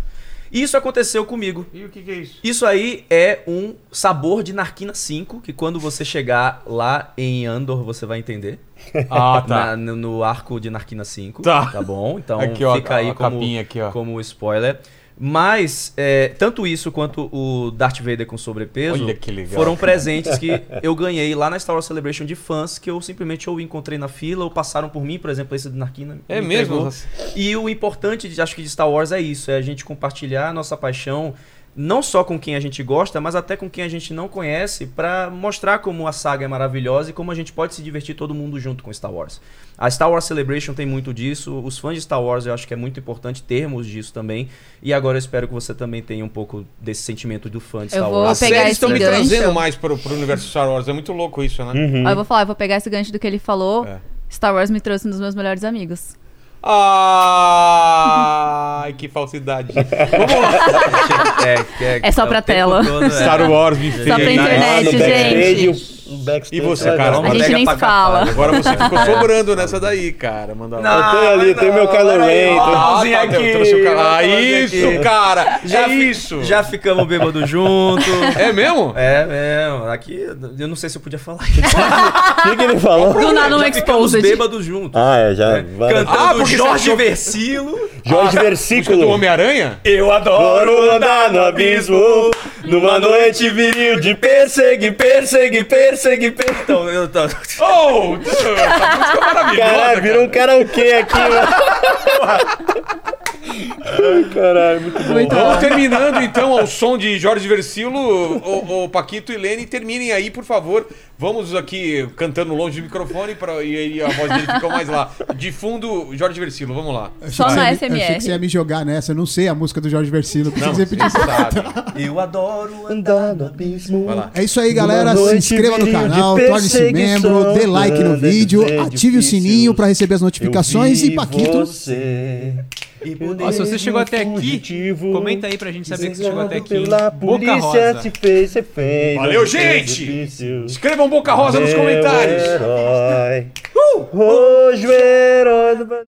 E isso aconteceu comigo.
E o que, que é isso?
Isso aí é um sabor de Narquina 5, que quando você chegar lá em Andor você vai entender. Ah, tá. Na- no, no arco de Narquina 5.
Tá.
bom? Então
Aqui, ó,
fica
a-
aí
a
como,
capinha aqui, ó.
como spoiler. Mas, é, tanto isso quanto o Darth Vader com sobrepeso
Olha que legal.
foram presentes que eu ganhei lá na Star Wars Celebration de fãs que eu simplesmente ou encontrei na fila ou passaram por mim, por exemplo, esse de Narquina.
É
me
mesmo?
entregou. E o importante, de- acho que de Star Wars é isso, é a gente compartilhar a nossa paixão não só com quem a gente gosta, mas até com quem a gente não conhece, pra mostrar como a saga é maravilhosa e como a gente pode se divertir todo mundo junto com Star Wars. A Star Wars Celebration tem muito disso, os fãs de Star Wars eu acho que é muito importante termos disso também. E agora eu espero que você também tenha um pouco desse sentimento do fã de
Eu
Star
vou
Wars.
pegar
Sério,
esse
estão me
gancho.
trazendo mais pro, pro universo Star Wars. É muito louco isso, né?
Hum. Uhum.
Ó, eu vou falar, eu vou pegar esse gancho do que ele falou.
É.
Star Wars me trouxe um dos meus melhores amigos.
Ai, Ah, que falsidade.
É só pra tela.
Star Wars me fez.
Só pra internet, gente.
o Ah,
E
backstage.
você, cara?
A gente nem se fala.
Agora você ficou sobrando nessa daí, cara. Manda lá.
Eu tenho ali, tem meu Kylo Ren. tem-
Ah, tá,
aqui,
eu trouxe o cara. Ah,
eu trouxe
isso,
aqui.
cara! Já
Já
é
fi-
isso!
Já ficamos bêbados junto.
É mesmo?
É, é, aqui eu não sei se eu podia falar.
O que, que ele falou?
Do nada um
Já ficamos
exposed.
bêbados juntos.
Ah, é, Ah, já. vai-
Cantando
Ah, porque
Jorge
você-
Versilo.
Jorge
Música do
Versículo.
Homem-Aranha?
Eu
Adoro andar no abismo. Numa noite viril de persegue, persegue, persegue, persegue.
Então, eu tô...
Oh! Essa música é maravilhosa,
Caralho, virou um karaokê aqui, mano. Ai, caralho, muito bom.
Vamos terminando então ao som de Jorge Versilo, o, o Paquito e Lene, terminem aí, por favor. Vamos aqui cantando longe do microfone pra, e aí a voz dele ficou mais lá. De fundo, Jorge Versilo, vamos lá.
Só
Achei
no
que você ia me- Eu achei que você ia
SMR.
me jogar nessa. Eu não sei a música do Jorge Versilo. Por isso que você pediu.
sabe.
Eu adoro andar.
Andar no abismo.
Vai lá.
É isso aí, galera. Se inscreva no canal, torne-se membro, dê like no vídeo, ative o sininho pra receber as notificações e Paquito.
E poder...
Ó, se você chegou até aqui,
fugitivo,
comenta aí pra gente saber que você chegou até aqui.
Pela
Boca
polícia
rosa.
te fez refém.
Valeu,
não te fez
gente!
difícil.
Escrevam Boca Rosa nos
Meu
comentários.
Uh!
Herói. Hoje o herói do Brasil.